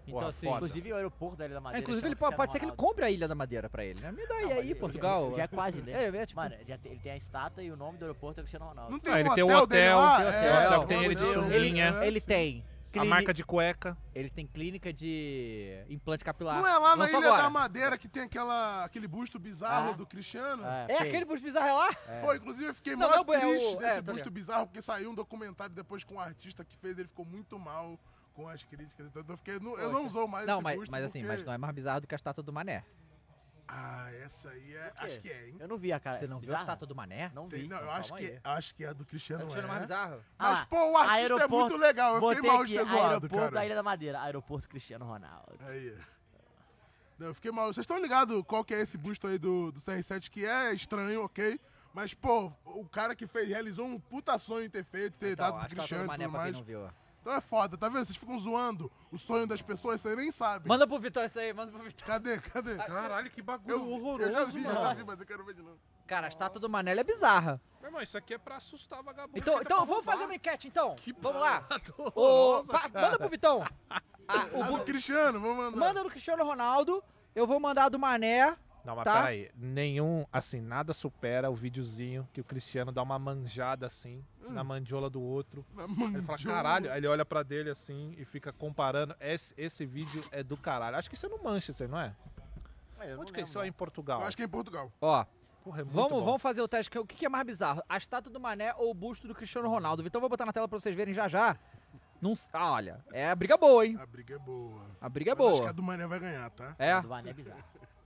[SPEAKER 4] Então, assim, inclusive o aeroporto da Ilha da
[SPEAKER 1] É,
[SPEAKER 4] Madeira.
[SPEAKER 1] inclusive,
[SPEAKER 4] chama
[SPEAKER 1] ele pode, pode ser
[SPEAKER 4] Cristiano
[SPEAKER 1] que ele compre a Ilha da Madeira pra ele, né? Me dá aí, aí Portugal.
[SPEAKER 4] Ronaldo. Já é quase, né?
[SPEAKER 1] É, é tipo-
[SPEAKER 4] Mano, já tem- ele tem a estátua e o nome do aeroporto é Cristiano Ronaldo.
[SPEAKER 1] Não
[SPEAKER 7] tem Ah, ele um tem o hotel dele hotel, lá? tem o hotel, É, hotel que tem
[SPEAKER 1] um
[SPEAKER 7] o ele de hotel dele, sunguinha. né?
[SPEAKER 1] Ele, ele tem.
[SPEAKER 7] A marca de cueca.
[SPEAKER 1] Ele tem clínica de implante capilar.
[SPEAKER 3] Não é lá na
[SPEAKER 1] Lançou
[SPEAKER 3] Ilha
[SPEAKER 1] agora.
[SPEAKER 3] da Madeira que tem aquela, aquele busto bizarro
[SPEAKER 1] Ah.
[SPEAKER 3] do Cristiano?
[SPEAKER 1] É, É, tem. aquele busto bizarro é lá? É.
[SPEAKER 3] Pô, inclusive eu fiquei
[SPEAKER 1] Não,
[SPEAKER 3] mó
[SPEAKER 1] não, é o-
[SPEAKER 3] triste
[SPEAKER 1] é,
[SPEAKER 3] desse
[SPEAKER 1] tô
[SPEAKER 3] busto
[SPEAKER 1] ligado.
[SPEAKER 3] bizarro, porque saiu um documentário depois com o artista que fez, ele ficou muito mal com as críticas. Então eu, fiquei, não- eu não usou mais
[SPEAKER 1] Não,
[SPEAKER 3] esse
[SPEAKER 1] mas,
[SPEAKER 3] busto
[SPEAKER 1] mas assim,
[SPEAKER 3] porque-
[SPEAKER 1] mas não é mais bizarro do que a estátua do Mané.
[SPEAKER 3] Ah, essa aí é... Acho que é, hein?
[SPEAKER 4] Eu não vi a cara.
[SPEAKER 1] Você não viu a
[SPEAKER 4] bizarra?
[SPEAKER 1] estátua do Mané?
[SPEAKER 4] Não
[SPEAKER 3] Tem-
[SPEAKER 4] vi.
[SPEAKER 3] não, eu
[SPEAKER 4] então,
[SPEAKER 3] acho
[SPEAKER 4] calma
[SPEAKER 3] que,
[SPEAKER 4] aí.
[SPEAKER 3] acho que a do Cristiano
[SPEAKER 1] É do Cristiano
[SPEAKER 3] é.
[SPEAKER 1] mais bizarro.
[SPEAKER 3] Mas,
[SPEAKER 4] Ah,
[SPEAKER 3] pô, o artista é
[SPEAKER 4] aeroporto-
[SPEAKER 3] muito legal. Eu fiquei
[SPEAKER 4] Botei
[SPEAKER 3] mal de
[SPEAKER 4] aqui,
[SPEAKER 3] ter zoado,
[SPEAKER 4] Aeroporto
[SPEAKER 3] cara.
[SPEAKER 4] da Ilha da Madeira, aeroporto Cristiano Ronaldo.
[SPEAKER 3] Aí. Não, eu fiquei mal. Vocês estão ligados qual que é esse busto aí do, do CR7, que é estranho, ok? Mas, pô, o cara que fez, realizou um puta sonho em ter feito, ter
[SPEAKER 1] Então,
[SPEAKER 3] dado
[SPEAKER 1] a
[SPEAKER 3] pro
[SPEAKER 1] estátua do
[SPEAKER 3] Cristiano e
[SPEAKER 1] Mané,
[SPEAKER 3] tudo
[SPEAKER 1] pra quem
[SPEAKER 3] mais.
[SPEAKER 1] não viu. ó.
[SPEAKER 3] Então é foda, tá vendo? Vocês ficam zoando o sonho das pessoas, vocês nem sabem.
[SPEAKER 1] Manda pro Vitor isso aí, manda pro Vitor.
[SPEAKER 3] Cadê, cadê?
[SPEAKER 7] Caralho, que bagulho
[SPEAKER 3] eu, Eu já vi, eu já vi, mas eu quero ver de novo.
[SPEAKER 1] Cara, a estátua do Mané ela é bizarra.
[SPEAKER 7] Meu irmão, isso aqui é pra assustar vagabundo.
[SPEAKER 1] Então,
[SPEAKER 7] que tá
[SPEAKER 1] então
[SPEAKER 7] pra
[SPEAKER 1] vamos
[SPEAKER 7] roubar.
[SPEAKER 1] fazer uma enquete, então. vamos lá. Ô,
[SPEAKER 7] horrorosa,
[SPEAKER 1] pa-
[SPEAKER 7] cara.
[SPEAKER 1] manda pro Vitão. Ah,
[SPEAKER 3] o do Cristiano, vou mandar.
[SPEAKER 1] Manda do Cristiano Ronaldo. Eu vou mandar do Mané.
[SPEAKER 7] Não, mas
[SPEAKER 1] tá?
[SPEAKER 7] peraí. Nenhum, assim, nada supera o videozinho que o Cristiano dá uma manjada assim
[SPEAKER 3] Hum.
[SPEAKER 7] na mandiola do outro.
[SPEAKER 3] Na
[SPEAKER 7] Ele fala,
[SPEAKER 3] mandiola.
[SPEAKER 7] caralho. Aí ele olha pra dele assim e fica comparando. Esse, esse vídeo é do caralho. Acho que isso é no Manchester, não é?
[SPEAKER 3] Ah,
[SPEAKER 7] Onde que é isso? É em Portugal.
[SPEAKER 3] Eu acho que é em Portugal.
[SPEAKER 1] Ó.
[SPEAKER 7] Porra, é muito
[SPEAKER 1] Vamos,
[SPEAKER 7] bom.
[SPEAKER 1] vamos fazer o teste. que- O que que é mais bizarro? A estátua do Mané ou o busto do Cristiano Ronaldo? Vitão, vou botar na tela pra vocês verem já já. Não, s- ah, olha, é a briga boa, hein?
[SPEAKER 3] A briga é boa.
[SPEAKER 1] A briga é
[SPEAKER 3] Mas Acho que
[SPEAKER 1] boa.
[SPEAKER 3] a do Mané vai ganhar, tá?
[SPEAKER 1] É?
[SPEAKER 4] é bizarra.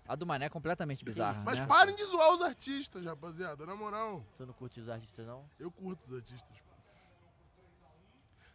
[SPEAKER 1] A do Mané é completamente bizarra.
[SPEAKER 3] Mas
[SPEAKER 1] né?
[SPEAKER 3] parem de zoar os artistas, rapaziada, na moral.
[SPEAKER 4] Tu não curte os artistas, não?
[SPEAKER 3] Eu curto os artistas. pô.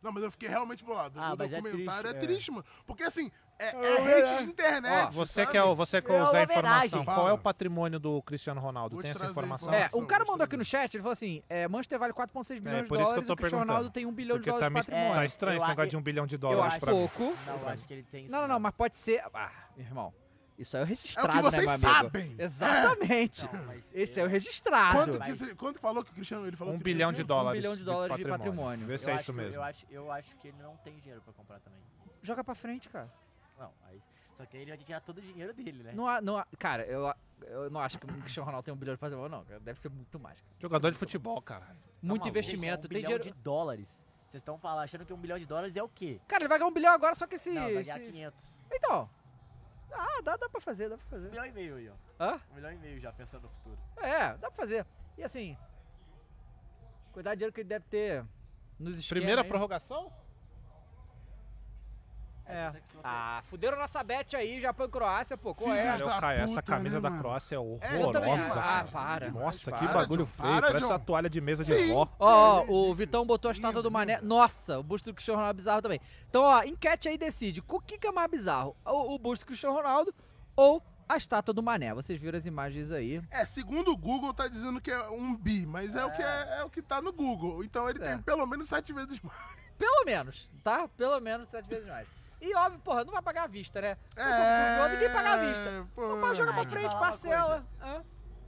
[SPEAKER 3] Não, mas eu fiquei realmente bolado.
[SPEAKER 4] Ah,
[SPEAKER 3] o
[SPEAKER 4] mas é
[SPEAKER 3] documentário é
[SPEAKER 4] triste,
[SPEAKER 3] triste,
[SPEAKER 4] é.
[SPEAKER 3] mano. Porque assim, é,
[SPEAKER 4] Ó,
[SPEAKER 3] é hate
[SPEAKER 4] é.
[SPEAKER 3] de internet.
[SPEAKER 7] Ó, você
[SPEAKER 3] sabe?
[SPEAKER 7] quer, você quer
[SPEAKER 3] É uma
[SPEAKER 7] usar a
[SPEAKER 3] homenagem.
[SPEAKER 7] informação. Qual
[SPEAKER 3] Fala.
[SPEAKER 7] é o patrimônio do Cristiano Ronaldo?
[SPEAKER 3] Vou
[SPEAKER 7] Tem
[SPEAKER 3] te
[SPEAKER 7] essa
[SPEAKER 3] trazer a
[SPEAKER 7] informação?
[SPEAKER 1] É, um cara mandou aqui no chat, ele falou assim: é, Manchester vale 4,6 bilhões
[SPEAKER 7] É,
[SPEAKER 1] de
[SPEAKER 7] por isso que eu tô
[SPEAKER 1] dólares e o Cristiano
[SPEAKER 7] perguntando.
[SPEAKER 1] Ronaldo tem 1 bilhão de
[SPEAKER 7] Porque
[SPEAKER 1] dólares
[SPEAKER 7] tá
[SPEAKER 1] de
[SPEAKER 7] me-
[SPEAKER 1] patrimônio.
[SPEAKER 7] tá estranho esse
[SPEAKER 1] Eu
[SPEAKER 7] negócio
[SPEAKER 1] a-
[SPEAKER 7] de um bilhão de
[SPEAKER 1] Eu
[SPEAKER 7] dólares
[SPEAKER 1] acho
[SPEAKER 7] pra mim.
[SPEAKER 1] pouco.
[SPEAKER 7] Não, eu acho
[SPEAKER 4] que ele tem isso
[SPEAKER 1] Não, não, não, mas pode ser. Ah, meu irmão. Isso aí é o registrado,
[SPEAKER 3] vocês
[SPEAKER 1] né, meu amigo?
[SPEAKER 3] sabem.
[SPEAKER 1] Exatamente. Esse é o registrado.
[SPEAKER 3] Quanto, que, você- quanto falou que o Cristiano ele falou?
[SPEAKER 7] Um
[SPEAKER 3] que
[SPEAKER 7] bilhão de
[SPEAKER 3] tinha?
[SPEAKER 7] dólares.
[SPEAKER 1] bilhão de dólares de patrimônio.
[SPEAKER 7] Vê se
[SPEAKER 4] Eu
[SPEAKER 7] é
[SPEAKER 4] acho
[SPEAKER 7] isso
[SPEAKER 4] que-
[SPEAKER 7] mesmo.
[SPEAKER 4] Eu acho, eu acho que ele não tem dinheiro pra comprar também.
[SPEAKER 1] Joga pra frente, cara.
[SPEAKER 4] Não, aí, só que aí ele vai tirar todo o dinheiro dele, né?
[SPEAKER 1] Não há- não há- cara, eu, eu não acho que o Cristiano Ronaldo tem um bilhão de patrimônio, não. Deve ser muito mais. cara.
[SPEAKER 7] Jogador de futebol, cara.
[SPEAKER 1] Muito
[SPEAKER 4] maluco?
[SPEAKER 1] investimento,
[SPEAKER 4] Um
[SPEAKER 1] tem
[SPEAKER 4] bilhão
[SPEAKER 1] dinheiro-
[SPEAKER 4] de dólares. Vocês estão falando, achando que um bilhão de dólares é o quê?
[SPEAKER 1] Cara, ele vai ganhar um bilhão agora, só que esse.
[SPEAKER 4] Não, vai ganhar
[SPEAKER 1] esse...
[SPEAKER 4] 500.
[SPEAKER 1] Então. Ah, dá, dá pra fazer, dá pra fazer. Um
[SPEAKER 4] milhão e meio aí, ó.
[SPEAKER 1] Hã?
[SPEAKER 4] Um milhão e meio já, pensando no futuro.
[SPEAKER 1] É, dá pra fazer. E assim. Cuidar do dinheiro que ele deve ter nos esquemas.
[SPEAKER 7] Primeira
[SPEAKER 1] aí.
[SPEAKER 7] prorrogação?
[SPEAKER 1] É. Ah, fuderam nossa bet aí, Japão e Croácia, pô. Qual é?
[SPEAKER 7] Caralho, cara, essa camisa da Croácia é
[SPEAKER 1] né, eu também
[SPEAKER 7] horrorosa.
[SPEAKER 1] acho.
[SPEAKER 7] cara.
[SPEAKER 1] Ah, para.
[SPEAKER 7] Nossa, que
[SPEAKER 1] Para,
[SPEAKER 7] bagulho
[SPEAKER 1] John,
[SPEAKER 7] feio.
[SPEAKER 1] para,
[SPEAKER 7] Parece
[SPEAKER 1] John.
[SPEAKER 7] essa toalha de mesa de
[SPEAKER 1] Sim.
[SPEAKER 7] vó.
[SPEAKER 1] Ó, ó, o Vitão botou a estátua do Mané. Nossa, o busto do Cristiano Ronaldo é bizarro também. Então, ó, enquete aí decide. O que que é mais bizarro? O, o busto do Cristiano Ronaldo ou a estátua do Mané? Vocês viram as imagens aí.
[SPEAKER 3] É, segundo o Google, tá dizendo que é um bi, mas é, o, que é, é o que tá no Google. Então ele
[SPEAKER 1] É.
[SPEAKER 3] tem pelo menos sete vezes mais.
[SPEAKER 1] Pelo menos, tá? Pelo menos sete vezes mais. E óbvio, porra, não vai pagar à vista, né?
[SPEAKER 3] É,
[SPEAKER 1] Eu tô com o Ninguém paga à vista. Não vai jogar pra
[SPEAKER 4] Aí,
[SPEAKER 1] frente,
[SPEAKER 4] falar uma
[SPEAKER 1] parcela. Hã?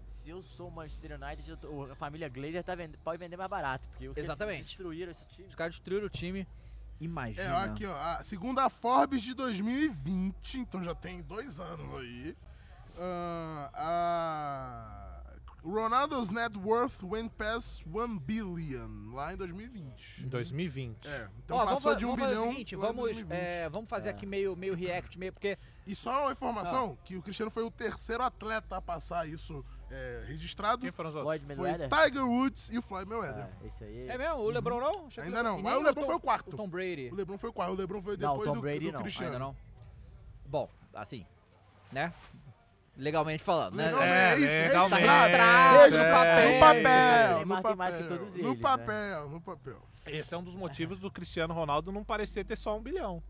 [SPEAKER 4] Se eu sou o Manchester United, eu tô- a família Glazer tá vendo, pode vender mais barato. Porque o que eles
[SPEAKER 1] Exatamente.
[SPEAKER 4] destruíram esse time.
[SPEAKER 1] Os caras destruíram o time. Imagina.
[SPEAKER 3] É, ó, aqui, ó. a- segundo a Forbes de 2020, então já tem dois anos aí. ah, a Ronaldo's net worth went past 1 billion lá em 2020.
[SPEAKER 7] Em 2020.
[SPEAKER 3] É, então
[SPEAKER 1] Ó,
[SPEAKER 3] passou
[SPEAKER 1] vamos, fa-
[SPEAKER 3] de 1
[SPEAKER 1] vamos
[SPEAKER 3] bilhão.
[SPEAKER 1] fazer o seguinte,
[SPEAKER 3] pro ano
[SPEAKER 1] vamos,
[SPEAKER 3] 2020.
[SPEAKER 1] é, vamos fazer aqui meio, meio react, meio porque...
[SPEAKER 3] E só uma informação,
[SPEAKER 7] Ah.
[SPEAKER 3] que o Cristiano foi o terceiro atleta a passar isso é, registrado.
[SPEAKER 7] Quem foram os
[SPEAKER 4] outros? Floyd
[SPEAKER 3] Foi
[SPEAKER 4] Mayweather? Ah,
[SPEAKER 3] Tiger Woods e o Floyd Mayweather. Uhum.
[SPEAKER 4] Esse aí.
[SPEAKER 1] É mesmo? O LeBron não? Achei que
[SPEAKER 3] Ainda não,
[SPEAKER 1] e
[SPEAKER 3] mas
[SPEAKER 1] nem
[SPEAKER 3] o LeBron
[SPEAKER 1] Tom-
[SPEAKER 3] foi o quarto.
[SPEAKER 1] Tom Brady.
[SPEAKER 3] O LeBron foi o quarto, o LeBron foi
[SPEAKER 1] Não,
[SPEAKER 3] depois
[SPEAKER 1] o Tom
[SPEAKER 3] do,
[SPEAKER 1] Brady
[SPEAKER 3] do
[SPEAKER 1] não,
[SPEAKER 3] Cristiano.
[SPEAKER 1] ainda não. Bom, assim, né? Legalmente falando, né?
[SPEAKER 3] Legalmente,
[SPEAKER 1] Tá
[SPEAKER 3] é, legalmente,
[SPEAKER 1] bravo,
[SPEAKER 3] é,
[SPEAKER 1] no papel.
[SPEAKER 3] no papel,
[SPEAKER 1] Ele
[SPEAKER 3] no
[SPEAKER 1] marca mais
[SPEAKER 3] papel,
[SPEAKER 1] que todos
[SPEAKER 3] no
[SPEAKER 1] eles, né?
[SPEAKER 3] papel, no papel.
[SPEAKER 7] Esse é um dos motivos do Cristiano Ronaldo não parecer ter só um bilhão.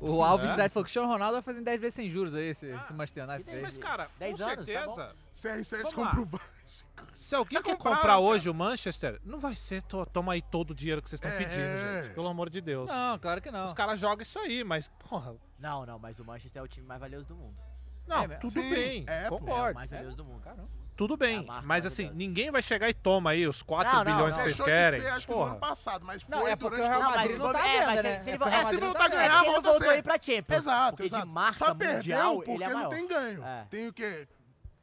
[SPEAKER 1] O Alves
[SPEAKER 7] Né?
[SPEAKER 1] Cidade falou que o Cristiano Ronaldo vai fazer 10 vezes sem juros aí, esse, esse Manchester United.
[SPEAKER 7] Mas, cara, com
[SPEAKER 1] tá
[SPEAKER 7] certeza.
[SPEAKER 3] CR7
[SPEAKER 7] Vamos
[SPEAKER 3] compra
[SPEAKER 7] lá.
[SPEAKER 3] o Vasco.
[SPEAKER 7] Se alguém quer
[SPEAKER 3] compraram,
[SPEAKER 7] comprar hoje o Manchester, não vai ser, "Tô- toma aí todo o dinheiro que vocês estão
[SPEAKER 4] É.
[SPEAKER 7] pedindo, gente. Pelo amor de Deus.
[SPEAKER 1] Não, claro que não.
[SPEAKER 7] Os caras jogam isso aí, mas, porra,
[SPEAKER 4] Não, não, mas o Manchester é o time mais valioso do mundo.
[SPEAKER 7] Não, tudo bem,
[SPEAKER 4] É, pô. É o
[SPEAKER 7] concordo.
[SPEAKER 4] mais valioso do mundo.
[SPEAKER 7] tudo
[SPEAKER 1] É
[SPEAKER 7] bem. mas assim, ninguém vai chegar e toma aí os 4
[SPEAKER 4] Não, não,
[SPEAKER 7] bilhões
[SPEAKER 4] não.
[SPEAKER 7] que vocês
[SPEAKER 4] Deixou de
[SPEAKER 7] querem.
[SPEAKER 4] ser, acho que
[SPEAKER 3] No ano
[SPEAKER 7] porra.
[SPEAKER 3] passado, mas foi
[SPEAKER 4] Não, é porque
[SPEAKER 3] durante
[SPEAKER 4] o Real
[SPEAKER 3] todo
[SPEAKER 4] Madrid
[SPEAKER 3] o
[SPEAKER 4] não
[SPEAKER 3] ano.
[SPEAKER 4] tá à venda, né? É, porque o Real
[SPEAKER 3] se
[SPEAKER 4] Madrid
[SPEAKER 3] ele
[SPEAKER 4] não
[SPEAKER 3] voltar
[SPEAKER 4] tá
[SPEAKER 3] a
[SPEAKER 4] à venda. É
[SPEAKER 3] ganhar,
[SPEAKER 4] porque ele
[SPEAKER 3] volta a
[SPEAKER 4] voltou
[SPEAKER 3] ser.
[SPEAKER 4] aí pra Champions.
[SPEAKER 3] Exato,
[SPEAKER 4] Porque de
[SPEAKER 3] exato.
[SPEAKER 4] marca
[SPEAKER 3] Só perdeu
[SPEAKER 4] mundial, ele
[SPEAKER 3] porque
[SPEAKER 4] é
[SPEAKER 3] não
[SPEAKER 4] maior. É.
[SPEAKER 3] tem ganho. Tem o quê?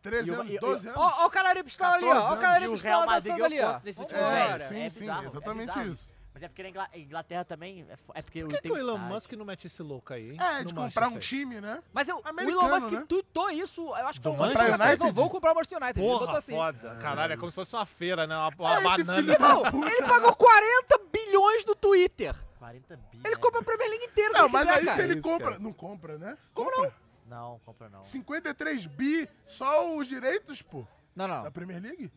[SPEAKER 3] 13
[SPEAKER 4] E o-
[SPEAKER 3] anos,
[SPEAKER 4] e o-
[SPEAKER 3] 12
[SPEAKER 4] e o-
[SPEAKER 3] anos?
[SPEAKER 4] ó, ó o Canarinho Pistola ali, ó, ó o Canarinho
[SPEAKER 3] E
[SPEAKER 4] Pistola dançando
[SPEAKER 3] ganhou
[SPEAKER 4] ali, ó.
[SPEAKER 3] ponto desse
[SPEAKER 4] Vamos
[SPEAKER 3] time,
[SPEAKER 4] embora.
[SPEAKER 3] É, sim,
[SPEAKER 4] É
[SPEAKER 3] sim,
[SPEAKER 4] bizarro, é
[SPEAKER 3] exatamente
[SPEAKER 4] bizarro.
[SPEAKER 3] isso.
[SPEAKER 4] Mas é porque na Ingla- Inglaterra também. é fo- É porque
[SPEAKER 7] Por que, que
[SPEAKER 4] tem
[SPEAKER 7] o Elon
[SPEAKER 4] estádio.
[SPEAKER 7] Musk não mete esse louco aí?
[SPEAKER 4] É,
[SPEAKER 7] no
[SPEAKER 4] de comprar um
[SPEAKER 7] Manchester?
[SPEAKER 3] time, né?
[SPEAKER 1] Mas eu, o Elon
[SPEAKER 7] Americano,
[SPEAKER 1] Musk
[SPEAKER 7] né?
[SPEAKER 1] tweetou isso, eu acho que foi
[SPEAKER 7] Do
[SPEAKER 1] um ano
[SPEAKER 7] Manchester?
[SPEAKER 1] atrás, ele resolveu comprar o Manchester United. ele botou
[SPEAKER 7] Porra,
[SPEAKER 1] assim.
[SPEAKER 7] foda. Caralho, é como se fosse uma feira, né? Uma,
[SPEAKER 1] Ah,
[SPEAKER 7] uma
[SPEAKER 1] esse
[SPEAKER 7] banana.
[SPEAKER 1] filho da puta. ele pagou 40 bilhões do Twitter.
[SPEAKER 4] 40 bilhões.
[SPEAKER 1] Ele compra a Premier League inteira, se
[SPEAKER 3] Não,
[SPEAKER 1] ele
[SPEAKER 3] mas
[SPEAKER 1] quiser,
[SPEAKER 3] aí
[SPEAKER 1] cara.
[SPEAKER 3] se ele compra. Não compra, né? Como não?
[SPEAKER 4] Não, compra não.
[SPEAKER 3] 53 bi, só os direitos, pô.
[SPEAKER 1] Não, não.
[SPEAKER 3] Da Premier League?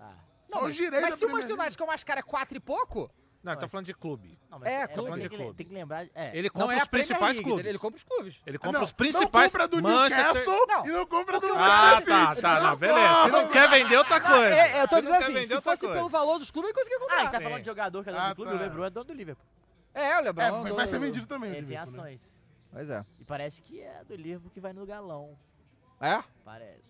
[SPEAKER 4] Ah.
[SPEAKER 3] Só os
[SPEAKER 1] Não, mas,
[SPEAKER 3] direitos
[SPEAKER 1] mas
[SPEAKER 3] da
[SPEAKER 1] se o
[SPEAKER 3] Premier
[SPEAKER 1] Manchester United, que é o mais caro, é 4 e pouco...
[SPEAKER 7] Não, ele tá falando de clube.
[SPEAKER 4] Não, mas
[SPEAKER 1] É,
[SPEAKER 4] é,
[SPEAKER 1] clube.
[SPEAKER 7] Tem
[SPEAKER 4] mas tem,
[SPEAKER 7] que
[SPEAKER 4] que,
[SPEAKER 7] le- tem
[SPEAKER 4] lembrar. é.
[SPEAKER 7] Ele compra os principais clubes.
[SPEAKER 1] Ele compra os clubes.
[SPEAKER 7] Ele compra
[SPEAKER 1] Ah, Não,
[SPEAKER 7] os principais.
[SPEAKER 3] não compra do
[SPEAKER 7] Manchester...
[SPEAKER 3] Newcastle e não compra do
[SPEAKER 7] Ah,
[SPEAKER 3] Manchester
[SPEAKER 7] tá,
[SPEAKER 3] City.
[SPEAKER 7] tá,
[SPEAKER 3] Não
[SPEAKER 7] não, beleza. Se não quer vender, outra
[SPEAKER 1] Não,
[SPEAKER 7] coisa.
[SPEAKER 1] é- é, eu tô
[SPEAKER 7] Se não
[SPEAKER 1] dizendo
[SPEAKER 7] quer
[SPEAKER 1] assim,
[SPEAKER 7] vender,
[SPEAKER 1] se
[SPEAKER 7] outra
[SPEAKER 1] fosse
[SPEAKER 7] coisa.
[SPEAKER 1] pelo valor dos clubes, ele conseguia comprar.
[SPEAKER 4] Ah, ele tá
[SPEAKER 1] Sim.
[SPEAKER 4] falando de jogador que é dono do clube, o LeBron é dono do Liverpool.
[SPEAKER 1] É, o LeBron.
[SPEAKER 4] É,
[SPEAKER 1] é o
[SPEAKER 4] vai
[SPEAKER 1] do-
[SPEAKER 4] ser vendido
[SPEAKER 3] também
[SPEAKER 4] Ele tem
[SPEAKER 1] Liverpool, né?
[SPEAKER 4] ações.
[SPEAKER 1] Pois é.
[SPEAKER 4] E parece que é do Liverpool que vai no galão.
[SPEAKER 1] É?
[SPEAKER 4] Parece.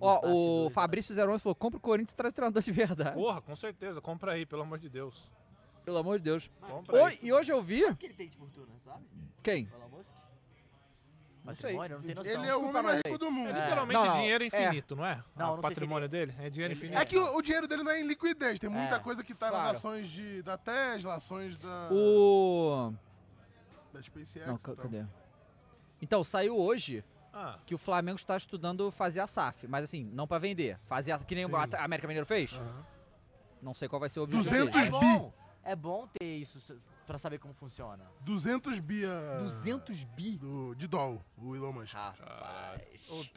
[SPEAKER 1] Ó, o Fabrício 011 falou, compra o Corinthians e traz o treinador de verdade.
[SPEAKER 7] Porra, com certeza. Compra aí, pelo amor de Deus.
[SPEAKER 1] Pelo amor de Deus.
[SPEAKER 7] Compra
[SPEAKER 1] Oi,
[SPEAKER 7] isso.
[SPEAKER 1] e hoje eu vi...
[SPEAKER 4] O que ele tem de fortuna, sabe?
[SPEAKER 1] Quem?
[SPEAKER 4] Elon Musk?
[SPEAKER 1] Não sei.
[SPEAKER 4] Patrimônio, não tem noção.
[SPEAKER 3] Ele é o homem mais rico do mundo.
[SPEAKER 7] É literalmente dinheiro infinito, não é?
[SPEAKER 4] Não,
[SPEAKER 7] o
[SPEAKER 4] não sei se
[SPEAKER 7] patrimônio dele é dinheiro infinito.
[SPEAKER 3] É que o, o dinheiro dele não é em liquidez, tem muita
[SPEAKER 7] É,
[SPEAKER 3] coisa que tá
[SPEAKER 7] claro.
[SPEAKER 3] nas ações de, da Tesla, ações da,
[SPEAKER 1] O...
[SPEAKER 3] da SpaceX.
[SPEAKER 1] Não,
[SPEAKER 3] Não,
[SPEAKER 1] ca- cadê? Então, saiu hoje
[SPEAKER 7] Ah.
[SPEAKER 1] que o Flamengo está estudando fazer a SAF, mas assim, não para vender. Fazer a, que nem o a América Mineiro fez? Não sei qual vai ser o objetivo.
[SPEAKER 4] é
[SPEAKER 1] deles.
[SPEAKER 4] bom. É bom ter isso s- pra saber como funciona.
[SPEAKER 3] 200 bi. a-
[SPEAKER 1] 200 bi?
[SPEAKER 3] do- de dólar, o Elon Musk.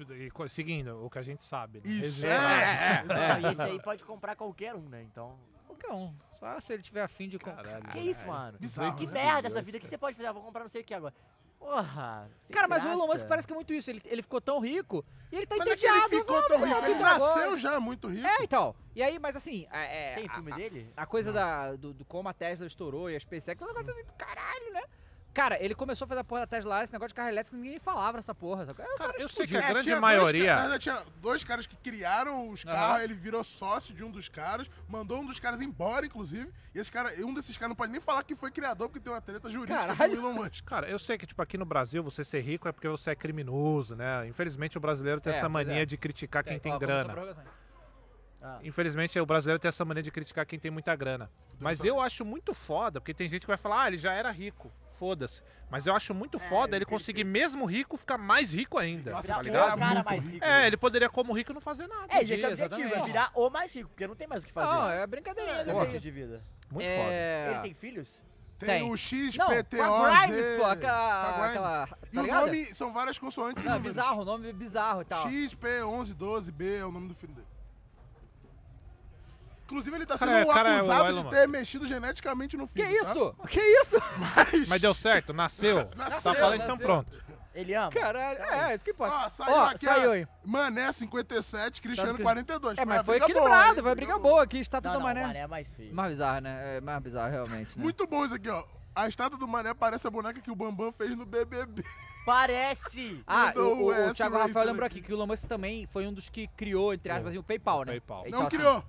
[SPEAKER 7] O- e co- seguindo o que a gente sabe. né?
[SPEAKER 3] Isso. É.
[SPEAKER 7] Registrando. é.
[SPEAKER 4] Não, Então, e Esse é, aí pode comprar qualquer um, né? Então.
[SPEAKER 1] Qualquer um. Só se ele tiver afim de comprar.
[SPEAKER 4] Que isso, mano?
[SPEAKER 1] Bizarro,
[SPEAKER 4] que
[SPEAKER 1] né?
[SPEAKER 4] merda essa vida. O que você pode fazer? Ah, vou comprar não sei o que agora. Porra. sem
[SPEAKER 1] Cara, mas o
[SPEAKER 4] graça.
[SPEAKER 1] Elon Musk parece que é muito isso. Ele, ele ficou tão rico e ele tá
[SPEAKER 3] Mas é que ele
[SPEAKER 1] entediado.
[SPEAKER 3] ficou
[SPEAKER 1] vamos,
[SPEAKER 3] tão rico,
[SPEAKER 1] vamos,
[SPEAKER 3] ele
[SPEAKER 1] tudo agora.
[SPEAKER 3] nasceu já muito rico.
[SPEAKER 1] É, então. E aí, mas assim... a- é,
[SPEAKER 4] Tem
[SPEAKER 1] a-
[SPEAKER 4] filme
[SPEAKER 1] a-
[SPEAKER 4] dele?
[SPEAKER 1] A coisa da, do, do como a Tesla estourou e a SpaceX, é uma coisa assim, caralho, né? Cara, ele começou a fazer a porra da Tesla lá, esse negócio de carro elétrico, ninguém falava essa porra. Sabe? Cara,
[SPEAKER 7] eu sei que
[SPEAKER 3] É,
[SPEAKER 7] a grande
[SPEAKER 3] tinha dois
[SPEAKER 7] maioria.
[SPEAKER 3] caras- né, tinha dois caras que criaram os carros, ele virou sócio de um dos caras, mandou um dos caras embora, inclusive. E esse cara, um desses caras não pode nem falar que foi criador, porque tem uma treta jurídica com é o Elon Musk.
[SPEAKER 7] Cara, eu sei que, tipo, aqui no Brasil, você ser rico é porque você é criminoso, né? Infelizmente, o brasileiro tem
[SPEAKER 1] É,
[SPEAKER 7] essa
[SPEAKER 1] pois
[SPEAKER 7] mania
[SPEAKER 1] é.
[SPEAKER 7] de criticar quem
[SPEAKER 1] É,
[SPEAKER 7] tem
[SPEAKER 1] ó, começou a
[SPEAKER 7] grana.
[SPEAKER 1] prorrogação. Ah.
[SPEAKER 7] Infelizmente, o brasileiro tem essa mania de criticar quem tem muita grana. Mas eu acho muito foda, porque tem gente que vai falar, ah, ele já era rico. Foda-se. Mas eu acho
[SPEAKER 4] É,
[SPEAKER 7] muito foda ele conseguir, mesmo rico, ficar mais rico ainda.
[SPEAKER 4] Nossa,
[SPEAKER 7] tá
[SPEAKER 4] ele
[SPEAKER 7] ligado?
[SPEAKER 4] era o cara Muito mais rico. rico,
[SPEAKER 7] É, ele poderia, como rico, não fazer nada.
[SPEAKER 4] É, esse é o objetivo, é virar o mais rico, porque não tem mais o que fazer.
[SPEAKER 1] Não, é brincadeira.
[SPEAKER 4] Ele
[SPEAKER 1] Foda.
[SPEAKER 4] tem de vida.
[SPEAKER 7] Muito
[SPEAKER 1] É.
[SPEAKER 4] Ele tem filhos?
[SPEAKER 3] Tem, o
[SPEAKER 1] Não,
[SPEAKER 3] XPTO.
[SPEAKER 1] com a Grimes, pô, aquela- aquela- tá
[SPEAKER 3] e o
[SPEAKER 1] ligado?
[SPEAKER 3] nome são várias consoantes.
[SPEAKER 1] Não, bizarro, o nome é bizarro e tal.
[SPEAKER 3] XP1112B é o nome do filho dele. Inclusive, ele tá
[SPEAKER 7] Cara,
[SPEAKER 3] sendo
[SPEAKER 7] é- cara, é o
[SPEAKER 3] acusado
[SPEAKER 7] Elon
[SPEAKER 3] de
[SPEAKER 7] Musk.
[SPEAKER 3] ter mexido geneticamente no filho.
[SPEAKER 1] Que
[SPEAKER 3] tá?
[SPEAKER 1] isso? Que isso?
[SPEAKER 7] Mas deu certo, nasceu.
[SPEAKER 3] Nasceu,
[SPEAKER 7] tá falando, então
[SPEAKER 3] nasceu.
[SPEAKER 7] pronto.
[SPEAKER 4] Ele ama.
[SPEAKER 1] Caralho, é, isso que importa.
[SPEAKER 3] Ó, saiu
[SPEAKER 1] Ó,
[SPEAKER 3] aqui,
[SPEAKER 1] saiu,
[SPEAKER 3] ó,
[SPEAKER 1] hein?
[SPEAKER 3] Mané 57, Cristiano
[SPEAKER 1] Tanto que-
[SPEAKER 3] 42.
[SPEAKER 1] É, mas
[SPEAKER 3] uma
[SPEAKER 1] foi
[SPEAKER 3] briga
[SPEAKER 1] equilibrado,
[SPEAKER 3] boa,
[SPEAKER 1] foi
[SPEAKER 3] hein?
[SPEAKER 1] uma briga boa aqui, estátua
[SPEAKER 3] Não,
[SPEAKER 1] do
[SPEAKER 3] não,
[SPEAKER 1] Mané.
[SPEAKER 3] o Mané é
[SPEAKER 4] mais feio.
[SPEAKER 1] né? Mais bizarro, né? É mais bizarro, realmente, né?
[SPEAKER 3] Muito bom isso aqui, ó. A estátua do Mané parece a boneca que o Bambam fez no BBB.
[SPEAKER 4] Parece!
[SPEAKER 1] Ah, o,
[SPEAKER 3] Mandou um
[SPEAKER 1] o, o
[SPEAKER 3] S né?
[SPEAKER 1] Thiago
[SPEAKER 3] Racer
[SPEAKER 1] Rafael lembrou aqui que o Elon Musk também foi um dos que criou, entre aspas, assim, o PayPal, né?
[SPEAKER 7] PayPal.
[SPEAKER 3] Não criou.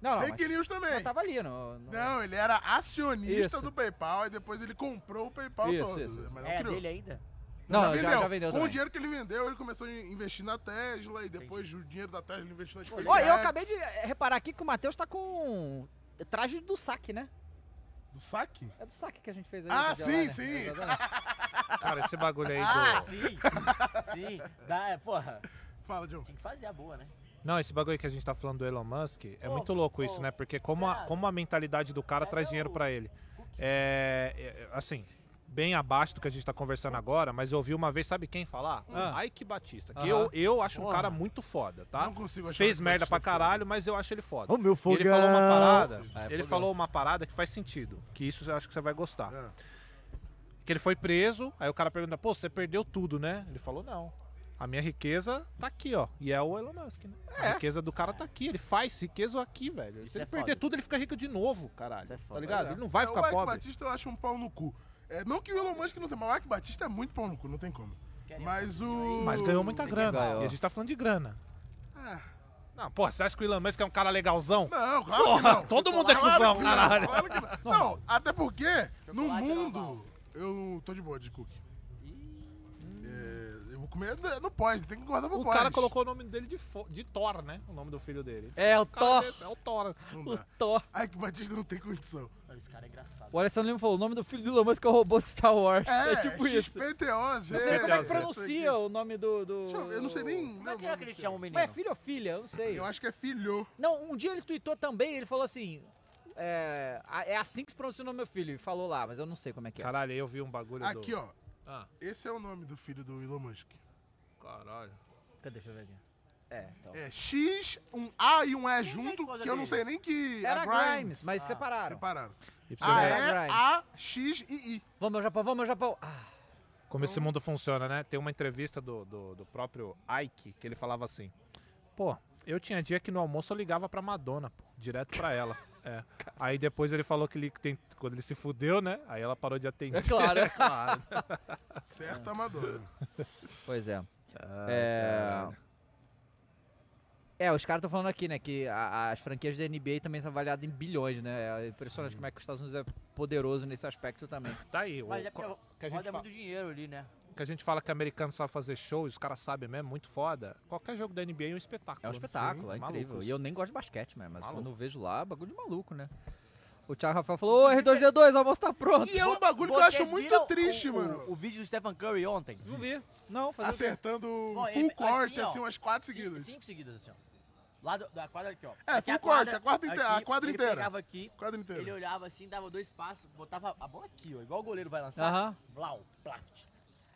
[SPEAKER 1] Não, não.
[SPEAKER 3] Fake
[SPEAKER 1] mas
[SPEAKER 3] news também.
[SPEAKER 1] Já tava ali, não.
[SPEAKER 3] Não, ele era acionista
[SPEAKER 1] Isso.
[SPEAKER 3] do PayPal e depois ele comprou o PayPal
[SPEAKER 1] Isso,
[SPEAKER 3] todo.
[SPEAKER 1] isso.
[SPEAKER 3] Mas não
[SPEAKER 4] É
[SPEAKER 3] criou.
[SPEAKER 4] dele ainda?
[SPEAKER 1] Não,
[SPEAKER 3] já
[SPEAKER 1] já-
[SPEAKER 3] vendeu.
[SPEAKER 1] já vendeu
[SPEAKER 3] Com
[SPEAKER 1] também.
[SPEAKER 3] o dinheiro que ele vendeu, ele começou a investir na Tesla e depois o dinheiro da Tesla ele investiu na SpaceX.
[SPEAKER 1] Ó, eu acabei de eh, reparar aqui que o Matheus tá com traje do saque, né?
[SPEAKER 3] Do saque?
[SPEAKER 1] É do saque que a gente fez aí.
[SPEAKER 3] Ah,
[SPEAKER 1] outro dia
[SPEAKER 3] sim,
[SPEAKER 1] lá, né?
[SPEAKER 3] sim.
[SPEAKER 7] Cara, esse bagulho aí
[SPEAKER 4] Ah,
[SPEAKER 7] do.
[SPEAKER 4] sim! Sim! Dá, é, porra.
[SPEAKER 3] Fala, John.
[SPEAKER 4] Tinha que fazer a boa, né?
[SPEAKER 7] Não, esse bagulho que a gente tá falando do Elon Musk é
[SPEAKER 4] Ô,
[SPEAKER 7] muito louco isso,
[SPEAKER 4] ô,
[SPEAKER 7] né? Porque como a,
[SPEAKER 4] cara.
[SPEAKER 7] como a mentalidade do cara traz dinheiro pra ele. É, é, assim, bem abaixo do que a gente tá conversando agora, mas eu ouvi uma vez, sabe quem falar?
[SPEAKER 2] Ah.
[SPEAKER 7] O Ike Batista, que
[SPEAKER 2] Aham.
[SPEAKER 7] eu, eu acho um
[SPEAKER 2] Porra.
[SPEAKER 7] cara muito foda, tá?
[SPEAKER 2] Não consigo achar
[SPEAKER 7] Fez
[SPEAKER 2] o Ike
[SPEAKER 7] merda
[SPEAKER 3] é
[SPEAKER 7] pra
[SPEAKER 2] Batista
[SPEAKER 7] caralho, mas eu acho ele foda.
[SPEAKER 2] Ô, meu
[SPEAKER 7] E Ele falou uma
[SPEAKER 2] fogão.
[SPEAKER 7] parada,
[SPEAKER 2] Ah, é
[SPEAKER 7] ele
[SPEAKER 2] fogão.
[SPEAKER 7] falou uma parada que faz sentido, que isso eu acho que você vai gostar.
[SPEAKER 3] É.
[SPEAKER 7] Que ele foi preso, aí o cara pergunta, pô, você perdeu tudo, né? Ele falou, não. A minha riqueza tá aqui, ó. E é o Elon Musk, né? A riqueza do cara tá aqui. Ele faz riqueza aqui, velho. Se
[SPEAKER 3] é
[SPEAKER 7] ele perder
[SPEAKER 3] foda.
[SPEAKER 7] tudo, ele fica rico de novo, caralho. Tá ligado?
[SPEAKER 3] É.
[SPEAKER 7] Ele não vai ficar
[SPEAKER 3] o Ike
[SPEAKER 7] pobre.
[SPEAKER 3] Batista eu acho um pau no cu. É, não que o Elon Musk não tenha, mas o Ike Batista é muito pau no cu, não tem como. Mas o.
[SPEAKER 7] Mas ganhou muita grana. E a gente tá falando de grana.
[SPEAKER 3] Ah.
[SPEAKER 7] Não, pô, você acha que o Elon Musk é um cara legalzão?
[SPEAKER 3] Não, claro que
[SPEAKER 7] Porra,
[SPEAKER 3] não.
[SPEAKER 7] todo mundo é
[SPEAKER 3] Claro que
[SPEAKER 7] cuzão,
[SPEAKER 3] não,
[SPEAKER 7] caralho.
[SPEAKER 3] claro que não. Não, até porque no mundo eu tô de boa de cookie. É, eu vou comer é, no pós, tem que guardar pro
[SPEAKER 7] O
[SPEAKER 3] pós.
[SPEAKER 7] cara colocou o nome dele de, fo- de Thor, né? O nome do filho dele.
[SPEAKER 1] É, o
[SPEAKER 7] Cara,
[SPEAKER 1] Thor.
[SPEAKER 7] é- É o Thor.
[SPEAKER 3] O
[SPEAKER 1] Thor.
[SPEAKER 3] Ai, que Batista não tem condição.
[SPEAKER 4] Esse cara é engraçado.
[SPEAKER 1] O Alessandro Lima falou: o nome do filho do Elon Musk é o robô de Star Wars. É,
[SPEAKER 3] É,
[SPEAKER 1] tipo isso.
[SPEAKER 3] XPTO,
[SPEAKER 1] Não sei como é que
[SPEAKER 3] XPTO.
[SPEAKER 1] pronuncia o nome do. do...
[SPEAKER 3] eu não sei nem-
[SPEAKER 1] Como é que, é que ele
[SPEAKER 3] chama o
[SPEAKER 1] menino? É filho ou filha? Eu não sei. Eu
[SPEAKER 3] acho que é filho.
[SPEAKER 1] Não, um dia ele tweetou também, ele falou assim. É, a- é assim que se pronuncia o nome do meu filho. E Falou lá, mas eu não sei como é que é.
[SPEAKER 7] Caralho, eu vi um bagulho
[SPEAKER 3] Aqui, ó.
[SPEAKER 7] Ah.
[SPEAKER 3] Esse é o nome do filho do Elon Musk.
[SPEAKER 7] Caralho.
[SPEAKER 1] Cadê? Deixa eu ver aqui. É, então.
[SPEAKER 3] É X, um A e um E junto, que eu não sei nem que. é
[SPEAKER 1] Era
[SPEAKER 3] a
[SPEAKER 1] Grimes, mas separaram.
[SPEAKER 3] Separaram.
[SPEAKER 7] E pra você
[SPEAKER 3] A,
[SPEAKER 7] ver.
[SPEAKER 3] E,
[SPEAKER 7] Era Grimes.
[SPEAKER 3] Ah, é? A, X e I.
[SPEAKER 1] Vamos, meu Japão, vamos, meu Japão. Ah,
[SPEAKER 7] Como esse mundo funciona, né? Tem uma entrevista do, do, do próprio Ike que ele falava assim: Pô, eu tinha dia que no almoço eu ligava pra Madonna, pô, direto pra ela. É. Aí depois ele falou que ele tem- quando ele se fudeu, né? Aí ela parou de atender.
[SPEAKER 1] É claro, é
[SPEAKER 7] claro.
[SPEAKER 3] Certo, amador.
[SPEAKER 1] Pois é.
[SPEAKER 4] Ah,
[SPEAKER 1] é... É, os caras estão falando aqui, né, que a- as franquias da NBA também são avaliadas em bilhões, né? É impressionante como é que os Estados Unidos é poderoso nesse aspecto também.
[SPEAKER 7] Tá aí, o-
[SPEAKER 4] Mas é porque
[SPEAKER 7] que a gente
[SPEAKER 4] roda
[SPEAKER 7] fala-
[SPEAKER 4] muito dinheiro ali, né?
[SPEAKER 7] que a gente fala que americano sabe fazer show e os caras sabem mesmo, muito foda. Qualquer jogo da NBA é um espetáculo.
[SPEAKER 1] É um espetáculo, é
[SPEAKER 7] Sim,
[SPEAKER 1] incrível.
[SPEAKER 7] malucos.
[SPEAKER 1] E eu nem gosto de basquete, né? Mas
[SPEAKER 7] Maluco.
[SPEAKER 1] quando eu vejo lá, é bagulho de maluco, né? O Thiago Rafael falou, ô, R2D2, o almoço tá pronto.
[SPEAKER 3] E é um bagulho que eu
[SPEAKER 4] Vocês
[SPEAKER 3] acho muito
[SPEAKER 4] viram o-
[SPEAKER 3] triste,
[SPEAKER 4] o-
[SPEAKER 3] mano.
[SPEAKER 4] O vídeo do Stephen Curry ontem.
[SPEAKER 1] Não vi. Não,
[SPEAKER 3] fazendo o quê? Acertando
[SPEAKER 4] Bom,
[SPEAKER 3] full
[SPEAKER 4] ele-
[SPEAKER 3] court,
[SPEAKER 4] ó,
[SPEAKER 3] assim, umas quatro
[SPEAKER 4] cinco-
[SPEAKER 3] seguidas.
[SPEAKER 4] Cinco seguidas, assim, ó. Lá do- da quadra aqui, ó.
[SPEAKER 3] É,
[SPEAKER 4] Aqui
[SPEAKER 3] full court, a quadra inte- a quadra
[SPEAKER 4] ele
[SPEAKER 3] inteira.
[SPEAKER 4] pegava aqui,
[SPEAKER 3] quadra inteira.
[SPEAKER 4] ele olhava assim, dava dois passos, botava a bola aqui, ó. Igual o goleiro vai
[SPEAKER 3] Aham.
[SPEAKER 4] lançar. Blau, plaft.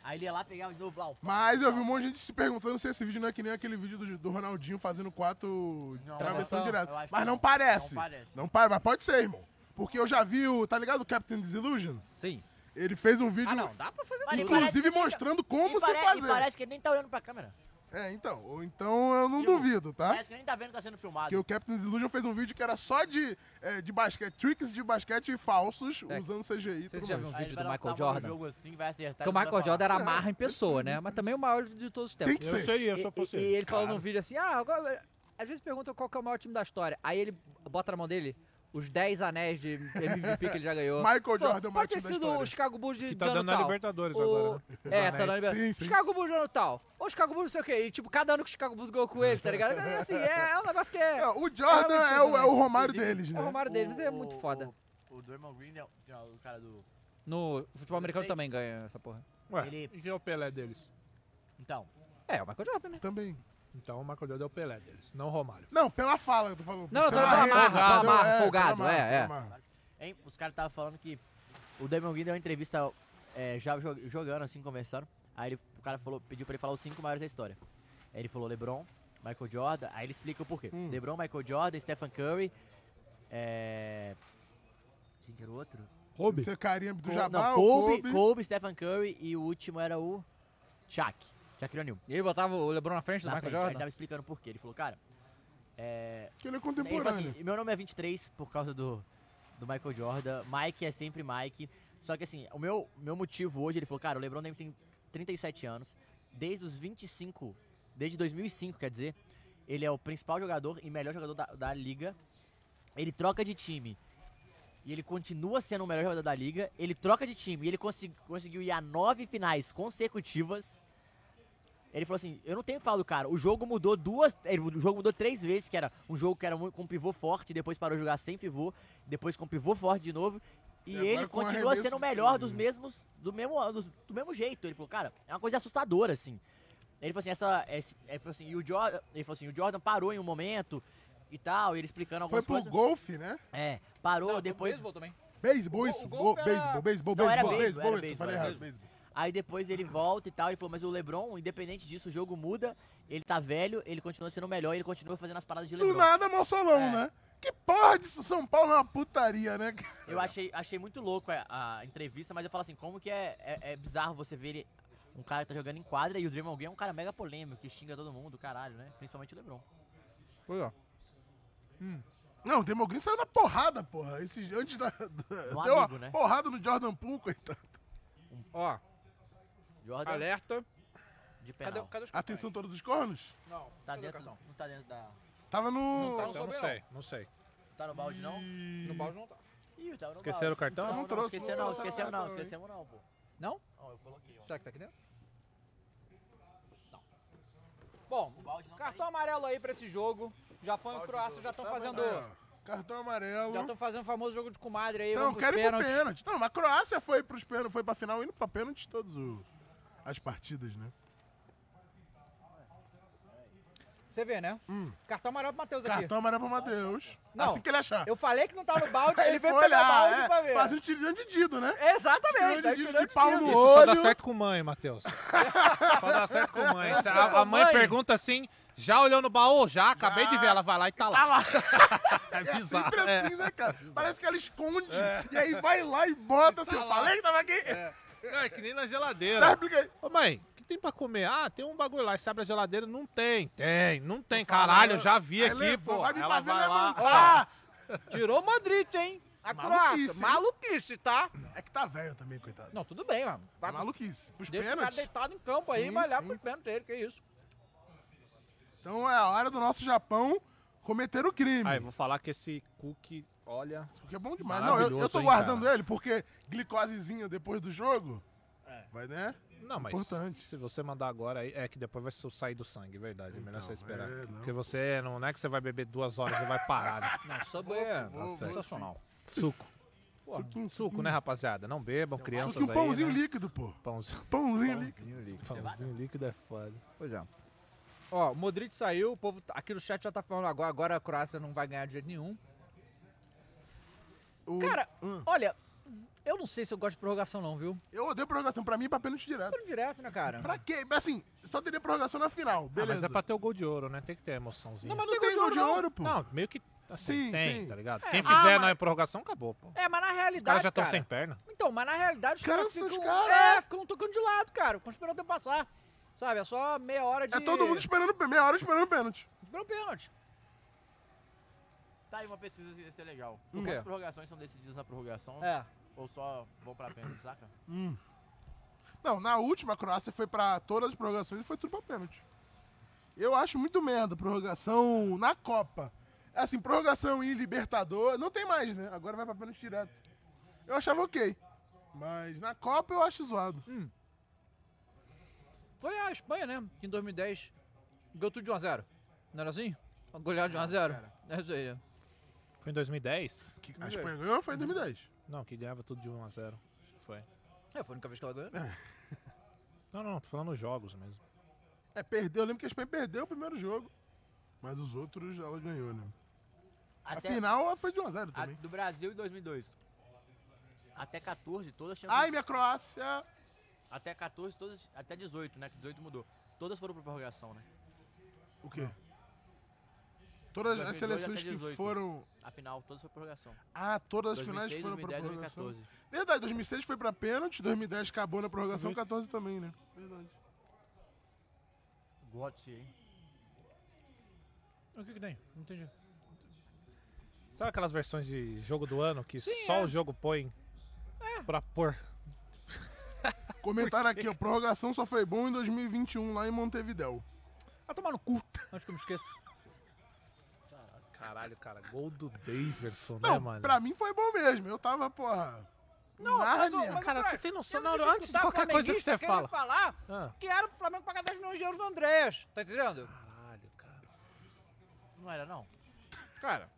[SPEAKER 4] Aí ele ia lá, pegava de novo, blau.
[SPEAKER 3] Mas eu vi um monte de gente se perguntando se esse vídeo não é que nem aquele vídeo do, do Ronaldinho fazendo quatro travessão
[SPEAKER 4] não.
[SPEAKER 3] direto.
[SPEAKER 4] Eu acho que
[SPEAKER 3] Mas não,
[SPEAKER 4] não.
[SPEAKER 3] parece.
[SPEAKER 4] Não parece.
[SPEAKER 3] Não pa- mas pode ser, irmão. Porque eu já vi o. Tá ligado o Captain Disillusion?
[SPEAKER 1] Sim.
[SPEAKER 3] Ele fez um vídeo.
[SPEAKER 4] Ah, não, dá pra fazer Mas ele tudo. parece
[SPEAKER 3] Inclusive
[SPEAKER 4] que nem-
[SPEAKER 3] mostrando como se
[SPEAKER 4] e pare-
[SPEAKER 3] fazer.
[SPEAKER 4] E parece que ele nem tá olhando pra câmera.
[SPEAKER 3] É, então. Ou então eu não duvido, tá?
[SPEAKER 4] Parece que ele nem tá vendo que tá sendo filmado.
[SPEAKER 3] Porque o Captain Disillusion fez um vídeo que era só de, é, de basquete, tricks de basquete falsos,
[SPEAKER 1] É.
[SPEAKER 3] usando CGI. tudo
[SPEAKER 1] Vocês já
[SPEAKER 3] mais.
[SPEAKER 1] viram um
[SPEAKER 4] Aí ele
[SPEAKER 1] vídeo do
[SPEAKER 4] vai lançar
[SPEAKER 1] Michael
[SPEAKER 4] a bola no
[SPEAKER 1] Jordan?
[SPEAKER 4] jogo assim, vai acertar,
[SPEAKER 1] Porque o
[SPEAKER 4] ele não
[SPEAKER 1] Michael
[SPEAKER 4] vai
[SPEAKER 1] Jordan era
[SPEAKER 3] É.
[SPEAKER 4] falar.
[SPEAKER 1] amarra em pessoa, né? Mas também o maior de todos os tempos.
[SPEAKER 7] Tem que Eu ser. seria, se eu
[SPEAKER 1] E-
[SPEAKER 7] fosse
[SPEAKER 1] e- E
[SPEAKER 7] ele.
[SPEAKER 1] ele falou
[SPEAKER 7] Claro.
[SPEAKER 1] num vídeo assim, ah, agora... Às vezes perguntam qual que é o maior time da história. Aí ele bota na mão dele os 10 anéis de MVP que ele já ganhou.
[SPEAKER 3] Michael
[SPEAKER 1] Falou,
[SPEAKER 3] Jordan é o maior
[SPEAKER 1] Pode ter
[SPEAKER 3] time da
[SPEAKER 1] sido
[SPEAKER 3] história."
[SPEAKER 1] o Chicago Bulls de
[SPEAKER 7] Que tá
[SPEAKER 1] de ano
[SPEAKER 7] dando na
[SPEAKER 1] tal.
[SPEAKER 7] Libertadores
[SPEAKER 1] O-
[SPEAKER 7] agora, né? Os
[SPEAKER 1] É, tá
[SPEAKER 7] anéis.
[SPEAKER 1] na
[SPEAKER 7] Sim,
[SPEAKER 1] Libertadores.
[SPEAKER 7] sim.
[SPEAKER 1] Chicago Bulls de ano tal. Ou Chicago Bulls não sei o quê. E tipo, cada ano que o Chicago Bulls ganhou com ele, tá ligado? É assim, é, é um negócio que é...
[SPEAKER 3] o Jordan
[SPEAKER 1] muito
[SPEAKER 3] é o- é o Romário
[SPEAKER 1] impressionante.
[SPEAKER 3] deles,
[SPEAKER 1] É
[SPEAKER 3] né?
[SPEAKER 1] o Romário deles, mas é
[SPEAKER 4] O-
[SPEAKER 1] muito foda.
[SPEAKER 4] O Draymond Green é o- é o cara do...
[SPEAKER 1] No futebol americano também ganha essa porra.
[SPEAKER 7] Ué,
[SPEAKER 4] Ele-
[SPEAKER 7] e quem é o Pelé deles?
[SPEAKER 4] Então.
[SPEAKER 1] É, o Michael Jordan, né?
[SPEAKER 3] Também.
[SPEAKER 7] Então o Michael Jordan é o Pelé deles, não o Romário.
[SPEAKER 3] Não, pela fala, eu tô falando.
[SPEAKER 1] Não, eu tô
[SPEAKER 3] Pela
[SPEAKER 1] pela
[SPEAKER 3] rede,
[SPEAKER 1] marra, pela
[SPEAKER 3] entendeu?
[SPEAKER 1] marra,
[SPEAKER 3] pela
[SPEAKER 1] folgado,
[SPEAKER 3] marra,
[SPEAKER 1] é,
[SPEAKER 3] pela
[SPEAKER 1] é.
[SPEAKER 3] marra.
[SPEAKER 4] Hein, os caras estavam falando que o Damon Green deu uma entrevista é, já jo- jogando, assim, conversando. Aí ele- o cara falou, pediu pra ele falar os cinco maiores da história. Aí ele falou LeBron, Michael Jordan, aí ele explica o porquê. LeBron, Michael Jordan, Stephen Curry, é... Quem que era o outro?
[SPEAKER 3] Kobe. Você é carinha do
[SPEAKER 4] Co-
[SPEAKER 3] Jabá,
[SPEAKER 4] não,
[SPEAKER 3] ou
[SPEAKER 4] Kobe,
[SPEAKER 3] Kobe.
[SPEAKER 4] Kobe, Stephen Curry e o último era o Shaq. Shaquille O'Neal.
[SPEAKER 1] E ele botava o LeBron na frente do Michael
[SPEAKER 4] aí
[SPEAKER 1] Jordan?
[SPEAKER 4] Ele tava explicando por quê. Ele falou, cara... É...
[SPEAKER 3] Que ele é
[SPEAKER 4] Ele falou
[SPEAKER 3] contemporâneo.
[SPEAKER 4] assim, meu nome é 23 por causa do, do Michael Jordan. Mike é sempre Mike. Só que assim, o meu, meu motivo hoje, ele falou, cara, o LeBron James tem 37 anos. Desde os 25, desde 2005, quer dizer, ele é o principal jogador e melhor jogador da, da liga. Ele troca de time. E ele continua sendo o melhor jogador da liga. Ele troca de time. E ele consi- conseguiu ir a nove finais consecutivas. Ele falou assim: eu não tenho o que falar do cara. O jogo mudou duas. eh, O jogo mudou três vezes, que era um jogo que era muito- com pivô forte, depois parou de jogar sem pivô, depois com pivô forte de novo. E,
[SPEAKER 3] E agora
[SPEAKER 4] ele
[SPEAKER 3] com
[SPEAKER 4] continua
[SPEAKER 3] arremesso
[SPEAKER 4] sendo o
[SPEAKER 3] de
[SPEAKER 4] melhor
[SPEAKER 3] três,
[SPEAKER 4] dos
[SPEAKER 3] né?
[SPEAKER 4] mesmos. Do mesmo, do, do mesmo jeito. Ele falou, cara, é uma coisa assustadora, assim. Ele falou assim, essa. esse- ele falou assim, e o Jordan. Ele falou assim, o Jordan parou em um momento e tal, e ele explicando
[SPEAKER 3] Foi
[SPEAKER 4] algumas
[SPEAKER 3] pro
[SPEAKER 4] coisas.
[SPEAKER 3] golfe, né?
[SPEAKER 4] É, parou, depois.
[SPEAKER 1] beisebol também.
[SPEAKER 3] Beisebol, isso. Go- Beisebol, beisebol,
[SPEAKER 4] Não, era
[SPEAKER 3] beisebol, beisebol. Eu
[SPEAKER 4] beisebol, era
[SPEAKER 3] Falei
[SPEAKER 4] beisebol.
[SPEAKER 3] errado, beisebol.
[SPEAKER 4] Aí depois ele volta e tal, ele falou, mas o LeBron, independente disso, o jogo muda, ele tá velho, ele continua sendo o melhor, ele continua fazendo as paradas de LeBron.
[SPEAKER 3] Do nada, Mossolão, né? Que porra disso, São Paulo é uma putaria, né?
[SPEAKER 4] Eu achei, achei muito louco a, a entrevista, mas eu falo assim, como que é, é, é bizarro você ver ele, um cara que tá jogando em quadra e o Draymond Green é um cara mega polêmico, que xinga todo mundo, caralho, né? Principalmente o LeBron.
[SPEAKER 3] Pois ó. Hum. Não, o Demogrin saiu na porrada, porra. Esse, antes da. da-
[SPEAKER 4] No
[SPEAKER 3] deu uma
[SPEAKER 4] amigo, né?
[SPEAKER 3] porrada no Jordan Poole, coitado.
[SPEAKER 7] Ó.
[SPEAKER 4] Jordan.
[SPEAKER 7] Alerta.
[SPEAKER 4] De penal.
[SPEAKER 7] Cadê, cadê os
[SPEAKER 3] Atenção, todos os cornos?
[SPEAKER 4] Não, tá
[SPEAKER 7] cadê o
[SPEAKER 4] dentro, não. não tá dentro da...
[SPEAKER 3] Tava no.
[SPEAKER 7] Não tá,
[SPEAKER 4] Então
[SPEAKER 7] não
[SPEAKER 4] não
[SPEAKER 7] sei, não sei.
[SPEAKER 4] Tá no balde, não?
[SPEAKER 7] No balde não tá.
[SPEAKER 4] Ih, tava no
[SPEAKER 7] Esqueceram o
[SPEAKER 4] balde.
[SPEAKER 7] cartão? Não trouxe,
[SPEAKER 4] Esqueceram
[SPEAKER 7] não
[SPEAKER 4] não,
[SPEAKER 7] trouxe,
[SPEAKER 4] esquecemos
[SPEAKER 7] não
[SPEAKER 4] não,
[SPEAKER 7] trouxe.
[SPEAKER 4] esquecemos não, pô.
[SPEAKER 1] Não?
[SPEAKER 4] Ó, eu coloquei, ó.
[SPEAKER 1] Será que tá aqui dentro? Bom,
[SPEAKER 7] tá
[SPEAKER 1] cartão amarelo aí pra esse jogo. Japão e Croácia já estão fazendo.
[SPEAKER 3] Ah, cartão amarelo.
[SPEAKER 1] Já estão fazendo o famoso jogo de comadre aí.
[SPEAKER 3] Não,
[SPEAKER 1] vamos pros
[SPEAKER 3] quero ir pro
[SPEAKER 1] pênaltis.
[SPEAKER 3] pênalti. Não, mas a Croácia foi pros pênaltis, foi pra final indo pra pênalti todas o- as partidas, né?
[SPEAKER 1] Você vê, né? Cartão amarelo pro Matheus aqui.
[SPEAKER 3] Hum. Cartão amarelo pro Matheus. Assim que ele achar.
[SPEAKER 1] Eu falei que não tá no balde, ele, veio
[SPEAKER 3] foi
[SPEAKER 1] pegar o
[SPEAKER 3] olhar,
[SPEAKER 1] balde
[SPEAKER 3] é,
[SPEAKER 1] pra ver.
[SPEAKER 3] Fazendo tirinho de Dido, né?
[SPEAKER 1] Exatamente, tá
[SPEAKER 3] Tirinho de Dido
[SPEAKER 1] tirando
[SPEAKER 3] de pau
[SPEAKER 1] de
[SPEAKER 3] no
[SPEAKER 1] Dido.
[SPEAKER 7] Isso só dá
[SPEAKER 3] olho. É
[SPEAKER 7] certo com mãe, Matheus. Só dá certo com mãe.
[SPEAKER 3] Nossa,
[SPEAKER 7] A, a mãe,
[SPEAKER 3] mãe.
[SPEAKER 7] pergunta assim, já olhou no baú? Já, acabei de ver. Ela vai lá e tá lá. Tá lá. é bizarro.
[SPEAKER 3] Sempre
[SPEAKER 7] é.
[SPEAKER 3] assim, né, cara? Parece que ela esconde e aí vai lá e bota assim.
[SPEAKER 7] Tá
[SPEAKER 3] eu
[SPEAKER 7] lá.
[SPEAKER 3] falei que tava aqui.
[SPEAKER 7] Não, é que nem na geladeira. Ô, mãe, o que tem pra comer? Ah, tem um bagulho lá. E Você abre a geladeira, não tem. Tem, não tem. Caralho, eu já vi
[SPEAKER 3] Aí
[SPEAKER 7] aqui,
[SPEAKER 3] levou,
[SPEAKER 7] pô.
[SPEAKER 3] vai me
[SPEAKER 7] Ela
[SPEAKER 3] fazer
[SPEAKER 7] vai lá.
[SPEAKER 3] levantar.
[SPEAKER 1] Tirou o Madrid, hein? A Croácia.
[SPEAKER 3] hein?
[SPEAKER 1] Maluquice, tá?
[SPEAKER 3] É que tá velho também, coitado.
[SPEAKER 1] Não, tudo bem, mano.
[SPEAKER 7] Tá
[SPEAKER 1] Vai
[SPEAKER 3] É maluquice. Os
[SPEAKER 1] Deixa o cara
[SPEAKER 3] pênaltis.
[SPEAKER 1] deitado em campo aí e
[SPEAKER 3] Sim,
[SPEAKER 1] vai lá
[SPEAKER 3] sim.
[SPEAKER 1] pros pênaltis dele, que é isso.
[SPEAKER 3] Então é a hora do nosso Japão cometer o crime.
[SPEAKER 7] Aí, vou falar que esse cookie, olha... Esse
[SPEAKER 3] cookie é bom Mas não, eu, eu tô guardando ele porque glicosezinha depois do jogo.
[SPEAKER 7] É.
[SPEAKER 3] Vai, né?
[SPEAKER 7] Não, mas
[SPEAKER 3] Importante.
[SPEAKER 7] se você mandar agora, aí, é que depois vai so- sair do sangue, é verdade. É melhor você esperar.
[SPEAKER 3] é, não.
[SPEAKER 7] Porque você, não, não é que você vai beber duas horas e vai parar. né?
[SPEAKER 1] Não, só
[SPEAKER 7] É,
[SPEAKER 1] boa.
[SPEAKER 7] tá certo. sensacional.
[SPEAKER 3] Suco.
[SPEAKER 7] Pô,
[SPEAKER 3] Suquinho,
[SPEAKER 7] suco,
[SPEAKER 3] suquinho.
[SPEAKER 7] né, rapaziada? Não bebam, crianças
[SPEAKER 3] Suquinho,
[SPEAKER 7] aí,
[SPEAKER 3] um pãozinho
[SPEAKER 7] né?
[SPEAKER 3] líquido, pô.
[SPEAKER 7] Pãozinho,
[SPEAKER 3] Pãozinho
[SPEAKER 7] líquido. Pãozinho líquido é foda.
[SPEAKER 1] Pois é. Ó, o Modric saiu, o povo tá- aqui no chat já tá falando agora, agora a Croácia não vai ganhar de jeito nenhum. Cara,
[SPEAKER 3] Ah.
[SPEAKER 1] olha, eu não sei se eu gosto de prorrogação não, viu?
[SPEAKER 3] Eu odeio prorrogação. Pra mim, é pra pênalti direto. Pênalti
[SPEAKER 1] direto, né, cara?
[SPEAKER 3] Pra quê? Assim, só teria prorrogação na
[SPEAKER 7] Ah,
[SPEAKER 3] final,
[SPEAKER 7] mas
[SPEAKER 3] beleza.
[SPEAKER 7] é pra ter o gol de ouro, né? Tem que ter a emoçãozinha.
[SPEAKER 1] Não, mas
[SPEAKER 3] não tem gol de ouro, pô.
[SPEAKER 7] Não, meio que assim,
[SPEAKER 3] Sim,
[SPEAKER 7] tem,
[SPEAKER 3] sim.
[SPEAKER 7] tá ligado?
[SPEAKER 1] É,
[SPEAKER 7] Quem
[SPEAKER 1] ah,
[SPEAKER 7] fizer
[SPEAKER 1] mas-
[SPEAKER 7] na prorrogação, acabou, pô.
[SPEAKER 1] É, mas na
[SPEAKER 7] Os
[SPEAKER 1] realidade,
[SPEAKER 7] caras já estão
[SPEAKER 1] cara...
[SPEAKER 7] sem perna.
[SPEAKER 1] Então, mas na realidade os caras
[SPEAKER 3] Cansa os
[SPEAKER 1] ficam...
[SPEAKER 3] caras.
[SPEAKER 1] É, ficam tocando de lado, cara, ficam esperando o tempo passar. Sabe, é só meia hora de...
[SPEAKER 3] É todo mundo esperando, meia hora esperando o pênalti.
[SPEAKER 1] Esperando pênalti.
[SPEAKER 4] Tá aí uma pesquisa se se é legal.
[SPEAKER 3] O
[SPEAKER 4] Quantas
[SPEAKER 3] quê?
[SPEAKER 4] prorrogações são decididas na prorrogação?
[SPEAKER 3] É.
[SPEAKER 4] Ou só vão pra pênalti, saca?
[SPEAKER 3] Hum. Não, na última, a Croácia foi pra todas as prorrogações e foi tudo pra pênalti. Eu acho muito merda a prorrogação na Copa. Assim, prorrogação em Libertador, não tem mais, né? Agora vai pra pênalti direto. Eu achava ok. Mas na Copa eu acho zoado.
[SPEAKER 1] Hum. Foi a Espanha, né? Que em 2010 ganhou tudo de 1x0. Não era assim? Uma goleada de 1x0. É isso aí.
[SPEAKER 7] Foi em 2010?
[SPEAKER 3] a Espanha ganhou ou foi em 2010?
[SPEAKER 7] Não, que ganhava tudo de 1 a 0 Foi.
[SPEAKER 1] É, foi a única vez que ela ganhou.
[SPEAKER 7] Não, não, tô falando jogos mesmo.
[SPEAKER 3] É, perdeu. Eu lembro que a Espanha perdeu o primeiro jogo. Mas os outros ela ganhou, né?
[SPEAKER 4] Até-
[SPEAKER 3] A final ela foi de 1x0
[SPEAKER 4] A
[SPEAKER 3] também.
[SPEAKER 4] do Brasil em 2002. Até 14, todas tinham...
[SPEAKER 3] Ai, minha Croácia!
[SPEAKER 4] Até 14, todas... Até 18, né? Que 18 mudou. Todas foram pra prorrogação, né?
[SPEAKER 3] O quê? Todas as
[SPEAKER 4] 2002
[SPEAKER 3] seleções
[SPEAKER 4] até
[SPEAKER 3] que
[SPEAKER 4] 18.
[SPEAKER 3] foram
[SPEAKER 4] A final, todas foram pra prorrogação.
[SPEAKER 3] Ah, todas as
[SPEAKER 4] 2006,
[SPEAKER 3] finais foram pra
[SPEAKER 4] 2010,
[SPEAKER 3] prorrogação.
[SPEAKER 4] 2014.
[SPEAKER 3] Verdade, 2006 foi pra pênalti, 2010 acabou na prorrogação,
[SPEAKER 4] 2006.
[SPEAKER 3] 14 também, né? Verdade.
[SPEAKER 4] Gotcha, hein?
[SPEAKER 1] O que que tem? Não entendi.
[SPEAKER 7] Sabe aquelas versões de jogo do ano que
[SPEAKER 3] é.
[SPEAKER 7] só o jogo põe pra pôr?
[SPEAKER 3] Comentaram aqui, ó, prorrogação só foi bom em 2021 lá em Montevidéu.
[SPEAKER 1] Vai tomar no cu, antes que eu me esqueça.
[SPEAKER 7] Caralho, cara, gol do Daverson,
[SPEAKER 3] Não,
[SPEAKER 7] né, mano?
[SPEAKER 3] pra mim foi bom mesmo, eu tava, porra... Não,
[SPEAKER 1] mas, ô,
[SPEAKER 3] Nárnia.
[SPEAKER 1] mas,
[SPEAKER 7] Cara,
[SPEAKER 1] Brian,
[SPEAKER 7] você tem noção,
[SPEAKER 1] eu não
[SPEAKER 7] não,
[SPEAKER 1] tive
[SPEAKER 7] antes de
[SPEAKER 1] escutar
[SPEAKER 7] qualquer coisa que você
[SPEAKER 1] tá flamenguista
[SPEAKER 7] fala.
[SPEAKER 1] querendo falar
[SPEAKER 7] Ah.
[SPEAKER 1] que era pro Flamengo pagar 10 milhões de euros no Andrés, tá entendendo?
[SPEAKER 4] Não era, não?
[SPEAKER 7] Cara,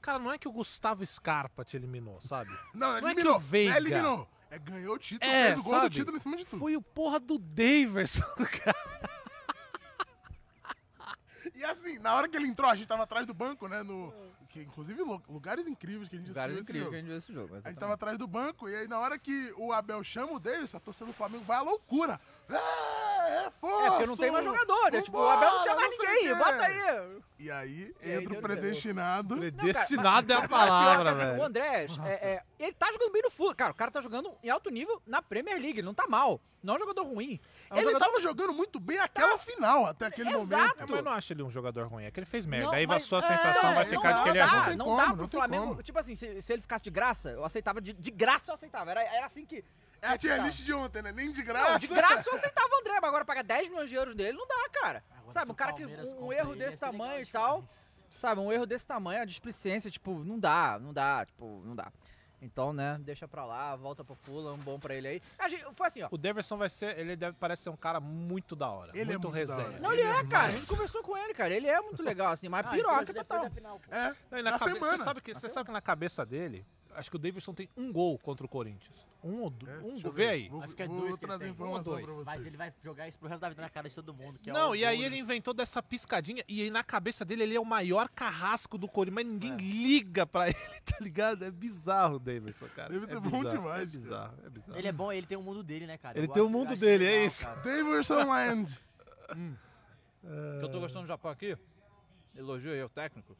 [SPEAKER 7] cara, não é que o Gustavo Scarpa te eliminou, sabe?
[SPEAKER 3] Não,
[SPEAKER 7] é que
[SPEAKER 3] eliminou,
[SPEAKER 7] o Veiga.
[SPEAKER 3] é, eliminou. É, ganhou o título,
[SPEAKER 7] É,
[SPEAKER 3] fez o gol do
[SPEAKER 7] sabe?
[SPEAKER 3] título em cima de tudo.
[SPEAKER 7] Foi o porra do Daverson, cara.
[SPEAKER 3] E assim, na hora que ele entrou, a gente tava atrás do banco, né? No, que, inclusive, lu- lugares incríveis que a gente
[SPEAKER 1] Lugares
[SPEAKER 3] assistiu esse
[SPEAKER 1] incríveis
[SPEAKER 3] jogo.
[SPEAKER 1] é que a gente viu esse jogo.
[SPEAKER 3] A gente tava atrás do banco, e aí na hora que o Abel chama o Davis, a torcida do Flamengo vai à loucura. É, é força!
[SPEAKER 1] É, porque não tem mais jogador, né? Tipo, o Abel não tinha mais
[SPEAKER 3] sei o
[SPEAKER 1] ninguém,
[SPEAKER 3] quê.
[SPEAKER 1] bota aí.
[SPEAKER 3] E aí entra o predestinado.
[SPEAKER 2] Predestinado é a
[SPEAKER 1] Pior que,
[SPEAKER 2] palavra,
[SPEAKER 1] assim,
[SPEAKER 2] velho.
[SPEAKER 1] O André, é- é, ele tá jogando bem no futebol. Cara, o cara tá jogando em alto nível na Premier League. Ele não tá mal. Não é um jogador Tá. ruim.
[SPEAKER 3] Ele tava jogando muito bem aquela final, até aquele
[SPEAKER 1] momento.
[SPEAKER 7] Mas eu não acho ele um jogador ruim, é que ele fez merda.
[SPEAKER 1] Não,
[SPEAKER 7] Aí a
[SPEAKER 1] mas-
[SPEAKER 7] sua
[SPEAKER 1] é,
[SPEAKER 7] sensação vai
[SPEAKER 1] não
[SPEAKER 7] ficar de que ele é
[SPEAKER 1] dá,
[SPEAKER 7] ruim.
[SPEAKER 1] Não dá pro Flamengo. Tipo assim, se, se ele ficasse de graça, eu aceitava. De, de graça eu aceitava. Era, era assim que.
[SPEAKER 3] É a tier
[SPEAKER 1] Tá.
[SPEAKER 3] list de ontem, né? Nem de graça.
[SPEAKER 1] Não, de graça eu aceitava o André, mas agora pagar 10 milhões de euros dele não dá, cara. sabe, um cara que. Um, um erro desse tamanho e tal. Sabe, um erro desse tamanho, a displicência, tipo, não dá, não dá, tipo, não dá. Então, né, deixa pra lá, volta pro Fulham, bom pra ele aí. A gente, foi assim, ó.
[SPEAKER 7] O Deverson vai ser, ele deve parecer ser um cara muito da hora.
[SPEAKER 3] Ele é
[SPEAKER 7] muito
[SPEAKER 3] muito da
[SPEAKER 7] resenha.
[SPEAKER 3] hora.
[SPEAKER 1] Não, ele é, cara. A gente conversou com ele, cara. Ele é muito legal, assim, mas
[SPEAKER 7] Ah,
[SPEAKER 1] piroca
[SPEAKER 7] depois-
[SPEAKER 1] total.
[SPEAKER 3] É,
[SPEAKER 7] Não, e na cabe- Você sabe, que, você sabe que na cabeça dele, acho que o Davidson tem um gol contra o Corinthians. Um ou dois. um
[SPEAKER 4] deixa
[SPEAKER 7] gol.
[SPEAKER 4] eu
[SPEAKER 7] Vê
[SPEAKER 4] ver.
[SPEAKER 7] aí.
[SPEAKER 4] Acho que é dois que ele tem. Um ou dois. Mas ele vai jogar isso pro resto da vida na cara de todo mundo. que é
[SPEAKER 7] Não,
[SPEAKER 4] o
[SPEAKER 7] e aí
[SPEAKER 4] gol,
[SPEAKER 7] ele inventou dessa piscadinha e aí na cabeça dele ele é o maior carrasco do Corinthians, mas ninguém liga pra ele, tá ligado? É bizarro o Davidson, cara.
[SPEAKER 3] Davidson
[SPEAKER 7] é
[SPEAKER 3] é bom
[SPEAKER 7] bizarro,
[SPEAKER 3] demais,
[SPEAKER 7] É
[SPEAKER 3] cara.
[SPEAKER 7] bizarro, é bizarro.
[SPEAKER 4] Ele é bom, ele tem o mundo dele, né, cara?
[SPEAKER 7] Ele
[SPEAKER 4] Eu
[SPEAKER 7] tem o
[SPEAKER 4] acho-
[SPEAKER 7] mundo
[SPEAKER 4] acho
[SPEAKER 7] dele,
[SPEAKER 4] legal,
[SPEAKER 7] é isso.
[SPEAKER 4] cara.
[SPEAKER 3] Davidson Land.
[SPEAKER 1] Hum. Que eu tô gostando do Japão aqui. Elogio aí ao técnico.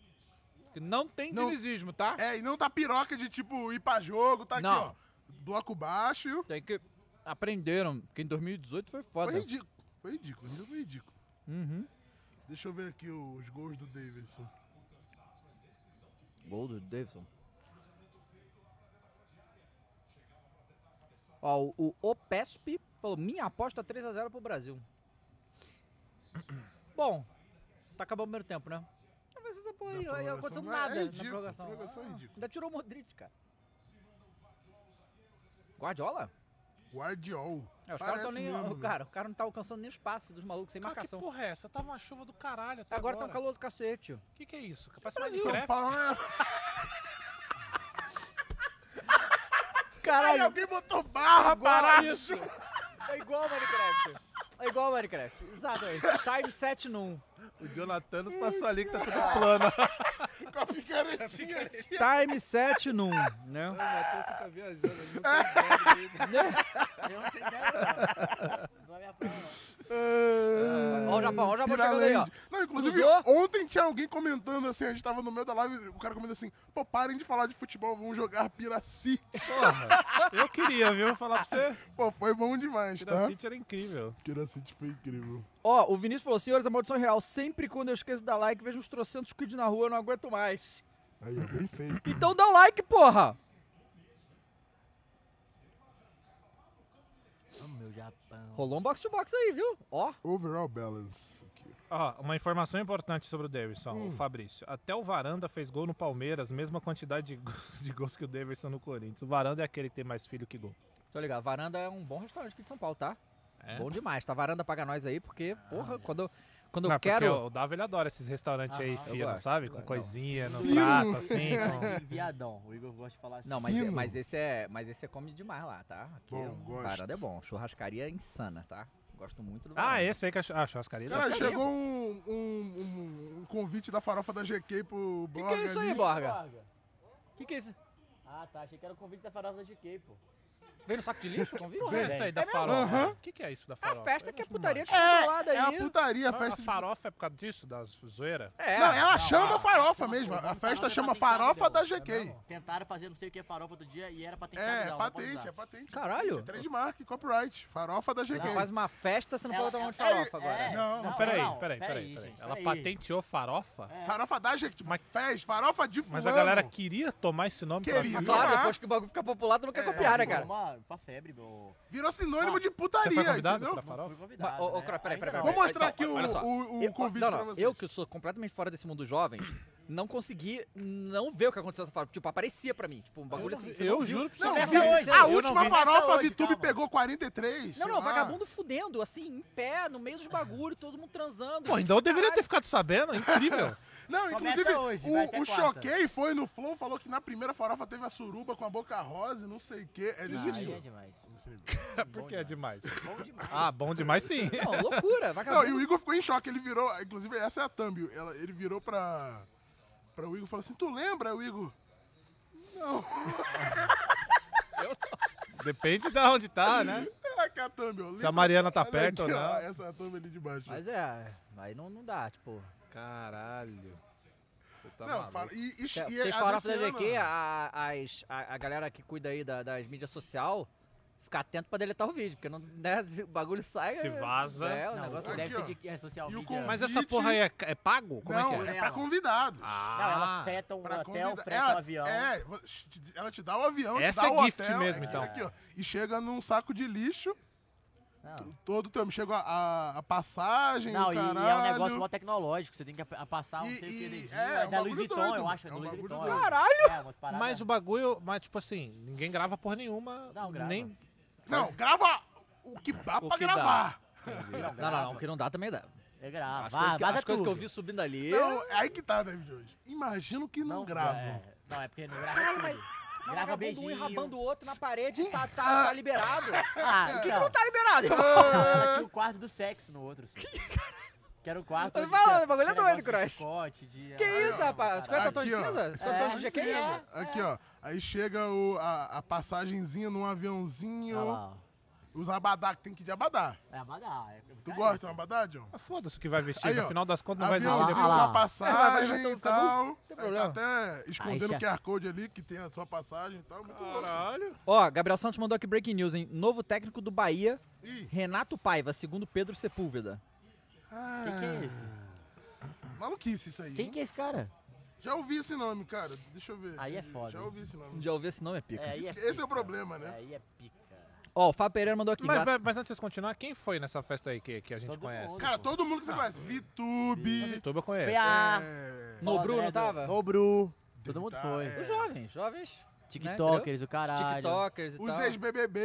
[SPEAKER 1] Que não tem
[SPEAKER 3] Não-
[SPEAKER 1] dinizismo, tá?
[SPEAKER 3] É, e não tá piroca de tipo ir pra jogo, tá
[SPEAKER 1] Não.
[SPEAKER 3] aqui, ó. Bloco baixo.
[SPEAKER 1] Tem que. Aprenderam, que em 2018 foi foda.
[SPEAKER 3] Foi ridículo. Foi ridículo, ainda foi ridículo.
[SPEAKER 1] Uhum.
[SPEAKER 3] Deixa eu ver aqui os gols do Davidson.
[SPEAKER 1] Gol do Davidson. Ó, o- o OPESP falou: minha aposta 3x0 pro Brasil. Bom, tá acabando o primeiro tempo, né? Mas essa porra aí, aí aconteceu
[SPEAKER 3] é
[SPEAKER 1] nada na prorrogação. Ah, ainda tirou o Modric, cara. Guardiola?
[SPEAKER 3] Guardiol.
[SPEAKER 1] É, os caras
[SPEAKER 3] Parece
[SPEAKER 1] tão nem.
[SPEAKER 3] mesmo,
[SPEAKER 1] o
[SPEAKER 3] velho.
[SPEAKER 1] cara, o cara não tá alcançando nem os passes dos malucos sem
[SPEAKER 7] Cara, que
[SPEAKER 1] marcação.
[SPEAKER 7] porra é essa? Tava uma chuva do caralho até
[SPEAKER 1] agora,
[SPEAKER 7] agora.
[SPEAKER 1] tá um calor do cacete. O
[SPEAKER 7] que, que é isso? Parece
[SPEAKER 1] Brasil.
[SPEAKER 7] Minecraft.
[SPEAKER 1] São Paulo,
[SPEAKER 3] Caralho. alguém botou barra para
[SPEAKER 1] isso. É igual Minecraft. É igual Minecraft. Exatamente. Time 7 num.
[SPEAKER 7] O Jonathan passou ali que tá tudo plano.
[SPEAKER 3] Com a
[SPEAKER 7] é
[SPEAKER 3] picaretinha aqui.
[SPEAKER 1] é? Time 7 num, né?
[SPEAKER 3] Matheus fica viajando.
[SPEAKER 4] Não tem ideia, não. Não é minha praia,
[SPEAKER 3] Ó,
[SPEAKER 1] Ó o Japão, ó o Japão chegando aí, ó.
[SPEAKER 3] Não, inclusive,
[SPEAKER 1] Cruzou.
[SPEAKER 3] ontem tinha alguém comentando assim, a gente tava no meio da live, o cara comentando assim, pô, parem de falar de futebol, vamos jogar Piraci.
[SPEAKER 7] Porra, eu queria, viu, falar pra você.
[SPEAKER 3] Pô, foi bom demais, tá?
[SPEAKER 7] Piracite era incrível.
[SPEAKER 3] Piracite foi incrível.
[SPEAKER 1] Ó, o Vinícius falou, senhores, a maldição é real. Sempre quando eu esqueço de dar like, vejo uns trocentos quid na rua, eu não aguento mais.
[SPEAKER 3] Aí, ó, bem feito.
[SPEAKER 1] Então dá o like, porra!
[SPEAKER 4] Ô, meu Japão.
[SPEAKER 1] Rolou um box to box aí, viu? Ó.
[SPEAKER 3] Overall balance.
[SPEAKER 7] Ó, uma informação importante sobre o Davidson,
[SPEAKER 3] Hum.
[SPEAKER 7] o Fabrício. Até o Varanda fez gol no Palmeiras, mesma quantidade de, gols- de gols que o Davidson no Corinthians. O Varanda é aquele que tem mais filho que gol.
[SPEAKER 1] Tô ligado, Varanda é um bom restaurante aqui de São Paulo, tá?
[SPEAKER 4] É?
[SPEAKER 1] Bom demais, tá? Varanda paga nós aí, porque,
[SPEAKER 4] Ah,
[SPEAKER 1] porra, quando, eu- quando eu
[SPEAKER 7] Não, porque
[SPEAKER 1] quero...
[SPEAKER 7] O Dava ele adora esses restaurantes aí,
[SPEAKER 1] Aham. Eu
[SPEAKER 7] fino,
[SPEAKER 1] gosto,
[SPEAKER 7] sabe?
[SPEAKER 1] eu
[SPEAKER 7] Com
[SPEAKER 1] gosto.
[SPEAKER 7] coisinha no
[SPEAKER 1] Fino.
[SPEAKER 7] prato, assim.
[SPEAKER 4] Vi-
[SPEAKER 7] com-
[SPEAKER 4] Viadão. O Igor gosta de falar assim.
[SPEAKER 1] Não, mas,
[SPEAKER 4] Fino.
[SPEAKER 1] mas esse é. Mas esse é come demais lá, tá? Aqui
[SPEAKER 4] Bom,
[SPEAKER 1] é um-
[SPEAKER 4] gosto.
[SPEAKER 1] Varanda é bom. Churrascaria é insana, tá? Gosto muito do
[SPEAKER 7] Ah,
[SPEAKER 1] Varanda.
[SPEAKER 7] esse aí que é a ah, churrascaria.
[SPEAKER 3] Cara,
[SPEAKER 7] Tá
[SPEAKER 3] chegou um, um- um- um convite da farofa da GK pro
[SPEAKER 1] que
[SPEAKER 3] Borga.
[SPEAKER 1] é isso aí,
[SPEAKER 3] ali.
[SPEAKER 1] Borga? Que que é isso?
[SPEAKER 4] Ah, tá. Achei que era o convite da farofa da GK, pô.
[SPEAKER 1] Vem no saco de lixo, convite?
[SPEAKER 7] Porra, é isso aí da farofa. O que, que é isso da farofa?
[SPEAKER 1] festa que Tá é putaria
[SPEAKER 3] descontrolada
[SPEAKER 7] descontrolada
[SPEAKER 3] aí. é a putaria, a festa
[SPEAKER 7] A
[SPEAKER 3] de-
[SPEAKER 7] farofa é por causa disso, da zoeira?
[SPEAKER 1] É.
[SPEAKER 3] Não, ela chama farofa mesmo. A festa chama farofa da GK.
[SPEAKER 4] É Tentaram fazer não sei o que farofa outro dia e era patente.
[SPEAKER 3] É, patente, é patente.
[SPEAKER 1] Caralho.
[SPEAKER 3] É trademark, copyright. Farofa da GK.
[SPEAKER 1] Você faz uma festa, você não pode
[SPEAKER 4] Ela-
[SPEAKER 1] tomar um de
[SPEAKER 4] ela-
[SPEAKER 1] farofa agora.
[SPEAKER 4] é,
[SPEAKER 3] Não,
[SPEAKER 7] Não,
[SPEAKER 3] não,
[SPEAKER 7] peraí,
[SPEAKER 3] não.
[SPEAKER 7] peraí,
[SPEAKER 3] Peraí,
[SPEAKER 7] peraí, peraí.
[SPEAKER 3] gente,
[SPEAKER 7] Ela
[SPEAKER 3] peraí.
[SPEAKER 7] patenteou farofa?
[SPEAKER 3] Farofa da GK. Mas fez, farofa de fulano.
[SPEAKER 7] Mas a galera queria tomar esse nome pra
[SPEAKER 3] Queria. Ah.
[SPEAKER 7] si.
[SPEAKER 3] Claro, depois
[SPEAKER 1] Ah, que o bagulho fica popular, tu não
[SPEAKER 3] quer copiar, né, cara?
[SPEAKER 4] Uma, uma febre,
[SPEAKER 1] é,
[SPEAKER 4] meu.
[SPEAKER 3] Virou sinônimo de putaria,
[SPEAKER 7] você foi convidado
[SPEAKER 3] entendeu?
[SPEAKER 7] pra farofa? Não fui
[SPEAKER 4] convidado,
[SPEAKER 1] Ô, ô,
[SPEAKER 4] né?
[SPEAKER 1] Croy, peraí, peraí,
[SPEAKER 4] Ainda
[SPEAKER 1] peraí.
[SPEAKER 4] não.
[SPEAKER 1] peraí.
[SPEAKER 3] mostrar
[SPEAKER 1] Então,
[SPEAKER 3] aqui o-
[SPEAKER 1] olha só.
[SPEAKER 3] o- o
[SPEAKER 1] Eu-
[SPEAKER 3] convite
[SPEAKER 1] não,
[SPEAKER 3] pra
[SPEAKER 1] não,
[SPEAKER 3] vocês.
[SPEAKER 1] Eu que sou completamente fora desse mundo jovem, não consegui não ver o que aconteceu nessa farofa. Tipo, aparecia pra mim. Tipo, um bagulho
[SPEAKER 22] não
[SPEAKER 1] assim.
[SPEAKER 22] vi-
[SPEAKER 1] você
[SPEAKER 22] eu
[SPEAKER 1] não viu.
[SPEAKER 22] juro pra
[SPEAKER 1] Não,
[SPEAKER 22] você.
[SPEAKER 1] vi-
[SPEAKER 22] Eu não vi.
[SPEAKER 1] Ah,
[SPEAKER 22] Eu não vi. Essa hoje,
[SPEAKER 3] VTube pegou 43.
[SPEAKER 1] Não,
[SPEAKER 3] sei
[SPEAKER 1] não,
[SPEAKER 3] lá.
[SPEAKER 1] vagabundo fudendo, assim, em pé, no meio dos bagulho, todo mundo transando.
[SPEAKER 22] Pô, então eu deveria ter ficado sabendo, é incrível.
[SPEAKER 3] Não, inclusive,
[SPEAKER 1] hoje,
[SPEAKER 3] o,
[SPEAKER 1] vai até
[SPEAKER 3] o
[SPEAKER 1] quarta.
[SPEAKER 3] Choquei foi no Flow, falou que na primeira farofa teve a suruba com a boca rosa e não sei o quê. É desse
[SPEAKER 22] Ah, aí
[SPEAKER 3] nível.
[SPEAKER 22] é
[SPEAKER 3] Por
[SPEAKER 22] que é demais? Ah, bom demais sim.
[SPEAKER 3] Não,
[SPEAKER 1] loucura,
[SPEAKER 3] Não,
[SPEAKER 1] vagabundo.
[SPEAKER 3] e o Igor ficou em choque, ele virou, inclusive essa é a thumb, ela- ele virou pra, pra o Igor e falou assim, tu lembra, o Igor? Não.
[SPEAKER 22] Depende de onde tá, né?
[SPEAKER 3] É que é a thumb, ó.
[SPEAKER 22] Se a Mariana tá
[SPEAKER 3] Olha
[SPEAKER 22] perto
[SPEAKER 3] aqui,
[SPEAKER 22] ou
[SPEAKER 3] ó,
[SPEAKER 22] não.
[SPEAKER 3] Essa é a thumb ali de baixo.
[SPEAKER 1] Mas é, aí não, não dá, tipo.
[SPEAKER 22] Caralho. Você tá
[SPEAKER 3] Não,
[SPEAKER 22] maluco.
[SPEAKER 3] fala- e- e-
[SPEAKER 1] Tem,
[SPEAKER 3] e é
[SPEAKER 1] tem
[SPEAKER 3] a
[SPEAKER 1] farofa
[SPEAKER 3] desse
[SPEAKER 1] da VQ,
[SPEAKER 3] ano?
[SPEAKER 1] a, as- a, a galera que cuida aí da- das mídias social, fica atento pra deletar o vídeo, porque não, né, se o bagulho sai...
[SPEAKER 7] Se vaza.
[SPEAKER 1] É, o
[SPEAKER 7] Não,
[SPEAKER 1] negócio
[SPEAKER 7] aqui,
[SPEAKER 1] deve
[SPEAKER 7] ó.
[SPEAKER 1] ter de é social
[SPEAKER 7] E o
[SPEAKER 1] media.
[SPEAKER 7] convite- Mas essa porra aí é- é pago? Como é
[SPEAKER 3] não,
[SPEAKER 7] que é?
[SPEAKER 3] pra convidados.
[SPEAKER 22] Ah.
[SPEAKER 7] Não, ela
[SPEAKER 4] freta um
[SPEAKER 3] Pra
[SPEAKER 4] hotel, freta um
[SPEAKER 3] ela,
[SPEAKER 4] avião.
[SPEAKER 3] É, ela te dá o avião,
[SPEAKER 7] Essa
[SPEAKER 3] te dá
[SPEAKER 7] é
[SPEAKER 3] o
[SPEAKER 7] gift
[SPEAKER 3] hotel,
[SPEAKER 7] mesmo,
[SPEAKER 3] é,
[SPEAKER 7] então.
[SPEAKER 3] aqui, ó, e chega num saco de lixo, t- todo o tempo. Chega a- a, a passagem,
[SPEAKER 4] Não,
[SPEAKER 3] o
[SPEAKER 4] e, e
[SPEAKER 3] caralho.
[SPEAKER 4] é um negócio mó tecnológico, você tem que a- a passar um
[SPEAKER 3] E-
[SPEAKER 4] sei o
[SPEAKER 3] e-
[SPEAKER 4] que dedinho,
[SPEAKER 3] é, um
[SPEAKER 4] é, da
[SPEAKER 3] bagulho
[SPEAKER 4] Louis Vuitton,
[SPEAKER 3] doido.
[SPEAKER 4] eu acho,
[SPEAKER 3] É
[SPEAKER 4] é
[SPEAKER 3] um
[SPEAKER 4] Louis
[SPEAKER 3] bagulho
[SPEAKER 4] Vuitton.
[SPEAKER 3] doido.
[SPEAKER 4] É, umas paradas.
[SPEAKER 7] Mas o bagulho, mas tipo assim, ninguém grava porra nenhuma.
[SPEAKER 4] Não, grava.
[SPEAKER 7] Nem...
[SPEAKER 3] Não, grava o que dá
[SPEAKER 7] O
[SPEAKER 3] pra
[SPEAKER 7] que dá.
[SPEAKER 3] gravar.
[SPEAKER 1] Não, não, não, o que não dá também dá.
[SPEAKER 4] É grava,
[SPEAKER 1] As coisas que,
[SPEAKER 4] vaza
[SPEAKER 1] as coisas que eu
[SPEAKER 4] tudo.
[SPEAKER 1] vi subindo ali...
[SPEAKER 3] Não, é aí que tá, David hoje. Imagino que não, grava.
[SPEAKER 4] é. Não, é porque não grava tudo. Grava
[SPEAKER 1] Grava um
[SPEAKER 4] beijinho.
[SPEAKER 1] enrabando o outro na parede, tá, tá, tá liberado.
[SPEAKER 4] Ah,
[SPEAKER 3] É.
[SPEAKER 1] o que, que
[SPEAKER 4] então.
[SPEAKER 1] não tá liberado?
[SPEAKER 3] Ah.
[SPEAKER 4] Ela tinha o quarto do sexo no outro. filho. Que era o quarto.
[SPEAKER 1] Tá
[SPEAKER 4] onde
[SPEAKER 1] falando,
[SPEAKER 4] tinha-
[SPEAKER 1] o bagulho é
[SPEAKER 4] tinha
[SPEAKER 1] doido,
[SPEAKER 4] negócio
[SPEAKER 1] Cross.
[SPEAKER 4] De chicote, de... É,
[SPEAKER 1] Que isso, rapaz? 50 tons de
[SPEAKER 3] Aqui, ó. É,
[SPEAKER 1] cinza? 50 tons de GQ?
[SPEAKER 3] Aqui, ó. Aí chega o- a, a passagenzinha num aviãozinho. Os abadá, que tem que ir de abadá.
[SPEAKER 4] É abadá.
[SPEAKER 3] Tu gosta de um abadá, John?
[SPEAKER 7] Foda-se o que vai vestir.
[SPEAKER 3] Aí,
[SPEAKER 7] no
[SPEAKER 3] ó,
[SPEAKER 7] final das contas não vai
[SPEAKER 3] aviãozinho
[SPEAKER 7] vestir
[SPEAKER 3] com a passagem
[SPEAKER 1] tá
[SPEAKER 3] e tal.
[SPEAKER 7] Tem
[SPEAKER 3] Aí
[SPEAKER 7] problema.
[SPEAKER 3] Tá até escondendo
[SPEAKER 1] Aí,
[SPEAKER 3] o QR Code ali, que tem a sua passagem e tal. Muito louco.
[SPEAKER 1] Ó, Gabriel Santos mandou aqui breaking news, hein? Novo técnico do Bahia, Renato Paiva, segundo Pedro Sepúlveda.
[SPEAKER 3] Ah,
[SPEAKER 4] Quem que é esse?
[SPEAKER 3] Maluquice isso aí.
[SPEAKER 4] Quem que é esse cara?
[SPEAKER 3] Já ouvi esse nome, cara. Deixa eu ver.
[SPEAKER 4] Aí é
[SPEAKER 3] Já-
[SPEAKER 4] foda.
[SPEAKER 3] Já ouvi esse nome.
[SPEAKER 1] Já ouviu esse nome, é pica.
[SPEAKER 3] É, aí é Esse- esse é o pica. problema, né?
[SPEAKER 4] Aí é pica.
[SPEAKER 1] Ó, o Fábio Pereira mandou aqui.
[SPEAKER 7] Mas,
[SPEAKER 1] gato-
[SPEAKER 7] mas, mas antes de vocês continuar, quem foi nessa festa aí que, que a gente conhece?
[SPEAKER 3] Cara, todo mundo
[SPEAKER 4] Tá.
[SPEAKER 3] que você
[SPEAKER 7] Ah.
[SPEAKER 3] conhece. Vitube. é,
[SPEAKER 7] Vitube eu conheço.
[SPEAKER 4] PA. né,
[SPEAKER 1] Nobru, não tava?
[SPEAKER 4] Nobru. Todo mundo foi.
[SPEAKER 1] Os jovens, jovens.
[SPEAKER 4] TikTokers,
[SPEAKER 1] né, entendeu?
[SPEAKER 4] o caralho.
[SPEAKER 1] TikTokers e tal.
[SPEAKER 3] ex-BBB.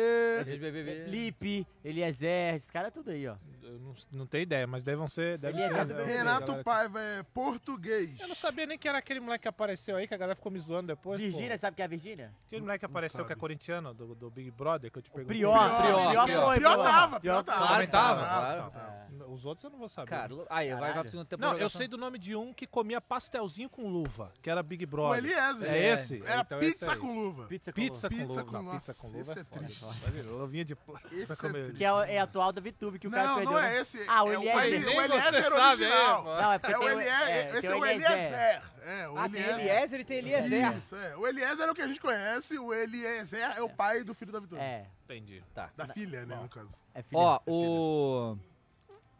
[SPEAKER 1] Ex-BBB.
[SPEAKER 4] Lipe, Eliezer, é esses caras tudo aí, ó.
[SPEAKER 7] Eu não, não tenho ideia, mas devem ser. Deve
[SPEAKER 4] Ele é
[SPEAKER 7] ser
[SPEAKER 4] do
[SPEAKER 7] deve-
[SPEAKER 3] Renato
[SPEAKER 7] galera que-
[SPEAKER 3] Paiva é português.
[SPEAKER 7] Eu não sabia nem que era aquele moleque que apareceu aí, que a galera ficou me zoando depois. pô.
[SPEAKER 4] Virgínia, sabe quem é a Virgínia?
[SPEAKER 7] Aquele moleque que apareceu que é corintiano, do, do Big Brother, que eu te perguntei.
[SPEAKER 4] Prior, Prior, Prior Prior. foi, Prior Prior. tava,
[SPEAKER 7] Prior
[SPEAKER 4] Prior tava.
[SPEAKER 7] Também
[SPEAKER 4] Claro,
[SPEAKER 7] tava?
[SPEAKER 4] claro.
[SPEAKER 7] Tá, tá. Os outros eu não vou saber.
[SPEAKER 1] Cara, aí, vai- vai pro
[SPEAKER 6] um
[SPEAKER 1] segundo tempo,
[SPEAKER 7] Não, eu
[SPEAKER 1] prorrogação.
[SPEAKER 7] sei do nome de um que comia pastelzinho com luva, que era Big Brother.
[SPEAKER 3] Eliezer.
[SPEAKER 7] É
[SPEAKER 3] É.
[SPEAKER 7] esse?
[SPEAKER 3] Era
[SPEAKER 7] Então é esse
[SPEAKER 3] pizza
[SPEAKER 7] aí.
[SPEAKER 3] com luva.
[SPEAKER 7] Pizza com
[SPEAKER 3] Pizza
[SPEAKER 7] luva.
[SPEAKER 3] com
[SPEAKER 7] Pizza
[SPEAKER 3] luva.
[SPEAKER 7] com luva.
[SPEAKER 3] Nossa,
[SPEAKER 7] Pizza com luva
[SPEAKER 3] esse
[SPEAKER 7] é
[SPEAKER 3] é
[SPEAKER 7] foda.
[SPEAKER 3] triste.
[SPEAKER 7] Olha, Luvinha de plata.
[SPEAKER 3] Esse é triste.
[SPEAKER 4] Que é, o- é a atual da VTube que o cara
[SPEAKER 3] Não,
[SPEAKER 4] perdeu.
[SPEAKER 3] não é esse,
[SPEAKER 4] Ah, o
[SPEAKER 3] é o
[SPEAKER 4] Eliezer.
[SPEAKER 3] Eli- o
[SPEAKER 4] Nem você
[SPEAKER 3] Eliezer
[SPEAKER 4] sabe,
[SPEAKER 3] original.
[SPEAKER 4] é, pô. Não, é porque
[SPEAKER 3] É o
[SPEAKER 4] tem o-
[SPEAKER 3] Eliezer,
[SPEAKER 4] é,
[SPEAKER 3] esse
[SPEAKER 4] tem
[SPEAKER 3] é
[SPEAKER 4] o
[SPEAKER 3] o
[SPEAKER 4] Eliezer.
[SPEAKER 3] Eliezer. É, o
[SPEAKER 1] Ah, tem Eliezer e tem Eliezer.
[SPEAKER 3] Isso, é. O Eliezer é o que a gente conhece, o Eliezer é o pai do filho da Vitória.
[SPEAKER 4] É.
[SPEAKER 7] Entendi.
[SPEAKER 1] Tá.
[SPEAKER 3] Da filha, né, no caso.
[SPEAKER 4] É
[SPEAKER 1] Ó, o.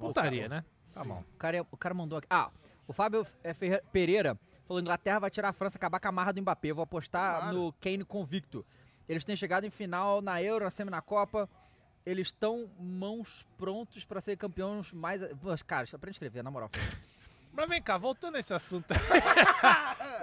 [SPEAKER 7] Putaria, né?
[SPEAKER 1] Tá
[SPEAKER 7] bom.
[SPEAKER 1] O cara, o cara mandou aqui. Ah, o Fábio é, Ferre- Pereira falou: Inglaterra vai tirar a França, acabar com a marra do Mbappé. Vou apostar no Kane convicto. Eles têm chegado em final na Euro, na Semi na Copa. Eles estão mãos prontos para ser campeões mais. Mas, cara, aprende a escrever, na moral.
[SPEAKER 7] Mas vem cá, voltando a esse assunto.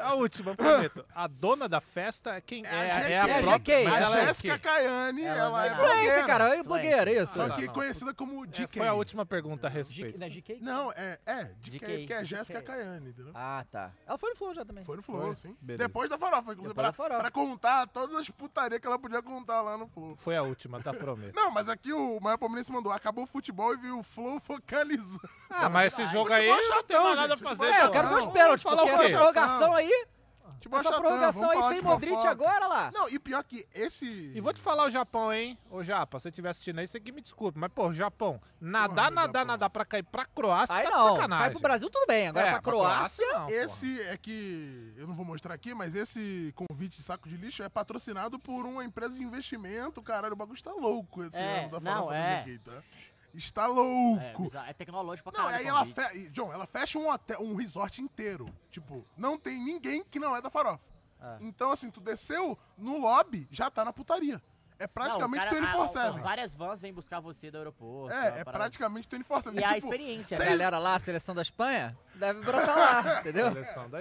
[SPEAKER 7] a última, eu prometo. A dona da festa é quem? É,
[SPEAKER 3] GK.
[SPEAKER 7] é a
[SPEAKER 3] É a
[SPEAKER 7] própria.
[SPEAKER 3] GK.
[SPEAKER 7] mas
[SPEAKER 3] A
[SPEAKER 7] ela é o
[SPEAKER 3] Jéssica
[SPEAKER 7] quê?
[SPEAKER 3] Caiane, ela Ela é é
[SPEAKER 1] blogueira. influencer, cara, é blogueira, isso.
[SPEAKER 3] Só que
[SPEAKER 7] Tá, não.
[SPEAKER 3] conhecida como DK.
[SPEAKER 7] É, foi a última pergunta a
[SPEAKER 3] né?
[SPEAKER 7] respeito.
[SPEAKER 3] Não, é, é DK,
[SPEAKER 1] DK,
[SPEAKER 3] que é Jéssica
[SPEAKER 1] DK.
[SPEAKER 3] Caiane, entendeu?
[SPEAKER 1] Ah, tá. Ela foi no Flow já também.
[SPEAKER 3] Foi no Flow,
[SPEAKER 7] Foi.
[SPEAKER 3] sim.
[SPEAKER 7] Beleza.
[SPEAKER 3] Depois da farofa, inclusive.
[SPEAKER 7] Depois
[SPEAKER 3] Pra,
[SPEAKER 7] da farofa.
[SPEAKER 3] pra contar todas as putarias que ela podia contar lá no Flow.
[SPEAKER 7] Foi a última, tá? Prometo.
[SPEAKER 3] Não, mas aqui o Maior Palmeirense mandou. Acabou o futebol e viu o Flow focalizando.
[SPEAKER 7] Ah, mas esse jogo aí
[SPEAKER 3] Futebol
[SPEAKER 7] não tem
[SPEAKER 3] chatão,
[SPEAKER 7] mais nada a
[SPEAKER 3] gente.
[SPEAKER 7] fazer.
[SPEAKER 3] Futebol
[SPEAKER 7] É, eu
[SPEAKER 3] chatão.
[SPEAKER 7] quero ver os pênaltis,
[SPEAKER 3] Futebol
[SPEAKER 7] porque essa
[SPEAKER 3] chatão.
[SPEAKER 7] prorrogação
[SPEAKER 1] aí-
[SPEAKER 3] Futebol
[SPEAKER 7] essa
[SPEAKER 3] chatão,
[SPEAKER 7] prorrogação
[SPEAKER 3] então, vamos
[SPEAKER 7] aí
[SPEAKER 3] falar
[SPEAKER 7] sem
[SPEAKER 3] de
[SPEAKER 7] Modric
[SPEAKER 3] fofoca.
[SPEAKER 7] agora, lá.
[SPEAKER 3] Não, e pior que esse...
[SPEAKER 7] E vou te falar o Japão, hein? Ô Japa, se você estiver assistindo aí, você que me desculpe. Mas, pô, Japão, nadar, nadar, nadar pra cair pra Croácia,
[SPEAKER 1] Aí
[SPEAKER 7] tá de
[SPEAKER 1] não,
[SPEAKER 7] sacanagem.
[SPEAKER 1] cai pro Brasil tudo bem, agora pra Croácia,
[SPEAKER 7] não,
[SPEAKER 3] esse é que eu não vou mostrar aqui, mas esse convite de saco de lixo é patrocinado por uma empresa de investimento. Caralho, o bagulho tá louco esse
[SPEAKER 4] É,
[SPEAKER 3] ano da
[SPEAKER 4] não,
[SPEAKER 3] farofa
[SPEAKER 4] é.
[SPEAKER 3] do GK, tá? Está louco.
[SPEAKER 4] É, bizarro, é tecnológico pra
[SPEAKER 3] Não,
[SPEAKER 4] caralho.
[SPEAKER 3] aí
[SPEAKER 4] o
[SPEAKER 3] ela
[SPEAKER 4] convite.
[SPEAKER 3] fe... e, John, ela fecha um, hotel, um resort inteiro. Tipo, não tem
[SPEAKER 4] É.
[SPEAKER 3] ninguém que não é da farofa. Então, assim, tu desceu no lobby, já tá na putaria. É praticamente
[SPEAKER 4] Não, o cara-
[SPEAKER 3] 24/7.
[SPEAKER 4] a- Várias vans vêm buscar você do aeroporto. tá,
[SPEAKER 3] É,
[SPEAKER 4] uma
[SPEAKER 3] é
[SPEAKER 4] parada-
[SPEAKER 3] praticamente 24/7.
[SPEAKER 4] E a
[SPEAKER 3] tipo,
[SPEAKER 4] experiência.
[SPEAKER 3] seis-
[SPEAKER 4] né?
[SPEAKER 1] A galera lá, a seleção da Espanha, deve brotar lá, entendeu?
[SPEAKER 3] Seleção
[SPEAKER 1] da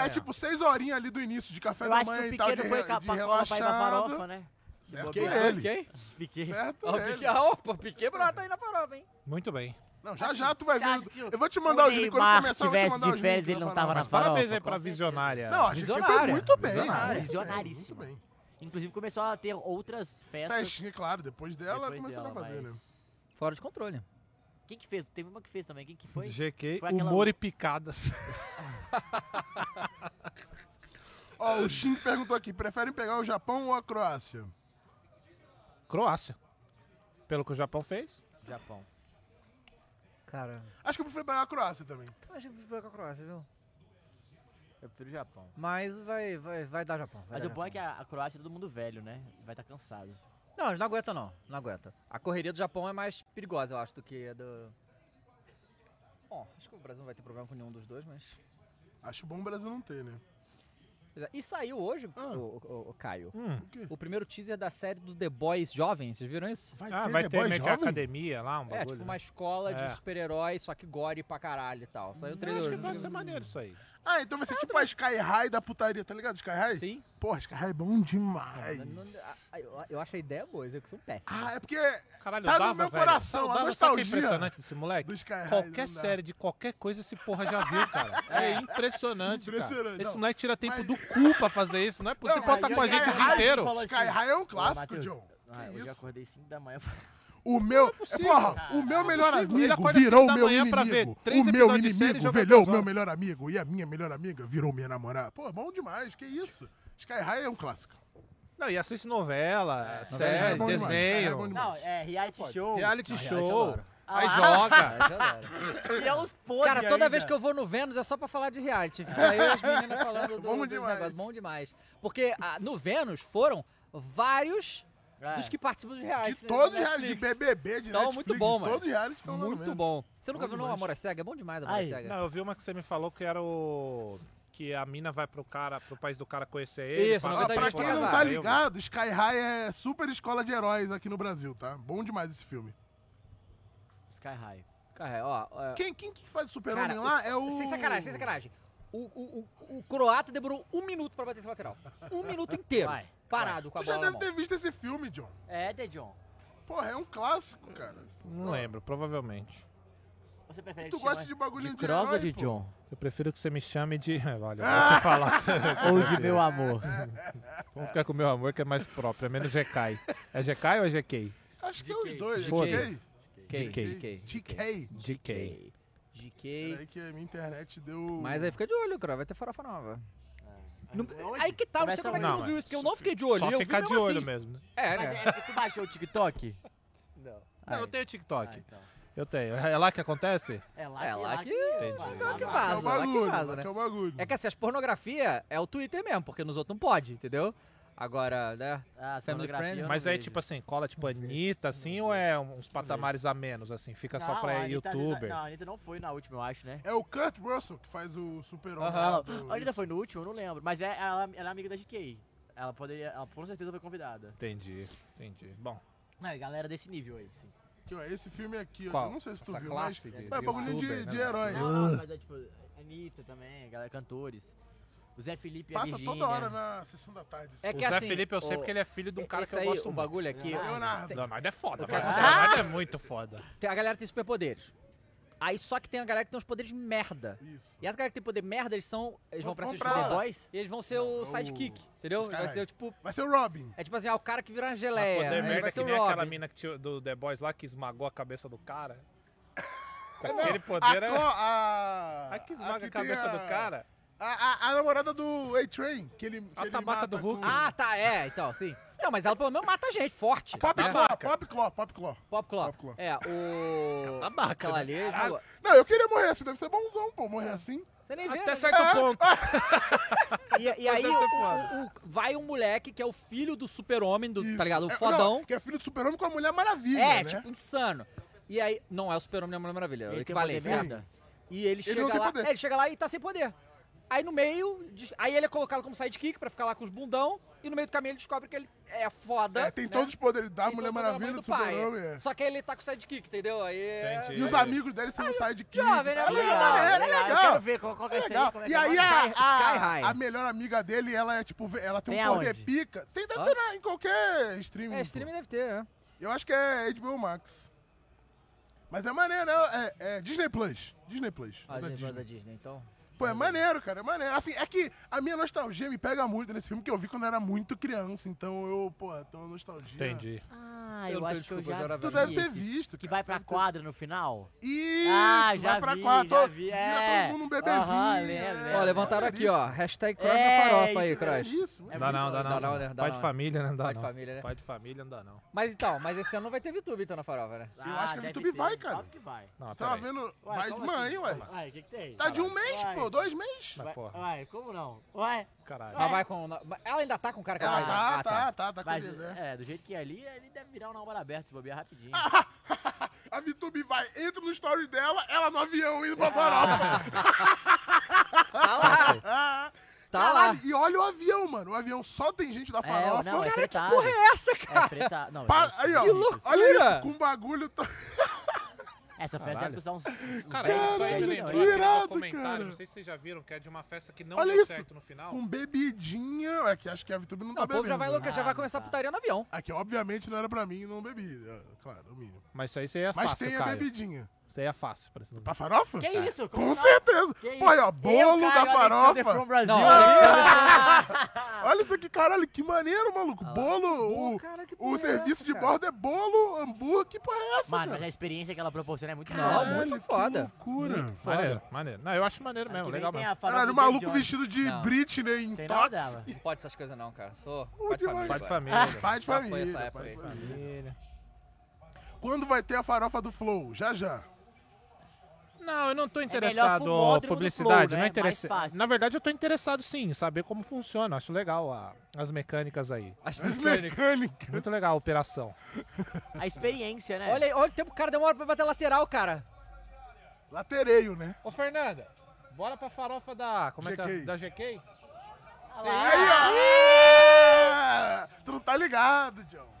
[SPEAKER 3] É tipo seis horinhas ali do início, de café
[SPEAKER 4] Eu
[SPEAKER 3] da
[SPEAKER 4] acho
[SPEAKER 3] manhã
[SPEAKER 4] que o
[SPEAKER 3] e tal, de,
[SPEAKER 4] Piquet não foi
[SPEAKER 3] re-
[SPEAKER 4] pra
[SPEAKER 3] de
[SPEAKER 4] Copa pra ir pra
[SPEAKER 3] relaxado.
[SPEAKER 4] farofa, né? Se
[SPEAKER 3] Certo
[SPEAKER 4] bobear.
[SPEAKER 3] ele.
[SPEAKER 4] Quem?
[SPEAKER 3] Piquet.
[SPEAKER 1] Ó,
[SPEAKER 3] é.
[SPEAKER 1] o Piquet, ó, opa, o Piquet brota aí na farofa, hein?
[SPEAKER 7] Muito bem.
[SPEAKER 3] Não, já já tu vai ver. Eu vou te
[SPEAKER 1] o
[SPEAKER 3] mandar os links. Quando
[SPEAKER 1] um Neymar
[SPEAKER 3] começar, eu vou te
[SPEAKER 1] tivesse
[SPEAKER 3] mandar
[SPEAKER 1] de
[SPEAKER 3] os
[SPEAKER 1] férias,
[SPEAKER 3] links.
[SPEAKER 1] ele não
[SPEAKER 3] lá
[SPEAKER 1] tava
[SPEAKER 3] pra
[SPEAKER 1] na
[SPEAKER 3] nós.
[SPEAKER 7] Parabéns aí pra visionária.
[SPEAKER 3] Não, acho que
[SPEAKER 7] Ah, é.
[SPEAKER 3] foi muito bem.
[SPEAKER 4] Visionária.
[SPEAKER 3] né?
[SPEAKER 4] Visionaríssima. Inclusive começou a ter outras festas.
[SPEAKER 3] Festinha, claro, depois dela
[SPEAKER 4] Depois
[SPEAKER 3] começaram a
[SPEAKER 4] dela,
[SPEAKER 3] fazer,
[SPEAKER 4] mas-
[SPEAKER 3] né?
[SPEAKER 1] Fora de controle.
[SPEAKER 4] Quem que fez? Teve uma que fez também. Quem que foi?
[SPEAKER 7] GQ,
[SPEAKER 4] Foi aquela-
[SPEAKER 7] humor e picadas.
[SPEAKER 3] Ó, o Shin perguntou aqui: preferem pegar o Japão ou a Croácia?
[SPEAKER 7] Croácia. Pelo que o Japão fez.
[SPEAKER 1] Japão. Cara,
[SPEAKER 3] Acho que eu prefiro pegar a Croácia também.
[SPEAKER 1] eu acho que eu prefiro com a Croácia, viu?
[SPEAKER 4] Eu prefiro o Japão.
[SPEAKER 1] Mas vai, vai, vai dar Japão. vai
[SPEAKER 4] Mas
[SPEAKER 1] dar
[SPEAKER 4] o bom é que a, a Croácia é todo mundo velho, né? Vai estar cansado.
[SPEAKER 7] é
[SPEAKER 1] Não, eles não aguentam, não. Não aguenta. A correria do Japão é mais perigosa, eu acho, do que a do. Bom, acho que o Brasil não vai ter problema com nenhum dos dois, mas. é.
[SPEAKER 3] Acho bom o Brasil não ter, né?
[SPEAKER 1] E saiu hoje,
[SPEAKER 7] Ah.
[SPEAKER 1] o, o- o Caio,
[SPEAKER 3] Hum.
[SPEAKER 1] o primeiro teaser da série do The Boys Jovem. Vocês viram isso?
[SPEAKER 7] ah, vai ter meio que academia lá, um bagulho.
[SPEAKER 1] É, tipo uma escola
[SPEAKER 7] É.
[SPEAKER 1] de super-heróis, só que gore pra caralho e tal. Saiu o trailer
[SPEAKER 7] Hum, acho que
[SPEAKER 1] hoje.
[SPEAKER 7] vai ser maneiro isso aí.
[SPEAKER 3] Ah, então vai ser tipo a Sky High da putaria, tá ligado? Sky High?
[SPEAKER 1] Sim.
[SPEAKER 3] Porra, Sky High é bom demais.
[SPEAKER 1] Não, não, ah, eu, eu acho a ideia boa, a execução péssima.
[SPEAKER 3] Ah, é porque.
[SPEAKER 7] Caralho,
[SPEAKER 3] tá
[SPEAKER 7] eu dava,
[SPEAKER 3] no meu
[SPEAKER 7] velho.
[SPEAKER 3] coração,
[SPEAKER 7] Eu
[SPEAKER 3] a
[SPEAKER 7] dava, sabe o que é
[SPEAKER 3] nostalgia.
[SPEAKER 7] impressionante desse moleque?
[SPEAKER 3] Sky
[SPEAKER 7] qualquer
[SPEAKER 3] High, não dá.
[SPEAKER 7] série de qualquer coisa esse porra já viu, cara. É, impressionante, cara.
[SPEAKER 3] Impressionante,
[SPEAKER 7] Esse
[SPEAKER 3] não.
[SPEAKER 7] moleque tira tempo do cu pra fazer isso, não é possível. Você pode estar com a gente o dia inteiro.
[SPEAKER 3] assim, é um
[SPEAKER 4] John. Ah, eu já acordei 5 da manhã.
[SPEAKER 3] O meu.
[SPEAKER 4] possível,
[SPEAKER 3] porra,
[SPEAKER 4] cara.
[SPEAKER 3] o meu
[SPEAKER 4] Não é
[SPEAKER 3] melhor
[SPEAKER 4] possível. Ele
[SPEAKER 3] amigo
[SPEAKER 4] acorda
[SPEAKER 3] virou
[SPEAKER 4] cinco
[SPEAKER 3] o
[SPEAKER 4] da
[SPEAKER 3] meu
[SPEAKER 4] manhã
[SPEAKER 3] inimigo.
[SPEAKER 4] pra ver
[SPEAKER 3] o
[SPEAKER 4] três
[SPEAKER 3] meu
[SPEAKER 4] episódios de série e
[SPEAKER 3] inimigo
[SPEAKER 4] joga
[SPEAKER 3] velhou
[SPEAKER 4] duas
[SPEAKER 3] o meu
[SPEAKER 4] horas.
[SPEAKER 3] melhor amigo. E a minha melhor amiga virou minha namorada. Pô, é bom demais. Que isso? Sky High é um clássico.
[SPEAKER 7] Não, e assiste novela,
[SPEAKER 3] é
[SPEAKER 7] série,
[SPEAKER 3] bom demais, cara, é
[SPEAKER 7] desenho.
[SPEAKER 3] bom demais.
[SPEAKER 4] Não, é reality show.
[SPEAKER 7] Reality
[SPEAKER 1] Não, reality eu
[SPEAKER 7] show.
[SPEAKER 1] adoro.
[SPEAKER 7] Aí
[SPEAKER 1] Ah,
[SPEAKER 7] joga.
[SPEAKER 4] E é os podres
[SPEAKER 1] Cara, toda
[SPEAKER 4] ainda.
[SPEAKER 1] vez que eu vou no Vênus é só pra falar de reality. Fica aí as meninas falando do,
[SPEAKER 4] Bom
[SPEAKER 1] bom
[SPEAKER 4] demais.
[SPEAKER 1] negócio. Bom demais. Porque ah, no Vênus foram vários dos que participam dos reality.
[SPEAKER 3] De todos os
[SPEAKER 1] né,
[SPEAKER 3] reality, de
[SPEAKER 1] Netflix.
[SPEAKER 3] BBB, de
[SPEAKER 1] Então,
[SPEAKER 3] Netflix,
[SPEAKER 1] muito bom,
[SPEAKER 3] de
[SPEAKER 1] mano.
[SPEAKER 3] todos os reality estão lá no
[SPEAKER 1] Muito
[SPEAKER 3] Vênus.
[SPEAKER 1] bom. Você nunca
[SPEAKER 3] Bom
[SPEAKER 1] viu no
[SPEAKER 3] demais.
[SPEAKER 1] Amor é Cega? É bom demais, Amor é Cega.
[SPEAKER 7] Não, eu vi uma que você me falou que era o. Que a mina vai pro cara, pro país do cara conhecer ele.
[SPEAKER 3] Ó, pra quem não
[SPEAKER 7] Ah,
[SPEAKER 3] tá ligado, Sky High é super escola de heróis aqui no Brasil, tá? Bom demais esse filme.
[SPEAKER 4] Sky High.
[SPEAKER 1] Cara, ó, ó, é-
[SPEAKER 3] Quem, quem que faz o
[SPEAKER 1] Cara,
[SPEAKER 3] super-homem lá é o...
[SPEAKER 1] Sem sacanagem, sem sacanagem. O, o, o, o croata demorou um minuto pra bater esse lateral. Um minuto inteiro.
[SPEAKER 3] Vai,
[SPEAKER 1] parado com a
[SPEAKER 3] Tu já
[SPEAKER 1] bola. na
[SPEAKER 3] deve
[SPEAKER 1] mão.
[SPEAKER 3] ter visto esse filme, John.
[SPEAKER 4] É, The John.
[SPEAKER 3] Porra, é um clássico, cara.
[SPEAKER 7] Não lembro, provavelmente.
[SPEAKER 4] Você prefere
[SPEAKER 3] Tu
[SPEAKER 4] que
[SPEAKER 3] gosta
[SPEAKER 4] chama-
[SPEAKER 3] de bagulho de,
[SPEAKER 4] Cross ou
[SPEAKER 3] herói,
[SPEAKER 4] de
[SPEAKER 3] pô.
[SPEAKER 4] John?
[SPEAKER 7] Eu prefiro que você me chame de. É, Olha,
[SPEAKER 4] Ah!
[SPEAKER 7] vou te falar.
[SPEAKER 4] Ou de meu amor.
[SPEAKER 7] Vamos ficar com o meu amor, que é mais próprio, é menos GK. É GK ou é GK?
[SPEAKER 3] Acho que é os dois.
[SPEAKER 7] Foda-se.
[SPEAKER 3] GK?
[SPEAKER 7] GK.
[SPEAKER 3] GK.
[SPEAKER 7] GK.
[SPEAKER 3] Peraí que a minha internet deu...
[SPEAKER 4] é
[SPEAKER 1] Mas aí fica de olho, cara. Vai ter farofa nova. Não- aí que tá, não
[SPEAKER 4] Começa
[SPEAKER 1] sei como é que você
[SPEAKER 4] hoje.
[SPEAKER 1] não viu isso, porque eu
[SPEAKER 4] Não,
[SPEAKER 1] não fiquei de olho.
[SPEAKER 7] Só
[SPEAKER 1] eu vi
[SPEAKER 7] ficar de
[SPEAKER 1] mesmo
[SPEAKER 7] olho
[SPEAKER 1] assim.
[SPEAKER 7] mesmo. né?
[SPEAKER 1] É,
[SPEAKER 4] Mas
[SPEAKER 1] né?
[SPEAKER 4] é, é que tu baixou o TikTok? Não.
[SPEAKER 7] Não, eu tenho TikTok.
[SPEAKER 4] Ah, então.
[SPEAKER 7] Eu tenho. É lá que acontece?
[SPEAKER 4] É lá,
[SPEAKER 1] É
[SPEAKER 4] que,
[SPEAKER 1] lá que,
[SPEAKER 7] Entendi.
[SPEAKER 1] lá que
[SPEAKER 4] É o
[SPEAKER 1] vaza, lá que
[SPEAKER 3] bagulho,
[SPEAKER 1] vaza,
[SPEAKER 3] lá
[SPEAKER 1] né?
[SPEAKER 3] que é o bagulho.
[SPEAKER 1] É que assim, as pornografia é o Twitter mesmo, porque nos outros não pode, entendeu? Agora, né?
[SPEAKER 4] Ah,
[SPEAKER 7] Mas aí, tipo assim, cola tipo Anitta, assim, ou é uns patamares a menos, assim? Fica só pra
[SPEAKER 4] a Anitta-
[SPEAKER 7] youtuber?
[SPEAKER 4] Não, a Anitta não foi na última, eu acho, né?
[SPEAKER 3] É o Kurt Russell que faz o super-homem. lá
[SPEAKER 4] Aham.
[SPEAKER 3] do-
[SPEAKER 4] A Anitta foi no último, eu não lembro. Mas é, ela, ela é amiga da GK. Ela poderia. Ela com certeza foi convidada.
[SPEAKER 7] Entendi, entendi. Bom,
[SPEAKER 4] Não, é galera desse nível aí, sim.
[SPEAKER 3] Aqui, ó, esse filme aqui, ó,
[SPEAKER 7] Qual?
[SPEAKER 3] eu não sei se tu
[SPEAKER 7] Essa
[SPEAKER 3] viu, mas,
[SPEAKER 7] classe de-
[SPEAKER 3] mas é
[SPEAKER 7] de
[SPEAKER 3] bagulho de,
[SPEAKER 7] youtuber, né,
[SPEAKER 3] de
[SPEAKER 7] velho?
[SPEAKER 3] herói. Ah.
[SPEAKER 4] Não, não, mas é tipo, Anitta também, galera, cantores. O Zé Felipe e a
[SPEAKER 3] Passa
[SPEAKER 4] Virgínia.
[SPEAKER 3] toda hora na sessão da tarde.
[SPEAKER 1] assim. É
[SPEAKER 7] o
[SPEAKER 1] que
[SPEAKER 7] Zé
[SPEAKER 1] assim,
[SPEAKER 7] Felipe eu sei
[SPEAKER 1] o-
[SPEAKER 7] porque ele é filho de um
[SPEAKER 1] é-
[SPEAKER 7] cara que
[SPEAKER 1] esse
[SPEAKER 7] eu
[SPEAKER 1] aí,
[SPEAKER 7] gosto
[SPEAKER 1] o
[SPEAKER 7] muito.
[SPEAKER 1] bagulho aqui-
[SPEAKER 3] Leonardo. Ah,
[SPEAKER 7] Leonardo é foda,
[SPEAKER 1] O
[SPEAKER 7] velho.
[SPEAKER 1] cara-
[SPEAKER 7] Leonardo é muito foda.
[SPEAKER 1] Tem- a galera tem superpoderes. Aí só que tem a galera que tem uns poderes merda.
[SPEAKER 3] Isso.
[SPEAKER 1] E as galera que tem poder merda, eles são. Eles vão,
[SPEAKER 3] Vão-
[SPEAKER 1] pra
[SPEAKER 3] vão
[SPEAKER 1] ser os
[SPEAKER 3] pra-
[SPEAKER 1] The Boys e eles vão ser
[SPEAKER 3] é
[SPEAKER 1] o sidekick, entendeu?
[SPEAKER 3] Os
[SPEAKER 1] Vai
[SPEAKER 3] caralho.
[SPEAKER 1] ser o tipo.
[SPEAKER 3] Vai ser o Robin.
[SPEAKER 1] É tipo assim, ah, o cara que vira uma
[SPEAKER 7] Mas
[SPEAKER 1] geleia.
[SPEAKER 7] poder
[SPEAKER 1] aí
[SPEAKER 7] merda
[SPEAKER 1] vai
[SPEAKER 7] é que
[SPEAKER 1] ser o
[SPEAKER 7] nem aquela
[SPEAKER 1] Robin.
[SPEAKER 7] mina que tinha- do The Boys lá que esmagou a cabeça do cara. Com
[SPEAKER 3] Não,
[SPEAKER 7] aquele poder
[SPEAKER 3] a
[SPEAKER 7] é...
[SPEAKER 3] co- a-
[SPEAKER 7] Aqui
[SPEAKER 3] a
[SPEAKER 7] esmaga a
[SPEAKER 3] que
[SPEAKER 7] cabeça
[SPEAKER 3] tem
[SPEAKER 7] do cara.
[SPEAKER 3] A, a- a namorada do A-Train, que ele. Que a
[SPEAKER 7] tabaca do Hulk.
[SPEAKER 1] Ah, tá, é, então, sim. Não, mas ela pelo menos mata a gente, forte.
[SPEAKER 3] Pop
[SPEAKER 1] né?
[SPEAKER 3] Claw, Pop Claw, Pop Claw.
[SPEAKER 1] Pop Claw. É, o.
[SPEAKER 3] Tabaca,
[SPEAKER 1] Ah, Aquela
[SPEAKER 3] né?
[SPEAKER 1] ali.
[SPEAKER 3] Caralho.
[SPEAKER 1] esmagou.
[SPEAKER 3] Não, eu queria morrer assim, deve ser bonzão, pô, morrer assim. É,
[SPEAKER 1] Você nem vê.
[SPEAKER 3] Até
[SPEAKER 1] né?
[SPEAKER 3] certo ponto.
[SPEAKER 1] E, e
[SPEAKER 3] Mas
[SPEAKER 1] aí
[SPEAKER 3] deve ser
[SPEAKER 1] o-
[SPEAKER 3] foda.
[SPEAKER 1] o- o- vai um moleque que é o filho do super-homem, do, tá ligado? O
[SPEAKER 3] É, não,
[SPEAKER 1] fodão.
[SPEAKER 3] que é filho do super-homem com a Mulher Maravilha.
[SPEAKER 1] É,
[SPEAKER 3] né?
[SPEAKER 1] tipo, insano. E aí, não é o super-homem, é a Mulher Maravilha, é o
[SPEAKER 4] Ele tem
[SPEAKER 1] equivalente,
[SPEAKER 4] poder
[SPEAKER 1] certo?
[SPEAKER 4] merda?
[SPEAKER 1] E ele
[SPEAKER 4] não
[SPEAKER 1] chega
[SPEAKER 4] tem
[SPEAKER 1] lá,
[SPEAKER 4] poder.
[SPEAKER 1] é, ele chega lá e tá sem poder. Aí no meio, des- aí ele é colocado como sidekick pra ficar lá com os bundão. E no meio do caminho ele descobre que ele é foda.
[SPEAKER 7] né?
[SPEAKER 3] É, tem todos os poderes da
[SPEAKER 1] é
[SPEAKER 3] Mulher Maravilha, do Super-Homem, é.
[SPEAKER 1] Só que aí ele tá com o sidekick, entendeu? Aí é-
[SPEAKER 3] E os amigos dele são sidekick.
[SPEAKER 1] jovem, né?
[SPEAKER 3] É legal,
[SPEAKER 1] Legal,
[SPEAKER 3] é
[SPEAKER 1] legal.
[SPEAKER 3] legal.
[SPEAKER 1] Eu quero ver qual- qual que é
[SPEAKER 3] É
[SPEAKER 1] esse aí,
[SPEAKER 3] legal.
[SPEAKER 1] como é que
[SPEAKER 3] E
[SPEAKER 1] é?
[SPEAKER 3] aí
[SPEAKER 1] Sky-
[SPEAKER 3] a,
[SPEAKER 1] Sky High.
[SPEAKER 3] a, a melhor amiga dele, ela é tipo, ve- ela tem,
[SPEAKER 1] Tem
[SPEAKER 3] um poder
[SPEAKER 1] aonde?
[SPEAKER 3] pica. Tem deve
[SPEAKER 1] Hã?
[SPEAKER 3] ter na- em qualquer streaming.
[SPEAKER 1] É, streaming deve ter, né?
[SPEAKER 3] Eu acho que é HBO Max. Mas é maneiro, é, é Disney Plus. Disney Plus.
[SPEAKER 4] Ah,
[SPEAKER 3] da
[SPEAKER 4] Disney Plus
[SPEAKER 3] Disney.
[SPEAKER 4] da Disney, então.
[SPEAKER 3] Pô, é maneiro, cara, é maneiro. Assim, é que a minha nostalgia me pega muito nesse filme que eu vi quando eu era muito criança. Então eu, pô, tenho uma nostalgia.
[SPEAKER 4] Entendi. Ah, eu,
[SPEAKER 3] não
[SPEAKER 4] acho
[SPEAKER 3] tenho
[SPEAKER 4] que eu
[SPEAKER 3] desculpa,
[SPEAKER 4] já vi
[SPEAKER 3] Tu deve ter
[SPEAKER 4] esse.
[SPEAKER 3] visto.
[SPEAKER 4] Que vai pra quadra no final?
[SPEAKER 3] Isso,
[SPEAKER 4] ah,
[SPEAKER 3] vai
[SPEAKER 4] já
[SPEAKER 3] pra
[SPEAKER 4] vi,
[SPEAKER 3] quadra,
[SPEAKER 4] já
[SPEAKER 3] ó,
[SPEAKER 4] vi,
[SPEAKER 3] vira
[SPEAKER 4] é.
[SPEAKER 3] todo mundo um bebezinho,
[SPEAKER 4] Aham, lembro,
[SPEAKER 1] Ó,
[SPEAKER 4] lembro.
[SPEAKER 3] É
[SPEAKER 1] levantaram aqui, ó. Hashtag Cross
[SPEAKER 4] É,
[SPEAKER 1] na farofa aí,
[SPEAKER 4] isso, é
[SPEAKER 1] Cross.
[SPEAKER 4] isso,
[SPEAKER 1] É. É
[SPEAKER 7] Dá não,
[SPEAKER 1] isso,
[SPEAKER 7] dá não.
[SPEAKER 1] Dá não, né? Dá
[SPEAKER 7] Pai de
[SPEAKER 1] não, né?
[SPEAKER 7] família, né? Dá
[SPEAKER 1] Pai de
[SPEAKER 7] não.
[SPEAKER 1] família, né?
[SPEAKER 7] Pai de família não dá não.
[SPEAKER 1] Mas então, mas esse ano não vai ter VTube então na farofa, né?
[SPEAKER 3] Eu acho que a VTube vai, cara.
[SPEAKER 4] que vai.
[SPEAKER 7] Não,
[SPEAKER 3] Tava
[SPEAKER 7] peraí.
[SPEAKER 3] Tá vendo. vai de mãe, ué.
[SPEAKER 4] Uai, o que, que tem?
[SPEAKER 3] Tá de um mês,
[SPEAKER 4] Uai.
[SPEAKER 3] pô, dois meses.
[SPEAKER 4] Uai, uai, como não? Ué?
[SPEAKER 7] Caralho.
[SPEAKER 1] Mas vai com. Ela ainda tá com o cara que
[SPEAKER 3] Ela
[SPEAKER 1] vai-
[SPEAKER 3] tá,
[SPEAKER 1] Ah,
[SPEAKER 3] tá, tá, tá com
[SPEAKER 4] né? Mas,
[SPEAKER 3] desenho.
[SPEAKER 4] é, do jeito que é ali, ele deve virar um namoro aberto, se bobear rapidinho.
[SPEAKER 3] Ah, A VTube vai, entra no story dela, ela no avião indo
[SPEAKER 4] Ah,
[SPEAKER 3] pra farofa.
[SPEAKER 1] tá lá. Tá lá.
[SPEAKER 3] E olha o avião, mano. O avião só tem gente da farofa.
[SPEAKER 4] não, é
[SPEAKER 3] cara,
[SPEAKER 4] fretado.
[SPEAKER 3] que porra é essa,
[SPEAKER 4] É
[SPEAKER 3] cara?
[SPEAKER 4] fretado. Não,
[SPEAKER 3] Pa-
[SPEAKER 4] isso-
[SPEAKER 3] aí, ó.
[SPEAKER 4] que loucura.
[SPEAKER 3] Olha isso, com um bagulho... To...
[SPEAKER 4] Essa festa
[SPEAKER 7] Caralho.
[SPEAKER 4] deve custar uns. uns
[SPEAKER 7] Cara, é
[SPEAKER 4] 10
[SPEAKER 7] isso aí me
[SPEAKER 4] milhões.
[SPEAKER 7] lembrou aquele
[SPEAKER 3] é irado,
[SPEAKER 7] comentário,
[SPEAKER 3] cara.
[SPEAKER 7] não sei se vocês já viram, que é de uma festa que não
[SPEAKER 3] olha
[SPEAKER 7] deu
[SPEAKER 3] isso.
[SPEAKER 7] certo no final.
[SPEAKER 3] Com bebidinha. É que acho que a VTube não, tá
[SPEAKER 1] o povo
[SPEAKER 3] bebendo.
[SPEAKER 1] já vai louca- já vai Ah,
[SPEAKER 3] começar
[SPEAKER 1] a putaria no avião.
[SPEAKER 3] Aqui, É obviamente, não era pra mim, não bebi. é, Claro, o mínimo.
[SPEAKER 7] Mas isso aí seria
[SPEAKER 3] Mas
[SPEAKER 7] fácil,
[SPEAKER 3] tem a
[SPEAKER 7] Caio.
[SPEAKER 3] bebidinha.
[SPEAKER 7] Isso aí é fácil. Pra, esse número.
[SPEAKER 3] Pra farofa? Tá.
[SPEAKER 1] Tá.
[SPEAKER 7] É.
[SPEAKER 3] Com certeza.
[SPEAKER 7] Que
[SPEAKER 3] Pô, aí,
[SPEAKER 7] isso?
[SPEAKER 3] ó,
[SPEAKER 7] Eu,
[SPEAKER 3] bolo
[SPEAKER 7] Caio,
[SPEAKER 3] da farofa.
[SPEAKER 7] Alexander from Brasil. né?
[SPEAKER 3] Não, é
[SPEAKER 7] Não,
[SPEAKER 3] Olha isso aqui, caralho, que maneiro, maluco. Bolo, o, o serviço de bordo é bolo, hambúrguer, que porra é essa,
[SPEAKER 4] Mano, mas
[SPEAKER 3] cara?
[SPEAKER 4] a experiência que ela proporciona é muito
[SPEAKER 3] Caralho,
[SPEAKER 4] foda.
[SPEAKER 3] que loucura.
[SPEAKER 7] Hum, maneiro, maneiro. Não, eu acho maneiro mesmo,
[SPEAKER 4] que vem
[SPEAKER 7] legal
[SPEAKER 4] tem
[SPEAKER 7] mesmo.
[SPEAKER 4] a farofa
[SPEAKER 3] Caralho, o
[SPEAKER 4] do David
[SPEAKER 3] maluco
[SPEAKER 4] Jones.
[SPEAKER 3] vestido de
[SPEAKER 4] Não.
[SPEAKER 3] Britney em
[SPEAKER 4] Tem nada
[SPEAKER 3] tox.
[SPEAKER 4] dela.
[SPEAKER 1] Não pode essas coisas não, cara. Sou
[SPEAKER 3] Bom
[SPEAKER 1] pai
[SPEAKER 3] demais. Pai de
[SPEAKER 1] de família.
[SPEAKER 3] família. É, Pai de família, pai de família. Quando vai ter a farofa do Flow? Já, já.
[SPEAKER 7] Não, eu não tô
[SPEAKER 3] melhor
[SPEAKER 7] interessado
[SPEAKER 3] fumódromo
[SPEAKER 7] ó,
[SPEAKER 3] do
[SPEAKER 7] publicidade,
[SPEAKER 3] Flow,
[SPEAKER 7] não
[SPEAKER 3] né?
[SPEAKER 7] é interessa-
[SPEAKER 3] Mais fácil.
[SPEAKER 7] Na verdade, eu tô interessado sim em saber como funciona. Acho legal a- as mecânicas aí.
[SPEAKER 1] As
[SPEAKER 3] mecânicas.
[SPEAKER 7] Muito legal a operação.
[SPEAKER 4] A experiência, né?
[SPEAKER 1] Olha aí, olha o tempo que o cara demora pra bater lateral, cara.
[SPEAKER 3] Latereio, né?
[SPEAKER 7] Ô, Fernanda, bora pra farofa da. Como é que é?
[SPEAKER 3] GK.
[SPEAKER 7] Da GK?
[SPEAKER 3] Aí, ó. Tu não tá ligado, John.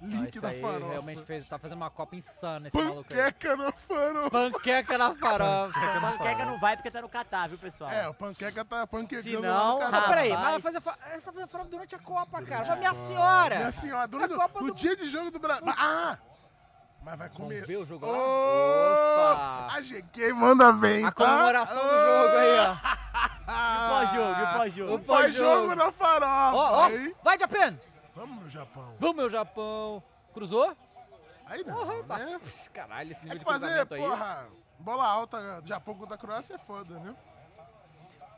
[SPEAKER 1] Link
[SPEAKER 3] da farofa.
[SPEAKER 1] realmente fez, tá fazendo uma copa insana esse maluco aí.
[SPEAKER 3] Panqueca na farofa.
[SPEAKER 1] Panqueca na farofa.
[SPEAKER 4] Panqueca, não vai porque tá no Catar, viu, pessoal?
[SPEAKER 3] É, o panqueca tá panquecando.
[SPEAKER 4] Se não,
[SPEAKER 3] lá,
[SPEAKER 1] Mas
[SPEAKER 3] cara.
[SPEAKER 1] peraí, mas ela, fazia fa- ela tá fazendo farofa durante a Copa, cara. Já minha senhora!
[SPEAKER 3] Minha senhora, dona do, no dia de jogo do Brasil. Ah! Mas vai comer.
[SPEAKER 1] ver o jogo
[SPEAKER 3] lá?
[SPEAKER 1] Opa!
[SPEAKER 3] A GQ manda bem,
[SPEAKER 1] A
[SPEAKER 3] tá?
[SPEAKER 1] comemoração do jogo aí, ó.
[SPEAKER 3] E o
[SPEAKER 4] pós-jogo,
[SPEAKER 3] e Ah, o pós-jogo? O pós-jogo na farofa,
[SPEAKER 1] Ah, Ó, ó,
[SPEAKER 3] hein?
[SPEAKER 1] vai, Japan!
[SPEAKER 3] Vamos, meu Japão.
[SPEAKER 1] Vamos, meu Japão. Cruzou?
[SPEAKER 3] Aí não,
[SPEAKER 1] Porra,
[SPEAKER 3] né?
[SPEAKER 1] passa- Pss, Caralho, esse nível
[SPEAKER 3] É que
[SPEAKER 1] de
[SPEAKER 3] fazer,
[SPEAKER 1] cruzamento aí.
[SPEAKER 3] porra, bola alta do Japão contra a Croácia é foda, né?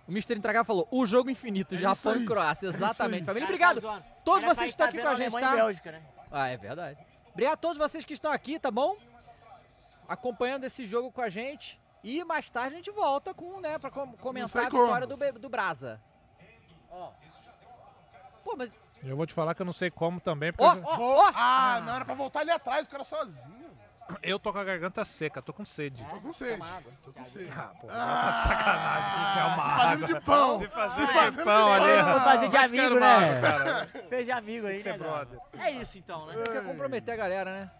[SPEAKER 1] O Mr. Entregar falou, o jogo infinito,
[SPEAKER 3] É isso
[SPEAKER 1] Japão
[SPEAKER 3] aí.
[SPEAKER 1] e Croácia.
[SPEAKER 3] É isso
[SPEAKER 1] Exatamente,
[SPEAKER 3] aí.
[SPEAKER 1] família.
[SPEAKER 3] Cara,
[SPEAKER 1] Obrigado.
[SPEAKER 3] tá zoando.
[SPEAKER 1] Todos
[SPEAKER 4] Era pra
[SPEAKER 1] vocês que
[SPEAKER 4] estar
[SPEAKER 1] estão aqui
[SPEAKER 4] vendo
[SPEAKER 1] com a gente,
[SPEAKER 4] Alemanha e
[SPEAKER 1] tá?
[SPEAKER 4] Bélgica, né?
[SPEAKER 1] Ah, é verdade. Obrigado a todos vocês que estão aqui, tá bom? Acompanhando esse jogo com a gente. E mais tarde a gente volta com, né, pra com- comentar
[SPEAKER 7] sei
[SPEAKER 1] a
[SPEAKER 7] como.
[SPEAKER 1] vitória do, Be- do Brasa. Pô, mas.
[SPEAKER 7] Eu vou te falar que eu não sei como também, porque
[SPEAKER 1] Ó,
[SPEAKER 7] eu-
[SPEAKER 1] ó, ó!
[SPEAKER 3] Ah, não era pra voltar ali atrás, o cara sozinho.
[SPEAKER 7] eu tô com a garganta seca, tô com sede.
[SPEAKER 3] Tô com sede. Tô com sede. Ah,
[SPEAKER 7] pô, tá de sacanagem, quem quer uma
[SPEAKER 3] se fazendo
[SPEAKER 7] água?
[SPEAKER 3] de pão.
[SPEAKER 7] Se fazendo
[SPEAKER 3] Se
[SPEAKER 7] de
[SPEAKER 3] fazendo
[SPEAKER 7] pão
[SPEAKER 3] de
[SPEAKER 7] ali.
[SPEAKER 3] pão.
[SPEAKER 7] Vou fazer de Ah, Mas amigo, quero né? mais, cara.
[SPEAKER 4] Fez de amigo aí,
[SPEAKER 7] ser
[SPEAKER 4] né?
[SPEAKER 7] brother.
[SPEAKER 4] cara? É isso então, né?
[SPEAKER 1] Não quer comprometer a galera, né?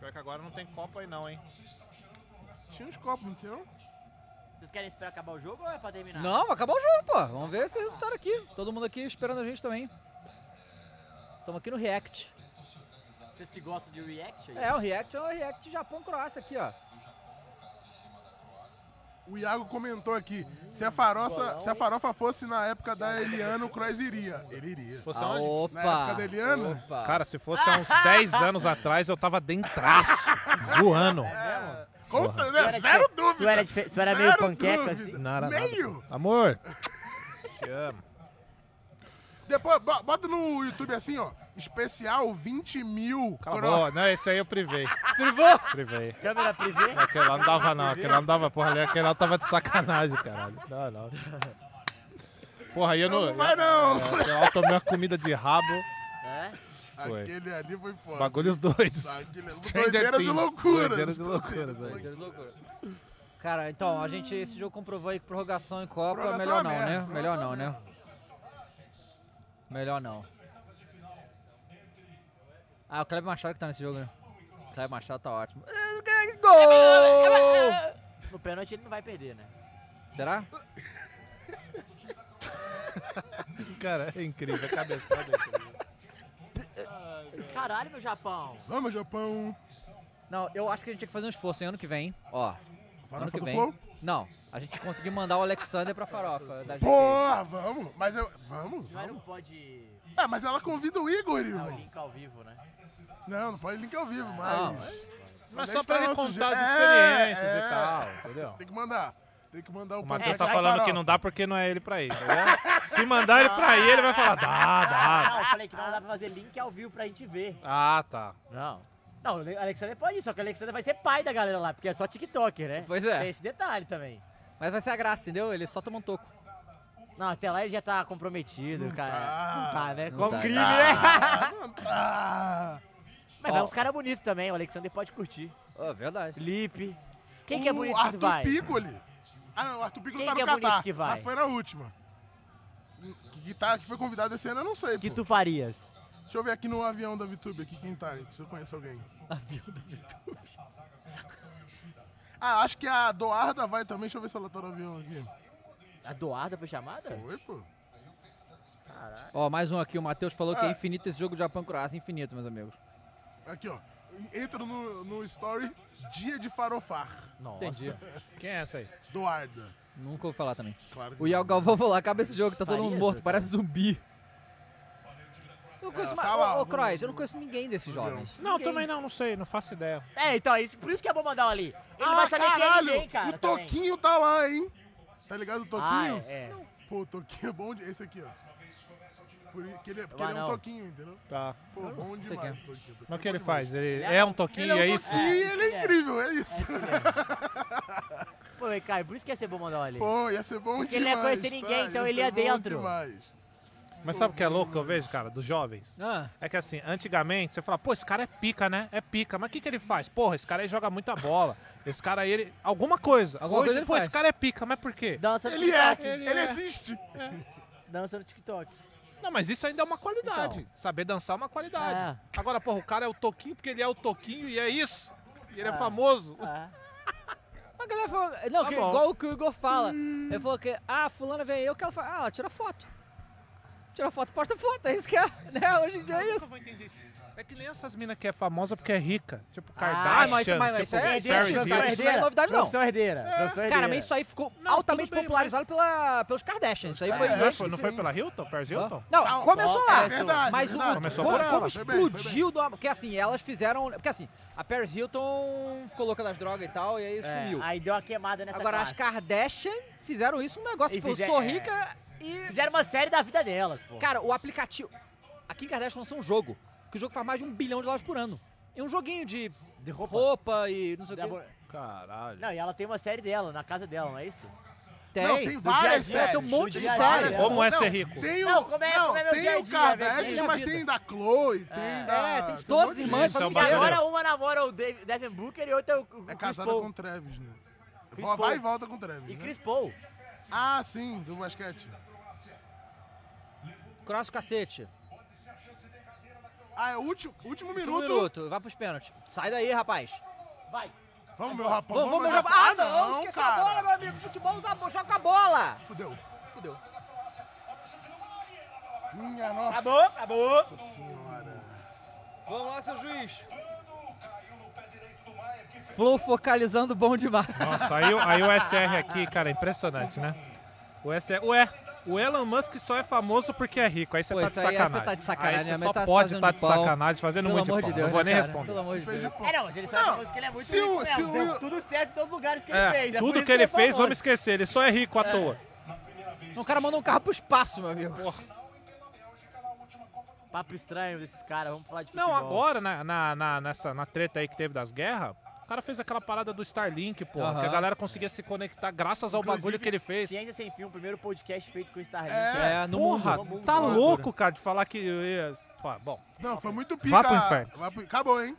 [SPEAKER 7] Pior que agora não tem copa aí não, hein?
[SPEAKER 3] Tinha uns copos, não tinha? não?
[SPEAKER 4] Vocês querem esperar acabar o jogo ou é pra terminar?
[SPEAKER 1] Não, vai acabar o jogo, pô. Vamos ver esse resultado aqui. Todo mundo aqui esperando a gente também. Estamos aqui no React.
[SPEAKER 4] Vocês que gostam de react aí?
[SPEAKER 1] É, o React é o React Japão-Croácia aqui, ó.
[SPEAKER 3] O Iago comentou aqui, se a, farofa,
[SPEAKER 1] bolão,
[SPEAKER 3] se a farofa fosse na época da Eliana, o Kroos iria. Ele iria.
[SPEAKER 7] Fosse Ah, aonde? opa,
[SPEAKER 3] Na época da Eliana?
[SPEAKER 7] Cara, se fosse há uns 10 anos atrás, eu tava dentraço, voando.
[SPEAKER 3] Com
[SPEAKER 7] Porra.
[SPEAKER 3] certeza,
[SPEAKER 7] Tu era
[SPEAKER 3] zero
[SPEAKER 7] dife-
[SPEAKER 3] dúvida.
[SPEAKER 7] tu era dife- tu era meio
[SPEAKER 3] Zero
[SPEAKER 7] panqueca,
[SPEAKER 3] dúvida.
[SPEAKER 7] assim? Não era nada.
[SPEAKER 3] Meio.
[SPEAKER 7] Amor, te amo.
[SPEAKER 3] Depois, bo- bota no YouTube assim, ó. Especial 20 mil.
[SPEAKER 7] Tá
[SPEAKER 3] cro-
[SPEAKER 7] bom, não, esse aí eu privei.
[SPEAKER 1] Privou?
[SPEAKER 7] Privei.
[SPEAKER 4] Câmera privê?
[SPEAKER 7] Aquele lá não dava não, aquele lá não dava, porra, ali, aquele lá tava de sacanagem, caralho. Não, não. Porra, aí eu não...
[SPEAKER 3] Não vai não.
[SPEAKER 7] É, eu tomei uma comida de rabo.
[SPEAKER 4] É?
[SPEAKER 7] Foi.
[SPEAKER 3] Aquele ali foi foda. Tá,
[SPEAKER 7] Bagulhos doidos.
[SPEAKER 3] Aquele-
[SPEAKER 7] Stranger
[SPEAKER 3] Doideiras e
[SPEAKER 7] Things.
[SPEAKER 3] loucuras.
[SPEAKER 7] Doideiras e loucuras, aí.
[SPEAKER 1] Doideiras e loucuras.
[SPEAKER 7] é-
[SPEAKER 1] Cara, então, a gente, esse jogo comprovou aí que prorrogação em Copa,
[SPEAKER 3] Prorrogação é
[SPEAKER 1] melhor não,
[SPEAKER 3] uma merda,
[SPEAKER 1] né? Melhor
[SPEAKER 3] prorrogação
[SPEAKER 1] não,
[SPEAKER 7] é
[SPEAKER 1] né? Melhor não. Ah, o Kleber Machado que tá nesse jogo, né? O Kleber Machado tá ótimo. Gol!
[SPEAKER 4] No pênalti ele não vai perder, né?
[SPEAKER 1] Será?
[SPEAKER 7] Cara, é incrível. A cabeçada é incrível.
[SPEAKER 4] Caralho, meu Japão.
[SPEAKER 3] Vamos, Japão.
[SPEAKER 1] Não, eu acho que a gente tinha que fazer um esforço hein, ano que vem, ó. ano
[SPEAKER 3] Farofa
[SPEAKER 1] que
[SPEAKER 3] do
[SPEAKER 1] vem.
[SPEAKER 3] Flow?
[SPEAKER 1] Não, a gente conseguiu mandar o Alexander pra farofa. Da GT.
[SPEAKER 3] Porra, vamos. Mas eu, vamos.
[SPEAKER 4] Mas não
[SPEAKER 3] vamos.
[SPEAKER 4] pode.
[SPEAKER 3] Ah, mas ela convida o Igor,
[SPEAKER 4] Não,
[SPEAKER 3] irmão.
[SPEAKER 4] link ao vivo, né?
[SPEAKER 3] Não, não pode link ao vivo,
[SPEAKER 4] Ah,
[SPEAKER 3] mas.
[SPEAKER 7] Mas
[SPEAKER 3] Também
[SPEAKER 7] só pra
[SPEAKER 3] está
[SPEAKER 7] ele
[SPEAKER 3] tá nosso
[SPEAKER 7] contar
[SPEAKER 3] jeito.
[SPEAKER 7] as
[SPEAKER 3] É,
[SPEAKER 7] experiências e
[SPEAKER 3] é.
[SPEAKER 7] tal, entendeu?
[SPEAKER 3] Tem que mandar. Tem que mandar o
[SPEAKER 7] O
[SPEAKER 3] podcast
[SPEAKER 7] Matheus tá
[SPEAKER 3] da
[SPEAKER 7] falando
[SPEAKER 3] farofa.
[SPEAKER 7] que não dá porque não é ele pra ele, tá ligado? Se mandar ele pra ele, ele vai falar, dá,
[SPEAKER 4] Ah,
[SPEAKER 7] dá.
[SPEAKER 4] eu falei que não dá pra fazer link ao vivo pra gente ver.
[SPEAKER 7] Ah, tá.
[SPEAKER 4] Não. Não, o Alexander pode ir, só que o Alexander vai ser pai da galera lá, porque é só TikToker, né?
[SPEAKER 1] Pois é.
[SPEAKER 4] Tem esse detalhe também.
[SPEAKER 1] Mas vai ser a graça, entendeu? Ele só toma um toco.
[SPEAKER 4] Não, até lá ele já tá comprometido, cara. Não tá, né?
[SPEAKER 1] Não
[SPEAKER 4] Com
[SPEAKER 1] tá,
[SPEAKER 4] crime,
[SPEAKER 1] não
[SPEAKER 4] né?
[SPEAKER 1] tá.
[SPEAKER 3] tá.
[SPEAKER 4] Mas vai
[SPEAKER 1] Ó.
[SPEAKER 4] uns caras bonitos também, o Alexander pode curtir.
[SPEAKER 1] É verdade.
[SPEAKER 4] Felipe. Quem que é
[SPEAKER 3] O
[SPEAKER 4] bonito que
[SPEAKER 3] Arthur
[SPEAKER 4] vai?
[SPEAKER 3] Piccoli. Ah, não, o Arthur Piccoli
[SPEAKER 4] Quem
[SPEAKER 3] tá no
[SPEAKER 4] que é bonito
[SPEAKER 3] Catar.
[SPEAKER 4] que vai?
[SPEAKER 3] Mas foi na última. Que, que, tá, que foi convidado esse ano, eu não sei. Que
[SPEAKER 4] tu farias?
[SPEAKER 3] Deixa eu ver aqui no avião da VTube aqui quem tá. Se eu conheço alguém.
[SPEAKER 4] Avião da VTube.
[SPEAKER 3] Ah, acho que a Doarda vai também. Deixa eu ver se ela tá no avião aqui.
[SPEAKER 4] A Doarda foi chamada?
[SPEAKER 3] Foi, pô.
[SPEAKER 4] Caralho.
[SPEAKER 1] Ó, mais um aqui. O Matheus falou que é
[SPEAKER 3] Ah.
[SPEAKER 1] infinito esse jogo de Japão e Croácia. Infinito, meus amigos.
[SPEAKER 3] Aqui, ó. Entra no, no story Dia de Farofar.
[SPEAKER 4] Nossa.
[SPEAKER 1] Entendi.
[SPEAKER 7] Quem é essa aí?
[SPEAKER 3] Doarda.
[SPEAKER 1] Nunca ouvi falar também.
[SPEAKER 3] Claro que
[SPEAKER 1] o Yao Galvão falou lá, acaba esse jogo, tá todo mundo
[SPEAKER 3] Faria,
[SPEAKER 4] né?
[SPEAKER 1] morto,
[SPEAKER 3] Zuca?
[SPEAKER 1] parece zumbi. Eu não conheço
[SPEAKER 3] É,
[SPEAKER 1] mais.
[SPEAKER 3] tá lá,
[SPEAKER 1] ô, ô,
[SPEAKER 3] no-
[SPEAKER 1] Croix, eu não conheço ninguém desses jovens.
[SPEAKER 7] Não, também não, não sei, não faço ideia.
[SPEAKER 4] É, então, é isso, por isso que é bom mandar um ali. Ele
[SPEAKER 3] Ah,
[SPEAKER 4] vai saber
[SPEAKER 3] caralho,
[SPEAKER 4] quem é ninguém, cara.
[SPEAKER 3] O
[SPEAKER 4] também.
[SPEAKER 3] Toquinho tá lá, hein? Tá ligado o Toquinho?
[SPEAKER 4] Ah, é, é.
[SPEAKER 3] Pô, o Toquinho é bom de... Esse aqui, ó. Por, i- que ele, é- porque
[SPEAKER 7] Ah,
[SPEAKER 3] ele é um
[SPEAKER 7] não.
[SPEAKER 3] Toquinho, entendeu?
[SPEAKER 7] Tá.
[SPEAKER 3] Pô, bom
[SPEAKER 4] é.
[SPEAKER 3] demais. o Toquinho.
[SPEAKER 7] Mas o que ele faz? Ele
[SPEAKER 3] Ele
[SPEAKER 7] é um toquinho,
[SPEAKER 3] é. ele
[SPEAKER 7] é
[SPEAKER 3] um
[SPEAKER 7] isso?
[SPEAKER 3] toquinho e ele é incrível, é isso.
[SPEAKER 4] Pô, Caio, por isso que ia ser bom mandar um ali.
[SPEAKER 3] Pô, ia ser bom
[SPEAKER 4] Porque
[SPEAKER 3] demais.
[SPEAKER 4] ele não ia conhecer ninguém,
[SPEAKER 3] tá?
[SPEAKER 4] então
[SPEAKER 3] Ia
[SPEAKER 4] ele
[SPEAKER 3] ser
[SPEAKER 4] ia
[SPEAKER 3] bom
[SPEAKER 4] dentro.
[SPEAKER 3] demais.
[SPEAKER 7] Mas sabe o que é louco que eu vejo, cara, dos jovens? É que assim, antigamente você fala, pô, esse cara é pica, né? É pica, mas o que, que ele faz? Porra, esse cara aí joga muita bola. Esse cara aí, ele. Alguma coisa.
[SPEAKER 4] Alguma
[SPEAKER 7] Hoje,
[SPEAKER 4] coisa ele
[SPEAKER 7] pô,
[SPEAKER 4] faz.
[SPEAKER 7] esse cara é pica, mas por quê?
[SPEAKER 4] Dança Tá no
[SPEAKER 7] ele é,
[SPEAKER 4] TikTok.
[SPEAKER 7] ele, é.
[SPEAKER 3] existe.
[SPEAKER 4] Dança é no TikTok.
[SPEAKER 7] Não, mas isso ainda é uma qualidade. Saber dançar é uma qualidade. Agora, porra, o cara é o Toquinho porque ele é o Toquinho e é isso. E ele é
[SPEAKER 1] Ah,
[SPEAKER 7] famoso.
[SPEAKER 1] A galera falou. Não,
[SPEAKER 7] Tá
[SPEAKER 1] que,
[SPEAKER 7] bom. Hum.
[SPEAKER 1] igual o que o Igor fala. Ele falou que, ah, fulana vem aí, eu quero falar. Ah, ela tira foto. Tira foto, posta foto, é isso que é. Né? Hoje em dia é isso.
[SPEAKER 7] É que nem essas minas que é famosa porque é rica. Tipo,
[SPEAKER 1] Ah,
[SPEAKER 7] Kardashian,
[SPEAKER 1] mas isso- mas- mas
[SPEAKER 7] tipo,
[SPEAKER 1] isso é- isso é-
[SPEAKER 7] Paris
[SPEAKER 1] isso é-
[SPEAKER 7] Hilton.
[SPEAKER 1] isso não é novidade, não.
[SPEAKER 4] Profissão herdeira. Profissão
[SPEAKER 1] Cara,
[SPEAKER 4] herdeira.
[SPEAKER 1] mas isso aí ficou altamente popularizado pela, pelos Kardashians. Isso aí foi.
[SPEAKER 7] É,
[SPEAKER 1] acho
[SPEAKER 7] foi-
[SPEAKER 1] que
[SPEAKER 7] não
[SPEAKER 1] sim.
[SPEAKER 7] foi pela Hilton? Paris Hilton?
[SPEAKER 1] Não, começou lá.
[SPEAKER 7] É verdade,
[SPEAKER 1] mas
[SPEAKER 7] verdade.
[SPEAKER 1] o
[SPEAKER 7] Começou
[SPEAKER 1] como,
[SPEAKER 7] por ela.
[SPEAKER 1] como
[SPEAKER 7] Foi bem, foi
[SPEAKER 1] explodiu do Porque assim, elas fizeram. Porque assim, a Paris Hilton ficou louca das drogas e tal, e aí
[SPEAKER 4] É,
[SPEAKER 1] sumiu.
[SPEAKER 4] Aí deu uma queimada nessa
[SPEAKER 1] Agora
[SPEAKER 4] classe.
[SPEAKER 1] as Kardashian fizeram isso um negócio,
[SPEAKER 4] E
[SPEAKER 1] tipo, eu
[SPEAKER 4] fizer-
[SPEAKER 1] sou
[SPEAKER 4] é.
[SPEAKER 1] rica e.
[SPEAKER 4] Fizeram uma série da vida delas, pô.
[SPEAKER 1] Cara, o aplicativo. A Kim Kardashian lançou um jogo, que o jogo faz mais de um bilhão de dólares por ano. É um joguinho de, roupa. e não sei o
[SPEAKER 4] Da
[SPEAKER 1] que.
[SPEAKER 4] bo-
[SPEAKER 7] Caralho.
[SPEAKER 4] Não, e ela tem uma série dela, na casa dela, não é isso?
[SPEAKER 1] Tem. Não, tem várias
[SPEAKER 4] Tem um
[SPEAKER 1] séries,
[SPEAKER 4] monte
[SPEAKER 1] tem
[SPEAKER 4] de
[SPEAKER 1] várias.
[SPEAKER 4] séries.
[SPEAKER 1] Como é
[SPEAKER 3] Não,
[SPEAKER 1] ser rico?
[SPEAKER 3] Tem o,
[SPEAKER 4] Não, como é-
[SPEAKER 3] não,
[SPEAKER 4] como é meu
[SPEAKER 3] tem
[SPEAKER 4] dia a
[SPEAKER 3] o
[SPEAKER 4] dia,
[SPEAKER 3] Kardashian,
[SPEAKER 4] velho,
[SPEAKER 3] mas
[SPEAKER 4] minha
[SPEAKER 3] tem
[SPEAKER 4] vida.
[SPEAKER 3] da Chloe, tem da...
[SPEAKER 4] É, tem de
[SPEAKER 3] um
[SPEAKER 4] todas
[SPEAKER 3] monte de
[SPEAKER 4] irmãs.
[SPEAKER 3] gente.
[SPEAKER 4] E agora uma namora o Dave- Devin Booker e outra o- o
[SPEAKER 3] É
[SPEAKER 4] Chris
[SPEAKER 3] casada
[SPEAKER 4] Paul.
[SPEAKER 3] com o Travis, né?
[SPEAKER 4] Chris
[SPEAKER 3] Vai
[SPEAKER 4] Paul.
[SPEAKER 3] e volta com o Travis,
[SPEAKER 4] E
[SPEAKER 3] né?
[SPEAKER 4] Chris Paul.
[SPEAKER 3] Ah, sim, do basquete.
[SPEAKER 1] Cross cacete.
[SPEAKER 3] Ah, é o último, último
[SPEAKER 1] Último
[SPEAKER 3] minuto.
[SPEAKER 1] minuto, vai pros pênaltis. Sai daí, rapaz.
[SPEAKER 4] Vai.
[SPEAKER 3] Vamos, meu rapaz.
[SPEAKER 1] Vamos, vamos, rapaz. Ah, não, esqueceu a bola, meu amigo. Futebol usa, joga a bola.
[SPEAKER 3] Fudeu.
[SPEAKER 1] Fudeu.
[SPEAKER 3] Minha nossa.
[SPEAKER 1] Acabou,
[SPEAKER 3] acabou. Nossa senhora.
[SPEAKER 1] Vamos lá, seu juiz. Flow focalizando bom demais.
[SPEAKER 7] Nossa, aí, o- aí o SR aqui, cara, é impressionante, né? O SR. Ué, o Elon Musk só é famoso porque é rico. Aí você
[SPEAKER 1] Pô,
[SPEAKER 7] tá de
[SPEAKER 1] isso aí- aí
[SPEAKER 7] sacanagem.
[SPEAKER 1] você tá de sacanagem,
[SPEAKER 7] Aí
[SPEAKER 1] né?
[SPEAKER 7] você
[SPEAKER 1] Mas
[SPEAKER 7] só
[SPEAKER 1] tá se
[SPEAKER 7] pode
[SPEAKER 1] fazendo
[SPEAKER 7] tá
[SPEAKER 1] de
[SPEAKER 7] de
[SPEAKER 1] pau.
[SPEAKER 7] sacanagem, fazendo
[SPEAKER 1] Pelo
[SPEAKER 7] muito de
[SPEAKER 1] amor
[SPEAKER 7] pau.
[SPEAKER 1] de Deus,
[SPEAKER 7] não vou nem
[SPEAKER 1] né, cara?
[SPEAKER 7] responder.
[SPEAKER 1] Pelo amor de Deus.
[SPEAKER 4] É, não, mas ele só é famoso que ele é muito
[SPEAKER 3] se
[SPEAKER 4] rico.
[SPEAKER 3] o-
[SPEAKER 4] né?
[SPEAKER 3] se o-
[SPEAKER 4] Deu tudo certo em todos os lugares que
[SPEAKER 7] É,
[SPEAKER 4] ele fez. é por
[SPEAKER 7] tudo
[SPEAKER 4] isso
[SPEAKER 7] que ele
[SPEAKER 4] é
[SPEAKER 7] fez,
[SPEAKER 4] famoso.
[SPEAKER 7] vamos esquecer. Ele só é rico à
[SPEAKER 4] É.
[SPEAKER 7] toa.
[SPEAKER 1] O cara mandou um carro pro espaço, meu amigo.
[SPEAKER 4] Papo estranho desses caras, vamos falar de
[SPEAKER 7] Não, né,
[SPEAKER 4] futebol.
[SPEAKER 7] agora, na, na, na- nessa, na treta aí que teve das guerras, O cara fez aquela parada do Starlink, pô,
[SPEAKER 8] Aham.
[SPEAKER 7] que a galera conseguia se conectar graças ao bagulho que ele fez.
[SPEAKER 4] Ciência Sem Fim, o primeiro podcast feito com o Starlink.
[SPEAKER 1] É,
[SPEAKER 3] é,
[SPEAKER 4] É,
[SPEAKER 7] Porra, tá louco, cara, de falar que eu ia... Pô, bom.
[SPEAKER 3] Não, foi muito pica.
[SPEAKER 7] Vá pro inferno.
[SPEAKER 3] Vá pro- Acabou, hein?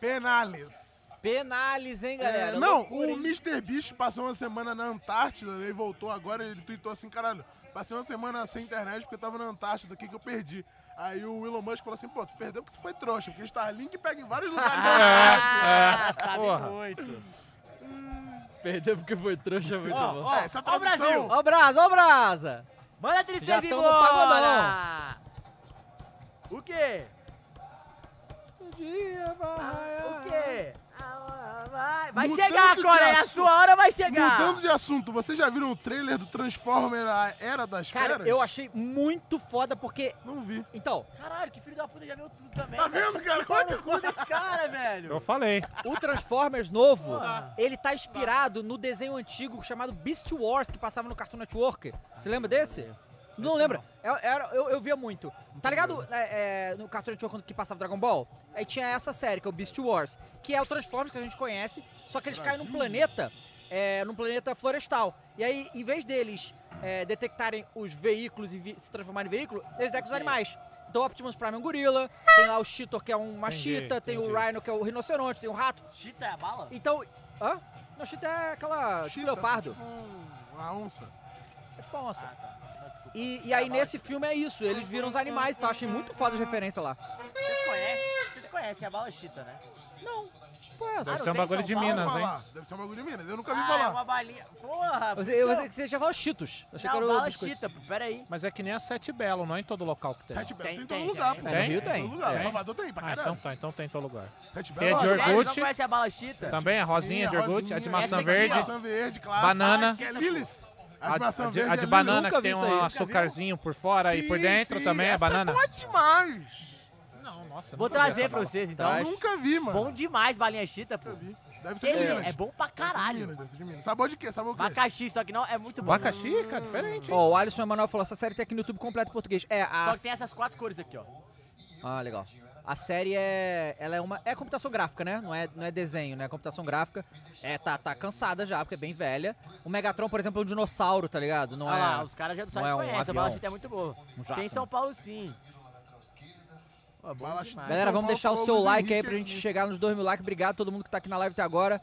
[SPEAKER 3] Penales.
[SPEAKER 1] Penales, hein, galera?
[SPEAKER 3] É, não,
[SPEAKER 1] Loucura,
[SPEAKER 3] o
[SPEAKER 1] hein?
[SPEAKER 3] Mr. Beast passou uma semana na Antártida, ele voltou agora, ele tweetou assim, caralho, passei uma semana sem internet porque eu tava na Antártida, o que que eu perdi? Aí o Elon Musk falou assim, pô, tu perdeu porque você foi trouxa, porque o Starlink pega em vários lugares.
[SPEAKER 1] É, é,
[SPEAKER 3] Sabe
[SPEAKER 1] porra.
[SPEAKER 3] muito. Hum,
[SPEAKER 5] Perdeu porque foi trouxa, é muito
[SPEAKER 1] Ó,
[SPEAKER 5] bom.
[SPEAKER 1] ó,
[SPEAKER 3] É, essa
[SPEAKER 1] ó o
[SPEAKER 3] tradução-
[SPEAKER 1] Brasil! Ó o Brasa, ó o Brasa!
[SPEAKER 4] Manda a
[SPEAKER 1] Já
[SPEAKER 4] tristeza
[SPEAKER 1] tamo no
[SPEAKER 4] embora! O quê?
[SPEAKER 1] Ah, O Ah, dia
[SPEAKER 4] O quê? Vai, vai
[SPEAKER 3] Mudando
[SPEAKER 4] chegar,
[SPEAKER 3] de
[SPEAKER 1] é
[SPEAKER 4] Coreia, a
[SPEAKER 3] assunto-
[SPEAKER 4] sua hora vai chegar!
[SPEAKER 3] Mudando de assunto, vocês já viram o trailer do Transformer A Era das
[SPEAKER 1] Cara,
[SPEAKER 3] Feras?
[SPEAKER 1] eu achei muito foda porque.
[SPEAKER 3] Não vi.
[SPEAKER 1] Então.
[SPEAKER 4] Caralho, que filho da puta já viu tudo também.
[SPEAKER 3] Tá vendo, cara?
[SPEAKER 4] Qual o cu desse cara, velho?
[SPEAKER 7] Eu falei.
[SPEAKER 1] O Transformers novo,
[SPEAKER 4] Ah.
[SPEAKER 1] ele tá inspirado no desenho antigo chamado Beast Wars, que passava no Cartoon Network. Você lembra desse?
[SPEAKER 4] é
[SPEAKER 1] Não lembra? Eu, era- eu, eu via muito. Tá ligado é, é, no Cartoon Network quando que passava Dragon Ball? Aí tinha essa série, que é o Beast Wars, que é o Transformers que a gente conhece, só que eles caem num planeta, é, num planeta florestal. E aí, em vez deles é, detectarem os veículos e vi- se transformarem em veículo, eles detectam os animais. Então, o Optimus Prime é um gorila, tem lá o Cheetor,
[SPEAKER 4] um
[SPEAKER 1] que é uma
[SPEAKER 4] Entendi,
[SPEAKER 1] chita, tem o
[SPEAKER 4] entendi.
[SPEAKER 1] Rhino, que é o rinoceronte, tem o rato.
[SPEAKER 4] Chita é a bala?
[SPEAKER 1] Então. Hã? Não, chita é aquela. Chita, leopardo.
[SPEAKER 3] Tá Uma onça.
[SPEAKER 1] É tipo uma onça.
[SPEAKER 4] Ah, tá.
[SPEAKER 1] E, e aí nesse filme é isso, eles viram os animais e tal, achei muito foda as referências lá.
[SPEAKER 4] Vocês conhecem, vocês conhecem a bala chita, né?
[SPEAKER 1] Não.
[SPEAKER 3] Deve
[SPEAKER 1] ser um bagulho de Minas,
[SPEAKER 3] falar.
[SPEAKER 1] hein?
[SPEAKER 3] Deve ser um bagulho de Minas, eu nunca vi
[SPEAKER 4] ah,
[SPEAKER 3] falar.
[SPEAKER 4] É uma balinha. Porra!
[SPEAKER 1] Você, você, você já falou Cheetos. Achei
[SPEAKER 4] Não,
[SPEAKER 1] que era o
[SPEAKER 4] bala
[SPEAKER 1] biscoito.
[SPEAKER 4] chita, pô, peraí.
[SPEAKER 7] Mas é que nem a Sete Belo, não é em todo local que tem.
[SPEAKER 3] Sete Belo tem,
[SPEAKER 4] Tem,
[SPEAKER 3] em todo
[SPEAKER 4] tem,
[SPEAKER 3] lugar,
[SPEAKER 4] tem.
[SPEAKER 3] pô.
[SPEAKER 4] É.
[SPEAKER 1] É
[SPEAKER 7] Tem?
[SPEAKER 3] Em todo lugar.
[SPEAKER 7] Tem?
[SPEAKER 3] Salvador tem, pra
[SPEAKER 7] Ah,
[SPEAKER 3] caralho.
[SPEAKER 7] então tá, então tem em todo lugar. Tem
[SPEAKER 3] Sete
[SPEAKER 7] a de
[SPEAKER 3] Belo, Sério?
[SPEAKER 7] iogurte.
[SPEAKER 4] Não conhece a bala chita?
[SPEAKER 7] Também a rosinha, de
[SPEAKER 3] Rosinha,
[SPEAKER 7] iogurte, a de
[SPEAKER 3] rosinha.
[SPEAKER 7] maçã
[SPEAKER 3] Essa aqui,
[SPEAKER 7] verde.
[SPEAKER 3] ó. Maçã verde, clássica.
[SPEAKER 7] Banana.
[SPEAKER 3] Que é Lilith.
[SPEAKER 7] A,
[SPEAKER 3] A de maçã
[SPEAKER 7] a de,
[SPEAKER 3] verde
[SPEAKER 7] a de
[SPEAKER 3] é Lilith.
[SPEAKER 7] banana,
[SPEAKER 3] Nunca
[SPEAKER 7] que
[SPEAKER 3] vi
[SPEAKER 7] tem
[SPEAKER 3] isso aí.
[SPEAKER 7] um
[SPEAKER 3] Nunca
[SPEAKER 7] açucarzinho por fora e por
[SPEAKER 3] Sim,
[SPEAKER 7] dernho. dentro
[SPEAKER 3] sim,
[SPEAKER 7] também, a
[SPEAKER 3] essa
[SPEAKER 7] banana.
[SPEAKER 3] É boa demais.
[SPEAKER 7] Não, nossa.
[SPEAKER 4] Vou trazer pra vocês então.
[SPEAKER 3] Eu nunca vi, mano.
[SPEAKER 4] Bom demais balinha chita, pô.
[SPEAKER 3] Deve
[SPEAKER 4] Que
[SPEAKER 3] ser de
[SPEAKER 4] é-
[SPEAKER 3] Minas.
[SPEAKER 4] É bom pra caralho.
[SPEAKER 3] Sabor de quê? Sabor o quê?
[SPEAKER 4] Abacaxi, só que não é muito bom.
[SPEAKER 7] Abacaxi, cara, diferente.
[SPEAKER 1] Ó, o Alisson Emanuel falou, essa série tem aqui no YouTube completo em português. É,
[SPEAKER 4] Só
[SPEAKER 1] a...
[SPEAKER 4] que tem essas quatro cores aqui, ó.
[SPEAKER 1] Ah, legal. A série é... Ela é uma... É computação gráfica, né? Não é, não é desenho, né? É computação gráfica. É, tá, tá cansada já, porque é bem velha. O Megatron, por exemplo, é um dinossauro, tá ligado? Não
[SPEAKER 4] Olha
[SPEAKER 1] é...
[SPEAKER 4] Ah lá, os caras já do
[SPEAKER 1] não
[SPEAKER 4] site
[SPEAKER 1] é um
[SPEAKER 4] conhecem. a
[SPEAKER 1] avião.
[SPEAKER 4] bala chita é muito boa.
[SPEAKER 1] Um jato,
[SPEAKER 4] tem em São Paulo sim. Ó, bom
[SPEAKER 3] Bala
[SPEAKER 4] demais.
[SPEAKER 3] Chita.
[SPEAKER 1] Galera, vamos deixar o seu
[SPEAKER 3] Luiz
[SPEAKER 1] like aí
[SPEAKER 3] Henrique
[SPEAKER 1] pra gente chegar nos 2 mil likes. Obrigado a todo mundo que tá aqui na live até agora.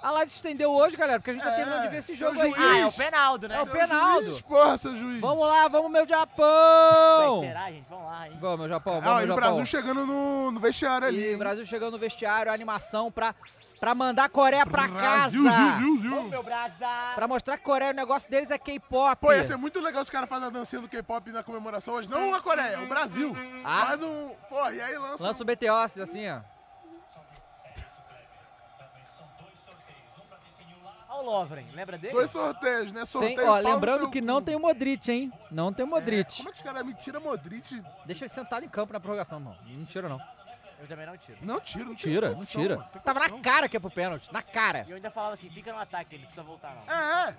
[SPEAKER 1] A live se estendeu hoje, galera, porque a gente tá
[SPEAKER 3] É,
[SPEAKER 1] terminando de ver esse
[SPEAKER 3] seu
[SPEAKER 1] jogo aí.
[SPEAKER 3] juiz. Ah, é o
[SPEAKER 4] Penaldo, né?
[SPEAKER 1] É o
[SPEAKER 4] Seu
[SPEAKER 1] Penaldo.
[SPEAKER 3] juiz, porra, seu juiz.
[SPEAKER 1] Vamos lá, vamos, meu Japão.
[SPEAKER 4] Ué, será, gente? Vamos lá, hein?
[SPEAKER 1] Vamos, meu Japão, vamos,
[SPEAKER 3] Ah,
[SPEAKER 1] meu
[SPEAKER 3] e o
[SPEAKER 1] Japão.
[SPEAKER 3] Brasil chegando no, no vestiário ali.
[SPEAKER 1] E
[SPEAKER 3] hein?
[SPEAKER 1] o Brasil chegando no vestiário, a animação pra, pra mandar a Coreia pra
[SPEAKER 3] Brasil,
[SPEAKER 1] casa.
[SPEAKER 3] Brasil, Brasil. Vamos,
[SPEAKER 4] meu brasa!
[SPEAKER 1] Pra mostrar que a Coreia, o negócio deles é K-pop.
[SPEAKER 3] Pô, ia ser muito legal se os caras fazem a dancinha do K-pop na comemoração hoje. Não a Coreia, o Brasil.
[SPEAKER 1] Ah.
[SPEAKER 3] Faz um. Porra, e aí lança. um
[SPEAKER 1] Lança o BTOS, assim, ó.
[SPEAKER 4] Olha o Lovren, lembra dele?
[SPEAKER 3] Dois sorteios, né? Sorteio.
[SPEAKER 1] Sem, ó,
[SPEAKER 3] pau no
[SPEAKER 1] lembrando
[SPEAKER 3] teu
[SPEAKER 1] que
[SPEAKER 3] cu.
[SPEAKER 1] não tem o Modric, hein? Não tem o
[SPEAKER 3] É,
[SPEAKER 1] Modric.
[SPEAKER 3] como é que os caras me tiram Modric?
[SPEAKER 1] Deixa ele sentado em campo na prorrogação, não. Não tira, não.
[SPEAKER 4] Eu também não tiro.
[SPEAKER 3] Não tiro, não
[SPEAKER 1] Tira, não
[SPEAKER 3] condição,
[SPEAKER 1] tira.
[SPEAKER 3] mano, tem
[SPEAKER 1] Tava na
[SPEAKER 3] condição.
[SPEAKER 1] cara que é pro pênalti, na cara.
[SPEAKER 4] E eu ainda falava assim, fica no ataque, ele não precisa voltar não.
[SPEAKER 3] É, é.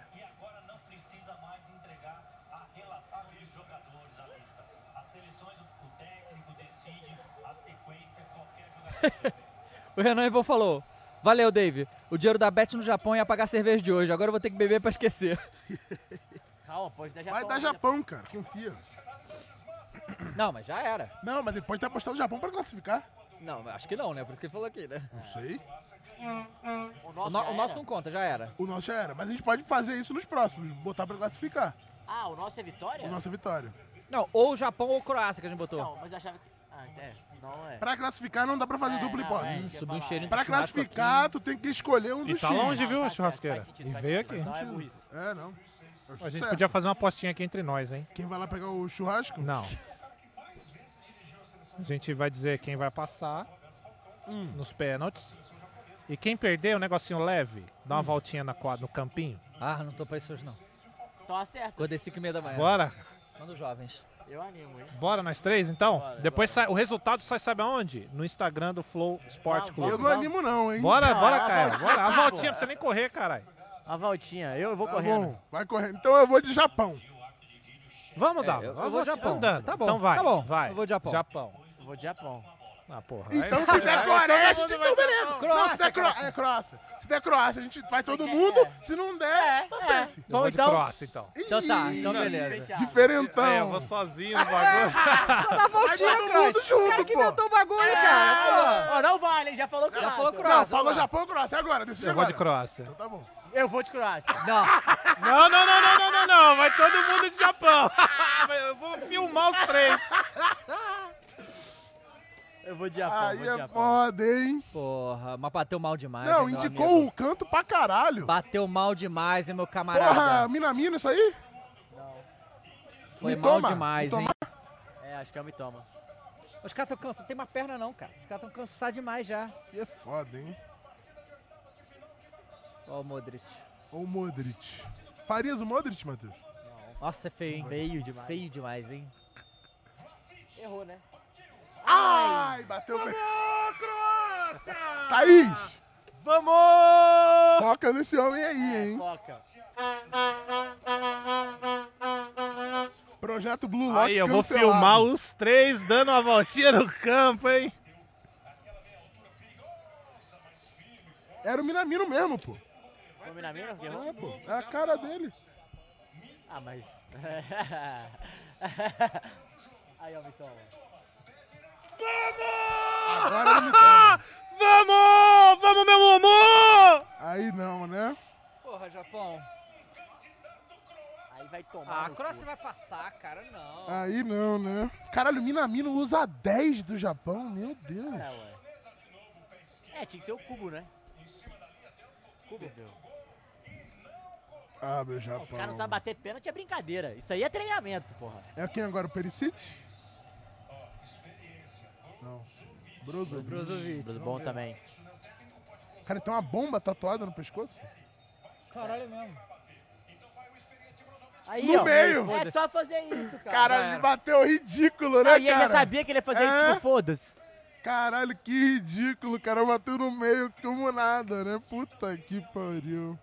[SPEAKER 1] O Renan Ivon falou: Valeu, Dave. O dinheiro da Bet no Japão ia pagar a cerveja de hoje. Agora eu vou ter que beber pra esquecer.
[SPEAKER 4] Calma, pode dar Japão.
[SPEAKER 3] Vai dar
[SPEAKER 4] ainda.
[SPEAKER 3] Japão, cara. Confia.
[SPEAKER 1] Não, mas já era.
[SPEAKER 3] Não, mas ele pode ter apostado o Japão pra classificar.
[SPEAKER 1] Não, acho que não, né? Por isso que ele falou aqui, né?
[SPEAKER 3] Não sei.
[SPEAKER 4] O
[SPEAKER 1] O,
[SPEAKER 4] nosso,
[SPEAKER 1] no-
[SPEAKER 4] já
[SPEAKER 1] o nosso
[SPEAKER 4] era?
[SPEAKER 1] não conta, já era.
[SPEAKER 3] O nosso já era. Mas a gente pode fazer isso nos próximos. Botar pra classificar.
[SPEAKER 4] Ah, o nosso é vitória?
[SPEAKER 3] O nosso é vitória.
[SPEAKER 1] Não, ou Japão ou Croácia que a gente botou.
[SPEAKER 4] Não, mas eu achava que... Ah, é, não é.
[SPEAKER 3] Pra classificar não dá pra fazer
[SPEAKER 4] É,
[SPEAKER 3] dupla
[SPEAKER 4] não, é, isso
[SPEAKER 1] Hum,
[SPEAKER 3] hipótese.
[SPEAKER 4] que eu
[SPEAKER 7] né?
[SPEAKER 4] ia Subiu um falar, cheirinho é. de
[SPEAKER 3] Pra
[SPEAKER 4] churrasco
[SPEAKER 3] classificar, tu tem que escolher um
[SPEAKER 7] E
[SPEAKER 3] dos
[SPEAKER 7] tá
[SPEAKER 3] times.
[SPEAKER 7] longe, viu, a churrasqueira?
[SPEAKER 4] sentido,
[SPEAKER 7] E
[SPEAKER 3] tá
[SPEAKER 4] faz
[SPEAKER 7] veio
[SPEAKER 4] sentido,
[SPEAKER 7] aqui.
[SPEAKER 4] mas não é burrice.
[SPEAKER 3] É, não.
[SPEAKER 7] A gente
[SPEAKER 3] Certo.
[SPEAKER 7] podia fazer uma apostinha aqui entre nós, hein?
[SPEAKER 3] Quem vai lá pegar o churrasco?
[SPEAKER 7] Não. A gente vai dizer quem vai passar
[SPEAKER 3] Hum.
[SPEAKER 7] nos pênaltis. E quem perder, um negocinho leve, dá uma
[SPEAKER 3] Hum.
[SPEAKER 7] voltinha na quadra, no campinho.
[SPEAKER 1] Ah, não tô pra isso hoje, não.
[SPEAKER 4] Então acerta.
[SPEAKER 1] Acordei 5 e meia da manhã.
[SPEAKER 7] Bora?
[SPEAKER 1] Manda os jovens.
[SPEAKER 4] Eu animo, hein?
[SPEAKER 7] Bora nós três, então?
[SPEAKER 4] Bora,
[SPEAKER 7] Depois sai- o resultado sai, sabe aonde? No Instagram do Flow Sport
[SPEAKER 4] Vamos,
[SPEAKER 7] Club.
[SPEAKER 4] vamos, Eu não vamos. animo
[SPEAKER 3] não, hein?
[SPEAKER 7] Bora,
[SPEAKER 4] Ah, Não,
[SPEAKER 7] bora,
[SPEAKER 4] é uma
[SPEAKER 7] cara.
[SPEAKER 4] voltinha,
[SPEAKER 7] Bora. A
[SPEAKER 4] pô.
[SPEAKER 7] voltinha pra você nem correr, caralho.
[SPEAKER 4] A voltinha, eu vou né?
[SPEAKER 3] Tá
[SPEAKER 4] correndo.
[SPEAKER 3] bom, vai correndo. Então eu vou de Japão.
[SPEAKER 7] Vamos,
[SPEAKER 4] É,
[SPEAKER 7] Dava.
[SPEAKER 4] eu- eu
[SPEAKER 7] Vamos
[SPEAKER 4] vou de
[SPEAKER 3] É,
[SPEAKER 7] Japão.
[SPEAKER 4] Japão.
[SPEAKER 7] andando.
[SPEAKER 4] Tá bom,
[SPEAKER 7] então vai.
[SPEAKER 4] tá bom.
[SPEAKER 7] Vai.
[SPEAKER 4] Eu vou de Japão.
[SPEAKER 7] Japão.
[SPEAKER 4] Vou de Japão.
[SPEAKER 8] Ah, porra. aí-
[SPEAKER 3] Então, se der Coreia, a gente
[SPEAKER 8] Todo mundo vai-
[SPEAKER 3] então beleza. não, se
[SPEAKER 8] Croácia,
[SPEAKER 3] der Croácia, é Croácia. Se der Croácia, a gente vai todo mundo. Se não der, tá safe.
[SPEAKER 8] Eu vou de Croácia, então.
[SPEAKER 1] Então tá, então beleza.
[SPEAKER 3] Diferentão.
[SPEAKER 8] É, eu vou sozinho no bagulho.
[SPEAKER 1] Só
[SPEAKER 4] tá
[SPEAKER 1] dá voltinha,
[SPEAKER 3] todo
[SPEAKER 1] Cross.
[SPEAKER 3] mundo junto,
[SPEAKER 1] cara que
[SPEAKER 3] pô.
[SPEAKER 1] inventou o bagulho,
[SPEAKER 3] É,
[SPEAKER 1] cara.
[SPEAKER 4] Ó, não vale, ele já falou
[SPEAKER 1] Já
[SPEAKER 4] Croácia.
[SPEAKER 1] falou
[SPEAKER 3] Não,
[SPEAKER 1] Croácia.
[SPEAKER 3] falou Japão ou Croácia? É Agora, decide
[SPEAKER 8] Eu vou
[SPEAKER 3] agora.
[SPEAKER 8] de Croácia.
[SPEAKER 3] Tá bom.
[SPEAKER 4] Eu vou de Croácia.
[SPEAKER 1] Não.
[SPEAKER 8] Não, não, não, não, não, não, não. Vai todo mundo de Japão. Eu vou filmar os três.
[SPEAKER 4] Eu vou de
[SPEAKER 1] Japão,
[SPEAKER 3] Aí
[SPEAKER 1] vou de
[SPEAKER 3] é
[SPEAKER 1] Japão.
[SPEAKER 3] foda, hein?
[SPEAKER 1] Porra, mas bateu mal demais.
[SPEAKER 3] Não,
[SPEAKER 1] hein, meu
[SPEAKER 3] indicou
[SPEAKER 1] amigo.
[SPEAKER 3] o canto pra caralho.
[SPEAKER 1] Bateu mal demais, hein, meu camarada.
[SPEAKER 3] Porra, Minamino, isso aí?
[SPEAKER 1] Foi
[SPEAKER 3] me
[SPEAKER 1] mal
[SPEAKER 3] toma,
[SPEAKER 1] demais,
[SPEAKER 3] me
[SPEAKER 1] hein.
[SPEAKER 4] É, acho que é o Mitoma.
[SPEAKER 1] Os caras tão cansados. Não tem uma perna, não, cara. Os caras tão cansados demais já.
[SPEAKER 3] E é foda, hein?
[SPEAKER 1] Ó o Modric.
[SPEAKER 3] Ó o Modric. Farias o Modric, Matheus?
[SPEAKER 1] Nossa, é feio, hein?
[SPEAKER 4] Feio demais.
[SPEAKER 1] Feio demais, hein?
[SPEAKER 4] Errou, né?
[SPEAKER 3] Ai, bateu bem.
[SPEAKER 4] Croácia!
[SPEAKER 3] Thaís!
[SPEAKER 8] Vamos!
[SPEAKER 3] Foca nesse homem aí,
[SPEAKER 8] É,
[SPEAKER 3] hein?
[SPEAKER 4] Foca.
[SPEAKER 3] Projeto Blue Lock
[SPEAKER 8] Aí, eu vou
[SPEAKER 3] cancelado.
[SPEAKER 8] filmar os três dando uma voltinha no campo, hein?
[SPEAKER 3] Era o Minamino mesmo, pô.
[SPEAKER 4] Foi o Minamino?
[SPEAKER 3] É, pô. É a cara dele.
[SPEAKER 4] Ah, mas. Aí, ó, Vitão.
[SPEAKER 3] Agora ele me toma.
[SPEAKER 8] Vamos! Vamos, meu amor!
[SPEAKER 3] Aí não, né?
[SPEAKER 1] Porra, Japão.
[SPEAKER 4] Aí vai
[SPEAKER 1] tomar. Ah, a Croácia vai passar, cara. Não.
[SPEAKER 3] Aí não, né? Caralho, o Minamino usa 10 do Japão, meu Deus.
[SPEAKER 4] É, ué. É, tinha que ser o cubo, né? Cubo.
[SPEAKER 3] Ah, meu
[SPEAKER 4] Não,
[SPEAKER 3] Japão.
[SPEAKER 4] Os caras não sabem bater pênalti, é brincadeira. Isso aí é treinamento, porra.
[SPEAKER 3] É quem agora, o Perisic? Não. Brozovic.
[SPEAKER 4] Brozovic. Brozo- bom também.
[SPEAKER 3] Cara, tem uma bomba tatuada no pescoço?
[SPEAKER 1] Caralho é mesmo.
[SPEAKER 4] Aí,
[SPEAKER 3] No
[SPEAKER 4] ó,
[SPEAKER 3] meio.
[SPEAKER 4] É só fazer isso, cara.
[SPEAKER 3] Caralho, ele bateu ridículo, né,
[SPEAKER 4] Não, e ele
[SPEAKER 3] cara? É?
[SPEAKER 4] já sabia que ele ia fazer isso, tipo, foda-se.
[SPEAKER 3] Caralho, que ridículo, cara. Bateu no meio como nada, né? Puta que pariu.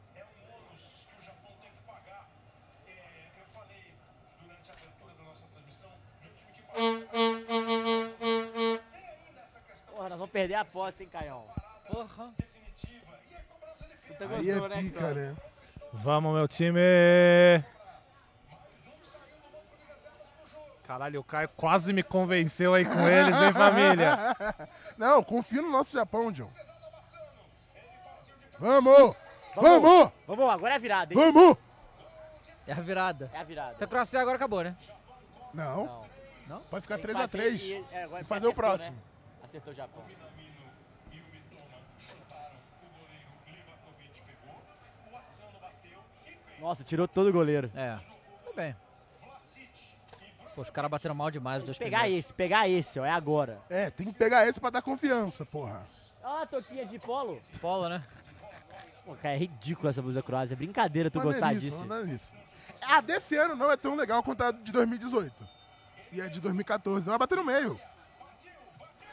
[SPEAKER 4] Porra, nós vamos perder a aposta, hein, Caião.
[SPEAKER 1] Porra.
[SPEAKER 4] Tu tá
[SPEAKER 3] Aí
[SPEAKER 4] gostando,
[SPEAKER 3] é
[SPEAKER 4] né,
[SPEAKER 3] pica,
[SPEAKER 4] cara?
[SPEAKER 3] né?
[SPEAKER 8] Vamos, meu time! Caralho, o Caio quase me convenceu aí com eles, hein, família?
[SPEAKER 3] Não, confio no nosso Japão, John. Vamos! Vamos!
[SPEAKER 4] Vamos, agora é a virada, hein?
[SPEAKER 3] Vamos!
[SPEAKER 1] É a virada.
[SPEAKER 4] É a virada.
[SPEAKER 1] Se a Croácia agora acabou, né?
[SPEAKER 3] Não.
[SPEAKER 1] Não?
[SPEAKER 3] Vai ficar
[SPEAKER 4] Tem que
[SPEAKER 3] 3 a
[SPEAKER 4] fazer
[SPEAKER 3] 3
[SPEAKER 4] e- é, agora
[SPEAKER 3] E
[SPEAKER 4] que
[SPEAKER 3] fazer o
[SPEAKER 4] acertou, né?
[SPEAKER 3] próximo.
[SPEAKER 4] Acertou o Japão. Nossa, tirou todo o goleiro.
[SPEAKER 1] É. Tudo bem. Pô, os caras bateram mal demais os dois
[SPEAKER 4] Pegar
[SPEAKER 1] primeiros.
[SPEAKER 4] esse, pegar esse, ó, é agora.
[SPEAKER 3] É, tem que pegar esse pra dar confiança, porra.
[SPEAKER 4] Ó, a toquinha Ah, de polo.
[SPEAKER 1] Polo, né?
[SPEAKER 4] Pô, cara, é ridículo essa blusa croata. É brincadeira tu gostar disso.
[SPEAKER 3] Maneiríssimo. A desse ano não é tão legal quanto a de 2018. E a de 2014. Vai bater no meio.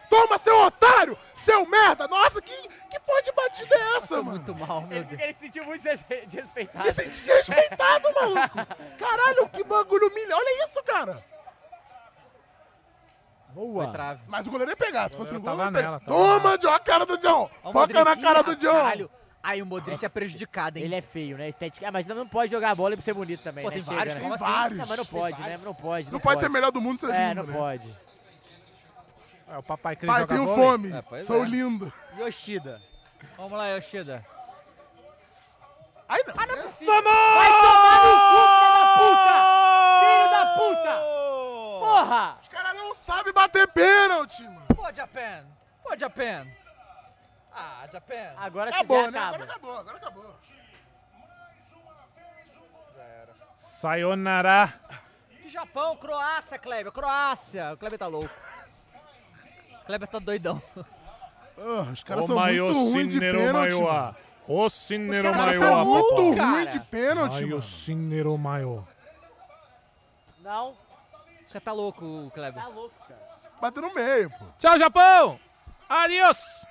[SPEAKER 3] Toma, seu otário! Seu merda! Nossa, que, que porra de batida é essa, mano?
[SPEAKER 1] muito mal, meu
[SPEAKER 4] Porque ele se sentiu muito des- desrespeitado.
[SPEAKER 3] Me senti respeitado, maluco! Caralho, que bagulho milha! Olha isso, cara!
[SPEAKER 4] Boa!
[SPEAKER 1] Foi trave.
[SPEAKER 3] Mas o goleiro ia pegar. Se fosse no gol,
[SPEAKER 1] tava
[SPEAKER 3] ele ia pegar.
[SPEAKER 1] tá nela, tava
[SPEAKER 3] Toma,
[SPEAKER 1] nela.
[SPEAKER 3] John! A cara do John!
[SPEAKER 1] Ó o
[SPEAKER 3] Foca na
[SPEAKER 1] Modric.
[SPEAKER 3] cara do
[SPEAKER 1] Ih,
[SPEAKER 3] John!
[SPEAKER 1] Caralho. Aí o Modric é prejudicado, hein?
[SPEAKER 4] Ele é feio, né? Estética. Ah, mas não pode jogar a bola e ser bonito também,
[SPEAKER 1] Pô,
[SPEAKER 4] né?
[SPEAKER 1] tem
[SPEAKER 4] Chega,
[SPEAKER 1] vários,
[SPEAKER 4] né?
[SPEAKER 1] como Tem assim? vários.
[SPEAKER 4] Não, mas não
[SPEAKER 1] Tem
[SPEAKER 4] pode, né?
[SPEAKER 1] vários.
[SPEAKER 4] Não pode.
[SPEAKER 3] Não pode ser melhor do mundo ser
[SPEAKER 4] É,
[SPEAKER 3] lindo,
[SPEAKER 4] não
[SPEAKER 3] né?
[SPEAKER 4] pode.
[SPEAKER 8] É, o papai que
[SPEAKER 3] Pai,
[SPEAKER 8] joga
[SPEAKER 3] tenho
[SPEAKER 8] vôlei.
[SPEAKER 3] fome.
[SPEAKER 8] É, pois
[SPEAKER 3] Sou
[SPEAKER 8] é.
[SPEAKER 3] lindo.
[SPEAKER 1] Yoshida. Vamos lá, Yoshida.
[SPEAKER 3] Ai, não. Ah, não é
[SPEAKER 4] Vai tomar no cu, filho da puta! Filho da puta! Porra!
[SPEAKER 3] Os caras não sabem bater pênalti, mano.
[SPEAKER 1] Pô, Japan. Pô, Japan. Ah, Japan.
[SPEAKER 4] Agora
[SPEAKER 3] Acabou,
[SPEAKER 4] se quiser,
[SPEAKER 3] né?
[SPEAKER 4] acaba.
[SPEAKER 3] Agora acabou, agora acabou.
[SPEAKER 8] Sayonara.
[SPEAKER 1] Que Japão, Croácia, Kleber. Croácia. O Kleber tá louco. O Kleber tá doidão.
[SPEAKER 3] os caras são muito ruins de pênalti. mano.
[SPEAKER 8] O Cinero
[SPEAKER 3] Os
[SPEAKER 8] Maior.
[SPEAKER 3] caras são muito
[SPEAKER 8] papai.
[SPEAKER 3] ruins de pênalti,
[SPEAKER 8] Ai, o
[SPEAKER 3] mano.
[SPEAKER 8] Cinero Maior.
[SPEAKER 4] Não.
[SPEAKER 1] Você tá louco, o Kleber.
[SPEAKER 4] Tá louco, cara.
[SPEAKER 3] Bateu no meio, pô.
[SPEAKER 8] Tchau, Japão! Adiós!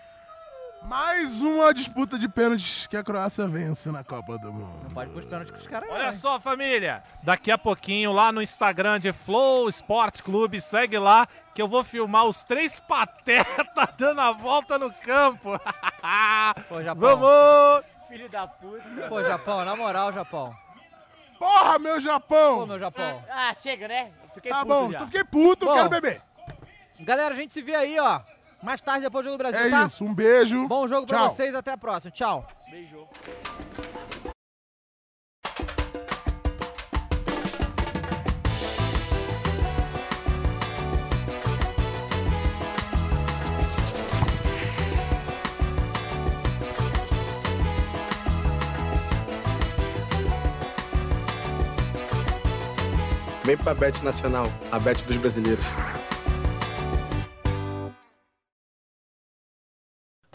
[SPEAKER 3] Mais uma disputa de pênaltis que a Croácia vence na Copa do Mundo. Não
[SPEAKER 1] pode pôr os pênaltis com os caras.
[SPEAKER 3] é.
[SPEAKER 7] Olha só, família. Daqui a pouquinho, lá no Instagram de Flow Sport Clube, segue lá que eu vou filmar os três patetas dando a volta no campo.
[SPEAKER 1] Pô, Japão.
[SPEAKER 7] Vamos!
[SPEAKER 4] Filho da puta.
[SPEAKER 1] Pô, Japão, na moral, Japão.
[SPEAKER 3] Porra, meu Japão!
[SPEAKER 1] Pô, meu Japão.
[SPEAKER 4] Ah, chega, né? Eu Fiquei
[SPEAKER 3] tá
[SPEAKER 4] puto
[SPEAKER 3] bom,
[SPEAKER 4] já.
[SPEAKER 3] tu fiquei puto,
[SPEAKER 1] Bom,
[SPEAKER 3] quero beber.
[SPEAKER 1] Galera, a gente se vê aí, ó. Mais tarde, depois do Jogo do Brasil,
[SPEAKER 3] É
[SPEAKER 1] tá?
[SPEAKER 3] isso, um beijo.
[SPEAKER 1] Bom jogo pra
[SPEAKER 3] Tchau.
[SPEAKER 1] vocês, até a próxima. Tchau.
[SPEAKER 4] Beijo.
[SPEAKER 12] Vem pra Bet Nacional, a Bet dos brasileiros.